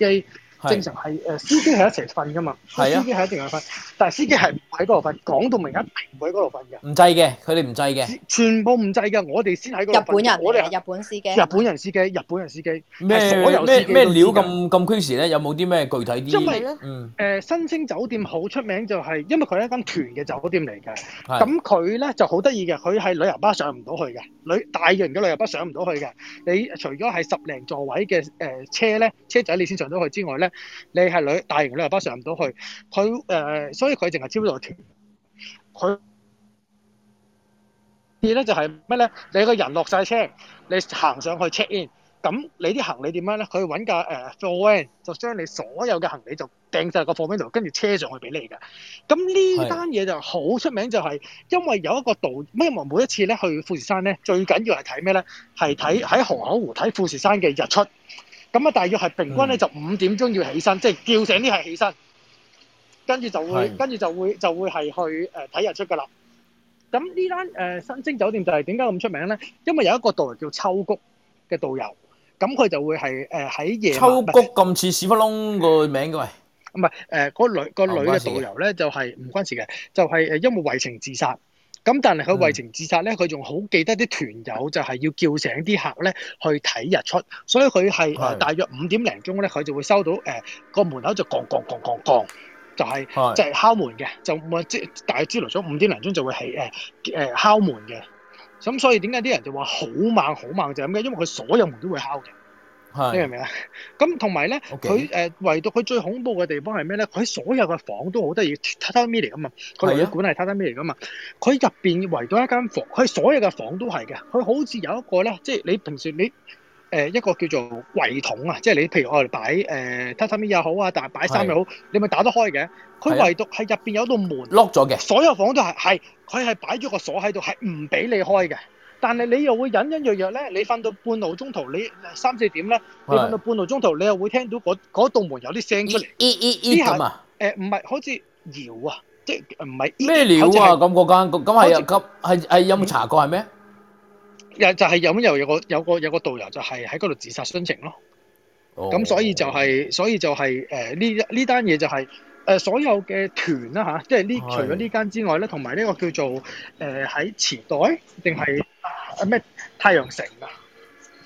S2: 係
S7: 正常係誒司機係一齊瞓噶嘛，
S2: 係啊
S7: 司機係一定係瞓，但係司機係唔喺嗰度瞓，講到明一定唔會喺嗰度瞓嘅，
S2: 唔制嘅，佢哋唔制嘅。
S7: 全部唔制㗎，我哋先喺嗰度瞓。
S3: 日本人
S7: 我哋
S3: 嚟嘅，日本司機，
S7: 日本人司機，日本人司機，係
S2: 咩
S7: 所有司
S2: 咩
S7: 機
S2: 咩
S7: 都
S2: 料
S7: 知㗎
S2: 咁咁 crazy 咧？有冇啲咩具體啲？
S7: 因為
S2: 嗯
S7: 誒、新星酒店好出名就係、因為佢係一間團嘅酒店嚟嘅，
S2: 係
S7: 咁佢咧就好得意嘅，佢係旅遊巴上唔到去嘅，旅大型嘅旅遊巴上唔到去嘅。你除咗係十零座位嘅誒、車咧，車仔你先上到去之外咧，你係旅大型嘅旅遊巴上唔到去。佢誒、所以佢淨係招待團，佢。二咧就係咩咧？你個人落晒車，你行上去 check in，咁你啲行李點樣咧？佢揾架誒 four van 就將你所有嘅行李就掟晒個 four van 度，跟住車上去俾你㗎。咁呢單嘢就好出名，就係因為有一個導，因為每一次咧去富士山咧，最緊要係睇咩咧？係睇喺河口湖睇富士山嘅日出。咁啊，大約係平均咧就五點鐘要起身，即係叫醒啲係起身，跟住就會
S2: 係
S7: 跟住就會就會係去誒呃睇日出㗎啦。咁呢單誒新星酒店就係點解咁出名咧？因為有一個導遊叫秋谷嘅導遊，咁佢就會係誒喺夜晚
S2: 秋谷咁似屎忽窿個名嘅喂。
S7: 唔係誒嗰女個
S2: 哦唔
S7: 女
S2: 關
S7: 嘅
S2: 事嘅
S7: 導遊咧，就係唔關事嘅，就係、誒因為為情自殺。咁但係佢為情自殺咧，佢仲好記得啲團友就係要叫醒啲客咧去睇日出，所以佢係誒
S2: 係
S7: 大約五點零鐘咧，佢就會收到誒個、門口就咣咣咣咣咣，就係、
S2: 係
S7: 就係敲門嘅，就唔係即大約朝頭早五點零鐘就會係誒誒敲門嘅。咁所以點解啲人就話好猛好猛就係咁嘅，因為佢所有門都會敲嘅。
S2: 係
S7: 你明唔明啊？ 咁同埋咧，
S2: OK
S7: 佢誒唯獨佢最恐怖嘅地方係咩咧？佢所有嘅房都好得意，榻榻米嚟噶嘛，佢
S2: 係
S7: 旅
S2: 啊
S7: 館係榻榻米嚟噶嘛。佢入邊圍到一間房，佢所有嘅房都係嘅。佢好似有一個咧，即係你平時你。誒、一個叫做櫃桶啊，即係你譬如我哋擺誒榻榻米又好啊，但係擺衫又好，你咪打得開嘅。佢
S2: 係啊
S7: 唯獨係入邊有道門
S2: lock 咗嘅，
S7: 所有房都係係佢係擺咗個鎖喺度，係唔俾你開嘅。但係你又會隱隱約約咧，你瞓到半路中途，你三四點咧，你
S2: 係
S7: 瞓到半路中途，你又會聽到嗰嗰道門有啲聲出嚟。
S2: 咦咦
S7: 呢下
S2: 咁啊！
S7: 誒唔係好似搖啊，即係唔係
S2: 咩料啊？咁嗰間咁
S7: 好似
S2: 係咁係係有冇查過係咩？
S7: 又就係咁又有個有個有個導遊就係喺嗰度自殺殉情咯。
S2: 哦
S7: 咁、所以就係、所以就係誒呢呢單嘢就係、誒所有嘅團啦吓，即係呢
S2: 係
S7: 除咗呢間之外咧，同埋呢個叫做誒喺池袋定係啊咩太陽城啊，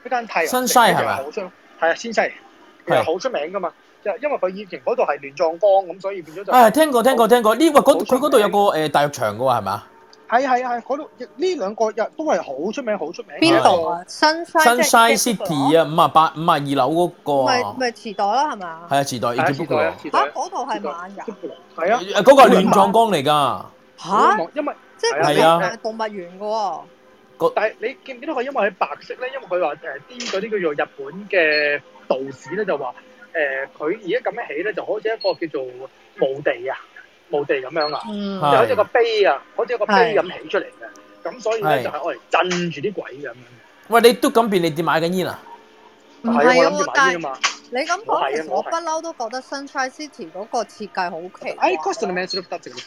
S7: 一間太陽城
S2: 新西係咪
S7: 又好出，係啊新西又好出名噶嘛，就因為佢以前嗰度係亂葬崗咁，所以變咗就
S2: 啊，聽過聽過聽過呢？喂，嗰度佢嗰度有個誒大浴場嘅喎，係嘛？
S7: 係係係嗰度呢兩個又都係好出名好出名。
S2: 邊度
S3: 啊？新西
S2: 新西
S3: 即係
S2: City 啊，五啊八五啊二樓嗰個
S3: 咪
S2: 啊，
S3: 咪池袋啦，係嘛？
S2: 係啊，時代
S7: 係啊
S2: e
S7: 時
S2: b
S7: 代啊
S2: o
S7: 時代
S3: 嚇
S7: 啊
S3: 嗰度係猛人
S7: 係啊，
S2: 嗰個係亂葬崗嚟㗎，
S3: 嚇，
S7: 因為
S3: 即係
S2: 係啊
S3: 佢係動物園嘅喎。
S7: 但係你見唔見到佢因為佢白色咧？因為佢話誒啲嗰啲叫做日本嘅道士咧，就話誒佢而家咁樣起咧，就好似一個叫做墓地啊、墓地咁樣啊，
S3: 嗯
S7: 就好似個碑啊，好似一個碑
S2: 係
S7: 咁起出嚟嘅。咁所以咧
S2: 係哦
S7: 就係我嚟鎮住啲鬼咁樣。
S2: 喂，你都咁便利店買緊煙啊？
S3: 唔係
S7: 係啊
S3: 啊
S7: 我諗住買
S3: 但
S7: 煙啊嘛
S3: 係你咁
S7: 我係啊
S3: 講，其實
S7: 我
S3: 我
S7: 係
S3: 不嬲都覺得 Sunshine City 嗰個設計好奇怪啊
S7: 哎。，Costa Man 都得嘅。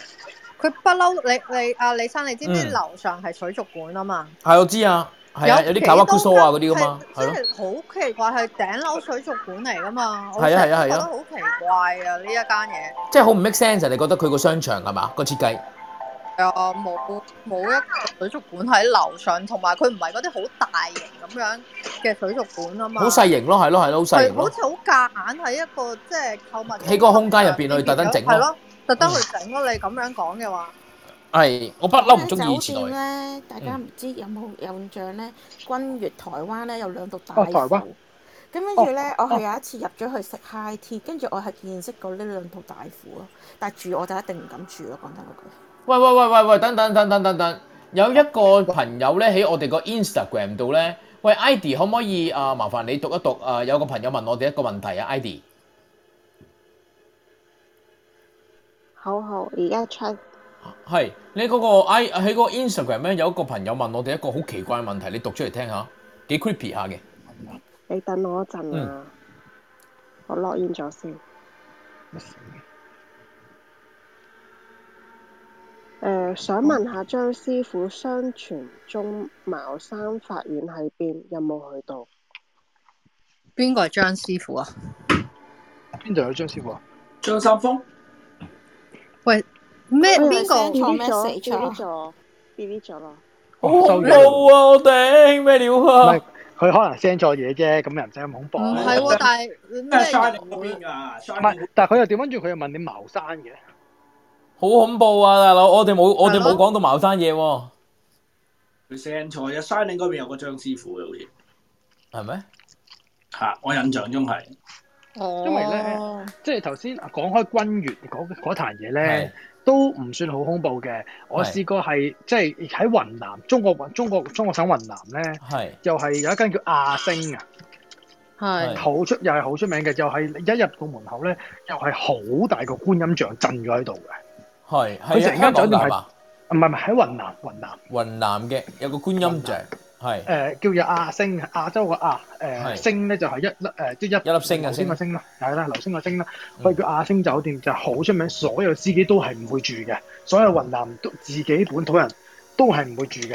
S3: 佢不嬲，你你阿李生，你知唔知
S2: 嗯
S3: 樓上係水族館啊嘛？
S2: 係我知啊，係啊，有啲卡哇庫蘇啊嗰啲㗎嘛，係
S3: 真
S2: 咯。
S3: 係好奇怪，係頂樓水族館嚟噶嘛？我
S2: 係啊
S3: 成日
S2: 係啊係啊
S3: 覺得好奇怪啊！呢一間嘢
S2: 即係好唔 make sense 啊！你覺得佢個商場係嘛個設計？
S3: 係啊，冇冇一個水族館喺樓上，同埋佢唔係嗰啲好大型咁樣嘅水族館啊嘛，
S2: 好細型咯，係咯係咯，好細
S3: 係
S2: 型
S3: 好
S2: 咯。
S3: 似好夾硬喺一個即係購物
S2: 喺個空間入邊去特登整咯
S3: 嗯係咯，特登去整咯。你咁樣講嘅話，
S2: 係我不嬲唔中意二次
S25: 酒
S2: 代。
S25: 店咧，大家唔知有冇有印象咧？君悦台灣咧有兩度大
S7: 哦，台
S25: 湖。
S7: 灣
S25: 咁跟住咧，我係有一次入咗去食 high tea，跟住我係見識過呢兩套大虎咯。但係住我就一定唔敢住咯，講真嗰句。
S2: 喂喂喂喂喂，等等等等等等，有一個朋友咧喺我哋個 Instagram 度咧，喂 ID 可唔可以啊、麻煩你讀一讀啊、有個朋友問我哋一個問題啊，ID
S9: 好好，而家 check
S2: 係你嗰、個 I 喺嗰個 Instagram 咧，有一個朋友問我哋一個好奇怪嘅問題，你讀出嚟聽下，幾 creepy 下嘅。嗯
S9: 你等我一
S7: 嗯
S9: 陣啊，我落 in 咗先。誒、呃想問下張師傅，相傳中茅山法院喺邊？有冇去到？
S3: 邊個係張師傅啊？
S7: 邊度有張師傅啊？
S16: 張三豐
S3: 喂，咩
S9: 喂
S3: 邊個
S9: send 錯
S3: message 啊
S9: message 咗 b b 咗咯。
S2: 好
S7: 恐
S2: 恐怖啊！我頂咩料啊？
S7: 佢可能 send 錯嘢啫，咁又唔使咁恐怖。
S3: 唔係喎，但係咩人會
S7: 唔係，但係佢又調翻轉，佢又問你茅山嘅。
S2: 好恐怖啊，大佬！我哋冇我哋冇講到茅山嘢喎，
S16: 佢 send 錯嘅 Shining 嗰邊有個張師傅嘅好似
S2: 係咩？
S16: 嚇，我印象中係。
S7: 因為咧，即係頭先啊講開君越嗰嗰壇嘢咧，都唔算好恐怖嘅。我
S2: 係
S7: 試過係即係喺雲南，中國雲中國中國省雲南咧，
S2: 係
S7: 又係有一間叫亞星啊，
S3: 係
S7: 好出又係好出名嘅，又係一入到門口咧，又係好大個觀音像震咗喺度嘅。
S2: 係
S7: 佢
S2: 係
S7: 成
S2: 香
S7: 間
S2: 港
S7: 酒店
S2: 大
S7: 係
S2: 嘛？
S7: 唔係唔係喺雲南雲南。
S2: 雲南嘅有個觀音像，係
S7: 誒、呃叫做亞星，亞洲個亞，誒、
S2: 係
S7: 星咧就係一粒誒，即係一
S2: 一粒星嗯嘅星
S7: 流星個星啦，係啦，流星個星啦，佢叫亞星酒店就好出名，所有司機都係唔會住嘅，所有雲南都自己本土人都係唔會住嘅，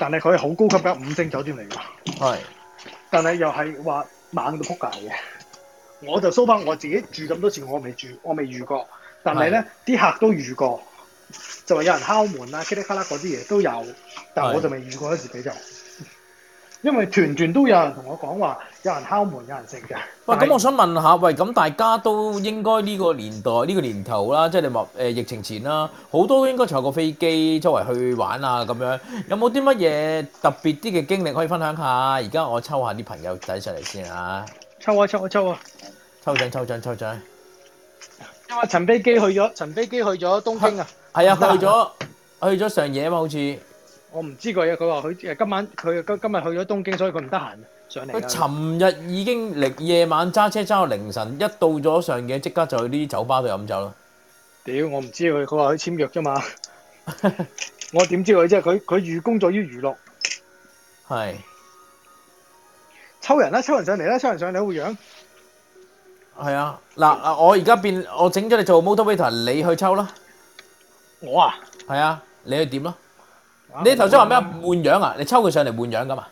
S7: 但係佢係好高級嘅五星酒店嚟㗎，
S2: 係
S7: 但係又係話猛到撲街嘅，我就 so far 我自己住咁多次，我未住，我未遇過，但係咧啲客都遇過，就話有人敲門啦、噼里啪啦嗰啲嘢都有，但係我就未遇過一自己就。因為團團都有人同我講話，有人敲門，有人食嘅。
S2: 喂，咁我想問下，喂，咁大家都應該呢個年代、呢、個年頭啦，即係你話誒疫情前啦，好多都應該坐過飛機周圍去玩啊咁樣，有冇啲乜嘢特別啲嘅經歷可以分享下？而家我抽下啲朋友仔上嚟先啊，
S7: 抽啊抽啊抽啊！
S2: 抽獎抽獎抽獎，
S7: 因為陳飛機去咗，陳飛機去咗東京啊。
S2: 係啊，去咗去咗上野嘛，好似
S7: 我唔知佢啊，佢話佢誒今晚佢今今日去咗東京，所以佢唔得閒上嚟
S2: 佢
S7: 啊。
S2: 尋日已經凌夜晚揸車揸到凌晨，一到咗上野即刻就去呢啲酒吧度飲酒啦。
S7: 屌，我唔知佢，佢話佢簽約啫嘛。 我點知佢啫？佢佢寓工作於娛樂，
S2: 係
S7: 抽人啦，抽人上嚟啦，抽人上嚟好樣。
S2: 係啊，嗱嗱，我而家變我整咗你做 motivator，你去抽啦。
S7: 我啊，
S2: 係啊，你去點咯？你頭先話咩啊換樣啊？你抽佢上嚟換樣噶嘛？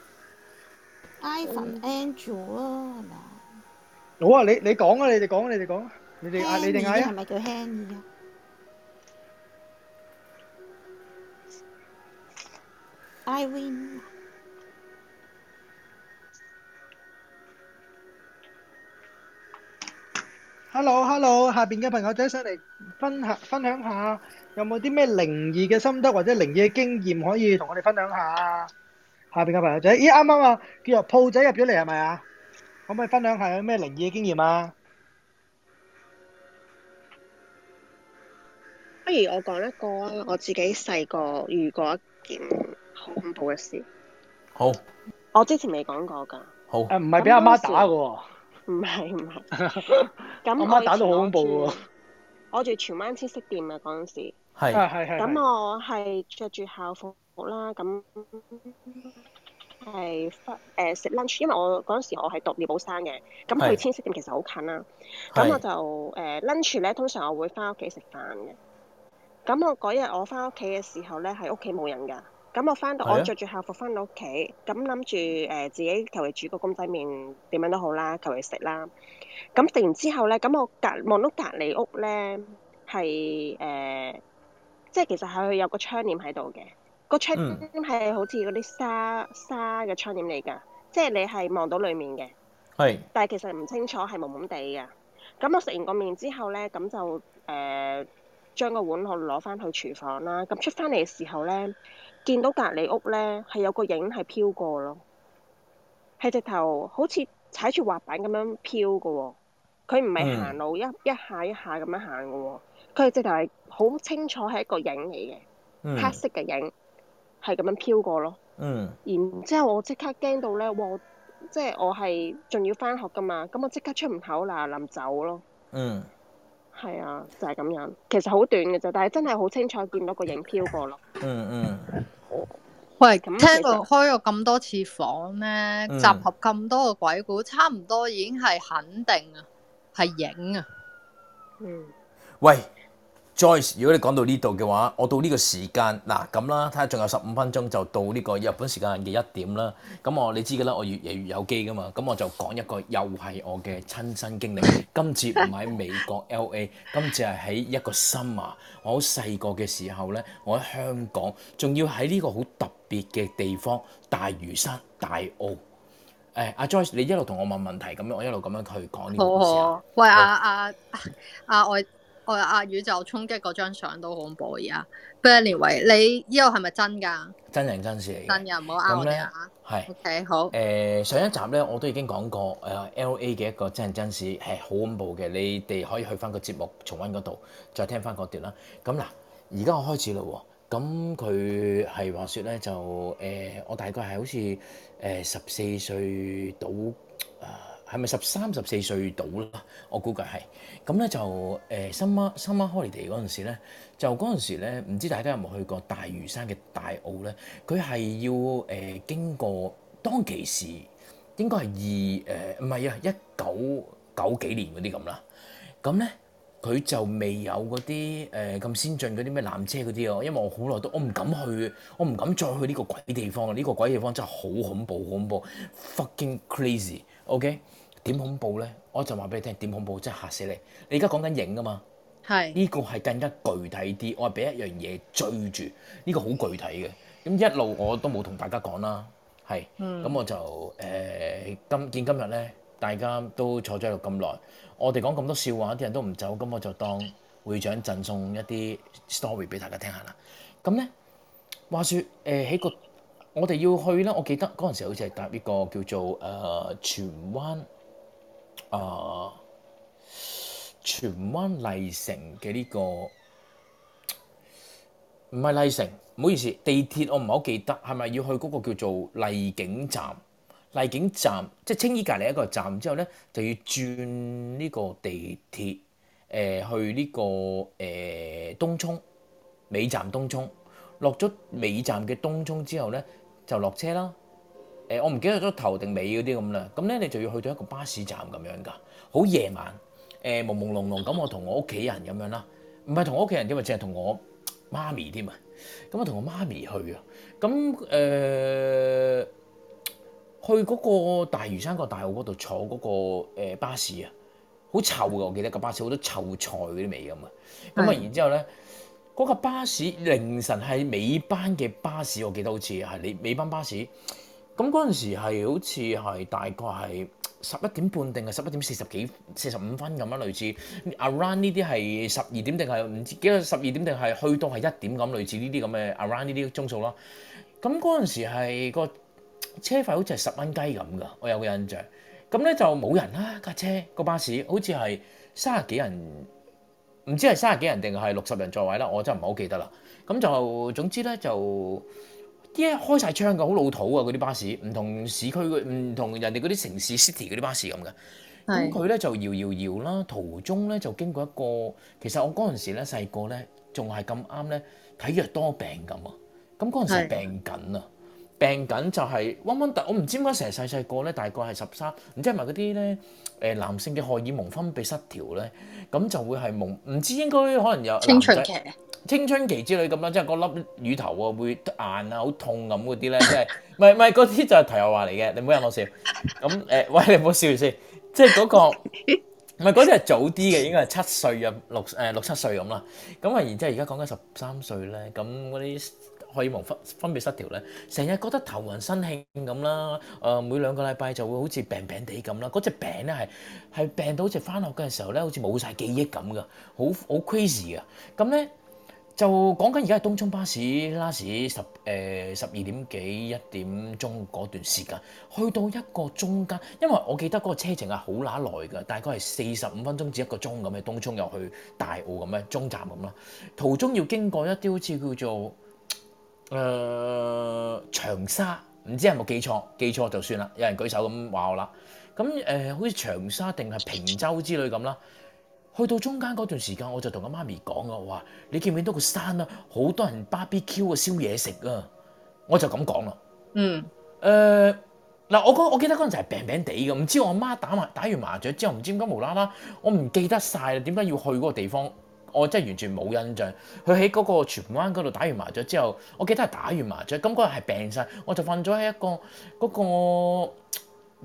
S25: Ivan Angel 咯，係咪啊？
S7: 好啊，你你講啊，你哋講啊，你哋講啊，你哋嗌，你哋
S25: Henny
S7: 嗌
S25: 係
S7: 啊。
S25: 咪叫 Henny 啊？I win，
S7: Hello，Hello，下邊嘅朋友仔上嚟分享分享下，有冇啲咩靈異嘅心得或者靈異嘅經驗可以同我哋分享下？下邊嘅朋友仔，咦啱啱啊，叫做鋪仔入咗嚟係咪啊？可唔可以分享下有咩靈異嘅經驗啊？
S9: 不如我講一個啊，我自己細個遇過一件好恐怖嘅事。
S2: 好，
S9: 我之前未講過㗎。
S2: 好。
S7: 誒唔係俾阿媽打嘅喎，
S9: 唔係 唔係。
S7: 阿
S9: 咁
S7: 媽打到好
S9: 我以前
S7: 恐怖喎。
S9: 我住荃灣千色店啊，嗰陣時。
S7: 係啊係係係
S9: 咁我係着住校服啦，咁係忽誒食 lunch，因為我嗰陣時我係讀獵寶山嘅，咁
S26: 係
S9: 去千色店其實好近啦。
S26: 係
S9: 咁我就誒、lunch 咧，通常我會翻屋企食飯嘅。咁我嗰日我翻屋企嘅時候咧，係屋企冇人㗎。咁我翻到
S26: 係啊
S9: 我着住校服翻到屋企，咁諗住誒自己求其煮個公仔麵點樣都好啦，求其食啦。咁食完之後咧，咁我隔望到隔離屋咧係誒，即係其實係佢有個窗簾喺度嘅，個窗
S26: 嗯
S9: 簾係好似嗰啲沙沙嘅窗簾嚟㗎，即係你係望到裡面嘅。
S2: 係
S9: 但係其實唔清楚係朦朦地嘅。咁我食完個麵之後咧，咁就誒、呃將個碗我攞翻去廚房啦。咁出翻嚟嘅時候咧，見到隔離屋咧係有個影係飄過咯，係直頭好似踩住滑板咁樣飄嘅喎、佢唔係
S26: 嗯
S9: 行路一一下一下咁樣行嘅喎，佢係直頭係好清楚係一個影嚟嘅，
S26: 嗯
S9: 黑色嘅影係咁樣飄過咯。
S26: 嗯
S9: 然之後我即刻驚到咧，哇！即係我係仲要翻學噶嘛，咁我即刻出門口嗱臨走咯。
S26: 嗯
S9: 係啊，就係、咁樣。其實好短嘅啫，但係真係好清楚見到個影飄過咯。
S26: 嗯嗯，
S3: 喂，
S9: 咁
S3: 聽過開過咁多次房咧，
S26: 嗯
S3: 集合咁多個鬼故，差唔多已經係肯定啊，係影啊。
S9: 嗯。
S2: 喂，Joyce，如果你講到呢度嘅話，我到呢個時間嗱咁啦，睇下仲有十五分鐘就到呢個日本時間嘅一點啦。咁我你知㗎啦，我越夜越有機㗎嘛。咁我就講一個又係我嘅親身經歷。今次唔喺美國 L.A.，今次係喺一個 summer。我好細個嘅時候咧，我喺香港，仲要喺呢個好特別嘅地方——大嶼山大澳。誒，阿 Joyce，你一路同我問問題咁樣，我一路咁樣去講呢個故
S3: 好
S2: 事
S3: 好
S2: 啊。
S3: 啊，喂阿阿阿外外阿啊宇宙衝擊嗰張相都好恐怖而家。不過 anyway，你呢個係咪真㗎？
S2: 真人真事嚟嘅。
S3: 真嘅，唔好呃我哋啊！
S2: 係。
S3: OK，好。
S2: 誒上一集咧，我都已經講過誒 L.A. 嘅一個真人真事係好恐怖嘅，你哋可以去翻個節目重温嗰度，再聽翻嗰段啦。咁嗱，而家我開始啦喎。咁佢係話説咧，就誒、我大概係好似誒十四歲到啊，係咪十三十四歲到啦？我估計係。咁咧就誒 summer summer holiday 嗰陣時咧，就嗰陣時咧，唔知大家有冇去過大嶼山嘅大澳咧？佢係要誒、呃經過當其時應該係二誒唔係啊一九九幾年嗰啲咁啦。咁咧佢就未有嗰啲誒咁先進嗰啲咩纜車嗰啲啊，因為我好耐都我唔敢去，我唔敢再去呢個鬼地方啊！呢、個鬼地方真係好恐怖，好恐怖，fucking crazy，OK？、點恐怖咧？我就話俾你聽，點恐怖真係嚇死你！你而家講緊影啊嘛〜
S3: 係
S2: 呢個係更加具體啲，我係俾一樣嘢追住，呢、個好具體嘅。咁一路我都冇同大家講啦，係，咁、
S26: 嗯
S2: 我就誒、今見今日咧，大家都坐咗喺度咁耐，我哋講咁多笑話，啲人都唔走，咁我就當會長贈送一啲 story 俾大家聽下啦。咁咧，話説誒喺個我哋要去咧，我記得嗰陣時好似係搭呢個叫做誒、呃荃灣啊。呃荃灣麗城嘅呢、個，唔係麗城，唔好意思，地鐵我唔係好記得，係咪要去嗰個叫做麗景站？麗景站即係青衣隔離一個站之後咧，就要轉呢個地鐵誒、去呢、個誒、東涌美站東涌，落咗美站嘅東涌之後咧，就落車啦。誒、我唔記得咗頭定尾嗰啲咁啦，咁咧你就要去到一個巴士站咁樣㗎，好夜晚，誒、朦朦朧朧咁，我同我屋企人咁樣啦，唔係同我屋企人添啊，淨係同我媽咪添啊，咁我同我媽咪去啊，咁誒、去嗰個大嶼山個大澳嗰度坐嗰、個、誒巴士啊，好臭嘅，我記得個巴士好多臭菜嗰啲味咁啊，咁啊
S26: 係
S2: 然之後咧。嗰架巴士凌晨係尾班嘅巴士，我記得好似係你尾班巴士。咁嗰陣時係好似係大概係十一點半定係十一點四十幾四十五分咁樣，類似 around 呢啲係十二點定係唔知幾多十二點定係去到係一點咁，類似呢啲咁嘅 around 呢啲鐘數啦。咁嗰陣時係個車費好似係十蚊雞咁噶，我有個印象。咁咧就冇人啦，架車個巴士好似係三十幾人唔知係三十幾人定係六十人座位啦，我真係唔係好記得啦。咁就總之咧就啲嘢開晒窗嘅，好老土啊！嗰啲巴士唔同市區嗰唔同人哋嗰啲城市 city 嗰啲巴士咁嘅。咁
S26: 係
S2: 佢咧就搖搖搖啦，途中咧就經過一個，其實我嗰陣時咧細個咧仲係咁啱咧睇藥多病咁啊。咁嗰陣時係
S26: 係
S2: 病緊啊，病緊就係嗡嗡突，我唔知點解成日細細個咧，大概係十三，唔知係咪嗰啲咧誒男性嘅荷爾蒙分泌失調咧，咁就會係蒙，唔知應該可能有
S3: 青春
S2: 男
S3: 期
S2: 仔青春期之類咁啦，即係嗰粒乳頭啊會硬啊好痛咁嗰啲咧，即係唔係唔係嗰啲就係題外話嚟嘅，你唔好引我笑。咁誒、喂你唔好笑先，即係嗰、個。唔係嗰啲係早啲嘅，應該係七歲啊，六誒六七歲咁啦。咁啊，然之後而家講緊十三歲咧，咁嗰啲荷爾蒙分分泌失調咧，成日覺得頭暈身興咁啦，誒、每兩個禮拜就會好似病病地咁啦，嗰只病咧係係病到好似翻學嘅時候咧，好似冇晒記憶咁噶，好好 crazy 噶，咁咧。就講緊而家係東涌巴士拉士十誒十二點幾一點鐘嗰段時間，去到一個中間，因為我記得嗰個車程係好乸耐㗎，大概係四十五分鐘至一個鐘咁嘅東涌又去大澳咁樣中站咁啦，途中要經過一啲好似叫做誒、呃長沙，唔知係咪記錯，記錯就算啦，有人舉手咁話我啦。咁誒、呃好似長沙定係平洲之類咁啦。去到中間嗰段時間，我就同阿媽咪講啊，我話你見唔見到個山啊？好多人 BBQ 啊，燒嘢食啊，我就咁講啦。
S3: 嗯，
S2: 誒、嗱，我嗰我記得嗰陣就係病病地嘅，唔知我阿媽打麻打完麻雀之後，唔知點解無啦啦，我唔記得晒啦，點解要去嗰個地方？我真係完全冇印象。佢喺嗰個荃灣嗰度打完麻雀之後，我記得係打完麻雀，咁嗰日係病晒，我就瞓咗喺一個嗰、個。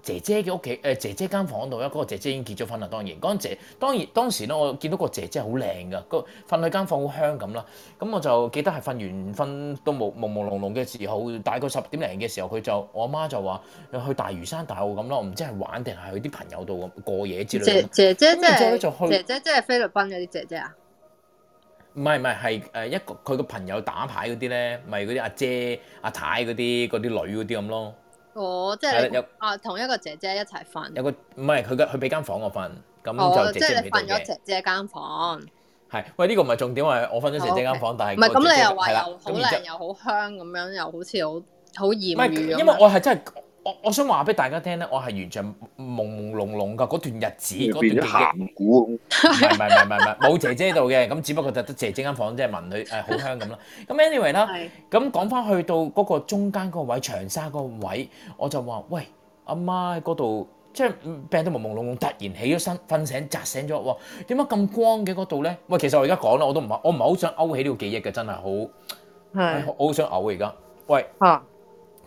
S2: 姐姐嘅屋企，誒、呃姐姐間房度咧，嗰、個姐姐已經結咗婚啦。當然，嗰、姐當然當時咧，我見到個姐姐好靚噶，個瞓喺間房好香咁啦。咁我就記得係瞓完瞓到朦朦朦朧朧嘅時候，大概十點零嘅時候，佢就我阿媽就話去大嶼山大澳咁啦。我唔知係玩定係去啲朋友度咁過夜之類
S3: 姐
S2: 咁。
S3: 姐姐即
S2: 咁然之後咧就
S3: 係
S2: 去
S3: 姐姐即係菲律賓嗰啲姐姐啊？
S2: 唔係唔係係誒一個佢個朋友打牌嗰啲咧，咪嗰啲阿姐阿太嗰啲嗰啲女嗰啲咁咯。
S3: 哦，即係
S2: 係
S3: 你
S2: 啦有
S3: 啊，同一個姐姐一齊瞓。
S2: 有個唔係佢嘅，佢俾間房我瞓，咁
S3: 哦，
S2: 就
S3: 即
S2: 姐
S3: 係
S2: 姐
S3: 你
S2: 唔
S3: 瞓
S2: 喺度
S3: 咗
S2: 嘅。
S3: 姐姐間房。
S2: 係，喂呢個唔係重點，係我瞓咗姐姐間房，但係
S3: 哦唔係
S2: 個姐
S3: 咁，你
S2: 姐
S3: 又話
S2: 係啦
S3: 又好
S2: 咁然之後
S3: 靚又好香咁樣，又好似好好
S2: 唔
S3: 豔
S2: 係，
S3: 遇咁樣。
S2: 因為我係真係，我我想話俾大家聽咧，我係完全朦朦朧朧噶嗰段日子，嗰段
S15: 變咗
S2: 記憶。
S15: 鹹股，
S2: 唔係唔係唔係唔係唔係冇姐姐喺度嘅，咁只不過就得姐姐間房即係聞佢誒好香咁啦。咁 anyway 啦，咁講翻去到嗰個中間嗰個位長沙嗰個位，我就話喂阿媽喺嗰度。即係嗯病到朦朦朧朧，突然起咗身，瞓醒，扎醒咗，哇！點解咁光嘅嗰度咧？喂，其實我而家講啦，我都唔係，我唔係好想勾起呢個記憶嘅，真係好，唉我好想嘔啊而家。喂，
S3: 啊，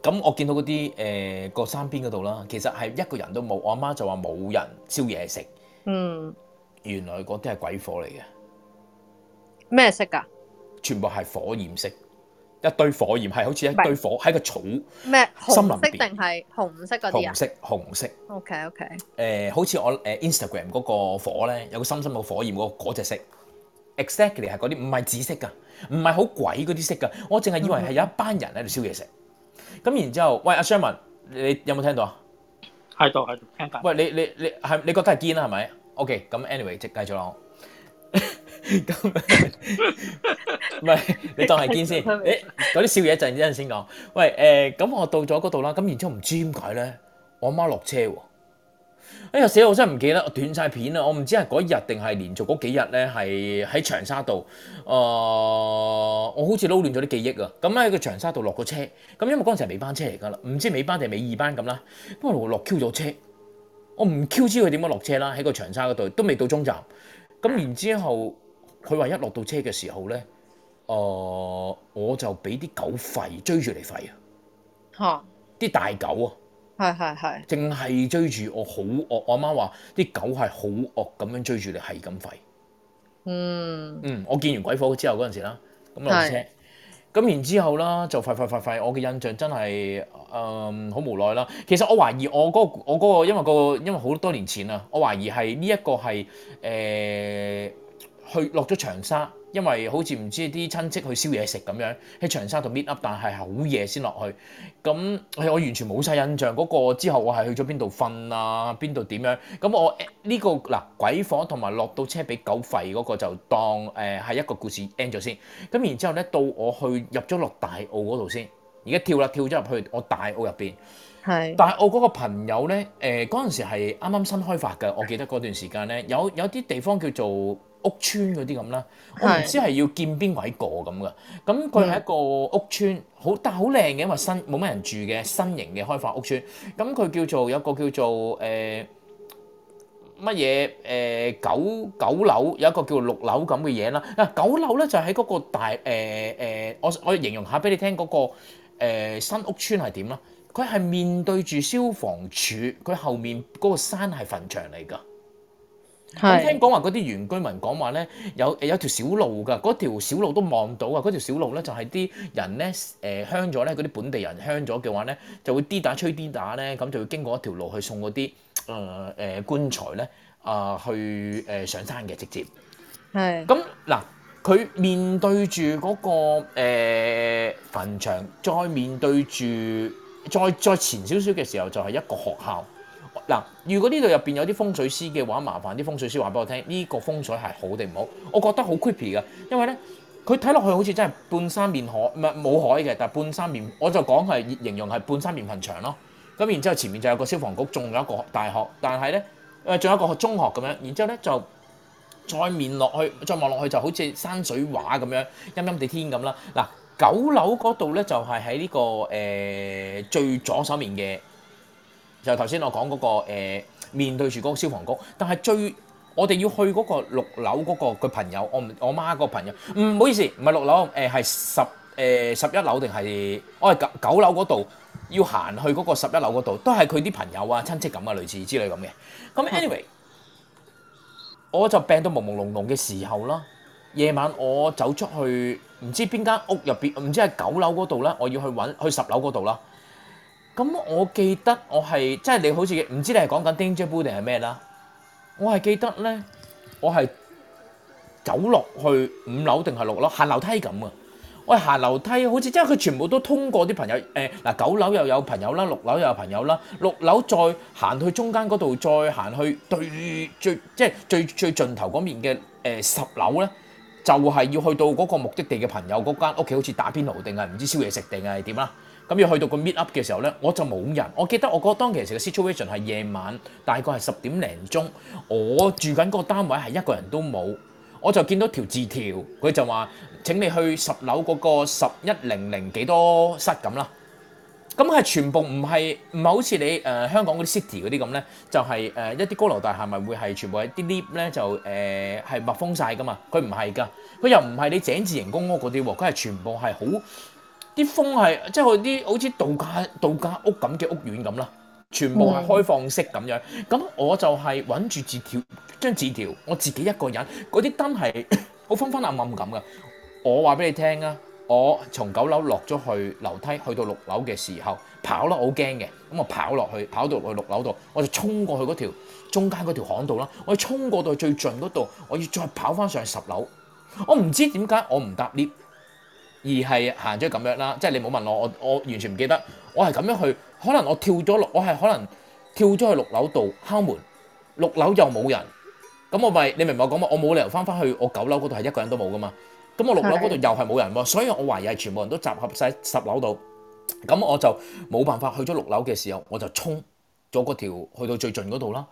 S2: 咁我見到嗰啲誒個山邊嗰度啦，其實係一個人都冇，我阿媽就話冇人燒嘢食，
S3: 嗯，
S2: 原來嗰啲係鬼火嚟嘅。
S3: 咩色啊㗎？
S2: 全部係火焰色，一堆火焰係好似一堆火喺個草
S3: 咩
S2: 森林
S3: 紅
S2: 邊
S3: 色定係紅色嗰啲啊
S2: 紅色紅色。
S3: ？O K O K，
S2: 誒、呃好似我誒、Instagram 嗰個火咧，有個深深個火焰嗰個嗰隻色，exactly 係嗰啲，唔係紫色噶，唔係好鬼嗰啲色噶，我淨係以為
S16: 嗯
S2: 係有一班人喺度燒嘢食。咁然之後，喂阿 Sherman，你有冇聽到啊？
S16: 喺度喺度聽緊。
S2: 喂，你你你係你覺得係堅啊啦係咪？OK，咁 anyway，即繼續 啦。我 咁唔係你當係堅先，誒嗰啲笑嘢陣一陣先講。喂誒，咁、我到咗嗰度啦，咁然之後唔知點解咧，我媽落車喎。哎呀死啦！我真係唔記得，我斷晒片啊啦！我唔知係嗰日定係連續嗰幾日咧，係喺長沙度。誒、我好似撈亂咗啲記憶啊！咁咧喺個長沙度落個車，咁因為嗰陣時係尾班車嚟㗎啦，唔知尾班定係尾二班咁啦。不過我落 Q 咗車，我唔 Q 知佢點樣落車啦，喺個長沙嗰度都未到終站。咁然之後，佢話一落到車嘅時候咧，誒、我就俾啲狗吠追住嚟吠啊！
S3: 嚇，
S2: 啲大狗啊！
S3: 係係係，
S2: 淨係追住我，好惡。我阿媽話啲狗係好惡咁樣追住你，係咁吠。
S3: 嗯，
S2: 嗯，我見完鬼火之後嗰陣時啦，咁落車
S3: 係，
S2: 咁然之後啦，就吠吠吠吠。我嘅印象真係誒好無奈啦。其實我懷疑我嗰、個我嗰、個因為、個因為好多年前啊，我懷疑係呢一個係誒、呃去落咗長沙。因為好似唔知啲親戚去燒嘢食咁樣，喺長沙度 meet up，但係好夜先落去。咁係我完全冇晒印象嗰、個之後，我係去咗邊度瞓啊，邊度點樣？咁我呃呢、個嗱鬼火同埋落到車俾狗吠嗰個就當誒係、一個故事 end 咗先。咁然之後咧，到我去入咗落大澳嗰度先，而家跳啦跳咗入去我大澳入邊。
S3: 係。
S2: 但係我嗰個朋友咧，誒嗰陣時係啱啱新開發嘅，我記得嗰段時間咧，有有啲地方叫做屋村嗰啲咁啦，我唔
S3: 係嗯
S2: 知係要見邊位過咁嘅。咁佢係一個屋村，好但係好靚嘅，因為新冇乜人住嘅新型嘅開發屋村。咁佢叫做有個叫做誒。呃乜嘢誒呃九九樓有一個叫六樓咁嘅嘢啦。嗱九樓咧就喺嗰個大誒誒、呃我我形容下俾你聽嗰、個、呃、新屋村係點啦。佢係面對住消防處，佢後面嗰個山係墳場嚟㗎。咁聽講話嗰啲原居民講話咧，有有條小路㗎，嗰條小路都望到啊！嗰條小路咧就係啲人咧誒鄉咗咧，嗰啲本地人鄉咗嘅話咧，就會啲打吹啲打咧，咁就會經過一條路去送嗰啲誒誒棺材咧啊、去誒、呃上山嘅直接。
S3: 係
S2: 咁嗱，佢面對住嗰、個誒、呃、墳場，再面對住再再前少少嘅時候，就係一個學校。嗱，如果呢度入邊有啲風水師嘅話，麻煩啲風水師話俾我聽，呢、個風水係好定唔好？我覺得好 creepy 噶，因為咧佢睇落去好似真係半山面海，唔係冇海嘅，但係半山面，我就講係形容係半山面墳場咯。咁然之後前面就有個消防局，仲有一個大學，但係咧誒仲有一個中學咁樣，然之後咧就。再面落去，再望落去就好似山水畫咁樣，陰陰地天咁啦。嗱，九樓嗰度咧就係喺呢個誒、呃最左手面嘅，就頭先我講嗰、個、呃、面對住嗰個消防局，但係最我哋要去嗰個六樓嗰、個佢朋友，我唔我媽個朋友，唔、好意思，唔係六樓，誒、係十誒十一樓定係哦我係九九樓嗰度。要行去嗰個十一樓嗰度，都係佢啲朋友啊、親戚咁啊，類似之類咁嘅。咁 anyway，我就病到朦朦朧朧嘅時候啦，夜晚我走出去唔知邊間屋入邊，唔知係九樓嗰度啦，我要去揾去十樓嗰度啦。咁我記得我係即係你好似唔知你係講緊 Danger Bull 定係咩啦？我係記得咧，我係走落去五樓定係六樓行樓梯咁啊！我係行樓梯，好似即係佢全部都通過啲朋友誒嗱、九樓又有朋友啦，六樓又有朋友啦，六樓再行去中間嗰度，再行去對最即係最最盡頭嗰面嘅誒、十樓咧，就係、要去到嗰個目的地嘅朋友嗰間屋企，好似打邊爐定係唔知燒嘢食定係點啦。咁要去到個 meet up 嘅時候咧，我就冇人。我記得我嗰當其時嘅 situation 係夜晚，大概係十點零鐘，我住緊個單位係一個人都冇。我就見到條字條，佢就話請你去十樓嗰個十一零零幾多室咁啦。咁係全部唔係唔係好似你誒、呃香港嗰啲 city 嗰啲咁咧，就係、呃誒、一啲高樓大廈咪會係全部係啲 lift 咧就誒係、密封晒噶嘛，佢唔係噶，佢又唔係你井字型公屋嗰啲喎，佢係全部係好啲風係即係佢啲好似度假度假屋咁嘅屋苑咁啦，全部係開放式咁樣。咁我就係揾住字條張字條，我自己一個人，嗰啲燈係 好昏昏暗暗咁噶。我話俾你聽啊，我從九樓落咗去樓梯，去到六樓嘅時候跑啦，我好驚嘅，咁我跑落去，跑到落去六樓度，我就衝過去嗰條中間嗰條巷度啦，我衝過到去最盡嗰度，我要再跑翻上十樓。我唔知點解我唔搭 lift，而係行咗咁樣啦，即係你冇問我，我我完全唔記得，我係咁樣去，可能我跳咗落，我係可能跳咗去六樓度敲門，六樓又冇人，咁我咪你明唔明我講乜？我冇理由翻翻去我九樓嗰度係一個人都冇噶嘛。咁我六樓嗰度又係冇人喎，所以我懷疑係全部人都集合晒十樓度。咁我就冇辦法去咗六樓嘅時候，我就衝咗嗰條去到最盡嗰度啦。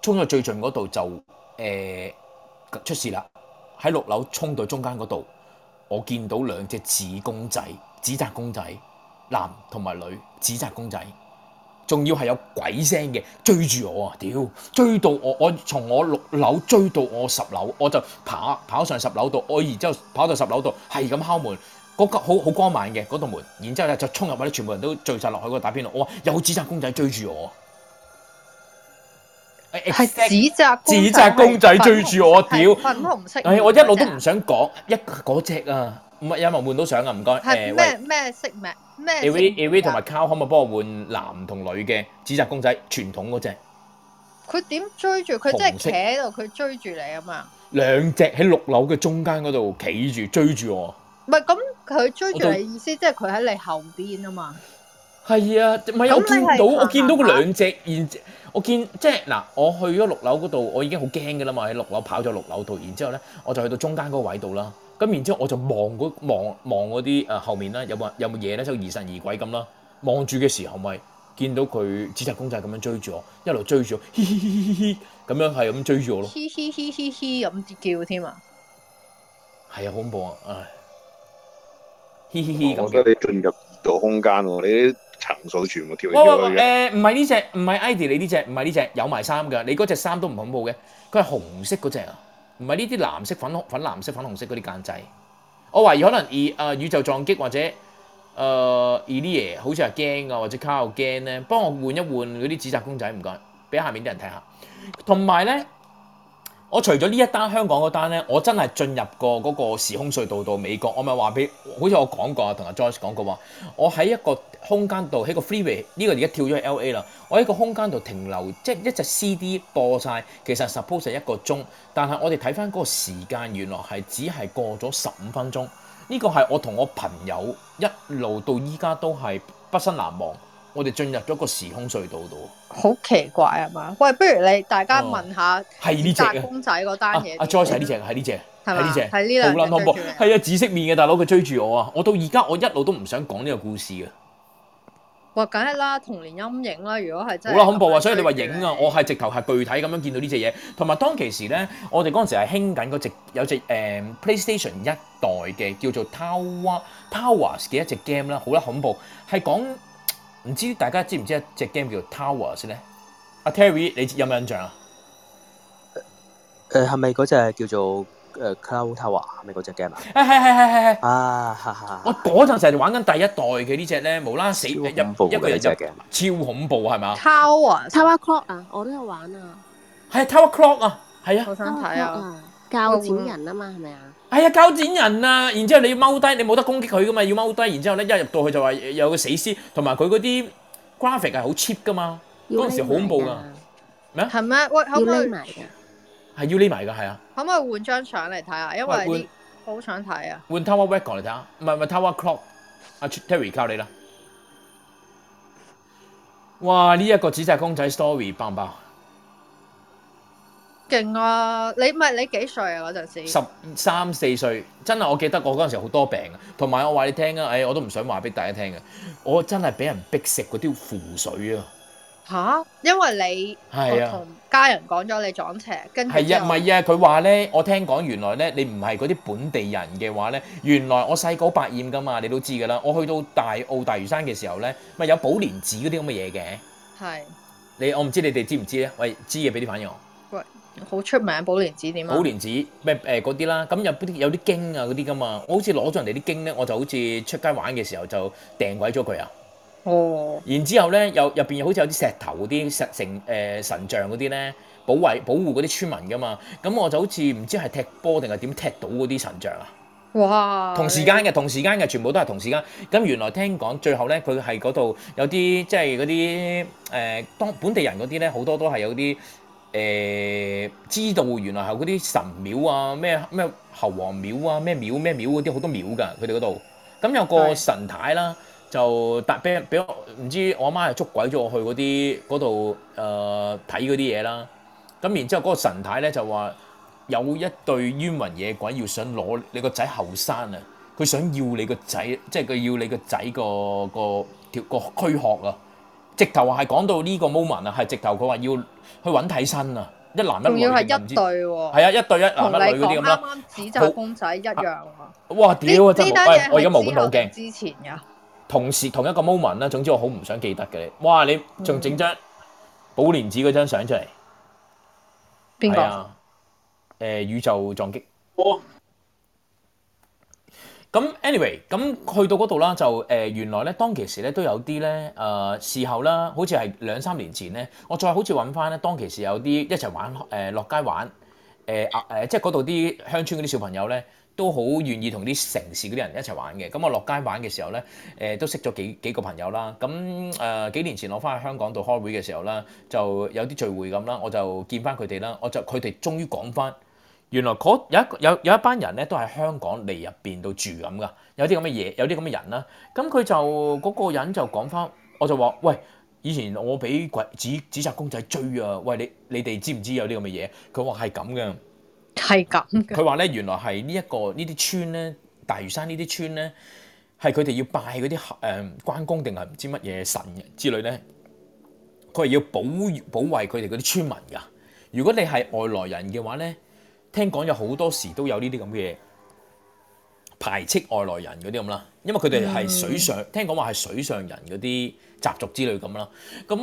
S2: 衝到最盡嗰度就誒、呃出事啦！喺六樓衝到中間嗰度，我見到兩隻紙公仔、紙紮公仔，男同埋女紙紮公仔。仲要係有鬼聲嘅追住我啊！屌，追到我，我從我六樓追到我十樓，我就跑跑上十樓度，我然之後跑到十樓度，係咁敲門，嗰個好好光猛嘅嗰道門，然之後咧就衝入去，全部人都聚晒落去嗰個打邊爐，我話有紙紮公仔追住我，
S3: 係紙紮公
S2: 紙紮公仔追住我，屌！
S3: 粉紅色。
S2: 唉，我一路都
S3: 啊
S2: 唔想講一嗰只啊，唔係有冇換到相啊？唔該，
S3: 係
S2: 誒
S3: 咩
S2: 喂。
S3: 咩色名咩
S2: a
S3: 色
S2: v a v 同埋 Cow 可唔可以幫我換男同女嘅紙紮公仔傳統嗰只？
S3: 佢點追住佢？即係
S2: 紅色
S3: 企喺度，佢追住你啊嘛。
S2: 兩隻喺六樓嘅中間嗰度企住追住我。
S3: 唔係咁，佢追
S2: 我
S3: 住
S2: 都
S3: 你意思，即係佢喺你後邊啊嘛。
S2: 係啊，唔係
S3: 咁
S2: 我
S3: 你
S2: 見
S3: 係
S2: 到
S3: 行
S2: 我見到
S3: 行
S2: 嗰兩隻，然之我見即係嗱，我去咗六樓嗰度，我已經好驚㗎啦嘛，喺六樓跑咗六樓度，然之後咧我就去到中間嗰個位度啦。咁然之後我就望嗰望望嗰啲誒後面啦，有冇有冇嘢咧？就疑神疑鬼咁啦。望住嘅時候咪見到佢紙紮公仔咁樣追住我，一路追住我，嘻嘻嘻嘻嘻咁樣係咁追住我咯。
S3: 嘻嘻嘻嘻嘻咁叫添啊！
S2: 係啊，好恐怖啊！唉，嘻嘻
S15: 哦我覺得你進入異度空間喎，你啲層數全部跳嚟
S2: 喂喂
S15: 跳去嘅。
S2: 喂，誒唔係呢只，唔係 ID 你呢只，唔係呢只，有埋衫㗎。你嗰只衫都唔恐怖嘅，佢係紅色嗰只啊，唔係呢啲藍色、粉紅、粉藍色、粉紅色嗰啲間掣。我懷疑可能以誒、呃宇宙撞擊或者誒 e l i 好似係驚啊，或者卡又驚咧，幫我換一換嗰啲紙紮公仔唔該，俾下面啲人睇下。同埋咧，我除咗呢一單香港嗰單咧，我真係進入過嗰個時空隧道到美國。我咪話俾，好似我講過啊，同阿 Joyce 講過話，我喺一個空間度，喺個 freeway 呢個而家跳咗去 LA 啦。我喺個空間度停留，即係一隻 CD 播晒，其實 suppose 係一個鐘，但係我哋睇翻嗰個時間，原來係只係過咗十五分鐘。呢個係我同我朋友一路到依家都係畢生難忘。我哋進入咗個時空隧道度。
S3: 好奇怪啊嘛！喂，不如你大家問下
S2: 哦係呢隻嘅啊
S3: 紮公仔嗰單嘢。
S2: 阿 Joyce 係呢只，係呢只，
S3: 係
S2: 係
S3: 嘛
S2: 呢只，
S3: 係呢兩隻
S2: 好撚恐怖。
S3: 追住
S2: 係啊，紫色面嘅大佬佢追住我啊！我到而家我一路都唔想講呢個故事嘅，
S3: 哇，梗係啦，童年陰影啦。如果係真
S2: 好
S3: 係
S2: 啦恐怖啊！所以你話影啊，我係直頭係具體咁樣見到呢只嘢，同埋當其時咧，我哋嗰陣時係興緊嗰隻有隻誒、嗯 PlayStation 一代嘅叫做 Tower Towers 嘅一隻 game 啦，好啦恐怖，係講唔知大家知唔知一隻 game 叫做 Towers 咧？阿 Terry 你有冇印象啊？
S11: 誒係咪嗰只叫做誒 Cloud Tower 係咪嗰只 game 啊？
S2: 係係係係係
S11: 啊，哈哈！
S2: 我嗰陣成日玩緊第一代嘅呢只咧，無啦啦死入一個人
S11: 呢隻嘅
S2: 入，超恐怖係嘛？
S3: Tower
S27: Tower Clock 啊，我都有玩啊，
S2: 係啊 Tower Clock 啊，係啊，
S3: 好想睇啊！
S27: 教剪人啊嘛，係咪啊？
S2: 係啊，交剪人啊，然之後你要踎低，你冇得攻擊佢噶嘛，要踎低，然之後咧一入到去就話有個死屍，同埋佢嗰啲 graphic 係好 cheap 噶嘛，
S3: 要
S2: 嗰陣時好恐怖噶，
S3: 係咩？喂，可唔可以
S2: 係要匿埋噶，係啊，
S3: 可唔可以換張相嚟睇下？因為
S2: 喂
S3: 呢好想睇啊！
S2: 換 Tower Record 嚟睇下，唔係唔係 Tower Clock，阿 Terry 靠你啦，哇！呢、一個紙紮公仔 story 爆唔爆？
S3: 勁啊！你唔係你幾歲啊？嗰陣時
S2: 十三四歲，真係我記得我嗰陣時好多病啊，同埋我話你聽啊，誒、我都唔想話俾大家聽嘅，啊我真係俾人逼食嗰啲符水啊，
S3: 吓，因為你
S2: 係啊
S3: 同家人講咗你撞邪，跟住
S2: 係
S3: 之
S2: 啊，唔
S3: 後
S2: 係啊，佢話咧，我聽講原來咧，你唔係嗰啲本地人嘅話咧，原來我細個好百厭噶嘛，你都知噶啦，我去到大澳大嶼山嘅時候咧，咪有寶蓮寺嗰啲咁嘅嘢嘅，
S3: 係
S2: 你我唔知你哋知唔知咧？喂，知嘅俾啲反應我。
S3: 喂好出名寶蓮寺點啊？
S2: 寶蓮寺咩誒嗰啲啦，咁有啲有啲經啊嗰啲噶嘛，我好似攞咗人哋啲經咧，我就好似出街玩嘅時候就掟鬼咗佢啊！
S3: 哦，
S2: 然之後咧，有入邊好似有啲石頭嗰啲石成誒、呃神像嗰啲咧，保衞保護嗰啲村民噶嘛。咁我就好似唔知係踢波定係點踢到嗰啲神像啊。
S3: 哇！
S2: 同時間嘅，同時間嘅，全部都係同時間。咁原來聽講最後咧，佢係嗰度有啲即係嗰啲誒當本地人嗰啲咧，好多都係有啲誒、呃知道原來係嗰啲神廟啊，咩咩侯王廟啊，咩廟咩廟嗰啲好多廟㗎，佢哋嗰度。咁有個神太啦，就搭俾俾我唔知我阿媽係捉鬼咗我去嗰啲嗰度誒睇嗰啲嘢啦。咁然之後嗰個神太咧就話有一對冤魂野鬼要想攞你個仔後生啊，佢想要你個仔，即係佢要你個仔個個條個軀殼啊！直頭係講到呢個 moment 啊，係直頭佢話要去揾替身啊，一男一
S3: 仲
S2: 女
S3: 要係
S2: 定唔
S3: 一
S2: 知
S3: 對喎，
S2: 係啊，一對一
S3: 同
S2: 男一
S3: 你
S2: 女嗰啲
S3: 講
S2: 咁啦。
S3: 啱啱紙紮公仔一樣喎。
S2: 哇！屌啊，真係
S3: 呢單
S2: 冇，喂
S3: 嘢
S2: 我而家無
S3: 係之
S2: 本
S3: 後
S2: 無
S3: 定
S2: 鏡。
S3: 之前㗎。
S2: 同時同一個 moment 啦，總之我好唔想記得嘅你。哇！你
S3: 嗯
S2: 仲整張寶蓮寺嗰張相出嚟？
S3: 邊個
S2: 係啊？誒、宇宙撞擊。咁 anyway，咁去到嗰度啦，就誒、呃原來咧，當其時咧都有啲咧誒事後啦，好似係兩三年前咧，我再好似揾翻咧，當其時有啲一齊玩誒落、街玩誒啊誒，即係嗰度啲鄉村嗰啲小朋友咧，都好願意同啲城市嗰啲人一齊玩嘅。咁我落街玩嘅時候咧，誒、都識咗幾幾個朋友啦。咁誒、呃、幾年前我翻去香港度開會嘅時候啦，就有啲聚會咁啦，我就見翻佢哋啦，我就佢哋終於講翻。原來嗰有一個有有一班人咧，都喺香港嚟入邊度住咁噶，有啲咁嘅嘢，有啲咁嘅人啦。咁佢就嗰、個人就講翻，我就話：喂，以前我俾鬼紙紙紮公仔追啊！喂，你你哋知唔知有啲咁嘅嘢？佢話係咁嘅。
S3: 係咁
S2: 佢話咧，原來係呢一個呢啲村咧，大嶼山呢啲村咧，係佢哋要拜嗰啲誒關公定係唔知乜嘢神之類咧，佢係要保保衞佢哋嗰啲村民噶。如果你係外來人嘅話咧，聽講有好多時都有呢啲咁嘅排斥外來人嗰啲咁啦，因為佢哋係水上，聽講話係水上人嗰啲習俗之類咁啦。咁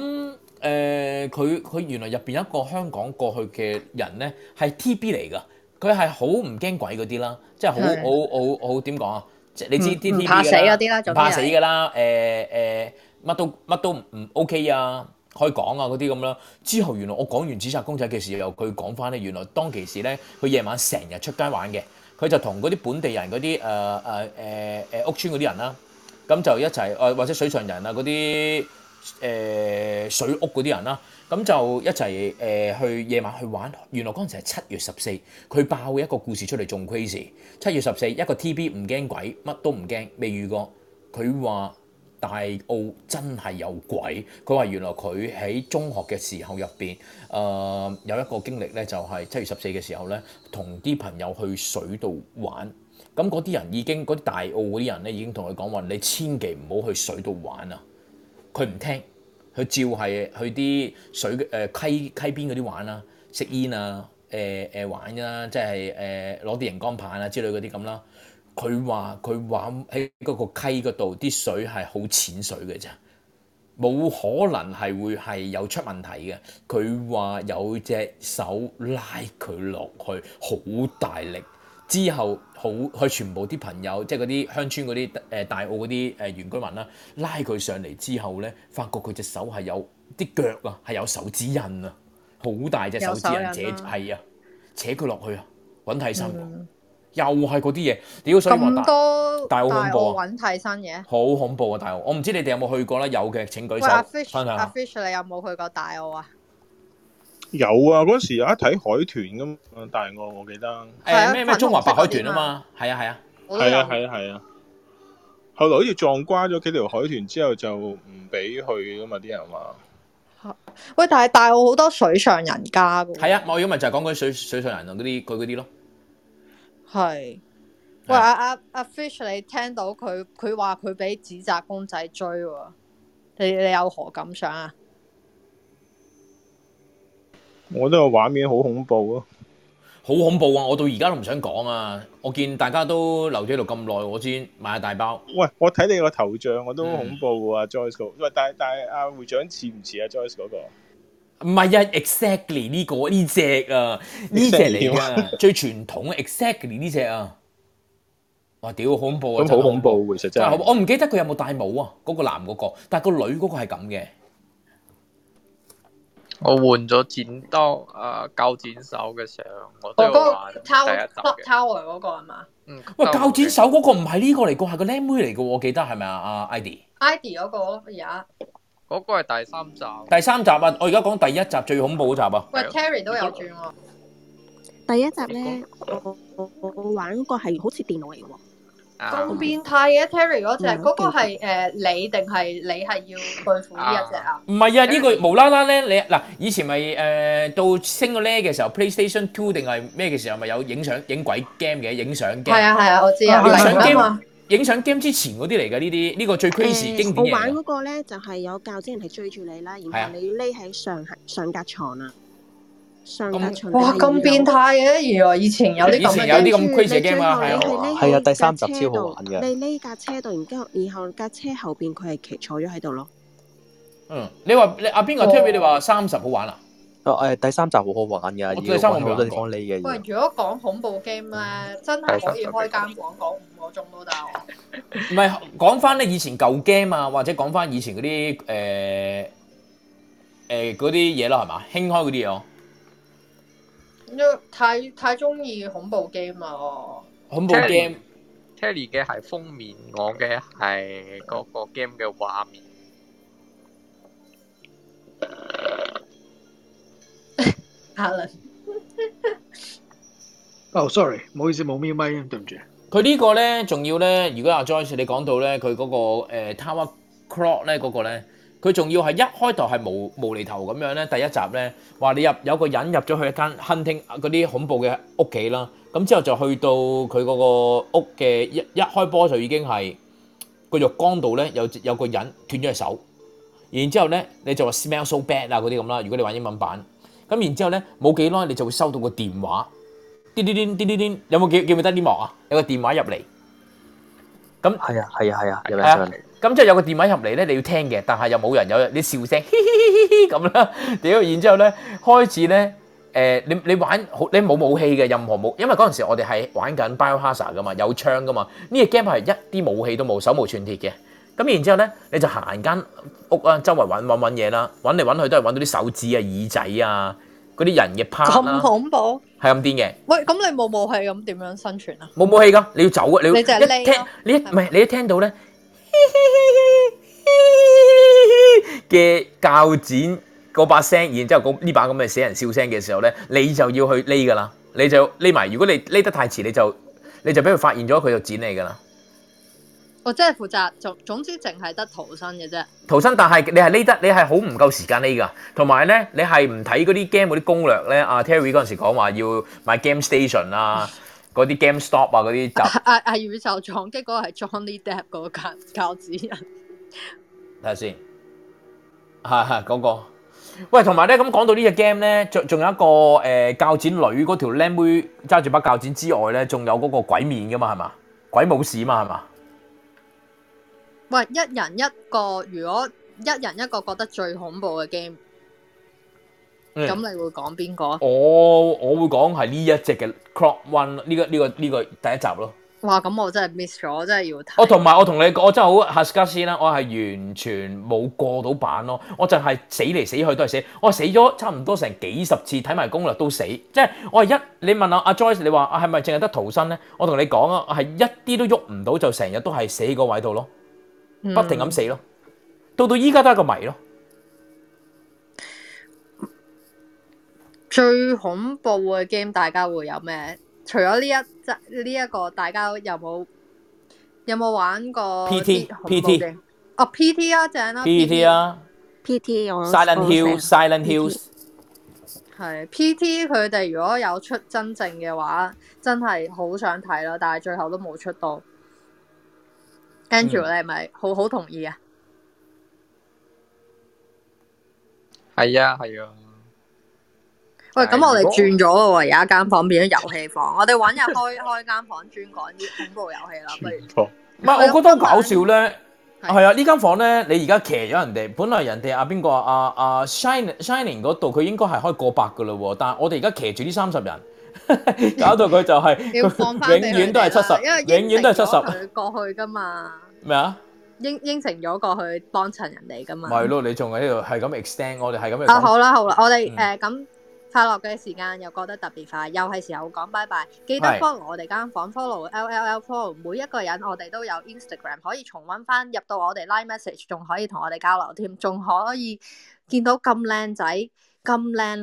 S2: 誒，佢、佢原來入邊有一個香港過去嘅人咧，係 TB 嚟㗎，佢係好唔驚鬼嗰啲啦，即係好
S3: 係
S2: 好好好點講啊？即係你知
S3: 嗯
S2: 啲
S3: 唔
S2: TB
S3: 怕死
S2: 㗎
S3: 嗰啲啦總之
S2: 唔怕死
S3: 係
S2: 㗎啦，誒誒乜都乜都唔 OK 啊！可以講啊嗰啲咁啦。之後原來我講完紙紮公仔嘅時候，佢講翻咧，原來當其時咧，佢夜晚成日出街玩嘅，佢就同嗰啲本地人嗰啲誒誒誒誒屋村嗰啲人啦，咁就一齊誒、呃或者水上人啊嗰啲誒呃水屋嗰啲人啦，咁就一齊誒、呃去夜晚去玩。原來嗰陣時係七月十四，佢爆一個故事出嚟仲 crazy。七月十四一個 TB 唔驚鬼，乜都唔驚，未遇過。佢話。大澳真係有鬼。佢話原來佢喺中學嘅時候入邊，誒、呃有一個經歷咧，就係七月十四嘅時候咧，同啲朋友去水度玩。咁嗰啲人已經嗰啲大澳嗰啲人咧已經同佢講話，你千祈唔好去水度玩啊！佢唔聽，佢照係去啲水誒、呃溪溪邊嗰啲玩啦，食煙啊，誒、誒、玩啦，即係誒攞啲熒光棒啊之類嗰啲咁啦。佢話佢玩喺嗰個溪嗰度，啲水係好淺水嘅啫，冇可能係會係有出問題嘅。佢話有隻手拉佢落去，好大力。之後好，佢全部啲朋友，即係嗰啲鄉村嗰啲誒大澳嗰啲誒呃原居民啦，拉佢上嚟之後咧，發覺佢隻手係有啲腳啊，係有手指印啊，好大隻手指
S3: 有手
S2: 印
S3: 印啊
S2: 扯係啊，扯佢落去啊，揾替身喎。又係嗰啲嘢，屌！所以話
S3: 嗯咁多
S2: 大大澳恐怖啊，
S3: 揾替身嘅。
S2: 好恐怖啊！大澳，我唔知你哋有冇去過啦，有嘅請舉
S3: 喂，阿
S2: 手
S3: Fish，
S2: 分享
S3: 阿
S2: 下。
S3: Fish，你有冇去過大澳啊？
S26: 有啊，嗰時有一睇海豚咁，大澳我記得。
S2: 誒咩咩中華白海豚啊嘛，係啊係啊，
S26: 係啊係啊係啊。後來好似撞瓜咗幾條海豚之後，就唔俾去噶嘛，啲人話。
S3: 喂，但係大澳好多水上人家噶。
S2: 係啊，我如果咪就係講嗰啲水水上人嗰啲佢嗰啲咯。
S3: 係。喂，阿阿阿 Fish，你聽到佢佢話佢俾紙紮公仔追喎，你你有何感想啊？
S26: 我覺得個畫面好恐怖啊！
S2: 好恐怖啊！我到而家都唔想講啊！我見大家都留咗喺度咁耐，我先買下大包。
S26: 喂，我睇你個頭像，我都好恐怖啊，Joyce 嗰個喂，但係但係阿會長似唔似啊 Joyce 嗰個？
S2: 唔係啊，exactly 呢、個呢只啊，呢只嚟
S26: Exactly
S2: 㗎，最傳統嘅 exactly 呢只啊。哇！屌，好恐怖啊！
S11: 咁
S2: 真係
S11: 好恐怖，其實真
S2: 真係好
S11: 係。
S2: 我唔記得佢有冇戴帽啊，嗰、個男嗰、個，但係個女嗰個係咁嘅。
S13: 我換咗剪刀啊铰剪手嘅相，我都
S3: 哦，
S13: 有
S3: 嗰
S13: 玩
S3: 個
S13: 第
S3: Tower
S13: 一
S3: Clock Tower 嗰個係嘛
S2: 喂，鉸剪手嗰個唔係呢個嚟個，係個靚妹嚟嘅，我記得係咪啊？阿 Idy
S3: ？ID 嗰個咯，而家
S13: 集，嗰個係第三集。
S2: 第三集啊，我而家講第一集最恐怖嗰集啊。
S3: 喂 Terry 都有轉喎。
S9: 第一集咧，
S2: 嗯
S9: 我我玩過係好似電腦嚟喎。
S3: 啊咁變態嘅 Terry 嗰只，
S9: 嗯
S3: 嗰個係誒你定係你係要對付呢一隻啊？
S2: 唔係啊，呢個無啦啦咧，你嗱以前咪誒、呃到升個 l 嘅時候，PlayStation Two 定係咩嘅時候咪有影相影鬼 game 嘅影相 game。
S3: 係啊係啊我知啊
S2: 影相
S3: 我明啊
S2: game
S3: 嘛
S2: 影相 game 之前嗰啲嚟嘅呢啲，呢、個最 crazy
S9: 誒
S2: 經
S9: 我
S2: 典嘢
S9: 玩
S2: 嚟㗎。
S9: 嗰個咧就係有教啲人係追住你啦，
S2: 係啊
S9: 然後你匿喺上上格床啊，上格床。
S3: 哇，咁變態嘅，原來以前有啲咁嘅 game
S9: 係
S11: 係啊，第三集超好玩嘅。
S9: 你匿架車度，然之後然後架車後邊佢係騎坐咗喺度咯。
S2: 嗯，你話你阿邊個
S9: 哦
S2: Terry 你話三十好玩啊？
S11: 哦誒、第三集好好玩㗎，
S2: 我第三集冇
S11: 要好多地
S2: 玩
S11: 方匿嘅。
S3: 喂，如果講恐怖 game 咧，真嗯係可以開間房講五個鐘都得喎。
S2: 唔係講翻咧以前舊 game 啊，或者講翻以前嗰啲誒誒嗰啲嘢啦，係嘛？輕開嗰啲嘢哦，
S3: 因為太太中意恐怖 game 啦，我
S2: 恐怖 game。
S13: Terry 嘅係封面，我嘅係嗰個 game 嘅畫面。
S3: 阿倫
S7: 哦，sorry，唔好意思，冇咪咪，對唔住。
S2: 佢呢個咧，仲要咧，如果阿 Joyce 你講到咧，佢嗰、個、呃、Tower Clock 咧嗰個咧，佢仲要係一開頭係無無厘頭咁樣咧，第一集咧話你入有個人入咗去一間 hunting 嗰啲恐怖嘅屋企啦，咁之後就去到佢嗰個屋嘅一一開波就已經係個浴缸度咧有有個人斷咗隻手，然之後咧你就話 smell so bad 啊嗰啲咁啦，如果你玩英文版，咁然之後咧冇幾耐你就會收到個電話。叮叮叮叮叮叮，有冇記記唔記得呢幕啊？有個電話入嚟，咁
S11: 係啊係啊係啊，有印
S2: 係啊
S11: 象嚟。，
S2: 咁即係有個電話入嚟咧，你要聽嘅，但係又冇人有你笑 聲，嘻嘻嘻嘻咁啦，屌，然之後咧開始咧，誒、你你玩好，你冇武器嘅，任何武，因為嗰陣時我哋係玩緊 Biohazard 噶嘛，有槍噶嘛，呢、個 game 係一啲武器都冇，手無寸鐵嘅，咁然之後咧，你就行間屋啊，周圍揾揾揾嘢啦，揾嚟揾去都係揾到啲手指啊、耳仔啊、嗰啲人嘅 part 啦
S3: 咁，恐怖。
S2: 係咁癲嘅。
S3: 喂，咁你冇武器咁點樣生存 啊？
S2: 冇武器㗎，你要走啊！你要
S3: 你就係
S2: 一聽
S3: 匿咯
S2: 你一唔係你一聽到咧嘅鉸剪嗰把聲，然之後嗰呢把咁嘅死人笑聲嘅時候咧，你就要去匿㗎啦，你就匿埋。如果你匿得太遲，你就你就俾佢發現咗，佢就剪你㗎啦。
S3: 我真係負責總總之淨係得逃生嘅啫。
S2: 逃生，但係你係匿得，你係好唔夠時間匿㗎。同埋咧，你係唔睇嗰啲 game 嗰啲攻略咧。阿 à, Terry 嗰陣時講話要買 Game Station à, 啊，嗰啲 Game Stop à, 啊，嗰啲集。
S3: 啊啊！宇宙撞擊嗰個係 Johnny Depp 嗰個教教子人，
S2: 睇下先，係係嗰個。喂，同埋咧，咁講到呢只 game 咧，仲仲有一個誒、呃、鉸剪女嗰條靚妹揸住把鉸剪之外咧，仲有嗰個鬼面噶嘛，係嘛？鬼武士嘛，係嘛？
S3: 喂，一人一個，如果一人一個覺得最恐怖嘅 game，
S2: 嗯
S3: 咁、你會講邊個？啊
S2: 我我會講係呢一隻嘅 Clock One 呢、個呢、個呢、個第一集咯。
S3: 哇！咁我真係 miss 咗，真係要睇。
S2: 我同埋我同你講，我真係好 h a s k a 先啦，我係完全冇過到版咯，我就係死嚟死去都係死，我死咗差唔多成幾十次，睇埋攻略都死，即係我係一你問我阿 Joyce，你話啊係咪淨係得逃生咧？我同你講啊，我係一啲都喐唔到，就成日都係死嗰位度咯，不停咁死咯，到到依家都係一個謎咯。
S3: 最恐怖嘅 game，大家會有咩？除咗呢一則呢一個，大家有冇有冇玩過
S2: PT
S3: 啲恐怖 game？哦，PT 啊，正啦
S2: PET 啊
S24: PT 我
S2: ，Silent
S24: 我
S2: Hills，Silent Hills，
S3: 係 PT 佢哋如果有出真正嘅話，真係好想睇咯，但係最後都冇出到。Andrew，、
S1: 嗯
S3: 你係咪好好同意啊？
S1: 係啊係啊，
S3: 喂，咁我哋
S1: 如果
S3: 轉咗咯喎，而家間房變咗遊戲房，我哋揾日 開開間房專講啲恐怖遊戲啦，不如。
S2: 唔係，我覺得好搞笑咧。係啊，呢間房咧，你而家騎咗人哋，本來人哋啊邊個啊啊啊 Shining Shining 嗰度，佢應該係開過百噶嘞喎，但係我哋而家騎住呢三十人， 搞到佢就係、
S3: 要放翻
S2: 佢永遠都係七
S3: 因為
S2: 十，永遠都係七十
S3: 佢過去噶嘛，
S2: 咩啊？
S3: 應應承咗過去幫襯人哋噶嘛。
S2: 咪係咯，你仲喺呢度係咁 extend，我哋係咁嚟
S3: 啊，好啦好啦，我哋
S2: 嗯
S3: 誒咁快樂嘅時間又過得特別快，又係時候講拜拜。記得
S2: 係
S3: follow 我哋間房，follow L L L follow 每一個人，我哋都有 Instagram 可以重温翻，入到我哋 Line message 仲可以同我哋交流添，仲可以見到咁靚仔咁靚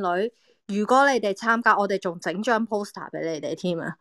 S3: 女。如果你哋參加，我哋仲整張 poster 俾你哋添啊！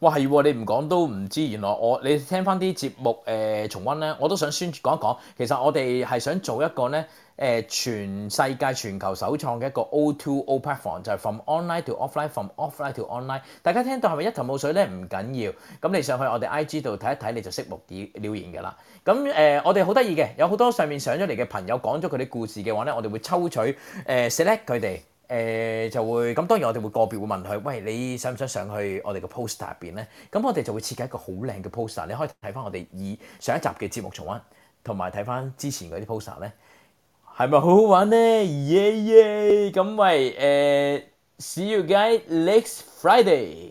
S2: 哇係喎，你唔講都唔知，原來我你聽翻啲節目誒、呃重温咧，我都想宣講一講。其實我哋係想做一個咧誒、呃全世界全球首創嘅一個 O2O platform，就係 from online to offline，from offline to online。大家聽到係咪一頭霧水咧？唔緊要，咁你上去我哋 IG 度睇一睇，你就識目了然㗎啦。咁誒、呃我哋好得意嘅，有好多上面上咗嚟嘅朋友講咗佢哋故事嘅話咧，我哋會抽取誒、呃 select 佢哋。誒、就會咁，當然我哋會個別會問佢，喂，你想唔想上去我哋個 poster 入邊咧？咁我哋就會設計一個好靚嘅 poster，你可以睇翻我哋以上一集嘅節目重温，同埋睇翻之前嗰啲 poster 咧，係咪好好玩咧？耶耶！咁喂誒，see you guys next Friday。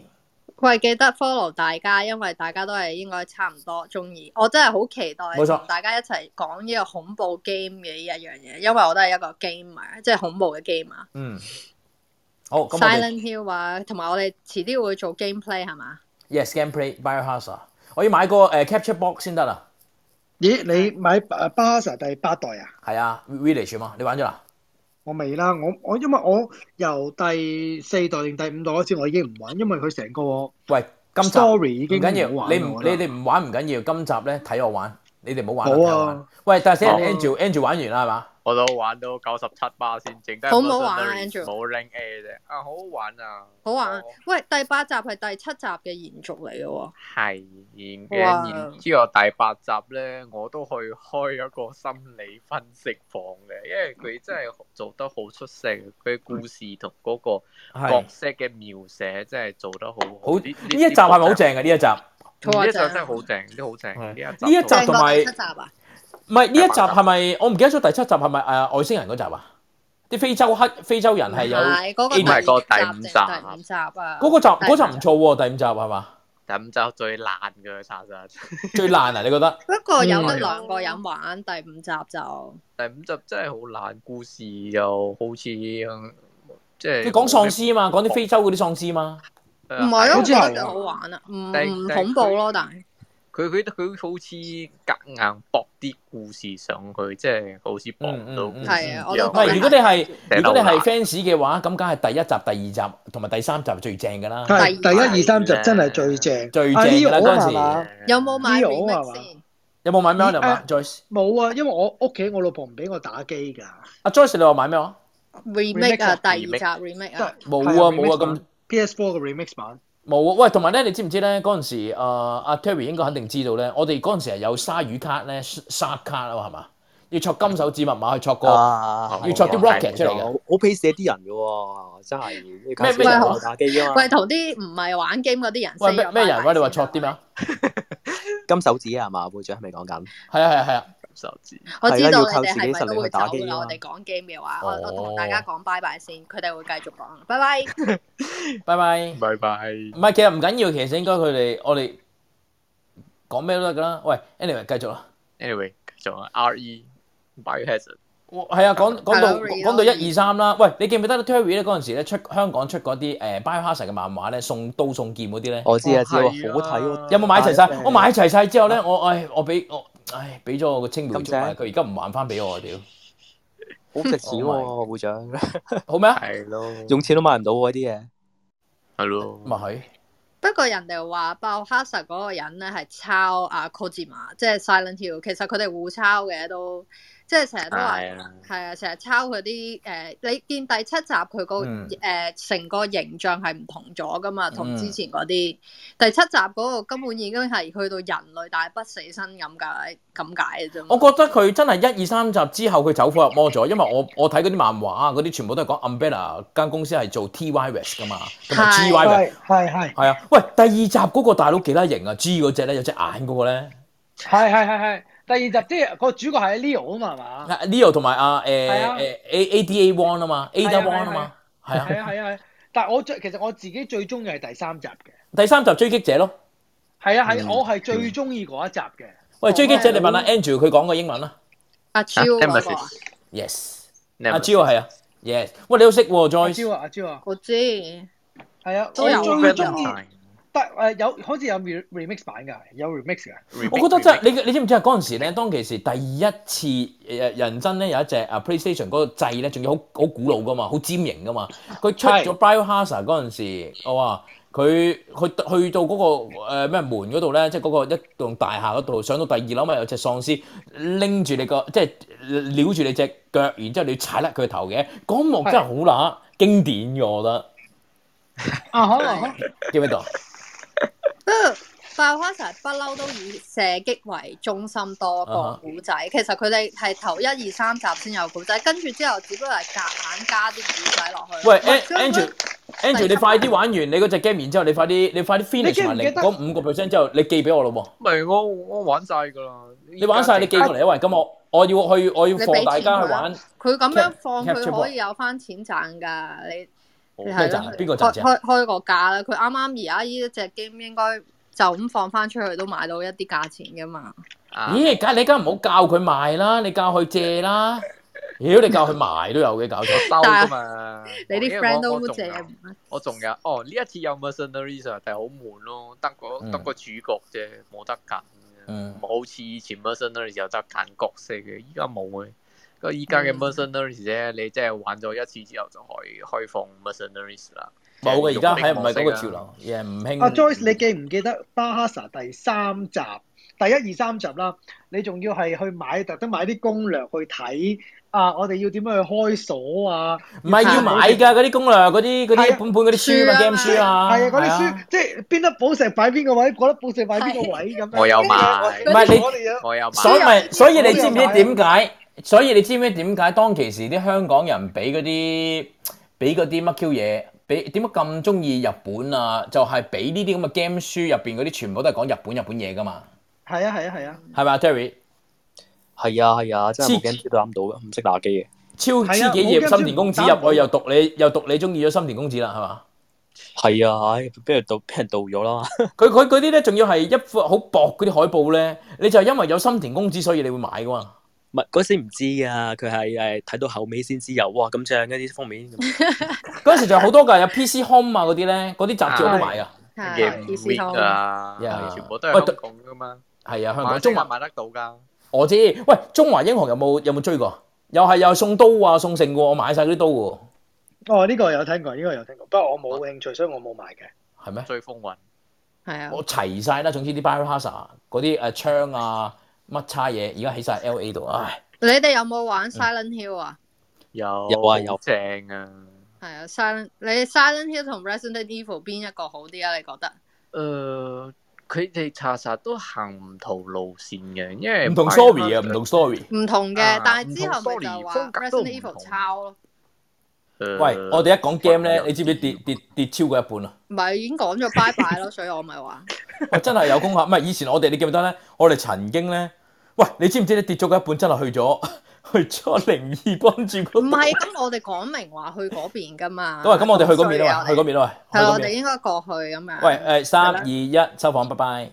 S3: 喂，記得 follow 大家，因為大家都係應該差唔多中意。我真係好期
S2: 冇
S3: 待
S2: 錯
S3: 同大家一齊講呢個恐怖 game 嘅呢一樣嘢，因為我都係一個 gamer，即係恐怖嘅 gamer。
S2: 嗯，好，咁我哋
S3: Silent Hill 啊，同埋我哋遲啲會做 gameplay 係嘛？
S2: yes gameplay biohazard，我要買個誒、呃 capture box 先得啦。
S7: 咦，你買誒巴薩第八代啊？
S2: 係啊，village 啊嘛，你玩咗啦？
S7: 我未啦，我我因為我由第四代定第五代開始，我已經唔玩，因為佢成個
S2: 喂今集
S7: story 已
S2: 唔
S7: 經
S2: 緊要，
S7: 唔好玩
S2: 你
S7: 啦
S2: 唔
S7: 我
S2: 你
S7: 覺得
S2: 哋唔玩唔緊要，今集咧睇我玩，你哋唔好玩啦，
S7: 好
S2: 睇
S7: 啊
S2: 我玩。喂，但係先
S1: 好啊
S2: Andrew Andrew 玩完啦係嘛？
S1: 我都玩到九十七巴先，剩低
S3: 好唔好玩啊
S1: mercenary
S3: Andrew？
S1: 冇 link A 啫，啊好好玩啊！
S3: 好玩。喂，第八集係第七集嘅延續嚟嘅喎。
S1: 係然嘅，
S3: 哇
S1: 然之後第八集咧，我都去開一個心理分析房嘅，因為佢真係做得好出色，佢故事同嗰個
S2: 係
S1: 角色嘅描寫真係做得好
S2: 好
S1: 好。
S2: 呢一集係咪好正啊嘅呢一集？
S1: 呢一集真係好正，呢好正。呢一集
S2: 呢一集同埋
S3: 正過第七集啊，
S2: 唔係呢一集係咪？我唔記得咗第七集係咪誒外星人嗰集啊？啲非洲黑非洲人係有
S3: 係嗰個
S2: alien
S3: 第五集定係第五集啊？
S2: 嗰個集
S3: 第
S2: 嗰
S3: 五
S2: 集唔錯喎，第五集係嘛？
S1: 第咁就最爛嘅查實。
S2: 最爛啊！你覺得？
S3: 不過有得兩個人玩，第五集就
S1: 第五集真係好爛，故事又好似嗯即係
S2: 佢講喪屍啊嘛，講啲非洲嗰啲喪屍嘛。
S3: 唔係
S1: 啊
S3: 咯，我覺得幾好玩啊，唔唔恐怖咯，但係
S1: 佢佢佢好似夾硬搏啲故事上去，即係好似搏到故事
S3: 係啊我
S1: 又
S2: 嗯
S3: 都
S2: 唔係，如果你係
S1: 寫
S2: 如
S1: 得好
S2: 果你係
S1: 爛
S2: fans 嘅話，咁梗係第一集、第二集同埋第三集最正㗎啦。
S7: 係第一二三集真係最正，
S2: 啊最
S7: 啊
S2: 正㗎啦
S7: Leo
S2: 嗰陣
S7: 係嘛
S2: 時。
S3: 有冇買
S7: Leo
S3: remake
S7: 係嘛
S3: 先？
S2: 有冇買 Melon 啊
S7: 誒
S2: ？Joyce，
S7: 冇啊，因為我屋企我老婆唔俾我打機㗎。
S2: 阿 Joyce 你話買咩啊？
S3: remake 啊，第二集
S2: remake
S3: remake 啊，
S2: 冇啊冇啊咁
S7: PS4 嘅 remix 版，
S2: 冇啊！喂，同埋咧，你知唔知咧？嗰陣時，呃阿 Terry 應該肯定知道咧。我哋嗰陣時係有鯊魚卡咧，沙卡啊嘛，係嘛？要戳金手指密碼去戳個，
S11: 啊
S2: 要戳啲 rocket 出嚟嘅。
S11: 哦好 p a c 啲人嘅喎，真係咩
S2: 咩咩人啊
S11: 打機啊嘛
S3: 喂，，同啲唔係玩 game 嗰啲人
S2: 喂
S3: say
S2: 咩
S3: 咗
S2: 咩
S3: bye
S2: 人
S3: bye
S2: 喂，你話戳啲咩啊？
S11: 金手指啊嘛，會長係咪講緊？
S2: 係啊係啊係啊，
S1: 金手指
S3: 我知
S11: 係啦
S3: 道
S11: 要
S3: 你
S11: 靠
S3: 哋
S11: 自己
S3: 係咪
S11: 實
S3: 都
S11: 力
S3: 會
S11: 去
S3: 走
S11: 打機
S3: 㗎啦？
S11: 啊
S3: 我
S11: 嘛
S3: 哋。講 game 嘅話，我
S2: 哦
S3: 我同大家講拜拜先，佢哋會繼續講，拜拜。
S2: 拜拜。
S1: 拜拜。
S2: 唔係，其實唔緊要，其實應該佢哋我哋講咩都得㗎啦。喂，anyway 繼續啦。
S1: Anyway，繼續啊，R.E. Biohazard。
S2: 係啊，講講到
S1: Gallery
S2: 講到一二三啦。喂，你記唔記得 Terry 咧嗰陣時咧出香港出嗰啲誒 Biohazard 嘅漫畫咧，送刀送劍嗰啲咧？
S11: 我知啊，知啊，好
S2: 哦係
S11: 睇喎。啊
S2: 有冇買齊晒？我買齊晒之後咧，我唉，我俾我唉俾咗我個青梅竹馬，佢而家唔還翻俾我啊屌！
S11: 好值錢
S2: Oh
S11: 喎，會長。
S2: 好咩？啊
S1: 係咯，
S11: 用錢都買唔到喎呢啲嘢。
S1: 係咯。
S2: Oh 咪係。
S3: 不過人哋話爆黑實嗰個人咧係抄阿 Kojima，即係 Silent Hill。其實佢哋互抄嘅都，即係成日都話
S1: 係啊
S3: 係啊，成日抄佢啲誒。你見第七集佢個
S1: 嗯
S3: 誒成個形象係唔同咗噶嘛，同
S1: 嗯
S3: 之前嗰啲第七集嗰個根本已經係去到人類大不死身咁解咁解嘅
S7: 嗯
S3: 啫嘛。
S2: 我覺得佢真係一二三集之後佢走火入魔咗，因為我我睇嗰啲漫畫啊嗰啲全部都係講 Umbrella 間公司係做 T Virus 噶嘛，同埋 G Virus
S7: 係係係
S2: 係啊。喂，第二集嗰個大佬幾得型啊！G 嗰只咧有隻眼嗰個咧
S7: 係係係係。第二集即係個主角係 Leo 啊嘛，係嘛？
S2: 啊，Leo 同埋啊誒誒
S7: 係啊
S2: A A D A One 啊嘛
S7: 係啊
S2: ，Ada
S7: 係
S2: One
S7: 啊
S2: 啊嘛，係
S7: 係啊
S2: 啊。
S7: 係啊係啊。但係我最其實我自己最中意係第三集嘅，
S2: 第三集追擊者咯，
S7: 係啊係，
S2: 嗯
S7: 我係最中意嗰一集嘅。
S2: 喂，追擊者你問啊下 Andrew 佢講個英文啦。
S3: 阿
S7: Jill 嗰個啊
S2: Yes，
S1: Nemesis
S2: 阿 j 係啊，Yes。喂，你都識喎
S7: 阿
S2: Joyce。
S7: 蕉啊阿蕉啊，
S3: 我知。係
S7: 啊，
S3: 都有
S7: 我最中意
S2: Valentine
S7: 得誒有好似有 re- remix 版㗎，有 remix 㗎。
S2: 我覺得真係你你知唔知啊？嗰陣時咧，當其時第一次誒人真咧有一隻啊 PlayStation 嗰個掣咧，仲要好好古老噶嘛，好尖形噶嘛。佢出咗 Biohazard 嗰陣時，我話佢佢去到嗰、個呃咩、門嗰度咧，即係嗰個一棟大廈嗰度，上到第二樓咪有隻喪屍拎住你個即係撩住你隻腳，然之後你要踩甩佢個頭嘅。嗰一幕真係好乸經典嘅，我覺得。
S7: 啊可能可能
S2: 記唔記得？
S3: 不過爆花成日不嬲都以射擊為中心多
S2: 啊
S3: 過古仔其實佢哋係頭一二三集先有古仔，跟住之後只不過係夾硬加啲古仔落去。
S2: 喂
S3: 將佢
S2: ，Andrew。Andrew，你快啲玩完你嗰隻 game，然之後你快啲，你快啲
S7: 你記
S2: finish
S7: 唔
S2: 埋你
S7: 記得
S2: 嗰五個 percent 之後，你寄俾我咯喎。
S1: 唔係我我玩晒㗎啦。
S2: 你玩晒你寄過嚟，因為咁我我要去我要放大家
S1: 啊
S2: 去玩。
S3: 佢咁樣放，
S2: Cap- capture 哦
S3: 佢可以有翻錢賺㗎。你你
S2: 咩
S3: 係
S2: 賺啊
S3: 咯？
S2: 邊個賺
S3: 開
S2: 啫
S3: 開開個價啦！佢啱啱而家呢一隻 game 應該就咁放翻出去都買到一啲價錢㗎嘛。
S1: 啊
S2: 咦，梗係你梗係唔好教佢賣啦，你教佢借啦。妖，你教佢賣都有嘅，搞錯。
S1: 收㗎嘛。
S3: 你
S1: 哦
S3: 啲
S1: 因為我
S3: friend 都
S1: 我仲
S3: 借
S1: 有我仲有哦，呢一次有 Mercenaries 啊但係好悶咯，得個
S2: 嗯
S1: 得個主角啫，冇得揀嘅，
S2: 嗯
S1: 唔好似以前 Mercenaries 有得揀角色嘅，依家冇嘅。咁依家嘅
S2: 嗯
S1: Mercenaries 咧，你真係玩咗一次之後就可以開放 Mercenaries 啦。
S2: 冇嘅，而家係
S1: 係
S2: 唔係嗰個潮流？而係唔興。
S7: 阿 Joyce，你記唔記得《巴哈薩》第三集、第一二三集啦？你仲要係去買特登買啲攻略去睇啊！我哋要點樣去開鎖啊？
S2: 唔係要買㗎，嗰啲攻略、嗰啲嗰
S7: 係啊
S2: 啲本本嗰啲書啊、game 書啊，
S7: 係啊，嗰啲
S2: 係
S7: 書即係邊粒寶石擺邊個位，嗰粒寶石擺邊個位咁樣。
S1: 我有買
S7: 唔
S2: 唔係你
S1: 我有買。
S2: 所以咪，所以你知唔知點解？所以你知唔知點解當其時啲香港人俾嗰啲俾嗰啲乜 Q 嘢？俾點解咁中意日本啊？就係俾呢啲咁嘅 game 書入邊嗰啲，全部都係講日本日本嘢噶嘛，
S7: 係啊係啊係啊！
S2: 係咪啊，Terry？
S11: 係啊係啊，真
S2: 黐
S11: 係冇 game 都打唔到嘅，唔識打機嘅。
S2: 超
S11: 係啊
S2: 黐幾
S11: 冇 game
S2: 頁
S11: 書
S2: 森田公子入去又讀你又讀你中意咗森田公子啦，係嘛？
S11: 係啊，唉俾人盜俾人盜咗啦。
S2: 佢佢嗰啲咧，仲要係一副好薄嗰啲海報咧，你就係因為有心田公子，所以 你會買噶嘛。
S11: 唔係嗰時唔知啊，佢係誒睇到後尾先知有，哇咁正一啲封面咁。
S2: 嗰陣時仲有好多㗎，有 PC Home 啊嗰啲咧，嗰啲雜誌我都買啊。
S5: 嘅
S2: PC
S5: week 啊，全部都
S2: 喂
S5: 係香港噶嘛，
S2: 係啊，香
S5: 馬
S2: 港
S5: 中
S2: 中
S5: 華
S2: 華
S5: 買得到㗎。
S2: 我知。喂，中華英雄有冇有冇追過？又係又係送刀啊，送剩嘅喎，我買晒嗰啲刀喎，
S7: 哦，呢個有聽過，呢個有聽過，不過我冇興趣，所以我冇買嘅。
S2: 係咩？
S5: 追風雲
S3: 係啊，
S2: 我齊晒啦。總之啲 Biohazard 嗰啲誒槍啊乜叉嘢，而家喺晒 LA 度，唉。
S3: 你哋有冇玩 Silent Hill 啊？
S5: 有
S2: 有啊有
S5: 好正啊！
S3: 係啊，Silent 你 Silent Hill 同 Resident Evil 邊一個好啲啊？你覺得？
S5: 誒，呃佢哋查實都行唔同路線嘅，因為
S2: 唔同 story 啊，唔同 story。
S3: 唔同嘅
S5: 啊，
S3: 但係之後咪就
S5: 唔
S3: 話
S5: 同 story，風格都唔
S3: Resident Evil 抄咯，
S2: 喂，我哋一講 game
S5: 呃
S2: 咧，你知唔知跌跌跌超過一半啊？
S3: 唔係已經講咗拜 拜咯，所以我咪話
S2: 喂，哦真係有功效。唔係以前我哋你記唔記得咧？我哋曾經咧，喂，你知唔知你跌咗嗰一半真係去咗去咗靈異關注嗰
S3: 唔
S2: 度
S3: 係啊咁，我哋講明話去嗰邊噶嘛。
S2: 喂，咁我哋去嗰面啊嘛，
S3: 係
S2: 去嗰面啊嘛，去
S3: 係啊
S2: 嗰
S3: 我哋
S2: 面。
S3: 應該過去咁樣。
S2: 喂，誒，三
S3: 係啦
S2: 二一，收房，拜拜。